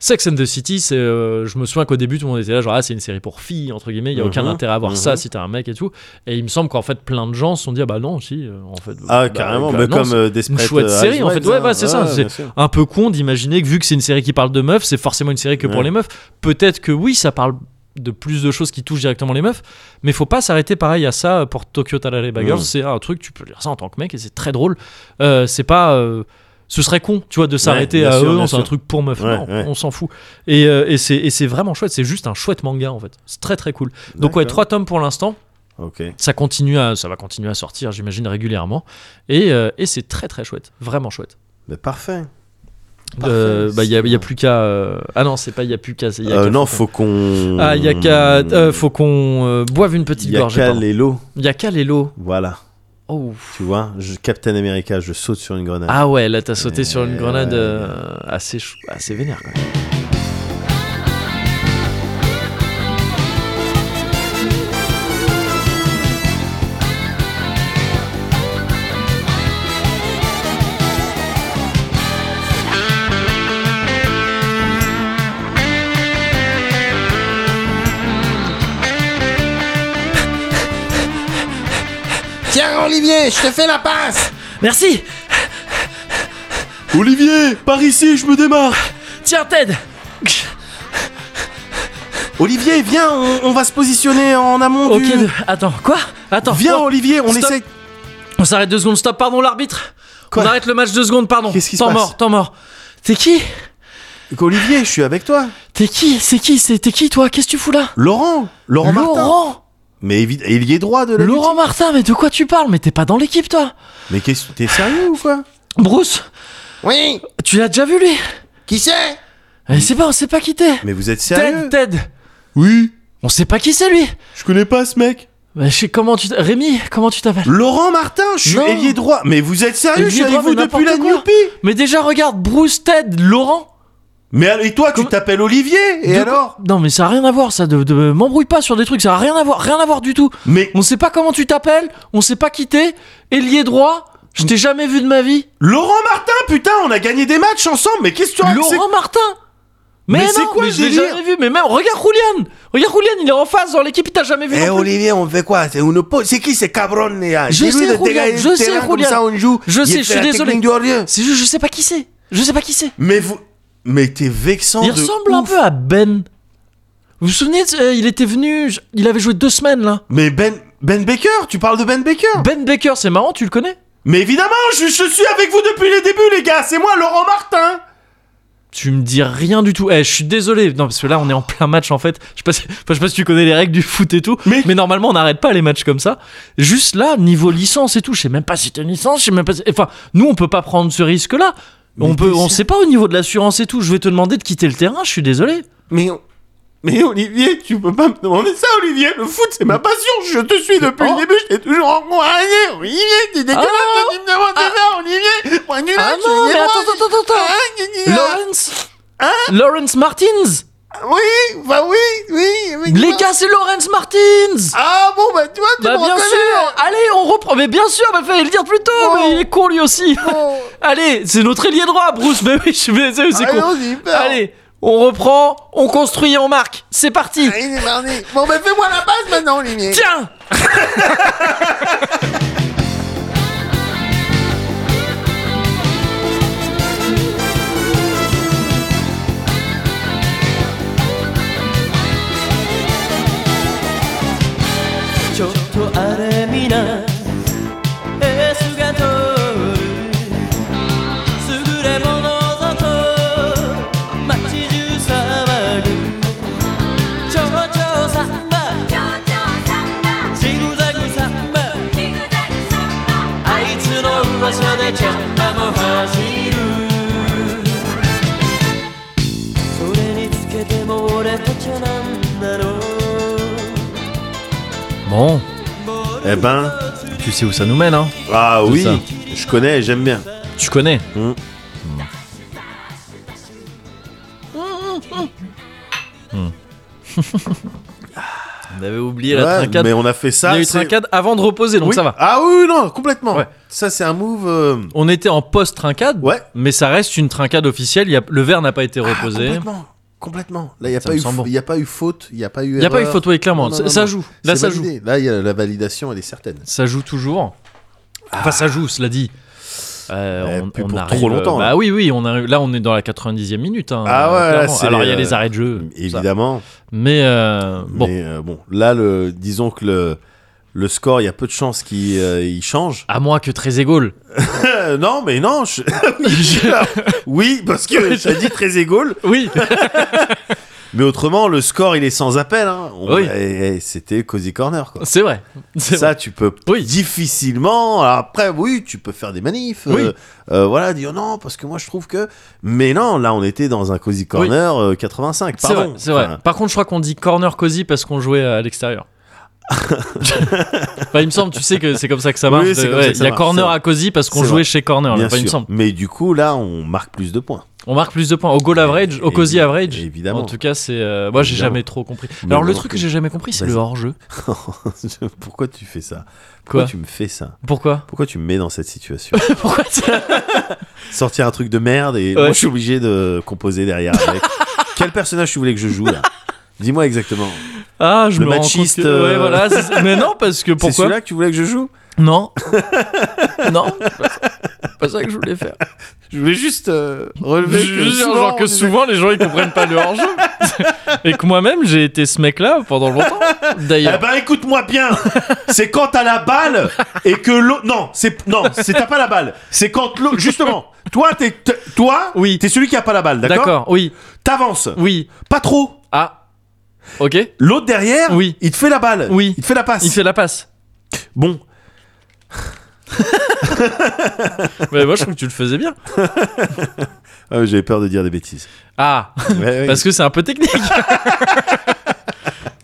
S1: Sex and the City, c'est, euh, je me souviens qu'au début tout le monde était là, genre ah, c'est une série pour filles, entre guillemets, il n'y a aucun
S2: Mhm,
S1: intérêt à voir
S2: mhm.
S1: ça si t'es un mec et tout. Et il me semble qu'en fait plein de gens se sont dit ah bah non, si, euh, en fait.
S2: Ah,
S1: bah,
S2: carrément,
S1: bah,
S2: mais
S1: non,
S2: comme
S1: c'est
S2: euh, Desperate,
S1: chouette
S2: euh,
S1: série, en
S2: Housewives,
S1: fait. Ouais, bah, c'est ça,
S2: ouais,
S1: c'est-
S2: bien sûr.
S1: un peu con d'imaginer que vu que c'est une série qui parle de meufs, c'est forcément une série que pour
S2: Ouais.
S1: les meufs. Peut-être que oui, ça parle de plus de choses qui touchent directement les meufs, mais faut pas s'arrêter pareil à ça pour Tokyo Tarare Baggers.
S2: Mhm.
S1: C'est un truc, tu peux lire ça en tant que mec et c'est très drôle. Euh, c'est pas. euh, Ce serait con, tu vois, de s'arrêter
S2: bien
S1: à
S2: sûr,
S1: eux.
S2: bien
S1: C'est un
S2: sûr.
S1: truc pour meuf.
S2: Ouais,
S1: Non,
S2: ouais.
S1: on s'en fout. Et, euh, et c'est- et c'est vraiment chouette. C'est juste un chouette manga en fait. C'est très très cool. Donc ouais,
S2: D'accord.
S1: trois tomes pour l'instant.
S2: Ok.
S1: Ça continue à, ça va continuer à sortir, j'imagine régulièrement. Et, euh, et c'est très très chouette, vraiment chouette.
S2: Mais parfait.
S1: Euh,
S2: Parfait,
S1: bah il y a, y
S2: c'est
S1: a
S2: bien.
S1: plus qu'à. euh, Ah non, c'est pas il y a plus qu'à. c'est y a
S2: Euh,
S1: qu'à
S2: non,
S1: qu'on-
S2: faut qu'on.
S1: Ah, il y a qu'à. euh, faut qu'on euh, boive une petite
S2: Il y a
S1: gorgée.
S2: qu'à
S1: pardon.
S2: les lots.
S1: Il y a qu'à l'élo.
S2: Voilà.
S1: Oh.
S2: Tu vois, je- Captain America, je saute sur une grenade.
S1: Ah ouais, là t'as sauté sur une
S2: ouais.
S1: grenade euh, assez, chou- assez vénère quand même.
S8: Tiens, Olivier, je te fais la passe
S1: Merci
S2: Olivier, par ici, je me démarre
S1: Tiens Ted
S2: Olivier, viens, on, on va se positionner en amont
S1: Ok,
S2: du...
S1: de- attends, quoi <laughs> Attends,
S2: Viens,
S1: oh,
S2: Olivier, on
S1: Stop.
S2: essaye...
S1: on s'arrête deux secondes, stop, pardon l'arbitre
S2: Quoi
S1: On arrête le match deux secondes, pardon
S2: Qu'est-ce qui se
S1: Temps
S2: passe
S1: mort, temps mort T'es qui
S2: Olivier, je suis avec toi.
S1: T'es qui C'est qui C'est- T'es qui toi Qu'est-ce que tu fous là
S2: Laurent Laurent Martin
S1: Laurent
S2: Mais évi- et il y est droit de la
S1: Laurent Martin, mais de quoi tu parles Mais t'es pas dans l'équipe toi
S2: lutte. Mais qu'est-ce... T'es sérieux ou quoi
S1: Bruce,
S8: Oui
S1: tu l'as déjà vu lui
S8: Qui c'est
S1: Eh, C'est pas, on s'est pas quitté
S2: Mais vous êtes sérieux
S1: Ted, Ted
S2: Oui,
S1: On sait pas qui c'est lui
S2: je connais pas ce mec.
S1: Bah, je sais comment tu t- Rémi, comment tu t'appelles
S2: Laurent Martin, je suis
S1: Non.
S2: ailier droit. Mais vous êtes sérieux
S1: Ailier
S2: Je suis avec
S1: droit,
S2: vous
S1: mais
S2: depuis la
S1: n'importe quoi.
S2: Newpie.
S1: Mais déjà regarde, Bruce, Ted, Laurent
S2: Mais alors, et toi, tu
S1: Comment-
S2: t'appelles Olivier Et
S1: De-
S2: alors
S1: Non mais ça a rien à voir ça, de, de- m'embrouille pas sur des trucs, ça a rien à voir, rien à voir du tout
S2: Mais
S1: On sait pas comment tu t'appelles, on sait pas qui t'es, ailier droit, je t'ai jamais vu de ma vie.
S2: Laurent Martin, putain, on a gagné des matchs ensemble. Mais qu'est-ce que tu racontes
S1: Laurent Martin Mais,
S2: Mais
S1: non,
S2: c'est quoi
S1: mais
S2: ce
S1: je l'ai
S2: délire
S1: jamais vu, mais même, regarde Julian Regarde Julian, il est en face dans l'équipe, il t'a jamais vu
S2: Eh
S1: non plus.
S2: Olivier, on fait quoi C'est une pause. C'est qui ces cabrones là
S1: Je
S2: Dis-lui
S1: sais,
S2: de
S1: Julian,
S2: dégager
S1: je
S2: le
S1: sais,
S2: terrain, comme
S1: Julian.
S2: ça, on joue.
S1: Je
S2: Il
S1: sais,
S2: fait
S1: je suis
S2: la technique
S1: désolé.
S2: du hors-jeu.
S1: C'est juste, je sais pas qui c'est, je sais pas qui c'est.
S2: Mais vous, mais t'es vexant.
S1: Il
S2: de
S1: ressemble un
S2: ouf.
S1: peu à Ben. Vous vous souvenez, de- euh, il était venu, je- il avait joué deux semaines là.
S2: Mais Ben, Ben Baker, tu parles de Ben Baker.
S1: Ben Baker, c'est marrant, tu le connais
S2: Mais évidemment, je, je suis avec vous depuis les débuts, les gars. C'est moi, Laurent Martin.
S1: Tu me dis rien du tout. Eh, je suis désolé. Non, parce que là, on est en plein match en fait. Je sais pas si, enfin, je sais pas si tu connais les règles du foot et tout.
S2: Mais-
S1: normalement, on n'arrête pas les matchs comme ça. Juste là, niveau licence et tout, je sais même pas si t'as une licence, je sais même pas. si- Enfin, nous, on peut pas prendre ce risque-là. On
S2: Mais
S1: peut,
S2: t'es
S1: on
S2: sûr
S1: sait pas au niveau de l'assurance et tout. Je vais te demander de quitter le terrain. Je suis désolé.
S2: Mais, on- mais Olivier, tu peux pas me demander ça, Olivier. Le foot, c'est ma passion. Je te suis depuis
S1: Oh.
S2: le début. Je t'ai toujours encouragé. Olivier, t'es dégueulasse.
S1: Ah.
S2: Tu me demandes ça, Olivier. Moi, nul, hein,
S1: Ah
S2: je
S1: non,
S2: suis
S1: mais
S2: moi.
S1: attends, attends, attends, attends.
S2: Ah, gna, Hein gna, gna.
S1: Lawrence, Lawrence Martins.
S2: Oui, bah oui, oui. oui
S1: Les
S2: bah-
S1: gars, c'est Lawrence Martins.
S2: Ah bon, bah toi, tu
S1: Bah
S2: me
S1: bien
S2: reconnais. hein. Oh.
S1: sûr Allez, on reprend Mais bien sûr, bah fallait le dire plus tôt Mais il est con lui aussi <laughs> Allez, c'est notre ailier droit, Bruce Mais oui, je suis désolé, c'est con
S2: Allons-y, peur.
S1: Allez, on reprend, on construit et on marque C'est parti
S2: Allez, c'est parti. Bon, bah fais-moi la passe maintenant, Olivier.
S1: Tiens Bon,
S2: Eh ben,
S1: tu sais où ça nous mène, hein
S2: ah
S1: C'est
S2: oui,
S1: ça.
S2: je connais, j'aime bien.
S1: Tu connais
S2: Mm.
S1: Hmm. <laughs> On avait oublié
S2: Ouais,
S1: la trincade.
S2: mais on a fait
S1: Il y
S2: ça.
S1: a eu
S2: c'est-
S1: trincade avant de reposer, donc
S2: Oui.
S1: ça va.
S2: Ah oui, non, complètement.
S1: Ouais.
S2: Ça, c'est un move. euh,
S1: On était en post-trincade,
S2: Ouais.
S1: mais ça reste une trincade officielle. il y a- Le verre n'a pas été reposé.
S2: Ah, Complètement. Complètement. Là, il n'y a,
S1: Ça
S2: pas
S1: me
S2: eu
S1: semble
S2: f-
S1: bon.
S2: y a pas eu faute, il n'y a pas eu
S1: Il n'y a pas eu
S2: erreur.
S1: photo, oui, clairement.
S2: Non, non,
S1: Ça-
S2: non,
S1: ça
S2: non.
S1: joue. Là,
S2: C'est
S1: ça joue.
S2: validé. Là, y a- la validation, elle est certaine.
S1: Ça joue toujours. Enfin, ça joue, cela dit. Euh,
S2: Eh,
S1: on,
S2: plus
S1: on
S2: pour
S1: arrive,
S2: trop longtemps,
S1: Bah
S2: là.
S1: oui, oui, on arrive, là on est dans la 90e minute. hein,
S2: Ah ouais, là,
S1: clairement.
S2: c'est
S1: Alors
S2: les,
S1: il y a les
S2: euh,
S1: arrêts de jeu. tout ça.
S2: Évidemment.
S1: Mais euh, bon,
S2: Mais euh, bon, là, le, disons que le, le score, il y a peu de chances qu'il euh, il change.
S1: À moins que
S2: <laughs>
S1: Trezegol.
S2: Euh, non, mais non. je- oui, parce que ça dit très égaux.
S1: Oui.
S2: Mais autrement, le score, il est sans appel. hein. On-
S1: Oui.
S2: eh, eh, C'était Cozy Corner, quoi.
S1: C'est vrai. <laughs> C'est
S2: Ça, tu peux
S1: Oui.
S2: difficilement. Alors après, oui, tu peux faire des manifs.
S1: Oui.
S2: euh, euh, voilà, dire non, parce que moi, je trouve que. Mais non, là, on était dans un Cozy Corner euh, 85.
S1: C'est vrai,
S2: pardon.
S1: c'est vrai.
S2: Enfin,
S1: Par contre, je crois qu'on dit corner cozy parce qu'on jouait à l'extérieur. Enfin, il me semble, tu sais que c'est comme ça que ça
S2: <laughs> Oui,
S1: marche.
S2: c'est
S1: de-
S2: comme
S1: ouais,
S2: ça que
S1: il
S2: ça
S1: y a
S2: marche,
S1: corner
S2: c'est
S1: à cozy parce qu'on
S2: C'est
S1: jouait
S2: vrai.
S1: chez corner. là,
S2: Bien
S1: enfin, il me
S2: sûr.
S1: semble.
S2: Mais du coup, là, on marque plus de points.
S1: On marque plus de points au goal average, au cozy
S2: Évi-
S1: average.
S2: évidemment.
S1: En tout cas, c'est. euh, moi, j'ai
S2: Évidemment.
S1: jamais trop compris.
S2: Mais
S1: Alors,
S2: moi
S1: le
S2: non
S1: truc que
S2: plus.
S1: j'ai jamais compris, c'est
S2: Vas-y.
S1: le hors-jeu.
S2: Pourquoi tu fais ça Pourquoi
S1: Quoi
S2: tu me fais ça <laughs>
S1: Pourquoi
S2: Pourquoi tu me mets dans cette situation
S1: Pourquoi ça
S2: Sortir un truc de merde et
S1: Ouais.
S2: moi je suis obligé de composer derrière
S1: <laughs>
S2: avec. Quel personnage tu voulais que je joue là Dis-moi exactement.
S1: Ah, je
S2: Le
S1: me rends compte
S2: machiste,
S1: que-
S2: euh,
S1: Ouais, voilà. c'est- Mais non, parce que
S2: <laughs> C'est
S1: pourquoi
S2: celui-là que tu voulais que je joue
S1: Non. <laughs> non. C'est Pas ça que je voulais faire.
S2: Je voulais juste euh, relever.
S1: Je veux dire,
S2: souvent,
S1: genre
S2: on
S1: que
S2: disait-
S1: souvent les gens ils comprennent pas le hors-jeu. <laughs> Et que moi-même j'ai été ce mec-là pendant longtemps.
S2: Eh
S1: D'ailleurs.
S2: ben écoute-moi bien, c'est quand t'as la balle et que l'autre non c'est non c'est t'as pas la balle c'est quand l'autre justement toi t'es t'es- toi
S1: Oui.
S2: t'es celui qui a pas la balle bah, d'accord
S1: D'accord, oui,
S2: t'avances
S1: oui.
S2: pas trop
S1: Ah. Ok.
S2: l'autre derrière
S1: Oui.
S2: il te fait la balle
S1: Oui.
S2: il te fait la passe
S1: Il fait la passe.
S2: bon
S1: Mais moi je trouve que tu le faisais bien.
S2: Ah, j'avais peur de dire des bêtises
S1: Ah.
S2: Ouais,
S1: <laughs>
S2: ouais.
S1: Parce que c'est un peu
S2: <laughs>
S1: technique.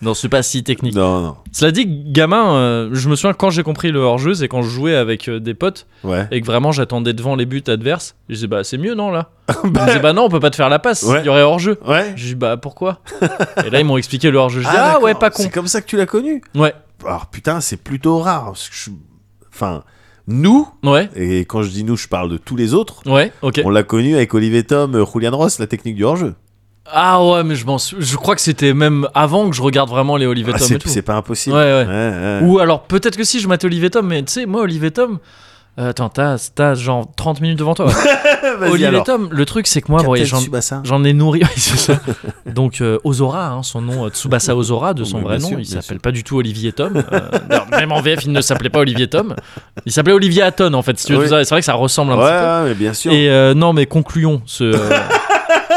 S1: non, c'est pas si technique.
S2: non non
S1: Cela dit, gamin, euh, je me souviens quand j'ai compris le hors-jeu, c'est quand je jouais avec euh, des potes
S2: ouais
S1: et que vraiment j'attendais devant les buts adverses. Je disais, bah c'est mieux, non, là
S2: <laughs>
S1: Ils me disaient, bah non, on peut pas te faire la passe, il
S2: Ouais.
S1: y aurait hors-jeu.
S2: ouais
S1: J'ai dit, bah
S2: <laughs>
S1: pourquoi Et là, ils m'ont expliqué le hors-jeu. Je dis, ah,
S2: d'accord.
S1: ouais, pas con.
S2: C'est comme ça que tu l'as connu.
S1: Ouais,
S2: Alors putain, c'est plutôt rare. parce que je- Enfin, nous,
S1: ouais,
S2: et quand je dis nous, je parle de tous les autres.
S1: ouais, ok.
S2: On l'a connu avec Olivier Tom, euh, Julian Ross, la technique du hors-jeu.
S1: Ah ouais, mais je m'en sou- Je crois que c'était même avant que je regarde vraiment les Olivier
S2: Ah,
S1: Tom et
S2: c'est
S1: tout.
S2: c'est pas impossible.
S1: Ouais, ouais.
S2: ouais.
S1: Ou alors peut-être que si je matais Olivier Tom, mais tu sais, moi, Olivier Tom. euh, attends, t'as t'as genre 30 minutes devant toi.
S2: <laughs> Ah, Vas-y,
S1: Olivier
S2: alors.
S1: Tom, le truc, c'est que moi,
S2: Captain
S1: voyez, j'en-
S2: Tsubasa.
S1: J'en ai nourri, <laughs> oui, c'est ça. Donc euh, Ozora, hein, son nom, euh, Tsubasa Ozora, de son
S2: Mais
S1: vrai
S2: bien
S1: nom,
S2: sûr,
S1: il
S2: bien
S1: s'appelle pas du tout Olivier Tom. Euh, d'ailleurs, même en VF, il ne s'appelait pas Olivier Tom. Il s'appelait Olivier Hatton, en fait. Si tu veux,
S2: Oui.
S1: tout ça. Et c'est vrai que ça ressemble un
S2: Ouais,
S1: petit
S2: ouais, mais bien sûr.
S1: peu. Et euh, non, mais concluons ce,
S2: <laughs>
S1: euh,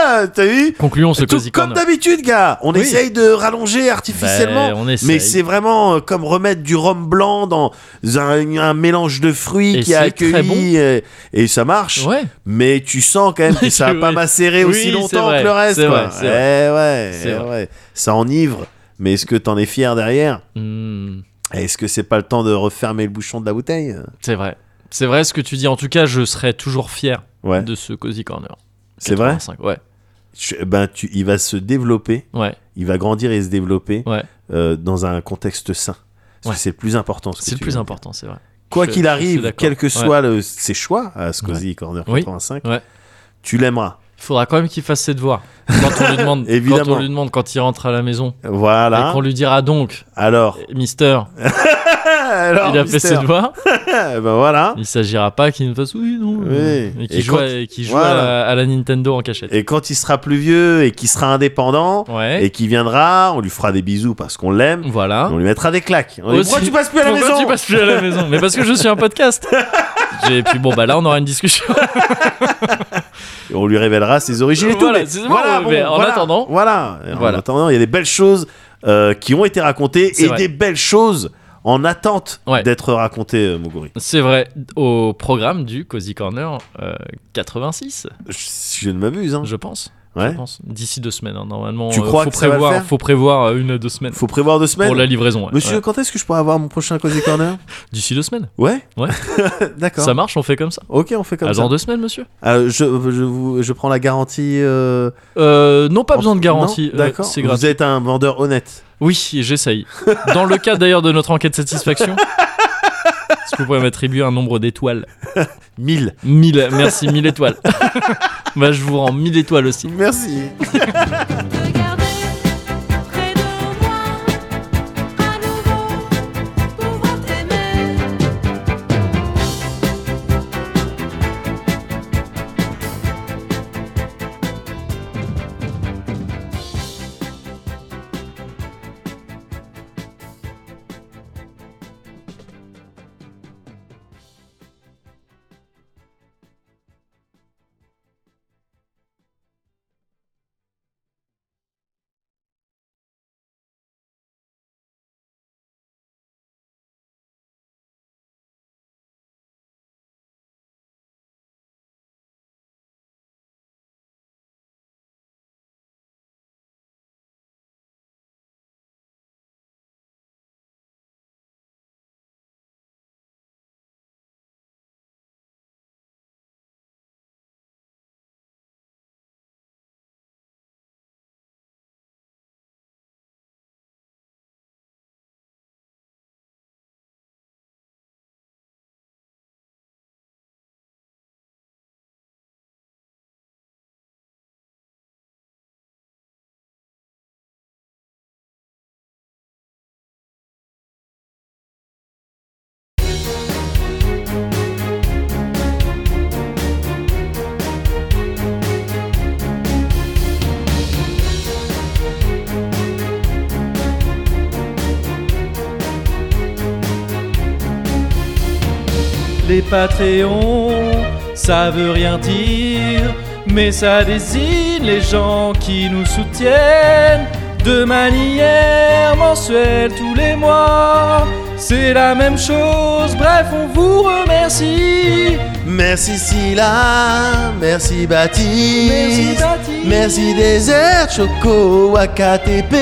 S2: Ah, T'as vu
S1: concluons ce
S2: Tout
S1: Cozy
S2: comme
S1: Corner.
S2: d'habitude, gars, on
S1: Oui.
S2: essaye de rallonger artificiellement.
S1: Ben, on essaye.
S2: mais c'est vraiment euh, comme remettre du rhum blanc dans un, un mélange de fruits
S1: Et
S2: qui a
S1: c'est très
S2: accueilli euh, et, ça marche.
S1: Ouais.
S2: Mais tu sens quand même que ça
S1: <laughs>
S2: a
S1: Oui.
S2: pas macéré
S1: Oui,
S2: aussi
S1: c'est
S2: longtemps
S1: vrai,
S2: que le reste.
S1: c'est
S2: quoi.
S1: vrai, c'est
S2: Eh ouais,
S1: C'est
S2: eh
S1: vrai.
S2: ouais. Ça enivre. Mais est-ce que t'en es fier derrière
S1: Hmm,
S2: Est-ce que c'est pas le temps de refermer le bouchon de la bouteille
S1: c'est vrai. C'est vrai ce que tu dis. En tout cas, je serais toujours fier
S2: Ouais.
S1: de ce Cozy Corner.
S2: C'est vrai
S1: 85, Ouais.
S2: Je- Ben tu, il va se développer,
S1: Ouais.
S2: il va grandir et se développer
S1: Ouais.
S2: euh, dans un contexte sain. Parce que
S1: Ouais.
S2: C'est le plus important. ce que
S1: C'est le
S2: tu
S1: plus
S2: viens de
S1: important, c'est vrai.
S2: dire. Quoi
S1: Je-
S2: qu'il
S1: je suis
S2: arrive,
S1: d'accord.
S2: quel que
S1: Ouais.
S2: soit le- ses choix à Scozy Corner
S1: Oui.
S2: 85,
S1: Ouais.
S2: tu l'aimeras.
S1: Faudra quand même qu'il fasse ses devoirs. Quand
S2: <laughs>
S1: on lui demande,
S2: Évidemment.
S1: quand on lui demande quand il rentre à la maison. Et
S2: Voilà.
S1: qu'on lui dira donc,
S2: Alors, <laughs>
S1: Mister,
S2: alors,
S1: il a fait
S2: Ah, Mister,
S1: ses devoirs.
S2: <laughs> Ben voilà.
S1: Il s'agira pas qu'il nous fasse oui, non. euh,
S2: Oui.
S1: Et qu'il
S2: Et
S1: joue,
S2: quand-
S1: à, qu'il joue
S2: Voilà.
S1: à, la, à la Nintendo en cachette.
S2: Et quand il sera plus vieux et qu'il sera indépendant
S1: Ouais.
S2: et qu'il viendra, on lui fera des bisous parce qu'on l'aime.
S1: Voilà.
S2: On lui mettra des claques. On lui dit,
S1: Aussi-
S2: pourquoi tu passes plus à la
S1: Pourquoi
S2: maison
S1: tu passes plus à la maison Mais parce que je suis un
S2: <laughs>
S1: podcast. Et puis bon, bah là, on aura une discussion.
S2: Et on lui révélera ses origines et tout.
S1: Voilà,
S2: mais
S1: c'est bon, mais en
S2: voilà,
S1: attendant-
S2: Voilà. En
S1: Voilà.
S2: attendant, il y a des belles choses euh, qui ont été racontées
S1: C'est
S2: et
S1: vrai.
S2: des belles choses en attente
S1: Ouais.
S2: d'être racontées, euh, Moguri.
S1: C'est vrai, au programme du Cozy Corner euh, 86,
S2: Je- Si je ne m'abuse. Hein.
S1: je pense.
S2: Ouais.
S1: Je pense. D'ici deux semaines, hein, normalement.
S2: Tu
S1: euh,
S2: crois
S1: faut
S2: que ça va le
S1: prévoir,
S2: faire
S1: faut prévoir euh, une à deux semaines,
S2: Faut prévoir deux semaines.
S1: pour la livraison. ouais.
S2: Monsieur,
S1: Ouais.
S2: quand est-ce que je pourrais avoir mon prochain Cozy Corner
S1: D'ici deux semaines.
S2: Ouais.
S1: <laughs> Ouais.
S2: <laughs> D'accord.
S1: Ça marche, on fait comme ça.
S2: Ok, on fait comme
S1: à
S2: ça.
S1: dans deux semaines, monsieur.
S2: Euh, je, je, vous- je prends la garantie. euh,
S1: Euh, non, pas
S2: en-
S1: besoin de garantie.
S2: Non
S1: euh,
S2: D'accord.
S1: c'est grave.
S2: Vous êtes un vendeur honnête.
S1: Oui, et j'essaye. Dans le cas d'ailleurs de notre enquête satisfaction, est-ce que vous pouvez m'attribuer un nombre d'étoiles
S2: 1000.
S1: 1000, merci, 1000 étoiles. <laughs> bah, je vous rends 1000 étoiles aussi.
S2: Merci.
S3: Regardez près de moi, à nouveau pouvoir t'aimer.
S1: Les Patreons, ça veut rien dire, mais ça désigne les gens qui nous soutiennent de manière mensuelle tous les mois. C'est la même chose, bref, on vous remercie.
S8: Merci Silla, merci Baptiste,
S1: Merci Baptiste.
S8: merci Désert Choco AKTP.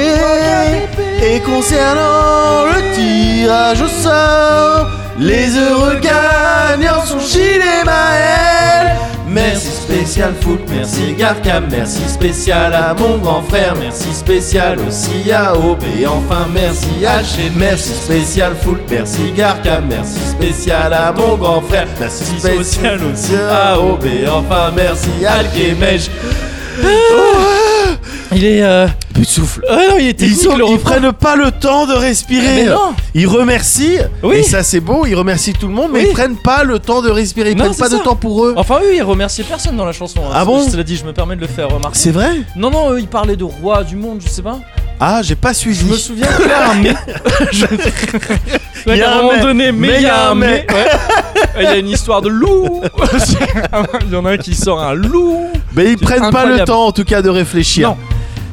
S8: Et concernant le tirage au sort, les heureux gagnants sont Gilles et Maël. Merci spécial foot, merci Garcam, merci spécial à mon grand frère, merci spécial aussi à OB, enfin merci H et merci spécial foot, merci Garcam, merci spécial à mon grand frère, merci spécial aussi
S1: Ah,
S8: à
S1: oh,
S8: OB, enfin merci Alkemej.
S1: Il est. Euh...
S2: Plus de souffle.
S1: Ah non, il était
S2: Ils,
S1: cool,
S2: sont-
S1: le
S2: ils
S1: refrain.
S2: prennent pas le temps de
S1: Mais
S2: respirer.
S1: non.
S2: Ils remercient.
S1: Oui.
S2: Et ça c'est beau. Ils remercient tout le monde, mais
S1: Oui.
S2: ils prennent pas le temps de respirer. Ils
S1: Non,
S2: prennent
S1: c'est
S2: pas de
S1: ça. Oh.
S2: temps pour eux.
S1: Enfin oui, il remerciait personne dans la chanson. hein.
S2: Ah bon
S1: Cela dit, je me permets de le faire remarquer.
S2: C'est vrai
S1: Non, non, eux, il parlait de roi du monde, je sais pas.
S2: Ah, j'ai pas suivi.
S1: Je me souviens qu'il y
S2: <laughs>
S1: a un mais. <laughs> Je-
S2: Il y a
S1: à
S2: un
S1: un moment
S2: mais.
S1: donné, mais il y a un mais. Ouais. Et Il y a une histoire de
S2: <laughs>
S1: loup. Il y en a un qui sort un loup.
S2: Mais ils prennent pas le
S1: incroyable.
S2: temps, en tout cas, de réfléchir
S1: Non.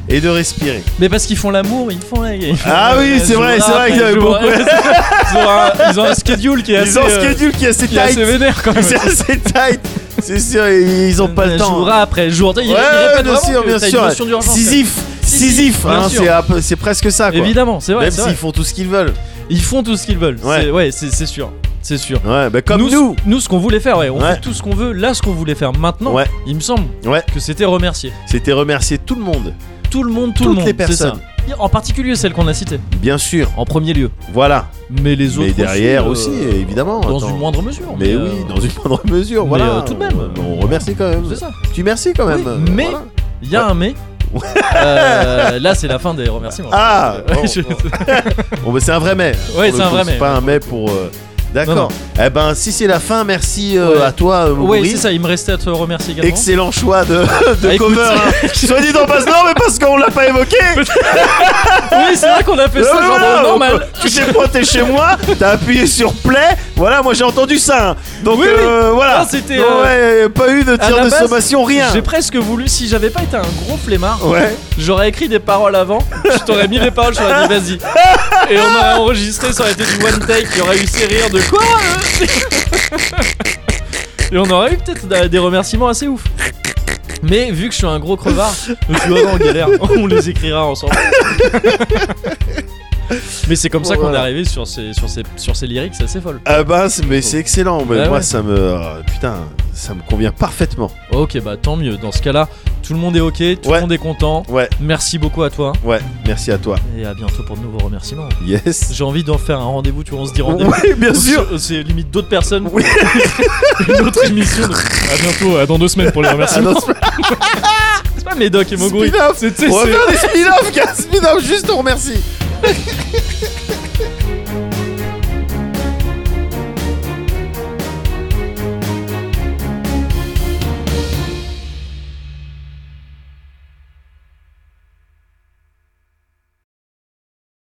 S2: et de respirer.
S1: Mais parce qu'ils font l'amour, ils font la ils font
S2: Ah
S1: la-
S2: oui,
S1: la
S2: c'est vrai,
S1: journée
S2: c'est vrai
S1: après
S2: qu'ils avaient
S1: le jour.
S2: beaucoup- <laughs>
S1: Ils ont un- Ils ont un schedule qui est assez.
S2: Ils ont un
S1: euh,
S2: schedule qui est assez
S1: Qui est assez
S2: tight.
S1: vénère quand même.
S2: <laughs> C'est assez tight. C'est sûr, ils ont pas le temps. hein.
S1: Jour après jour. Il, il
S2: Ouais,
S1: répète
S2: bien
S1: vraiment
S2: sûr,
S1: que
S2: bien
S1: t'as une
S2: sûr.
S1: notion d'urgence.
S2: Sisyphe, Sisyphe,
S1: Bien
S2: hein,
S1: sûr.
S2: c'est un peu- c'est presque ça quoi.
S1: Évidemment, c'est vrai.
S2: Même
S1: c'est vrai.
S2: s'ils font tout ce qu'ils veulent.
S1: Ils font tout ce qu'ils veulent.
S2: Ouais.
S1: C'est- Ouais, c'est c'est sûr. C'est sûr.
S2: Ouais, bah comme nous.
S1: nous, ce qu'on voulait faire, ouais, on
S2: Ouais.
S1: fait tout ce qu'on veut. Là, ce qu'on voulait faire maintenant,
S2: Ouais.
S1: il me semble
S2: Ouais.
S1: que c'était remercier
S2: C'était remercier tout le monde,
S1: tout le monde, tout
S2: toutes
S1: le monde.
S2: les
S1: c'est ça.
S2: personnes,
S1: En particulier celles qu'on a citées,
S2: bien sûr.
S1: en premier lieu.
S2: Voilà.
S1: Mais les autres.
S2: mais derrière aussi,
S1: aussi, euh,
S2: évidemment.
S1: Dans
S2: attends.
S1: une moindre mesure.
S2: Mais
S1: euh,
S2: oui, dans une moindre mesure,
S1: mais,
S2: voilà.
S1: euh, tout de même.
S2: On, on remercie quand même.
S1: C'est ça.
S2: Tu merci quand même.
S1: Oui,
S2: euh,
S1: mais-
S2: voilà.
S1: Il y a un mais. Euh, là, c'est la fin des remerciements.
S2: Ah
S1: Ouais,
S2: bon,
S1: <laughs> je-
S2: bon. Bon, bah, c'est un vrai mais. Pour
S1: Ouais,
S2: le
S1: c'est un
S2: coup,
S1: vrai mais.
S2: pas un mais pour. euh,
S1: Non,
S2: D'accord. Eh ben, si c'est la fin, merci euh,
S1: Ouais.
S2: à toi, euh,
S1: Ouais,
S2: Moguri.
S1: c'est ça. Il me restait à te remercier également.
S2: Excellent choix de, de
S1: Ah, écoute.
S2: cover.
S1: <laughs>
S2: hein. Soit dit en passe, non, mais parce qu'on l'a pas évoqué.
S1: Oui, c'est vrai qu'on a fait
S2: Euh,
S1: ça genre
S2: voilà,
S1: dans le
S2: on-
S1: normal.
S2: Tu sais quoi, t'es chez moi, t'as appuyé sur play. Voilà, moi j'ai entendu ça. hein. Donc
S1: Oui, oui.
S2: euh, voilà.
S1: Ah, c'était,
S2: Non, ouais, pas eu de
S1: à
S2: tir
S1: la
S2: de
S1: base,
S2: sommation, rien.
S1: J'ai presque voulu, si j'avais pas été un gros flemmard,
S2: Ouais.
S1: j'aurais écrit des paroles avant, je t'aurais mis les paroles, j'aurais dit vas-y. Et on aurait enregistré, ça aurait été du one take, il y aurait eu ces rires de quoi euh Et on aurait eu peut-être des- des remerciements assez ouf. Mais vu que je suis un gros crevard, je suis vraiment en galère, on les écrira ensemble. Mais c'est comme ça qu'on
S2: Voilà.
S1: est arrivé sur ces, sur ces, sur ces lyrics assez folles.
S2: Ah bah, c'est- mais c'est excellent. Mais
S1: Ouais,
S2: moi,
S1: Bah ouais.
S2: ça me. euh, putain, ça me convient parfaitement.
S1: Ok, bah tant mieux. Dans ce cas-là, tout le monde est ok, tout
S2: Ouais.
S1: le monde est content.
S2: Ouais,
S1: Merci beaucoup à toi
S2: ouais. Merci à toi.
S1: et à bientôt pour de nouveaux remerciements.
S2: Yes.
S1: J'ai envie d'en faire un rendez-vous, tu vois, on se dit rendez-vous.
S2: Oui,
S1: <laughs>
S2: bien sûr.
S1: C'est- C'est limite d'autres personnes.
S2: Oui.
S1: <laughs> Une autre <laughs> émission. de- À bientôt, à dans deux semaines pour les remerciements.
S2: Ah non,
S1: <laughs> C'est pas Médoc et Moguri.
S2: Spin-off.
S1: C'est- c'est-
S2: On va
S1: c'est-
S2: faire des spin-offs, gars. Spin-off, juste on remercie.